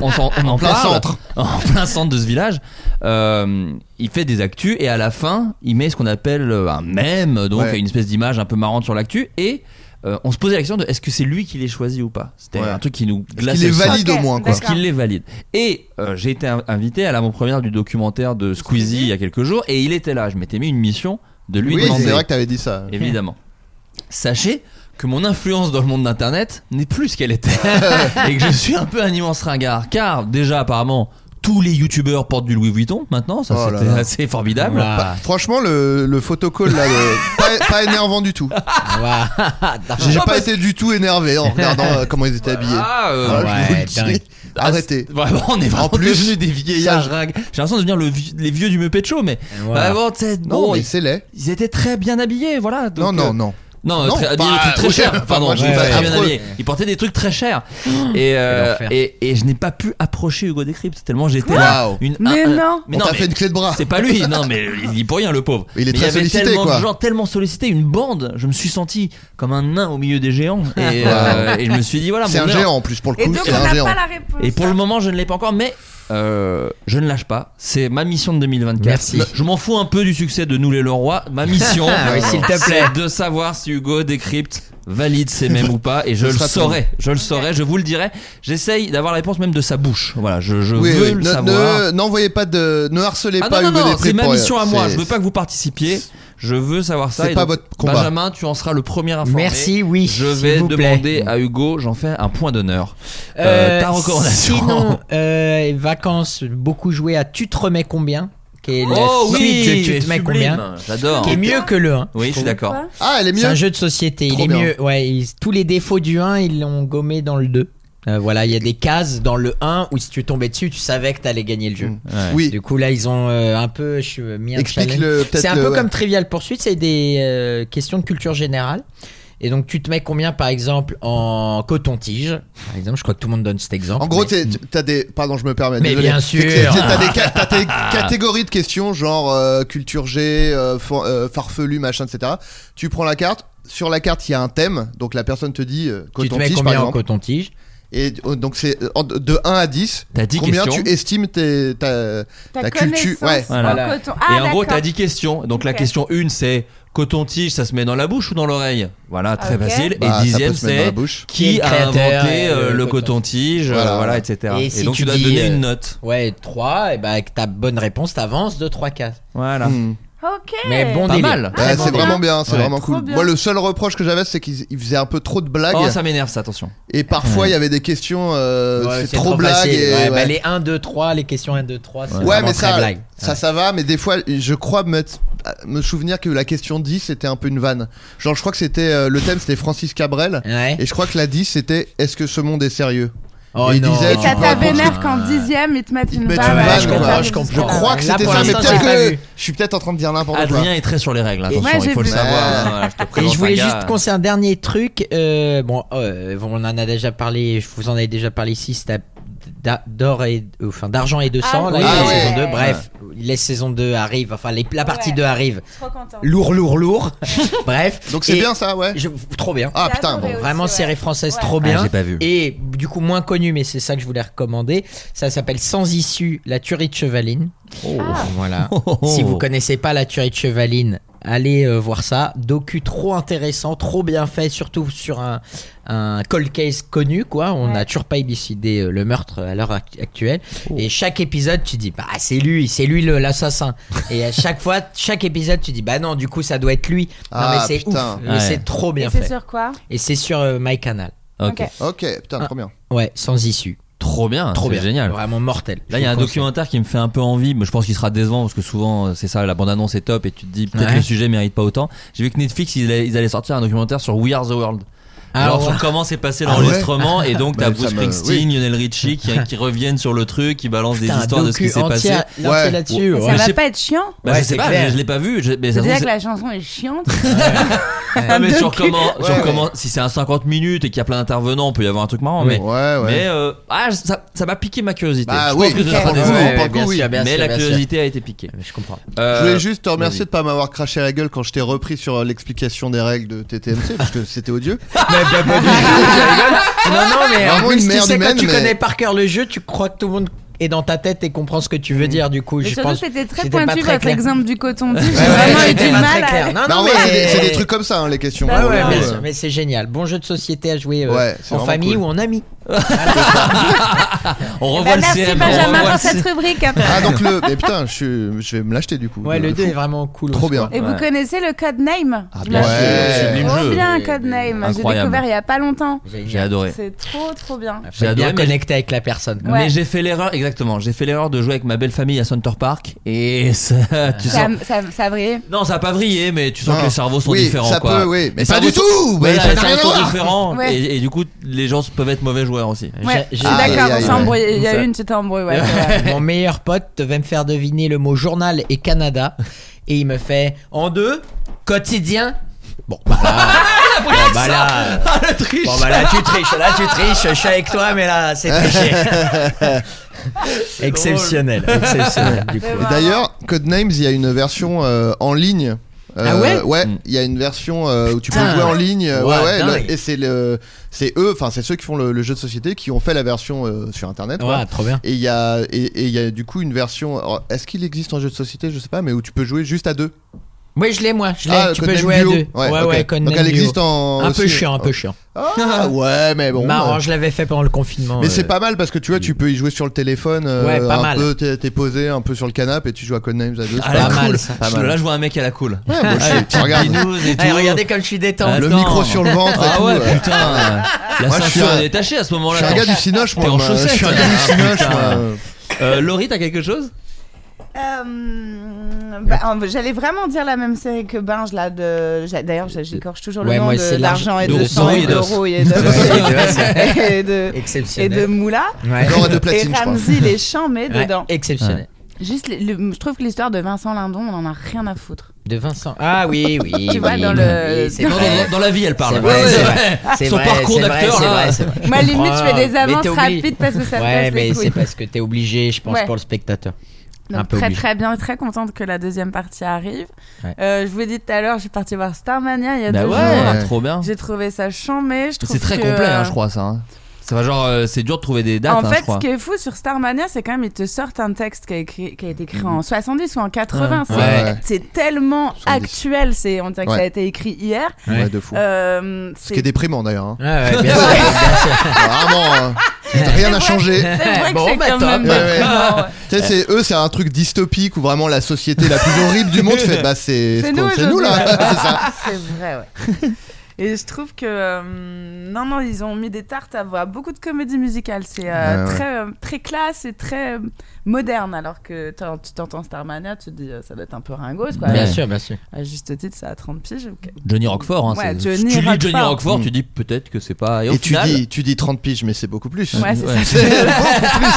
[SPEAKER 7] on, on, on s'en- on en
[SPEAKER 8] plein
[SPEAKER 7] parle.
[SPEAKER 8] centre.
[SPEAKER 7] En plein centre de ce village. Euh, il fait des actus et à la fin, il met ce qu'on appelle euh, un mème, donc
[SPEAKER 8] Ouais.
[SPEAKER 7] une espèce d'image un peu marrante sur l'actu. Et euh, on se posait la question de est-ce que c'est lui qui les choisit ou pas C'était
[SPEAKER 8] Ouais.
[SPEAKER 7] un truc qui nous
[SPEAKER 8] Il
[SPEAKER 7] glaçait
[SPEAKER 8] est
[SPEAKER 7] le sang.
[SPEAKER 8] valide
[SPEAKER 9] Ok,
[SPEAKER 8] au moins, quoi.
[SPEAKER 9] d'accord.
[SPEAKER 7] Parce qu'il les valide. Et euh, j'ai été in- invité à l'avant-première du documentaire de Squeezie il y a quelques jours et il était là. Je m'étais mis une mission de lui
[SPEAKER 8] Oui,
[SPEAKER 7] demander.
[SPEAKER 8] c'est vrai que t'avais dit ça.
[SPEAKER 7] Évidemment. Sachez que mon influence dans le monde d'Internet n'est plus ce qu'elle était. et que je suis un peu un immense ringard. Car déjà, apparemment, tous les youtubeurs portent du Louis Vuitton maintenant. Ça,
[SPEAKER 8] Oh là
[SPEAKER 7] c'était
[SPEAKER 8] là.
[SPEAKER 7] assez formidable.
[SPEAKER 10] bah.
[SPEAKER 8] Pas- franchement, le, le photocall là, le- pas, pas énervant du tout. J'ai
[SPEAKER 7] Ah,
[SPEAKER 8] pas
[SPEAKER 7] parce-
[SPEAKER 8] été du tout énervé en regardant euh, comment ils étaient habillés.
[SPEAKER 7] Ah, euh, ah,
[SPEAKER 8] Voilà, je vous le
[SPEAKER 10] ouais,
[SPEAKER 8] dis.
[SPEAKER 10] dingue.
[SPEAKER 8] Arrêtez.
[SPEAKER 7] Vraiment, on est vraiment
[SPEAKER 8] En plus,
[SPEAKER 7] devenus des vieillards
[SPEAKER 8] ça-
[SPEAKER 7] ringues. J'ai l'impression de devenir le vieux- les vieux du Muppet Show, mais
[SPEAKER 10] Voilà.
[SPEAKER 7] avant, tu sais,
[SPEAKER 8] Non,
[SPEAKER 7] bon,
[SPEAKER 8] mais
[SPEAKER 7] ils,
[SPEAKER 8] c'est laid.
[SPEAKER 7] ils étaient très bien habillés, voilà. donc,
[SPEAKER 8] Non,
[SPEAKER 7] euh,
[SPEAKER 8] non, non.
[SPEAKER 7] Non,
[SPEAKER 8] Non,
[SPEAKER 7] très, habillé
[SPEAKER 8] bah,
[SPEAKER 7] de trucs très
[SPEAKER 8] oui,
[SPEAKER 7] chers.
[SPEAKER 8] enfin,
[SPEAKER 7] Pardon,
[SPEAKER 8] moi, je
[SPEAKER 7] je
[SPEAKER 10] dis
[SPEAKER 7] dis
[SPEAKER 10] pas
[SPEAKER 7] pas très bien
[SPEAKER 8] affreux.
[SPEAKER 7] habillé. Il portait des trucs très chers.
[SPEAKER 9] Oh,
[SPEAKER 7] Et, euh,
[SPEAKER 10] l'enfer.
[SPEAKER 7] et, et je n'ai pas pu approcher Hugo Décrypte tellement j'étais
[SPEAKER 8] Quoi
[SPEAKER 7] là.
[SPEAKER 8] Waouh.
[SPEAKER 7] Une,
[SPEAKER 9] Mais
[SPEAKER 7] un- un-
[SPEAKER 9] non.
[SPEAKER 7] mais
[SPEAKER 8] On
[SPEAKER 7] non,
[SPEAKER 8] t'a
[SPEAKER 7] mais
[SPEAKER 8] fait une clé de bras.
[SPEAKER 7] C'est pas lui, non, mais il dit pour rien, le pauvre.
[SPEAKER 8] Il
[SPEAKER 7] Mais
[SPEAKER 8] est très
[SPEAKER 7] y avait
[SPEAKER 8] sollicité,
[SPEAKER 7] tellement
[SPEAKER 8] quoi.
[SPEAKER 7] de gens, tellement sollicité, une bande. Je me suis senti comme un nain au milieu des géants. Et, euh, et je me suis dit, voilà,
[SPEAKER 8] C'est
[SPEAKER 7] mon
[SPEAKER 8] un
[SPEAKER 7] heure.
[SPEAKER 8] géant en plus pour le
[SPEAKER 9] Et
[SPEAKER 8] coup.
[SPEAKER 9] donc,
[SPEAKER 8] C'est
[SPEAKER 9] on n'a
[SPEAKER 8] un géant.
[SPEAKER 9] pas la réponse.
[SPEAKER 7] Et pour le moment, je ne l'ai pas encore, mais euh, je ne lâche pas. C'est ma mission de 2024.
[SPEAKER 10] Merci.
[SPEAKER 7] Je m'en fous un peu du succès de Nous les Leroy. Ma mission,
[SPEAKER 10] Ah oui, s'il te plaît.
[SPEAKER 7] c'est de savoir si Hugo décrypte valide ses mêmes ou pas. Et je
[SPEAKER 8] Ce
[SPEAKER 7] le
[SPEAKER 8] sera
[SPEAKER 7] saurai. Je le saurai. Je vous le dirai. J'essaye d'avoir la réponse même de sa bouche. Voilà, je, je
[SPEAKER 8] Oui,
[SPEAKER 7] veux
[SPEAKER 8] oui,
[SPEAKER 7] le
[SPEAKER 8] ne-
[SPEAKER 7] savoir.
[SPEAKER 8] ne- N'envoyez pas de. Ne harcelez
[SPEAKER 7] Ah
[SPEAKER 8] pas
[SPEAKER 7] non,
[SPEAKER 8] Hugo
[SPEAKER 7] non, non,
[SPEAKER 8] Desprez
[SPEAKER 7] c'est ma
[SPEAKER 8] pour- euh,
[SPEAKER 7] mission à moi.
[SPEAKER 8] c'est-
[SPEAKER 7] Je veux pas que vous participiez. Je veux savoir ça.
[SPEAKER 8] C'est
[SPEAKER 7] Et
[SPEAKER 8] pas
[SPEAKER 7] donc,
[SPEAKER 8] votre combat.
[SPEAKER 7] Benjamin, tu en seras le premier informé.
[SPEAKER 10] Merci, oui,
[SPEAKER 7] Je
[SPEAKER 10] s'il
[SPEAKER 7] vais
[SPEAKER 10] vous plaît.
[SPEAKER 7] demander à Hugo, j'en fais un point d'honneur. Euh,
[SPEAKER 10] Euh,
[SPEAKER 7] ta recommandation.
[SPEAKER 10] Sinon, euh, vacances, beaucoup joué à Tu te remets combien Qui est la
[SPEAKER 7] oh
[SPEAKER 10] suite
[SPEAKER 7] oui,
[SPEAKER 10] de Tu te remets
[SPEAKER 7] sublime.
[SPEAKER 10] combien
[SPEAKER 7] J'adore.
[SPEAKER 10] Qui est mieux que le 1.
[SPEAKER 7] Oui, je suis d'accord.
[SPEAKER 9] Quoi
[SPEAKER 8] Ah, elle est
[SPEAKER 10] C'est
[SPEAKER 8] mieux.
[SPEAKER 10] un jeu de société.
[SPEAKER 8] Trop
[SPEAKER 10] il est
[SPEAKER 8] bien.
[SPEAKER 10] mieux. Ouais, ils- tous les défauts du 1, ils l'ont gommé dans le 2. Euh, voilà, il y a des cases dans le 1 où si tu tombais dessus, tu savais que t'allais gagner le jeu.
[SPEAKER 8] Hmm. Oui.
[SPEAKER 10] Du coup, là, ils ont euh, un peu je suis, euh, mis un
[SPEAKER 8] Mm. Explique
[SPEAKER 10] challenge.
[SPEAKER 8] le. peut-être
[SPEAKER 10] C'est un
[SPEAKER 8] le-
[SPEAKER 10] peu
[SPEAKER 8] ouais.
[SPEAKER 10] comme Trivial Pursuit, c'est des euh, questions de culture générale. Et donc, tu te mets combien, par exemple, en coton-tige Par exemple, je crois que tout le monde donne cet exemple.
[SPEAKER 8] En gros,
[SPEAKER 10] mais-
[SPEAKER 8] t'es- t'as des. Pardon, je me permets.
[SPEAKER 10] Mais
[SPEAKER 8] désolé.
[SPEAKER 10] bien sûr.
[SPEAKER 8] T'es- t'es- T'as des, ca- t'as des catégories de questions, genre euh, culture G, euh, for- euh, farfelu, machin, etc. Tu prends la carte. Sur la carte, il y a un thème. Donc la personne te dit euh,
[SPEAKER 10] tu te mets
[SPEAKER 8] coton-tige, par
[SPEAKER 10] combien en
[SPEAKER 8] exemple.
[SPEAKER 10] coton-tige
[SPEAKER 8] Et euh, donc c'est euh, en- de 1 à 10.
[SPEAKER 7] T'as 10
[SPEAKER 8] Combien
[SPEAKER 7] questions.
[SPEAKER 8] tu estimes tes, ta,
[SPEAKER 9] Ta
[SPEAKER 8] ta culture
[SPEAKER 9] connaissance
[SPEAKER 8] Ouais.
[SPEAKER 9] en
[SPEAKER 7] Voilà.
[SPEAKER 9] coton.
[SPEAKER 7] et
[SPEAKER 9] Ah,
[SPEAKER 7] en gros,
[SPEAKER 9] d'accord.
[SPEAKER 7] t'as 10 questions. Donc la
[SPEAKER 9] Ok.
[SPEAKER 7] question 1, c'est coton-tige, ça se met dans la bouche ou dans l'oreille Voilà, très
[SPEAKER 9] Ok.
[SPEAKER 7] facile.
[SPEAKER 8] Bah, ça
[SPEAKER 7] et
[SPEAKER 8] peut
[SPEAKER 7] dixième,
[SPEAKER 8] se mettre dans la
[SPEAKER 7] c'est
[SPEAKER 8] bouche.
[SPEAKER 10] Qui est
[SPEAKER 7] qui
[SPEAKER 10] le
[SPEAKER 7] a
[SPEAKER 10] créateur
[SPEAKER 7] inventé
[SPEAKER 10] et
[SPEAKER 7] euh,
[SPEAKER 10] le
[SPEAKER 7] le
[SPEAKER 10] coton.
[SPEAKER 7] coton-tige, euh,
[SPEAKER 8] Voilà.
[SPEAKER 7] voilà. etc.
[SPEAKER 10] Et
[SPEAKER 7] Et,
[SPEAKER 10] si
[SPEAKER 7] donc
[SPEAKER 10] tu
[SPEAKER 7] tu, dois
[SPEAKER 10] dis,
[SPEAKER 7] donner
[SPEAKER 10] euh,
[SPEAKER 7] une note.
[SPEAKER 10] Ouais, 3, et bah, avec ta bonne réponse, t'avances de 3 cases.
[SPEAKER 7] Voilà.
[SPEAKER 8] Hmm.
[SPEAKER 9] Ok.
[SPEAKER 10] Mais Ah, bon,
[SPEAKER 7] Eh, Pas
[SPEAKER 10] délire.
[SPEAKER 7] mal.
[SPEAKER 8] Ouais, c'est
[SPEAKER 9] bien.
[SPEAKER 8] vraiment bien, c'est
[SPEAKER 7] Ouais.
[SPEAKER 8] vraiment
[SPEAKER 9] Trop
[SPEAKER 8] cool.
[SPEAKER 9] bien.
[SPEAKER 8] Moi, le seul reproche que j'avais, c'est qu'ils ils faisaient un peu trop de blagues.
[SPEAKER 7] Oh, ça m'énerve, ça, attention.
[SPEAKER 8] Et parfois, il y avait des questions, euh,
[SPEAKER 10] Ouais,
[SPEAKER 8] c'est trop, blague.
[SPEAKER 10] facile.
[SPEAKER 8] et-
[SPEAKER 10] Ouais, bah,
[SPEAKER 8] ouais.
[SPEAKER 10] les 1, 2, 3, les questions 1, 2, 3, c'est
[SPEAKER 7] Ouais,
[SPEAKER 8] Ouais,
[SPEAKER 10] vraiment
[SPEAKER 8] mais
[SPEAKER 10] très
[SPEAKER 8] ça,
[SPEAKER 10] blague.
[SPEAKER 8] ça, ça va. Mais des fois, je crois me, me souvenir que la question 10 c'était un peu une vanne. Genre, je crois que c'était euh, le thème, c'était Francis Cabrel.
[SPEAKER 10] Ouais.
[SPEAKER 8] Et je crois que la 10 c'était Est-ce que ce monde est sérieux
[SPEAKER 10] Oh,
[SPEAKER 8] il
[SPEAKER 10] non.
[SPEAKER 8] disait,
[SPEAKER 9] Et
[SPEAKER 8] tu
[SPEAKER 9] ça
[SPEAKER 8] peux
[SPEAKER 9] t'avait
[SPEAKER 8] apprendre-
[SPEAKER 9] qu'en dixième, ils te mettent
[SPEAKER 8] Ils
[SPEAKER 9] une
[SPEAKER 8] te mettent
[SPEAKER 9] balle.
[SPEAKER 8] une
[SPEAKER 9] Ouais,
[SPEAKER 8] balle,
[SPEAKER 9] je
[SPEAKER 8] quoi.
[SPEAKER 9] comprends,
[SPEAKER 10] Je
[SPEAKER 8] Je
[SPEAKER 10] comprends.
[SPEAKER 9] comprends.
[SPEAKER 8] crois que
[SPEAKER 10] Ah, Là,
[SPEAKER 8] c'était
[SPEAKER 10] pour
[SPEAKER 8] ça, mais
[SPEAKER 10] l'instant, j'ai
[SPEAKER 8] peut-être
[SPEAKER 10] pas
[SPEAKER 8] que
[SPEAKER 10] vu.
[SPEAKER 8] je suis peut-être en train de dire n'importe quoi.
[SPEAKER 7] Adrien est très sur les règles, attention,
[SPEAKER 9] moi,
[SPEAKER 7] il
[SPEAKER 9] j'ai
[SPEAKER 7] faut le
[SPEAKER 9] vu.
[SPEAKER 7] savoir.
[SPEAKER 8] Ouais.
[SPEAKER 7] Voilà, je te
[SPEAKER 10] Et
[SPEAKER 7] présente
[SPEAKER 10] je
[SPEAKER 7] un
[SPEAKER 10] voulais
[SPEAKER 7] gars.
[SPEAKER 10] juste conseiller un dernier truc. Euh, bon, euh, on en a déjà parlé. Je vous en avais déjà parlé ici. C'était d'a- d'or et enfin d'argent et de sang.
[SPEAKER 9] Ah
[SPEAKER 10] là,
[SPEAKER 9] oui.
[SPEAKER 10] il y a la
[SPEAKER 8] Ah ouais.
[SPEAKER 10] saison 2. Bref, les saisons 2 arrivent. Enfin, les- la partie
[SPEAKER 9] Ouais.
[SPEAKER 10] 2 arrive.
[SPEAKER 9] Trop contente.
[SPEAKER 10] Lourd, lourd, lourd. Bref.
[SPEAKER 8] Donc c'est
[SPEAKER 10] Et
[SPEAKER 8] bien ça, ouais.
[SPEAKER 10] je- trop bien.
[SPEAKER 8] Ah
[SPEAKER 9] J'ai
[SPEAKER 8] putain,
[SPEAKER 9] adoré
[SPEAKER 8] bon.
[SPEAKER 9] aussi,
[SPEAKER 10] Vraiment
[SPEAKER 9] ouais.
[SPEAKER 10] série française,
[SPEAKER 9] Ouais.
[SPEAKER 10] trop
[SPEAKER 7] Ah,
[SPEAKER 10] bien.
[SPEAKER 7] j'ai pas vu.
[SPEAKER 10] Et du coup moins connu, mais c'est ça que je voulais recommander. Ça s'appelle Sans issue, la tuerie de Chevaline.
[SPEAKER 8] Oh.
[SPEAKER 9] Ah.
[SPEAKER 10] Voilà.
[SPEAKER 7] Oh,
[SPEAKER 10] Si vous connaissez pas la tuerie de Chevaline, allez euh, voir ça. Docu trop intéressant, trop bien fait, surtout sur un, un cold case connu, quoi. On
[SPEAKER 9] Ouais.
[SPEAKER 10] n'a toujours pas élucidé euh, le meurtre à l'heure act- actuelle.
[SPEAKER 8] Oh.
[SPEAKER 10] Et chaque épisode, tu dis, bah c'est lui, c'est lui le- l'assassin. Et à chaque fois, chaque épisode, tu dis, bah non, du coup, ça doit être lui. Non,
[SPEAKER 8] Ah,
[SPEAKER 10] mais c'est ouf.
[SPEAKER 8] putain.
[SPEAKER 10] Mais
[SPEAKER 7] Ouais.
[SPEAKER 10] c'est trop bien
[SPEAKER 9] Et
[SPEAKER 10] fait.
[SPEAKER 9] c'est sur quoi
[SPEAKER 10] Et c'est sur euh, MyCanal.
[SPEAKER 7] Ok.
[SPEAKER 8] Ok,
[SPEAKER 10] Ah.
[SPEAKER 8] putain, trop bien.
[SPEAKER 10] Ouais, sans issue.
[SPEAKER 7] Trop bien,
[SPEAKER 10] Trop bien.
[SPEAKER 7] c'est génial.
[SPEAKER 10] Vraiment mortel.
[SPEAKER 7] Là, il y a un documentaire qui me fait un peu envie, mais je pense qu'il sera décevant parce que souvent, euh, c'est ça, la bande-annonce est top et tu te dis peut-être
[SPEAKER 10] Ouais.
[SPEAKER 7] le sujet mérite pas autant. J'ai vu que Netflix, ils allaient, ils allaient sortir un documentaire sur We Are the World. Alors,
[SPEAKER 10] Alors,
[SPEAKER 7] sur comment s'est passé l'enregistrement, et donc
[SPEAKER 8] Bah,
[SPEAKER 7] t'as
[SPEAKER 8] ça
[SPEAKER 7] Bruce
[SPEAKER 8] me-
[SPEAKER 7] Springsteen, Lionel Richie qui, qui reviennent sur le truc, qui balancent des histoires de ce qui s'est passé.
[SPEAKER 8] Ouais.
[SPEAKER 10] là-dessus.
[SPEAKER 9] Et
[SPEAKER 10] ouais.
[SPEAKER 9] ça
[SPEAKER 7] je sais-
[SPEAKER 9] va pas être chiant
[SPEAKER 7] Bah,
[SPEAKER 10] Ouais,
[SPEAKER 7] je sais
[SPEAKER 10] c'est
[SPEAKER 7] pas,
[SPEAKER 10] clair.
[SPEAKER 7] je, je l'ai pas vu. je- mais ça se
[SPEAKER 9] C'est
[SPEAKER 7] trouve,
[SPEAKER 9] déjà
[SPEAKER 7] c'est-
[SPEAKER 9] que la chanson est chiante.
[SPEAKER 7] Ah, mais sur
[SPEAKER 9] docu.
[SPEAKER 7] comment, sur
[SPEAKER 8] Ouais.
[SPEAKER 7] comment- si c'est un 50 minutes et qu'il y a plein d'intervenants, on peut y avoir un truc marrant, mais,
[SPEAKER 8] Ouais, ouais.
[SPEAKER 7] mais euh, ah, ça ça m'a piqué ma curiosité.
[SPEAKER 8] Bah
[SPEAKER 7] je
[SPEAKER 8] oui,
[SPEAKER 7] pense que ce
[SPEAKER 8] ok.
[SPEAKER 7] sera
[SPEAKER 8] Pour le
[SPEAKER 7] décevant.
[SPEAKER 8] coup, pour le
[SPEAKER 10] bien
[SPEAKER 8] coup, oui.
[SPEAKER 10] sûr, bien
[SPEAKER 7] mais
[SPEAKER 10] sûr,
[SPEAKER 7] la
[SPEAKER 10] bien
[SPEAKER 7] curiosité a été piquée. Euh,
[SPEAKER 10] sûr. Je comprends.
[SPEAKER 8] Je voulais juste te remercier
[SPEAKER 7] vas-y.
[SPEAKER 8] de pas m'avoir craché la gueule quand je t'ai repris sur euh, l'explication des règles de TTMC parce que c'était odieux.
[SPEAKER 10] Non, non, mais en
[SPEAKER 8] Vraiment
[SPEAKER 10] plus,
[SPEAKER 8] une
[SPEAKER 10] tu
[SPEAKER 8] merde
[SPEAKER 10] sais, quand
[SPEAKER 8] humaine,
[SPEAKER 10] tu
[SPEAKER 8] mais-
[SPEAKER 10] connais par cœur le jeu, tu crois que tout le monde est dans ta tête et comprend ce que tu veux dire. Du coup,
[SPEAKER 9] Mais
[SPEAKER 10] je
[SPEAKER 9] surtout,
[SPEAKER 10] pense.
[SPEAKER 9] c'était très
[SPEAKER 10] j'étais pas
[SPEAKER 9] pointu
[SPEAKER 10] très
[SPEAKER 9] votre
[SPEAKER 10] clair.
[SPEAKER 9] exemple du coton-tige. J'ai
[SPEAKER 10] Ouais, ouais,
[SPEAKER 9] vraiment eu
[SPEAKER 10] j'étais
[SPEAKER 9] du
[SPEAKER 10] pas
[SPEAKER 9] mal
[SPEAKER 10] très
[SPEAKER 9] à.
[SPEAKER 10] clair. Non,
[SPEAKER 8] Bah,
[SPEAKER 10] non,
[SPEAKER 8] en vrai,
[SPEAKER 10] mais-
[SPEAKER 8] c'est des- c'est des, trucs comme ça, hein, les questions.
[SPEAKER 9] Bah
[SPEAKER 8] Ouais,
[SPEAKER 9] ouais,
[SPEAKER 8] ouais,
[SPEAKER 10] Mais
[SPEAKER 9] bien
[SPEAKER 8] ouais.
[SPEAKER 10] c'est- Mais c'est génial. Bon jeu de société à jouer euh,
[SPEAKER 8] Ouais, c'est
[SPEAKER 10] en
[SPEAKER 8] vraiment
[SPEAKER 10] famille
[SPEAKER 8] cool.
[SPEAKER 10] ou en ami.
[SPEAKER 7] On
[SPEAKER 9] Bah,
[SPEAKER 7] revoit le
[SPEAKER 9] Merci
[SPEAKER 7] CM. on
[SPEAKER 9] Benjamin
[SPEAKER 7] revoit
[SPEAKER 9] pour
[SPEAKER 7] le
[SPEAKER 9] cette rubrique.
[SPEAKER 8] Ah donc le mais putain je, suis- je vais me l'acheter du coup.
[SPEAKER 10] Ouais, le 2
[SPEAKER 8] deux
[SPEAKER 10] est vraiment cool.
[SPEAKER 8] Trop bien.
[SPEAKER 9] Et vous
[SPEAKER 7] Ouais.
[SPEAKER 9] connaissez le code name
[SPEAKER 8] Ah,
[SPEAKER 9] Vous l'avez-
[SPEAKER 8] ouais.
[SPEAKER 7] Sublime
[SPEAKER 9] Trop
[SPEAKER 7] jeu.
[SPEAKER 9] bien, code name. J'ai
[SPEAKER 7] Incroyable.
[SPEAKER 9] découvert il y a pas longtemps.
[SPEAKER 7] J'ai adoré.
[SPEAKER 9] C'est trop trop bien.
[SPEAKER 10] J'ai
[SPEAKER 7] adoré,
[SPEAKER 10] adoré
[SPEAKER 7] mais-
[SPEAKER 10] connecté avec la personne. quoi.
[SPEAKER 9] Ouais.
[SPEAKER 7] Mais j'ai fait l'erreur, exactement, j'ai fait l'erreur de jouer avec ma belle famille à Center Park et ça, tu
[SPEAKER 9] Ça,
[SPEAKER 7] sens.
[SPEAKER 9] ça, ça a brillé.
[SPEAKER 7] Non, ça a pas vrillé, mais tu sens que les cerveaux sont
[SPEAKER 8] oui,
[SPEAKER 7] différents.
[SPEAKER 8] Ça
[SPEAKER 7] quoi.
[SPEAKER 8] peut, oui. Mais
[SPEAKER 7] Les
[SPEAKER 8] pas
[SPEAKER 7] cerveaux
[SPEAKER 8] du
[SPEAKER 7] sont-
[SPEAKER 8] tout. Mais
[SPEAKER 7] Voilà,
[SPEAKER 8] ça
[SPEAKER 7] les
[SPEAKER 8] n'a rien
[SPEAKER 7] cerveaux
[SPEAKER 8] à
[SPEAKER 7] sont
[SPEAKER 8] voir.
[SPEAKER 7] différents
[SPEAKER 9] Ouais.
[SPEAKER 7] et, et du coup, les gens peuvent être mauvais joueurs aussi.
[SPEAKER 9] Ouais,
[SPEAKER 10] J'ai-
[SPEAKER 9] je
[SPEAKER 10] j'ai-
[SPEAKER 9] suis
[SPEAKER 8] Ah,
[SPEAKER 9] d'accord,
[SPEAKER 8] aïe,
[SPEAKER 9] on
[SPEAKER 8] aïe,
[SPEAKER 9] s'est
[SPEAKER 8] aïe.
[SPEAKER 9] embrouillé. Il y a
[SPEAKER 10] Ça-
[SPEAKER 9] eu une, c'était embrouillée. Ouais, c'est vrai.
[SPEAKER 10] Mon meilleur pote devait me faire deviner le mot journal et Canada et il me fait en deux quotidien Bon, bah là, bon, bah là, euh,
[SPEAKER 7] Ah, le triche
[SPEAKER 10] bon, bah là, tu triches, là, tu triches, je suis avec toi, mais là, c'est triché. exceptionnel, exceptionnel, du coup.
[SPEAKER 8] Et D'ailleurs, Codenames, il y a une version euh, en ligne. Euh,
[SPEAKER 10] Ah ouais
[SPEAKER 8] Ouais, il y a une version euh, où tu peux
[SPEAKER 10] Putain.
[SPEAKER 8] jouer en ligne. euh,
[SPEAKER 10] Ouah,
[SPEAKER 8] ouais, ouais,
[SPEAKER 10] dingue.
[SPEAKER 8] le- et c'est le, c'est eux, enfin c'est ceux qui font le, le jeu de société qui ont fait la version euh, sur internet. quoi.
[SPEAKER 10] Ouais, trop bien.
[SPEAKER 8] Et il y a, et et il y a du coup une version. alors, Est-ce qu'il existe en jeu de société Je sais pas, mais où tu peux jouer juste à deux.
[SPEAKER 10] Oui, je l'ai, moi, je l'ai,
[SPEAKER 8] Ah,
[SPEAKER 10] tu peux
[SPEAKER 8] Codename
[SPEAKER 10] jouer à
[SPEAKER 8] Duo.
[SPEAKER 10] deux. Ouais, ouais,
[SPEAKER 8] ok.
[SPEAKER 10] Codename
[SPEAKER 8] Donc elle
[SPEAKER 10] Duo.
[SPEAKER 8] existe en.
[SPEAKER 10] Un peu
[SPEAKER 8] aussi.
[SPEAKER 10] chiant, un peu chiant.
[SPEAKER 8] Ah, ouais, mais bon.
[SPEAKER 10] Marrant,
[SPEAKER 8] euh,
[SPEAKER 10] je l'avais fait pendant le confinement.
[SPEAKER 8] Mais
[SPEAKER 10] euh,
[SPEAKER 8] c'est pas mal parce que tu vois, tu peux y jouer sur le téléphone. euh,
[SPEAKER 10] Ouais, pas
[SPEAKER 8] un
[SPEAKER 10] mal.
[SPEAKER 8] peu, t'es t'es posé un peu sur le canapé et tu joues à Codenames à deux. c'est
[SPEAKER 7] Ah, la
[SPEAKER 8] pas
[SPEAKER 10] mal,
[SPEAKER 7] cool.
[SPEAKER 10] ça.
[SPEAKER 8] Pas
[SPEAKER 7] Je-
[SPEAKER 8] mal.
[SPEAKER 7] Là, je vois un mec à la cool.
[SPEAKER 8] Ouais, moi, je- tu regardes.
[SPEAKER 7] news et tout.
[SPEAKER 10] eh, regardez comme je suis détendu.
[SPEAKER 8] Le
[SPEAKER 7] Attends.
[SPEAKER 8] micro sur le ventre et
[SPEAKER 7] Ah
[SPEAKER 8] tout.
[SPEAKER 7] ouais,
[SPEAKER 8] euh.
[SPEAKER 7] putain. La
[SPEAKER 8] Moi, je suis
[SPEAKER 7] ceinture
[SPEAKER 8] un-
[SPEAKER 7] est détachée à ce
[SPEAKER 8] Je
[SPEAKER 7] moment-là.
[SPEAKER 8] suis un
[SPEAKER 7] Attends.
[SPEAKER 8] gars du Cinoche, moi.
[SPEAKER 7] T'es en
[SPEAKER 8] moi. Je suis un
[SPEAKER 7] chaussettes,
[SPEAKER 8] gars du
[SPEAKER 7] hein,
[SPEAKER 8] Cinoche,
[SPEAKER 7] putain.
[SPEAKER 8] moi.
[SPEAKER 7] Euh, Laurie, t'as quelque chose
[SPEAKER 9] Euh, bah, en- J'allais vraiment dire la même série que Binge là de. j'ai- D'ailleurs, j'ai- j'écorche toujours le
[SPEAKER 10] Ouais,
[SPEAKER 9] nom
[SPEAKER 10] moi,
[SPEAKER 9] de
[SPEAKER 10] c'est
[SPEAKER 9] l'argent et
[SPEAKER 7] l'argent-
[SPEAKER 9] de sang
[SPEAKER 7] d'euros
[SPEAKER 9] et
[SPEAKER 7] et d'os.
[SPEAKER 9] d'euros et de et de et
[SPEAKER 10] Exceptionnel.
[SPEAKER 9] de Moula.
[SPEAKER 10] Ouais.
[SPEAKER 8] D'or et de
[SPEAKER 9] Et
[SPEAKER 8] platine, je crois.
[SPEAKER 9] Ramsey les chambés
[SPEAKER 10] Ouais,
[SPEAKER 9] dedans.
[SPEAKER 10] Exceptionnel.
[SPEAKER 9] Juste, les- le- je trouve que l'histoire de Vincent Lindon, on en a rien à foutre.
[SPEAKER 10] De Vincent. Ah oui, oui.
[SPEAKER 9] Tu vois,
[SPEAKER 10] oui,
[SPEAKER 9] dans
[SPEAKER 10] oui,
[SPEAKER 9] le-
[SPEAKER 10] oui, c'est
[SPEAKER 9] Dans-
[SPEAKER 7] Non,
[SPEAKER 10] vrai.
[SPEAKER 7] dans, dans la vie, elle parle.
[SPEAKER 10] C'est vrai,
[SPEAKER 7] Ouais,
[SPEAKER 10] c'est
[SPEAKER 7] ouais.
[SPEAKER 10] vrai. C'est
[SPEAKER 7] Son
[SPEAKER 10] vrai,
[SPEAKER 7] parcours
[SPEAKER 10] c'est vrai,
[SPEAKER 7] d'acteur,
[SPEAKER 10] c'est
[SPEAKER 7] là.
[SPEAKER 10] vrai, c'est vrai.
[SPEAKER 9] Moi, limite,
[SPEAKER 10] comprends.
[SPEAKER 9] je fais des
[SPEAKER 10] Mais
[SPEAKER 9] avances
[SPEAKER 10] t'es obligé.
[SPEAKER 9] rapides parce que ça me
[SPEAKER 10] Ouais,
[SPEAKER 9] casse les
[SPEAKER 10] mais c'est
[SPEAKER 9] couilles.
[SPEAKER 10] parce que t'es obligé, je pense,
[SPEAKER 9] Ouais.
[SPEAKER 10] pour le spectateur. un
[SPEAKER 9] Donc,
[SPEAKER 10] peu
[SPEAKER 9] très
[SPEAKER 10] obligé.
[SPEAKER 9] très bien et très contente que la deuxième partie arrive.
[SPEAKER 10] Ouais.
[SPEAKER 9] Euh, je vous ai dit tout à l'heure, je suis partie voir Starmania il y a
[SPEAKER 7] Bah
[SPEAKER 9] deux jours.
[SPEAKER 7] ouais, trop bien.
[SPEAKER 9] J'ai trouvé ça chambé. je trouve
[SPEAKER 7] C'est très
[SPEAKER 9] que,
[SPEAKER 7] complet, hein,
[SPEAKER 9] euh,
[SPEAKER 7] je crois, ça. hein. Ça va genre, euh, c'est dur de trouver des dates,
[SPEAKER 9] en
[SPEAKER 7] hein,
[SPEAKER 9] fait,
[SPEAKER 7] je crois.
[SPEAKER 9] ce qui est fou sur Starmania, c'est quand même ils te sortent un texte qui a, écrit- qui a été écrit en 70 ou en 80. C'est-
[SPEAKER 8] Ouais.
[SPEAKER 9] C'est tellement
[SPEAKER 8] 70.
[SPEAKER 9] actuel, c'est on dirait que ça a
[SPEAKER 8] Ouais.
[SPEAKER 9] été écrit hier.
[SPEAKER 10] Ouais.
[SPEAKER 8] Ouais, de fou.
[SPEAKER 9] Euh,
[SPEAKER 8] Ce qui est
[SPEAKER 9] c'est
[SPEAKER 8] déprimant d'ailleurs. hein.
[SPEAKER 10] Ouais, ouais, bien sûr, bien sûr.
[SPEAKER 8] Vraiment, hein. rien
[SPEAKER 9] C'est
[SPEAKER 8] n'a
[SPEAKER 9] vrai.
[SPEAKER 8] changé.
[SPEAKER 9] c'est vrai que
[SPEAKER 10] Bon,
[SPEAKER 9] c'est
[SPEAKER 10] bah,
[SPEAKER 9] quand
[SPEAKER 10] top.
[SPEAKER 9] même
[SPEAKER 8] Ouais, ouais.
[SPEAKER 9] déprimant, ouais.
[SPEAKER 8] Tu sais, c'est- eux, c'est un truc dystopique où vraiment la société la plus horrible du monde fait bah c'est
[SPEAKER 9] C'est nous,
[SPEAKER 8] c'est nous là.
[SPEAKER 9] aujourd'hui.
[SPEAKER 8] c'est ça.
[SPEAKER 9] C'est vrai, ouais. Et je trouve que euh, non non ils ont mis des tartes à, à beaucoup de comédies musicales c'est euh,
[SPEAKER 8] Ouais, ouais.
[SPEAKER 9] très euh, très classe et très euh, moderne alors que t'en- tu t'entends Starmania tu te dis euh, ça doit être un peu ringos quoi
[SPEAKER 10] Bien
[SPEAKER 7] Ouais.
[SPEAKER 10] sûr, bien sûr.
[SPEAKER 9] à juste titre ça a 30 piges ou-
[SPEAKER 7] Johnny Rockford, hein,
[SPEAKER 9] Ouais,
[SPEAKER 7] c'est-
[SPEAKER 9] Johnny
[SPEAKER 7] tu dis Johnny
[SPEAKER 9] Rockford.
[SPEAKER 7] Rockford,
[SPEAKER 8] Mm.
[SPEAKER 7] tu dis peut-être que c'est pas. Et, au
[SPEAKER 8] Et tu
[SPEAKER 7] final,
[SPEAKER 8] dis tu dis 30 piges mais c'est beaucoup plus.
[SPEAKER 9] ouais c'est
[SPEAKER 7] ouais.
[SPEAKER 9] ça
[SPEAKER 8] C'est beaucoup plus.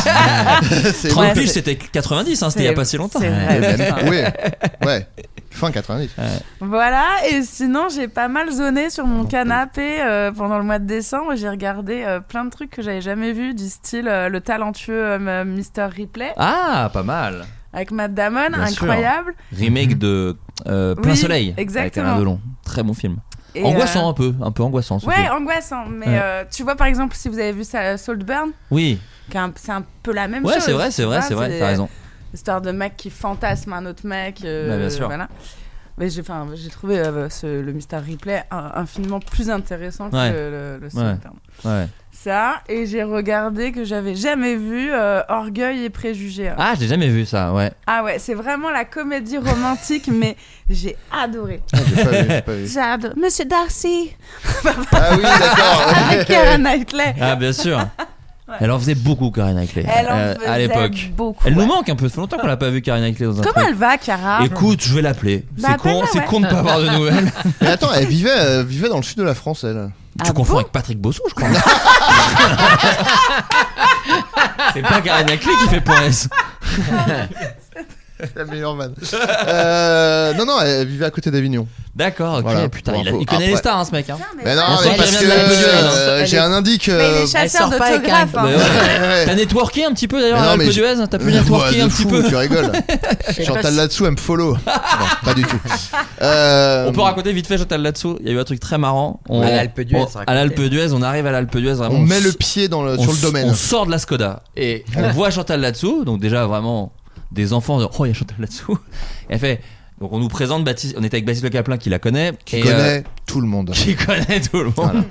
[SPEAKER 8] C'est
[SPEAKER 7] 30
[SPEAKER 9] Ouais,
[SPEAKER 7] piges,
[SPEAKER 9] c'est-
[SPEAKER 7] c'était 90, hein, c'était il y a pas si longtemps.
[SPEAKER 9] c'est
[SPEAKER 8] Ouais,
[SPEAKER 9] vrai, putain.
[SPEAKER 8] même- ouais. Ouais. Fin 90.
[SPEAKER 7] Ah.
[SPEAKER 9] Voilà, et sinon j'ai pas mal zoné sur mon canapé euh, pendant le mois de décembre. J'ai regardé euh, plein de trucs que j'avais jamais vus, du style euh, le talentueux euh, Mr. Ripley
[SPEAKER 7] Ah, pas mal.
[SPEAKER 9] avec Matt Damon,
[SPEAKER 7] Bien sûr.
[SPEAKER 9] incroyable.
[SPEAKER 7] Remake de euh, Plein
[SPEAKER 9] Oui,
[SPEAKER 7] Soleil.
[SPEAKER 9] exactement.
[SPEAKER 7] Avec Alain Delon. Très bon film.
[SPEAKER 9] Et,
[SPEAKER 7] angoissant
[SPEAKER 9] euh,
[SPEAKER 7] un peu, un peu angoissant. ce
[SPEAKER 9] Ouais,
[SPEAKER 7] film.
[SPEAKER 9] angoissant. Mais
[SPEAKER 7] Ouais.
[SPEAKER 9] euh, tu vois par exemple si vous avez vu ça, euh, Saltburn,
[SPEAKER 7] Oui,
[SPEAKER 9] qui est un- c'est un peu la même
[SPEAKER 7] ouais,
[SPEAKER 9] chose. Ah,
[SPEAKER 7] c'est vrai, c'est vrai,
[SPEAKER 9] tu
[SPEAKER 7] c'est
[SPEAKER 9] vois,
[SPEAKER 7] vrai, t'as raison.
[SPEAKER 9] Histoire de mec qui fantasme un autre mec. euh,
[SPEAKER 7] Bah, bien sûr.
[SPEAKER 9] Voilà. Mais j'ai enfin, j'ai trouvé euh, ce- le Mr. Ripley un- infiniment plus intéressant
[SPEAKER 7] Ouais.
[SPEAKER 9] que le, le Saltburn.
[SPEAKER 7] Ouais.
[SPEAKER 9] Ça, et j'ai regardé que j'avais jamais vu euh, Orgueil et Préjugés. Ah,
[SPEAKER 7] Ah, j'ai jamais vu ça, ouais.
[SPEAKER 9] ouais, c'est vraiment la comédie romantique, mais j'ai adoré.
[SPEAKER 8] Ah, j'ai pas vu, j'ai pas vu.
[SPEAKER 9] J'ai adoré. Monsieur Darcy
[SPEAKER 8] Ah oui, d'accord.
[SPEAKER 9] avec Karen Knightley.
[SPEAKER 7] Ah, bien sûr. Elle en faisait beaucoup, Karina Knightley.
[SPEAKER 9] Elle en
[SPEAKER 7] euh,
[SPEAKER 9] faisait
[SPEAKER 7] à l'époque.
[SPEAKER 9] beaucoup.
[SPEAKER 7] Elle
[SPEAKER 9] ouais.
[SPEAKER 7] nous manque un peu, ça fait longtemps qu'on l'a pas vu, Karina Knightley, dans un
[SPEAKER 9] Comment
[SPEAKER 7] truc.
[SPEAKER 9] elle va, Cara
[SPEAKER 7] Écoute, je vais l'appeler.
[SPEAKER 9] Bah,
[SPEAKER 7] c'est con,
[SPEAKER 9] appelle-la,
[SPEAKER 7] c'est
[SPEAKER 9] ouais.
[SPEAKER 7] con de pas avoir de nouvelles.
[SPEAKER 8] Mais attends, elle vivait euh, vivait dans le sud de la France elle.
[SPEAKER 9] Ah
[SPEAKER 7] tu confonds
[SPEAKER 9] bon
[SPEAKER 7] avec Patrick Bosso, je crois. c'est pas Karina Knightley qui fait point S.
[SPEAKER 8] La meilleure vanne. Euh, non non, elle vivait à côté d'Avignon.
[SPEAKER 7] D'accord, ok.
[SPEAKER 8] Voilà,
[SPEAKER 7] putain,
[SPEAKER 8] pour
[SPEAKER 7] il, a-
[SPEAKER 8] info.
[SPEAKER 7] il connaît
[SPEAKER 8] Après-
[SPEAKER 7] les stars, hein, ce mec. Hein.
[SPEAKER 8] Mais non,
[SPEAKER 7] On sent
[SPEAKER 8] mais
[SPEAKER 7] qu'elle
[SPEAKER 8] parce
[SPEAKER 7] vient
[SPEAKER 8] que
[SPEAKER 7] de la Podium, hein.
[SPEAKER 8] euh,
[SPEAKER 9] Elle
[SPEAKER 8] j'ai
[SPEAKER 9] est-
[SPEAKER 8] un indique
[SPEAKER 9] Mais il
[SPEAKER 8] euh,
[SPEAKER 9] est chasseur
[SPEAKER 10] sort pas avec
[SPEAKER 9] d'autographes.
[SPEAKER 10] un-
[SPEAKER 9] hein.
[SPEAKER 7] Bah ouais.
[SPEAKER 8] ouais.
[SPEAKER 7] T'as networké un petit peu d'ailleurs,
[SPEAKER 8] Mais non,
[SPEAKER 7] Alain
[SPEAKER 8] mais j'ai-
[SPEAKER 7] Podium hein. T'as pu
[SPEAKER 8] Ouais,
[SPEAKER 7] networker
[SPEAKER 8] de
[SPEAKER 7] un
[SPEAKER 8] fou,
[SPEAKER 7] petit peu
[SPEAKER 8] Tu rigoles.
[SPEAKER 10] sais pas
[SPEAKER 8] Chantal
[SPEAKER 10] si-
[SPEAKER 8] là-dessous, elle me follow. Non, pas du tout. Euh,
[SPEAKER 7] On peut raconter vite fait Chantal là-dessous. Il y a eu un truc très marrant. On,
[SPEAKER 10] À l'Alpe d'Huez,
[SPEAKER 7] on-
[SPEAKER 10] raconter.
[SPEAKER 7] à l'Alpe d'Huez, on arrive à l'Alpe d'Huez. vraiment,
[SPEAKER 8] on met
[SPEAKER 7] s-
[SPEAKER 8] le pied dans le,
[SPEAKER 7] on
[SPEAKER 8] sur le
[SPEAKER 7] s-
[SPEAKER 8] domaine.
[SPEAKER 7] On sort de la Skoda et on voit Chantal là-dessous. Donc déjà vraiment des enfants. de, oh, il y a Chantal là-dessous. Et Elle fait. Donc on nous présente Baptiste. On était avec Baptiste Le Caplin qui la connaît.
[SPEAKER 8] Qui
[SPEAKER 7] et, euh,
[SPEAKER 8] connaît tout le monde.
[SPEAKER 7] qui connaît tout le monde.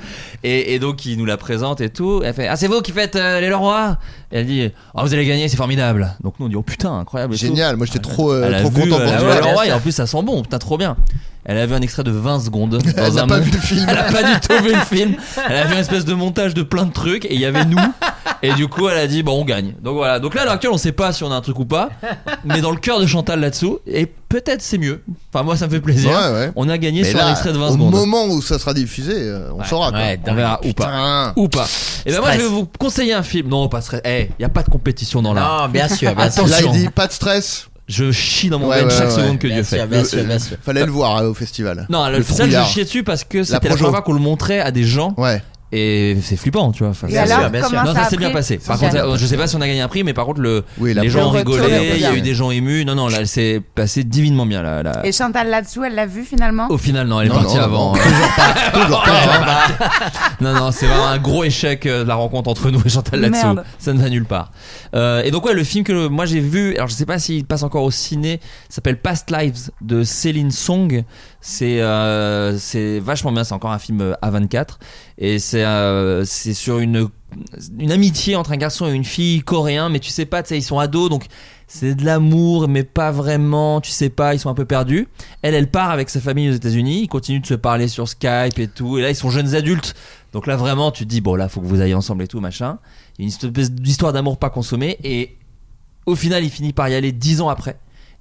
[SPEAKER 7] Et, et donc il nous la présente et tout. Elle fait Ah, c'est vous qui faites euh, les Leroy Et Elle dit Ah, vous allez gagner, c'est formidable. Donc nous on dit Oh putain, incroyable. et tout.
[SPEAKER 8] Génial. Moi, j'étais trop, euh,
[SPEAKER 7] Elle a
[SPEAKER 8] trop
[SPEAKER 7] vu,
[SPEAKER 8] content
[SPEAKER 7] elle
[SPEAKER 8] pour
[SPEAKER 7] a
[SPEAKER 8] toi.
[SPEAKER 7] vu le Leroy, et en plus ça sent bon, putain trop bien. Elle a vu un extrait de 20 secondes dans
[SPEAKER 8] Elle
[SPEAKER 7] un
[SPEAKER 8] n'a pas
[SPEAKER 7] mon-
[SPEAKER 8] vu le film.
[SPEAKER 7] Elle a pas du tout vu le film. Elle a vu une espèce de montage de plein de trucs et il y avait nous. Et du coup, elle a dit bon, on gagne. Donc voilà. Donc là, à l'heure actuelle, on sait pas si on a un truc ou pas. Mais dans le cœur de Chantal là-dessous, et peut-être c'est mieux. Enfin, moi, ça me fait plaisir.
[SPEAKER 8] Ouais, ouais.
[SPEAKER 7] On a gagné
[SPEAKER 8] Mais
[SPEAKER 7] sur
[SPEAKER 8] là,
[SPEAKER 7] un extrait de 20
[SPEAKER 8] au
[SPEAKER 7] secondes.
[SPEAKER 8] moment où ça sera diffusé, euh, on saura. Quoi.
[SPEAKER 10] ouais,
[SPEAKER 7] On verra ou pas.
[SPEAKER 8] Putain.
[SPEAKER 7] Ou pas. Et ben moi, je
[SPEAKER 10] Stress.
[SPEAKER 7] vais vous Eh, conseiller un film. Non, pas stress. Eh, il y a pas de compétition dans l'art.
[SPEAKER 10] Non, bien sûr, bien sûr.
[SPEAKER 7] Attention.
[SPEAKER 8] Là, il dit pas de stress.
[SPEAKER 7] je chie dans mon
[SPEAKER 8] Ouais,
[SPEAKER 7] veine
[SPEAKER 8] ouais,
[SPEAKER 7] chaque
[SPEAKER 8] ouais.
[SPEAKER 7] seconde que
[SPEAKER 10] Bien
[SPEAKER 7] Dieu
[SPEAKER 10] sûr,
[SPEAKER 7] fait.
[SPEAKER 10] bien sûr, bien sûr.
[SPEAKER 8] Fallait le voir euh, au festival.
[SPEAKER 7] Non,
[SPEAKER 8] le
[SPEAKER 7] le ça, je
[SPEAKER 8] trouillard.
[SPEAKER 7] chié dessus parce que c'était la
[SPEAKER 8] projo.
[SPEAKER 7] première fois qu'on le montrait à des gens
[SPEAKER 8] Ouais.
[SPEAKER 7] et c'est flippant, tu vois. Enfin,
[SPEAKER 9] Et
[SPEAKER 10] Bien
[SPEAKER 7] c'est-
[SPEAKER 9] alors,
[SPEAKER 10] sûr, bien sûr.
[SPEAKER 9] comment
[SPEAKER 7] non, ça
[SPEAKER 9] a
[SPEAKER 7] s'est bien
[SPEAKER 9] pris
[SPEAKER 7] passé. Par
[SPEAKER 9] Super.
[SPEAKER 7] contre, euh, je sais pas si on a gagné un prix, mais par contre, le,
[SPEAKER 8] Oui, la
[SPEAKER 7] les gens ont
[SPEAKER 9] Le retour est
[SPEAKER 7] rigolé, il y a
[SPEAKER 9] bien.
[SPEAKER 7] eu des gens émus. Non, non, là, c'est passé divinement bien. Là, là.
[SPEAKER 9] Et Chantal là-dessous, elle l'a vu finalement
[SPEAKER 7] Au final, non, elle est
[SPEAKER 8] Non,
[SPEAKER 7] partie
[SPEAKER 8] non,
[SPEAKER 7] avant. hein.
[SPEAKER 8] non, toujours pas. Toujours pas. hein.
[SPEAKER 7] non, non, c'est vraiment un gros échec euh, de la rencontre entre nous et Chantal là-dessous.
[SPEAKER 9] Merde.
[SPEAKER 7] Ça ne va nulle part. Euh, et donc, ouais, le film que moi j'ai vu, alors je sais pas s'il passe encore au ciné, s'appelle Past Lives de Céline Song. C'est euh, c'est vachement bien, c'est encore un film euh, A24. Et c'est euh, c'est sur une, une amitié entre un garçon et une fille coréen, mais tu sais pas, tu sais, ils sont ados donc. C'est de l'amour, mais pas vraiment, tu sais pas, ils sont un peu perdus. Elle, elle part avec sa famille aux États-Unis, ils continuent de se parler sur Skype et tout. Et là, ils sont jeunes adultes, donc là vraiment tu te dis bon là faut que vous ayez ensemble et tout machin. Il y a une espèce d'histoire d'amour pas consommée et au final il finit par y aller dix ans après.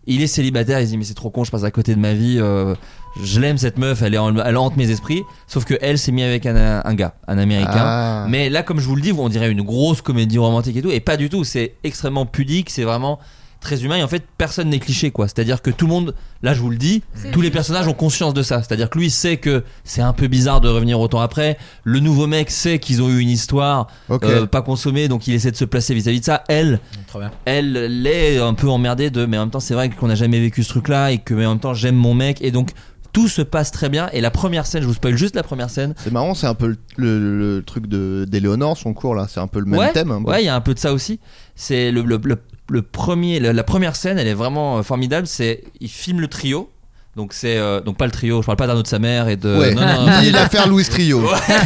[SPEAKER 7] Il est célibataire, il se dit mais c'est trop con, je passe à côté de ma vie, euh, je l'aime cette meuf, elle, est en- elle hante mes esprits, sauf que elle s'est mise avec un, un gars, un américain.
[SPEAKER 8] Ah.
[SPEAKER 7] hein. Mais là comme je vous le dis, on dirait une grosse comédie romantique et tout, et pas du tout, c'est extrêmement pudique, c'est vraiment très humain et en fait personne n'est cliché quoi. C'est-à-dire que tout le monde, là je vous le dis, tous les personnages ont conscience de ça. C'est-à-dire que lui sait que c'est un peu bizarre de revenir autant après. Le nouveau mec sait qu'ils ont eu une histoire
[SPEAKER 8] Ok.
[SPEAKER 7] euh, pas consommée, donc il essaie de se placer vis-à-vis de ça. Elle,
[SPEAKER 10] Mm, Trop bien.
[SPEAKER 7] elle l'est un peu emmerdée de, mais en même temps c'est vrai qu'on n'a jamais vécu ce truc-là et que mais en même temps j'aime mon mec et donc tout se passe très bien. Et la première scène, je vous spoil juste la première scène.
[SPEAKER 8] C'est marrant, c'est un peu le, le- le truc de d'Éléonore, son cours là. C'est un peu le même
[SPEAKER 7] ouais,
[SPEAKER 8] thème. hein. un peu.
[SPEAKER 7] ouais, il y a un peu de ça aussi. C'est le, le, le- le premier, la, la première scène, elle est vraiment euh, formidable. C'est il filme le trio. Donc c'est euh, donc pas le trio, je parle pas d'Arnaud de sa mère et de Euh,
[SPEAKER 8] Ouais.
[SPEAKER 7] non, non, non,
[SPEAKER 8] Ni l'affaire Louis Trio.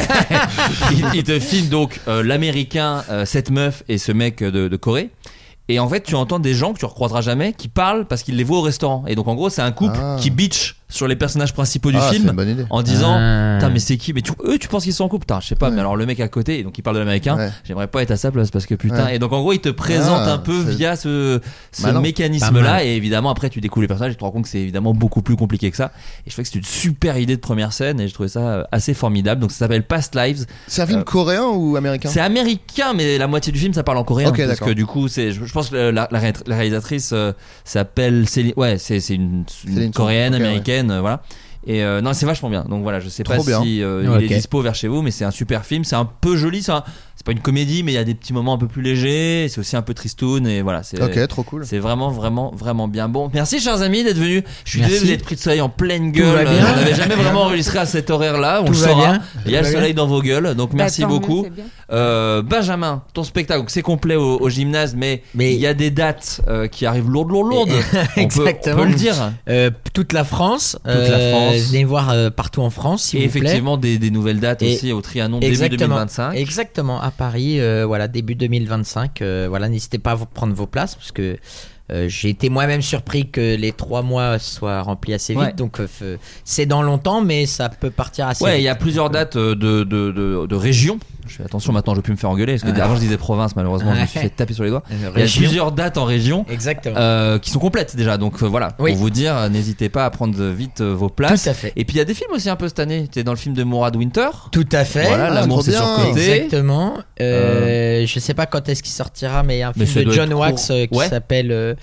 [SPEAKER 8] Ah,
[SPEAKER 7] il, il te filme donc euh, l'américain, euh, cette meuf et ce mec euh, de, de Corée. Et en fait, tu entends des gens que tu recroiseras jamais qui parlent parce qu'ils les voient au restaurant. Et donc, en gros, c'est un couple
[SPEAKER 8] Ah.
[SPEAKER 7] qui bitch sur les personnages principaux du
[SPEAKER 8] Ah, c'est
[SPEAKER 7] film
[SPEAKER 8] une bonne idée.
[SPEAKER 7] en disant
[SPEAKER 10] Ah.
[SPEAKER 7] Putain, mais c'est qui Mais tu- eux, tu penses qu'ils sont en couple Putain, je sais pas,
[SPEAKER 8] Ouais.
[SPEAKER 7] mais alors le mec à côté, et donc il parle de l'américain,
[SPEAKER 8] Ouais.
[SPEAKER 7] j'aimerais pas être à sa place parce que putain.
[SPEAKER 8] Ouais.
[SPEAKER 7] Et donc, en gros, il te présente
[SPEAKER 8] Ah,
[SPEAKER 7] un peu
[SPEAKER 8] c'est-
[SPEAKER 7] via ce, ce
[SPEAKER 8] Malin.
[SPEAKER 10] Pas
[SPEAKER 7] mécanisme-là.
[SPEAKER 10] mal.
[SPEAKER 7] Et évidemment, après, tu découvres les personnages et tu te rends compte que c'est évidemment beaucoup plus compliqué que ça. Et je trouvais que c'est une super idée de première scène et je trouvais ça euh, assez formidable. Donc, ça s'appelle Past Lives.
[SPEAKER 8] C'est un film
[SPEAKER 7] Euh,
[SPEAKER 8] coréen ou américain
[SPEAKER 7] C'est américain, mais la moitié du film ça parle en coréen.
[SPEAKER 8] Ok,
[SPEAKER 7] parce
[SPEAKER 8] d'accord.
[SPEAKER 7] que du coup, c'est, je, je pense que la, la ré- la réalisatrice euh, s'appelle Céline. Ouais, c'est, c'est une, une
[SPEAKER 8] Céline Song,
[SPEAKER 7] coréenne,
[SPEAKER 8] ok,
[SPEAKER 7] américaine, euh, voilà. Et euh, non, c'est vachement bien. Donc voilà, je sais
[SPEAKER 8] Trop
[SPEAKER 7] pas
[SPEAKER 8] bien.
[SPEAKER 7] si euh,
[SPEAKER 10] Ouais,
[SPEAKER 7] il
[SPEAKER 10] ok.
[SPEAKER 7] est dispo vers chez vous, mais c'est un super film. C'est un peu joli, c'est, un- c'est pas une comédie, mais il y a des petits moments un peu plus légers. C'est aussi un peu tristoun et voilà. C'est,
[SPEAKER 8] Ok, trop cool.
[SPEAKER 7] c'est vraiment, vraiment, vraiment bien. Bon, merci, chers amis, d'être venus. Je suis
[SPEAKER 10] Merci.
[SPEAKER 7] désolé, vous êtes pris de soleil en pleine gueule.
[SPEAKER 10] va
[SPEAKER 7] Euh,
[SPEAKER 10] bien.
[SPEAKER 7] On n'avait jamais vraiment enregistré à cet horaire-là. On
[SPEAKER 10] Tout
[SPEAKER 7] le
[SPEAKER 10] va
[SPEAKER 7] saura.
[SPEAKER 10] bien.
[SPEAKER 7] hein. Il y a
[SPEAKER 10] Tout va
[SPEAKER 7] le
[SPEAKER 10] bien.
[SPEAKER 7] soleil dans vos gueules. Donc,
[SPEAKER 9] Bah,
[SPEAKER 7] merci
[SPEAKER 9] tant mieux,
[SPEAKER 7] beaucoup.
[SPEAKER 9] c'est bien.
[SPEAKER 7] Euh, Benjamin, ton spectacle, donc c'est complet au, au gymnase, mais il
[SPEAKER 10] Mais-
[SPEAKER 7] y a des dates euh, qui arrivent lourdes, lourdes, lourdes. on, peut, on
[SPEAKER 10] Exactement.
[SPEAKER 7] peut le dire.
[SPEAKER 10] Euh, toute la France.
[SPEAKER 7] la France.
[SPEAKER 10] Venez voir euh, partout en France, s'il
[SPEAKER 7] Et
[SPEAKER 10] vous plaît.
[SPEAKER 7] effectivement, des, des nouvelles dates
[SPEAKER 10] Et-
[SPEAKER 7] aussi au Trianon début
[SPEAKER 10] Exactement.
[SPEAKER 7] 2025.
[SPEAKER 10] Exactement, à Paris, euh, voilà, début 2025. euh, voilà, n'hésitez pas à vous prendre vos places parce que euh, j'ai été moi-même surpris que les trois mois soient remplis assez vite.
[SPEAKER 7] Ouais.
[SPEAKER 10] Donc euh, f- c'est dans longtemps, mais ça peut partir assez
[SPEAKER 7] Ouais,
[SPEAKER 10] vite.
[SPEAKER 7] il y a plusieurs dates euh, de, de, de, de régions. Je fais attention maintenant, je ne vais plus me faire engueuler. Parce que
[SPEAKER 10] Ouais.
[SPEAKER 7] avant, je disais province, malheureusement, je me suis
[SPEAKER 10] Ouais.
[SPEAKER 7] fait taper sur les doigts.
[SPEAKER 10] Euh,
[SPEAKER 7] Il y a
[SPEAKER 10] Ah. région.
[SPEAKER 7] plusieurs dates en région.
[SPEAKER 10] Exactement.
[SPEAKER 7] euh, qui sont complètes déjà. Donc euh, voilà,
[SPEAKER 10] Oui.
[SPEAKER 7] pour vous dire, euh, n'hésitez pas à prendre euh, vite euh, vos places.
[SPEAKER 10] Tout à fait.
[SPEAKER 7] Et puis il y a des films aussi un peu cette année. T'es dans le film de Mourad Winter.
[SPEAKER 10] Tout à fait.
[SPEAKER 7] Voilà,
[SPEAKER 8] ah,
[SPEAKER 7] l'amour
[SPEAKER 8] trop
[SPEAKER 7] c'est
[SPEAKER 8] bien.
[SPEAKER 7] surcoté.
[SPEAKER 10] Exactement. Euh, Je sais pas quand est-ce qu'il sortira, mais il y a un
[SPEAKER 7] Mais ça
[SPEAKER 10] film de
[SPEAKER 7] doit
[SPEAKER 10] John
[SPEAKER 7] être
[SPEAKER 10] Wax
[SPEAKER 7] court.
[SPEAKER 10] euh, qui
[SPEAKER 7] Ouais.
[SPEAKER 10] s'appelle euh,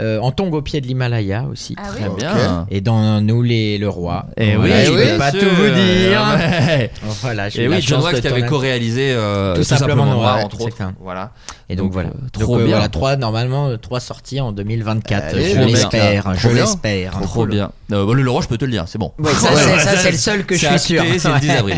[SPEAKER 10] euh, En tongue au pied de l'Himalaya aussi.
[SPEAKER 9] Ah oui
[SPEAKER 7] Très bien.
[SPEAKER 10] Et dans Nous les le roi.
[SPEAKER 7] Et Eh oui,
[SPEAKER 10] Voilà, je
[SPEAKER 7] oui,
[SPEAKER 10] peux
[SPEAKER 7] bien
[SPEAKER 10] pas
[SPEAKER 7] sûr. Ah
[SPEAKER 10] tout vous dire.
[SPEAKER 7] Ouais.
[SPEAKER 10] Voilà, j'ai
[SPEAKER 7] Et
[SPEAKER 10] eu la
[SPEAKER 7] Eh oui, John
[SPEAKER 10] chance
[SPEAKER 7] Wax
[SPEAKER 10] de
[SPEAKER 7] qui avait
[SPEAKER 10] tourner.
[SPEAKER 7] co-réalisé euh,
[SPEAKER 10] Tout
[SPEAKER 7] tout simplement,
[SPEAKER 10] simplement
[SPEAKER 7] Noir,
[SPEAKER 10] Noir,
[SPEAKER 7] entre autres.
[SPEAKER 10] exactement.
[SPEAKER 7] Voilà.
[SPEAKER 10] Et donc,
[SPEAKER 7] Donc,
[SPEAKER 10] voilà.
[SPEAKER 7] euh,
[SPEAKER 10] Trop
[SPEAKER 7] trop bien.
[SPEAKER 10] Voilà, trois, normalement, euh, trois sorties en 2024.
[SPEAKER 8] Allez,
[SPEAKER 10] je
[SPEAKER 7] trop bien.
[SPEAKER 10] l'espère, je
[SPEAKER 8] Trop bien.
[SPEAKER 10] l'espère.
[SPEAKER 7] Trop bien. Euh, bah, le Leroy, je peux te le dire, c'est bon.
[SPEAKER 10] Ouais, ça,
[SPEAKER 7] Ouais,
[SPEAKER 10] c'est-
[SPEAKER 7] ouais.
[SPEAKER 10] ça, c'est le seul que je
[SPEAKER 7] C'est
[SPEAKER 10] suis
[SPEAKER 7] acté,
[SPEAKER 10] sûr.
[SPEAKER 7] C'est le 10 avril.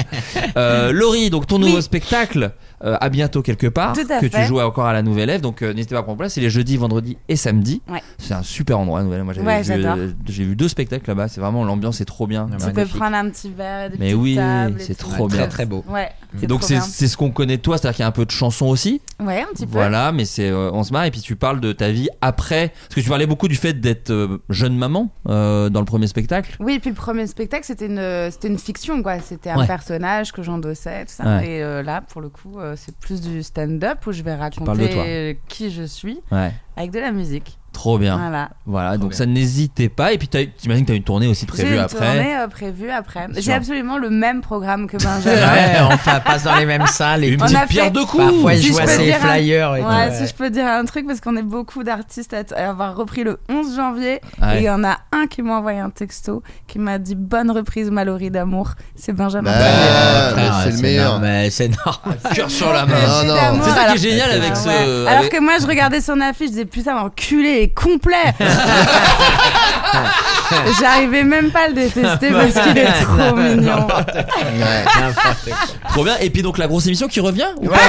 [SPEAKER 7] Euh, Laurie, donc ton nouveau
[SPEAKER 9] Oui.
[SPEAKER 7] spectacle, euh, à bientôt quelque part,
[SPEAKER 9] Tout à
[SPEAKER 7] que
[SPEAKER 9] fait.
[SPEAKER 7] tu joues encore à la Nouvelle Ève. Donc euh, n'hésitez pas à prendre place. C'est les jeudis, vendredis et samedis.
[SPEAKER 9] Ouais.
[SPEAKER 7] C'est un super endroit, la Nouvelle Ève. Moi, j'avais
[SPEAKER 9] Ouais,
[SPEAKER 7] vu,
[SPEAKER 9] j'adore.
[SPEAKER 7] euh, j'ai vu deux spectacles là-bas. C'est vraiment l'ambiance est trop bien.
[SPEAKER 10] Tu
[SPEAKER 9] Tu peux
[SPEAKER 7] Magnifique.
[SPEAKER 9] prendre un petit verre, des
[SPEAKER 7] Mais
[SPEAKER 9] petites
[SPEAKER 7] oui,
[SPEAKER 9] tables et
[SPEAKER 7] c'est
[SPEAKER 9] tout.
[SPEAKER 7] trop
[SPEAKER 10] bien.
[SPEAKER 9] Très
[SPEAKER 10] Très beau.
[SPEAKER 9] Ouais, c'est
[SPEAKER 7] Donc
[SPEAKER 9] trop
[SPEAKER 7] c'est
[SPEAKER 9] bien.
[SPEAKER 7] c'est ce qu'on connaît de toi, c'est-à-dire qu'il y a un peu de chansons aussi.
[SPEAKER 9] Ouais, un petit peu.
[SPEAKER 7] Voilà, mais c'est euh, on se marre et puis tu parles de ta vie après parce que tu parlais beaucoup du fait d'être euh, jeune maman euh, dans le premier spectacle.
[SPEAKER 9] Oui, et puis le premier spectacle, c'était une, c'était une fiction, quoi. C'était un
[SPEAKER 7] Ouais.
[SPEAKER 9] personnage que j'endossais, tout ça.
[SPEAKER 7] Ouais.
[SPEAKER 9] Et euh, là, pour le coup, euh, c'est plus du stand-up où je vais
[SPEAKER 7] parles de toi.
[SPEAKER 9] raconter qui je suis
[SPEAKER 7] Ouais.
[SPEAKER 9] avec de la musique.
[SPEAKER 7] Trop bien. Voilà,
[SPEAKER 9] Voilà.
[SPEAKER 7] donc
[SPEAKER 10] bien.
[SPEAKER 7] ça n'hésitez pas. Et puis t'as- t'imagines que t'as une tournée aussi
[SPEAKER 9] J'ai
[SPEAKER 7] prévue
[SPEAKER 9] une
[SPEAKER 7] après.
[SPEAKER 9] tournée euh, prévue après. J'ai
[SPEAKER 7] Sur-
[SPEAKER 9] absolument le même programme que Benjamin.
[SPEAKER 10] Ouais, enfin, passe dans les mêmes salles et
[SPEAKER 7] Une
[SPEAKER 10] tout.
[SPEAKER 9] On a
[SPEAKER 7] petite pierre
[SPEAKER 9] fait-
[SPEAKER 7] de coups.
[SPEAKER 10] Parfois,
[SPEAKER 9] Si
[SPEAKER 10] je
[SPEAKER 9] je
[SPEAKER 10] vois
[SPEAKER 9] peux
[SPEAKER 10] ses
[SPEAKER 9] dire un-
[SPEAKER 10] flyers et
[SPEAKER 9] Ouais,
[SPEAKER 10] tout.
[SPEAKER 9] si je peux dire un truc, parce qu'on est beaucoup d'artistes à, t- à avoir repris le 11 janvier.
[SPEAKER 7] Ah Ouais.
[SPEAKER 9] Et il y en a un qui m'a envoyé un texto qui m'a dit Bonne reprise, Mallory d'amour. C'est Benjamin.
[SPEAKER 8] Bah,
[SPEAKER 9] Sabier.
[SPEAKER 8] Ah, mais
[SPEAKER 10] Frère,
[SPEAKER 8] c'est le meilleur.
[SPEAKER 10] énorme, mais c'est normal.
[SPEAKER 7] Cœur sur la
[SPEAKER 8] Ah,
[SPEAKER 7] main.
[SPEAKER 8] non.
[SPEAKER 9] d'amour,
[SPEAKER 7] C'est ça
[SPEAKER 9] alors-
[SPEAKER 7] qui est génial avec
[SPEAKER 9] Ah
[SPEAKER 7] ce. euh,
[SPEAKER 9] ouais. Alors
[SPEAKER 7] avec-
[SPEAKER 9] que moi, je regardais son affiche, je disais Putain, l'enculé est complet J'arrivais même pas à le détester parce qu'il est trop mignon.
[SPEAKER 8] Ouais.
[SPEAKER 10] N'importe quoi.
[SPEAKER 7] Trop bien. Et puis donc la grosse émission qui revient ou pas
[SPEAKER 10] Ouais,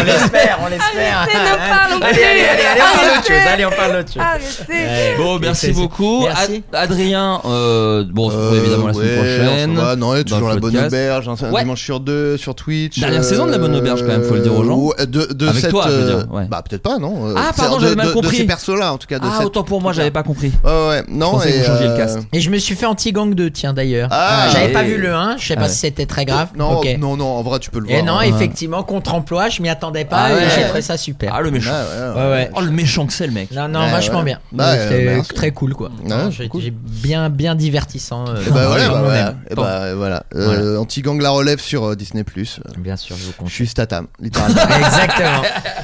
[SPEAKER 10] on l'espère, on l'espère.
[SPEAKER 9] Arrêtez, ne parlons plus
[SPEAKER 10] Allez, allez, allez, allez, on parle d'autre chose. Allez,
[SPEAKER 9] Arrêtez.
[SPEAKER 10] on parle d'autre chose.
[SPEAKER 9] Arrêtez
[SPEAKER 7] Bon, merci
[SPEAKER 10] c'est- c'est-
[SPEAKER 7] beaucoup.
[SPEAKER 10] Merci.
[SPEAKER 7] Ad- Adrien, euh, bon, on se retrouve
[SPEAKER 8] Euh,
[SPEAKER 7] évidemment la
[SPEAKER 8] ouais,
[SPEAKER 7] semaine
[SPEAKER 8] on
[SPEAKER 7] prochaine.
[SPEAKER 8] se voit. non, il y a toujours
[SPEAKER 7] le
[SPEAKER 8] la bonne
[SPEAKER 7] podcast.
[SPEAKER 8] auberge, hein, un, un
[SPEAKER 7] Ouais.
[SPEAKER 8] dimanche sur deux sur Twitch.
[SPEAKER 7] Dernière saison de La Bonne Auberge, quand même, faut le dire aux gens.
[SPEAKER 8] ouais, de, de
[SPEAKER 7] Avec
[SPEAKER 8] cette,
[SPEAKER 7] toi, je veux
[SPEAKER 8] euh,
[SPEAKER 7] dire, ouais.
[SPEAKER 8] Bah peut-être pas, non. euh,
[SPEAKER 7] Ah,
[SPEAKER 8] c'est-
[SPEAKER 7] pardon,
[SPEAKER 8] de-
[SPEAKER 7] j'avais mal
[SPEAKER 8] de-
[SPEAKER 7] compris.
[SPEAKER 8] De ces persos-là, en tout cas. De
[SPEAKER 7] Ah,
[SPEAKER 8] cette-
[SPEAKER 7] autant pour moi, j'avais pas compris.
[SPEAKER 8] Ouais, ouais, non.
[SPEAKER 7] Je pensais que
[SPEAKER 8] et,
[SPEAKER 7] vous changiez le
[SPEAKER 8] euh,
[SPEAKER 7] cast.
[SPEAKER 10] Et je me suis fait anti-gang 2, tiens d'ailleurs.
[SPEAKER 8] Ah,
[SPEAKER 10] J'avais
[SPEAKER 7] et-
[SPEAKER 10] pas vu le 1, je sais pas
[SPEAKER 7] Ah ouais.
[SPEAKER 10] si c'était très grave.
[SPEAKER 8] Non,
[SPEAKER 10] Ok.
[SPEAKER 8] non, non, en vrai, tu peux le voir.
[SPEAKER 10] Et non,
[SPEAKER 8] hein.
[SPEAKER 10] effectivement, contre-emploi, je m'y attendais pas
[SPEAKER 7] Ah
[SPEAKER 10] et
[SPEAKER 7] ouais.
[SPEAKER 10] j'ai trouvé ça super.
[SPEAKER 7] Ah, le méchant.
[SPEAKER 8] Ouais,
[SPEAKER 10] ouais, ouais.
[SPEAKER 7] Oh, le méchant que c'est, le mec.
[SPEAKER 10] Non, non,
[SPEAKER 8] Ouais,
[SPEAKER 10] vachement
[SPEAKER 8] ouais.
[SPEAKER 10] bien.
[SPEAKER 8] Bah, euh,
[SPEAKER 10] C'était
[SPEAKER 8] merci.
[SPEAKER 10] très cool quoi.
[SPEAKER 8] Ouais,
[SPEAKER 10] Non,
[SPEAKER 8] c'est
[SPEAKER 10] J'ai
[SPEAKER 8] cool.
[SPEAKER 10] j'ai bien, bien divertissant. euh,
[SPEAKER 8] Et bah
[SPEAKER 10] dans
[SPEAKER 8] voilà,
[SPEAKER 10] le
[SPEAKER 8] bah,
[SPEAKER 10] genre
[SPEAKER 8] voilà.
[SPEAKER 10] même.
[SPEAKER 8] Et bah, voilà. Euh, Anti-gang la relève sur euh, Disney+. euh,
[SPEAKER 10] Bien sûr, je vous
[SPEAKER 8] Je
[SPEAKER 10] confie.
[SPEAKER 8] suis Statam, littéralement.
[SPEAKER 10] Exactement.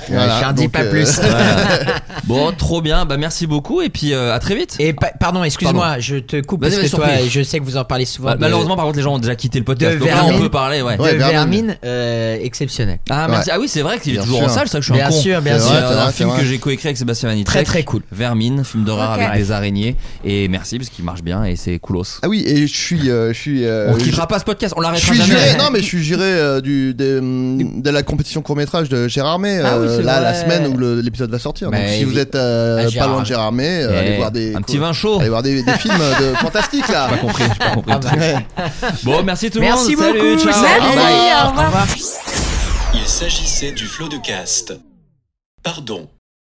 [SPEAKER 8] Voilà,
[SPEAKER 10] je t'en dis
[SPEAKER 8] donc,
[SPEAKER 10] pas
[SPEAKER 8] euh,
[SPEAKER 10] plus.
[SPEAKER 7] Bon, trop bien. Bah, merci beaucoup. Et puis, euh, à très vite.
[SPEAKER 10] Et pa- pardon, excuse-moi, je te coupe
[SPEAKER 7] Vas-y,
[SPEAKER 10] parce que
[SPEAKER 7] vas-y,
[SPEAKER 10] toi,
[SPEAKER 7] surprise.
[SPEAKER 10] je sais que vous en parlez souvent.
[SPEAKER 7] Bah,
[SPEAKER 10] de-
[SPEAKER 7] Malheureusement, par contre, les gens ont déjà quitté le podcast.
[SPEAKER 10] de
[SPEAKER 7] Donc là, on
[SPEAKER 10] Vermine.
[SPEAKER 7] peut parler, ouais.
[SPEAKER 10] de
[SPEAKER 8] Ouais, Vermine.
[SPEAKER 10] Vermine, euh, exceptionnel.
[SPEAKER 7] Ah, merci. ah oui, c'est vrai qu'il est
[SPEAKER 8] Bien
[SPEAKER 7] toujours en
[SPEAKER 8] sûr.
[SPEAKER 7] salle, c'est vrai que je suis
[SPEAKER 10] Bien
[SPEAKER 7] un con.
[SPEAKER 10] sûr, bien
[SPEAKER 8] C'est
[SPEAKER 7] C'est
[SPEAKER 10] sûr.
[SPEAKER 8] vrai, c'est
[SPEAKER 7] un
[SPEAKER 8] vrai,
[SPEAKER 7] film
[SPEAKER 8] c'est
[SPEAKER 7] que
[SPEAKER 8] vrai.
[SPEAKER 7] j'ai coécrit avec Sébastien Vanitech.
[SPEAKER 10] Très, très cool.
[SPEAKER 7] Vermine, film d'horreur
[SPEAKER 9] Ok.
[SPEAKER 7] avec des araignées. Et merci parce qu'il marche bien et c'est coolos.
[SPEAKER 8] Ah oui, et je suis. euh, je suis euh,
[SPEAKER 7] on
[SPEAKER 8] je-
[SPEAKER 7] quittera pas ce podcast, on
[SPEAKER 8] Je
[SPEAKER 7] l'arrêtera
[SPEAKER 8] suis
[SPEAKER 7] jamais.
[SPEAKER 8] juré, non mais je suis juré euh, du, des, hum, de la compétition court métrage de Gérard May,
[SPEAKER 7] Ah oui,
[SPEAKER 8] euh,
[SPEAKER 7] c'est
[SPEAKER 8] là
[SPEAKER 7] vrai.
[SPEAKER 8] la semaine où le- l'épisode va sortir. Donc
[SPEAKER 10] Mais
[SPEAKER 8] si vous
[SPEAKER 10] oui.
[SPEAKER 8] êtes euh,
[SPEAKER 10] Ah,
[SPEAKER 8] pas
[SPEAKER 10] Gérard.
[SPEAKER 8] loin de Gérard May, euh,
[SPEAKER 7] Eh,
[SPEAKER 8] allez voir des
[SPEAKER 7] un petit vin chaud.
[SPEAKER 8] allez voir des, des films euh, de fantastiques là.
[SPEAKER 7] J'ai pas compris, j'ai pas compris.
[SPEAKER 10] Ah, bah.
[SPEAKER 8] Ouais.
[SPEAKER 7] Bon, merci tout le monde.
[SPEAKER 10] Merci
[SPEAKER 7] Salut,
[SPEAKER 10] beaucoup.
[SPEAKER 7] ciao.
[SPEAKER 10] salut,
[SPEAKER 9] Merci,
[SPEAKER 10] bye.
[SPEAKER 9] au revoir.
[SPEAKER 2] Il s'agissait du flot de caste. Pardon.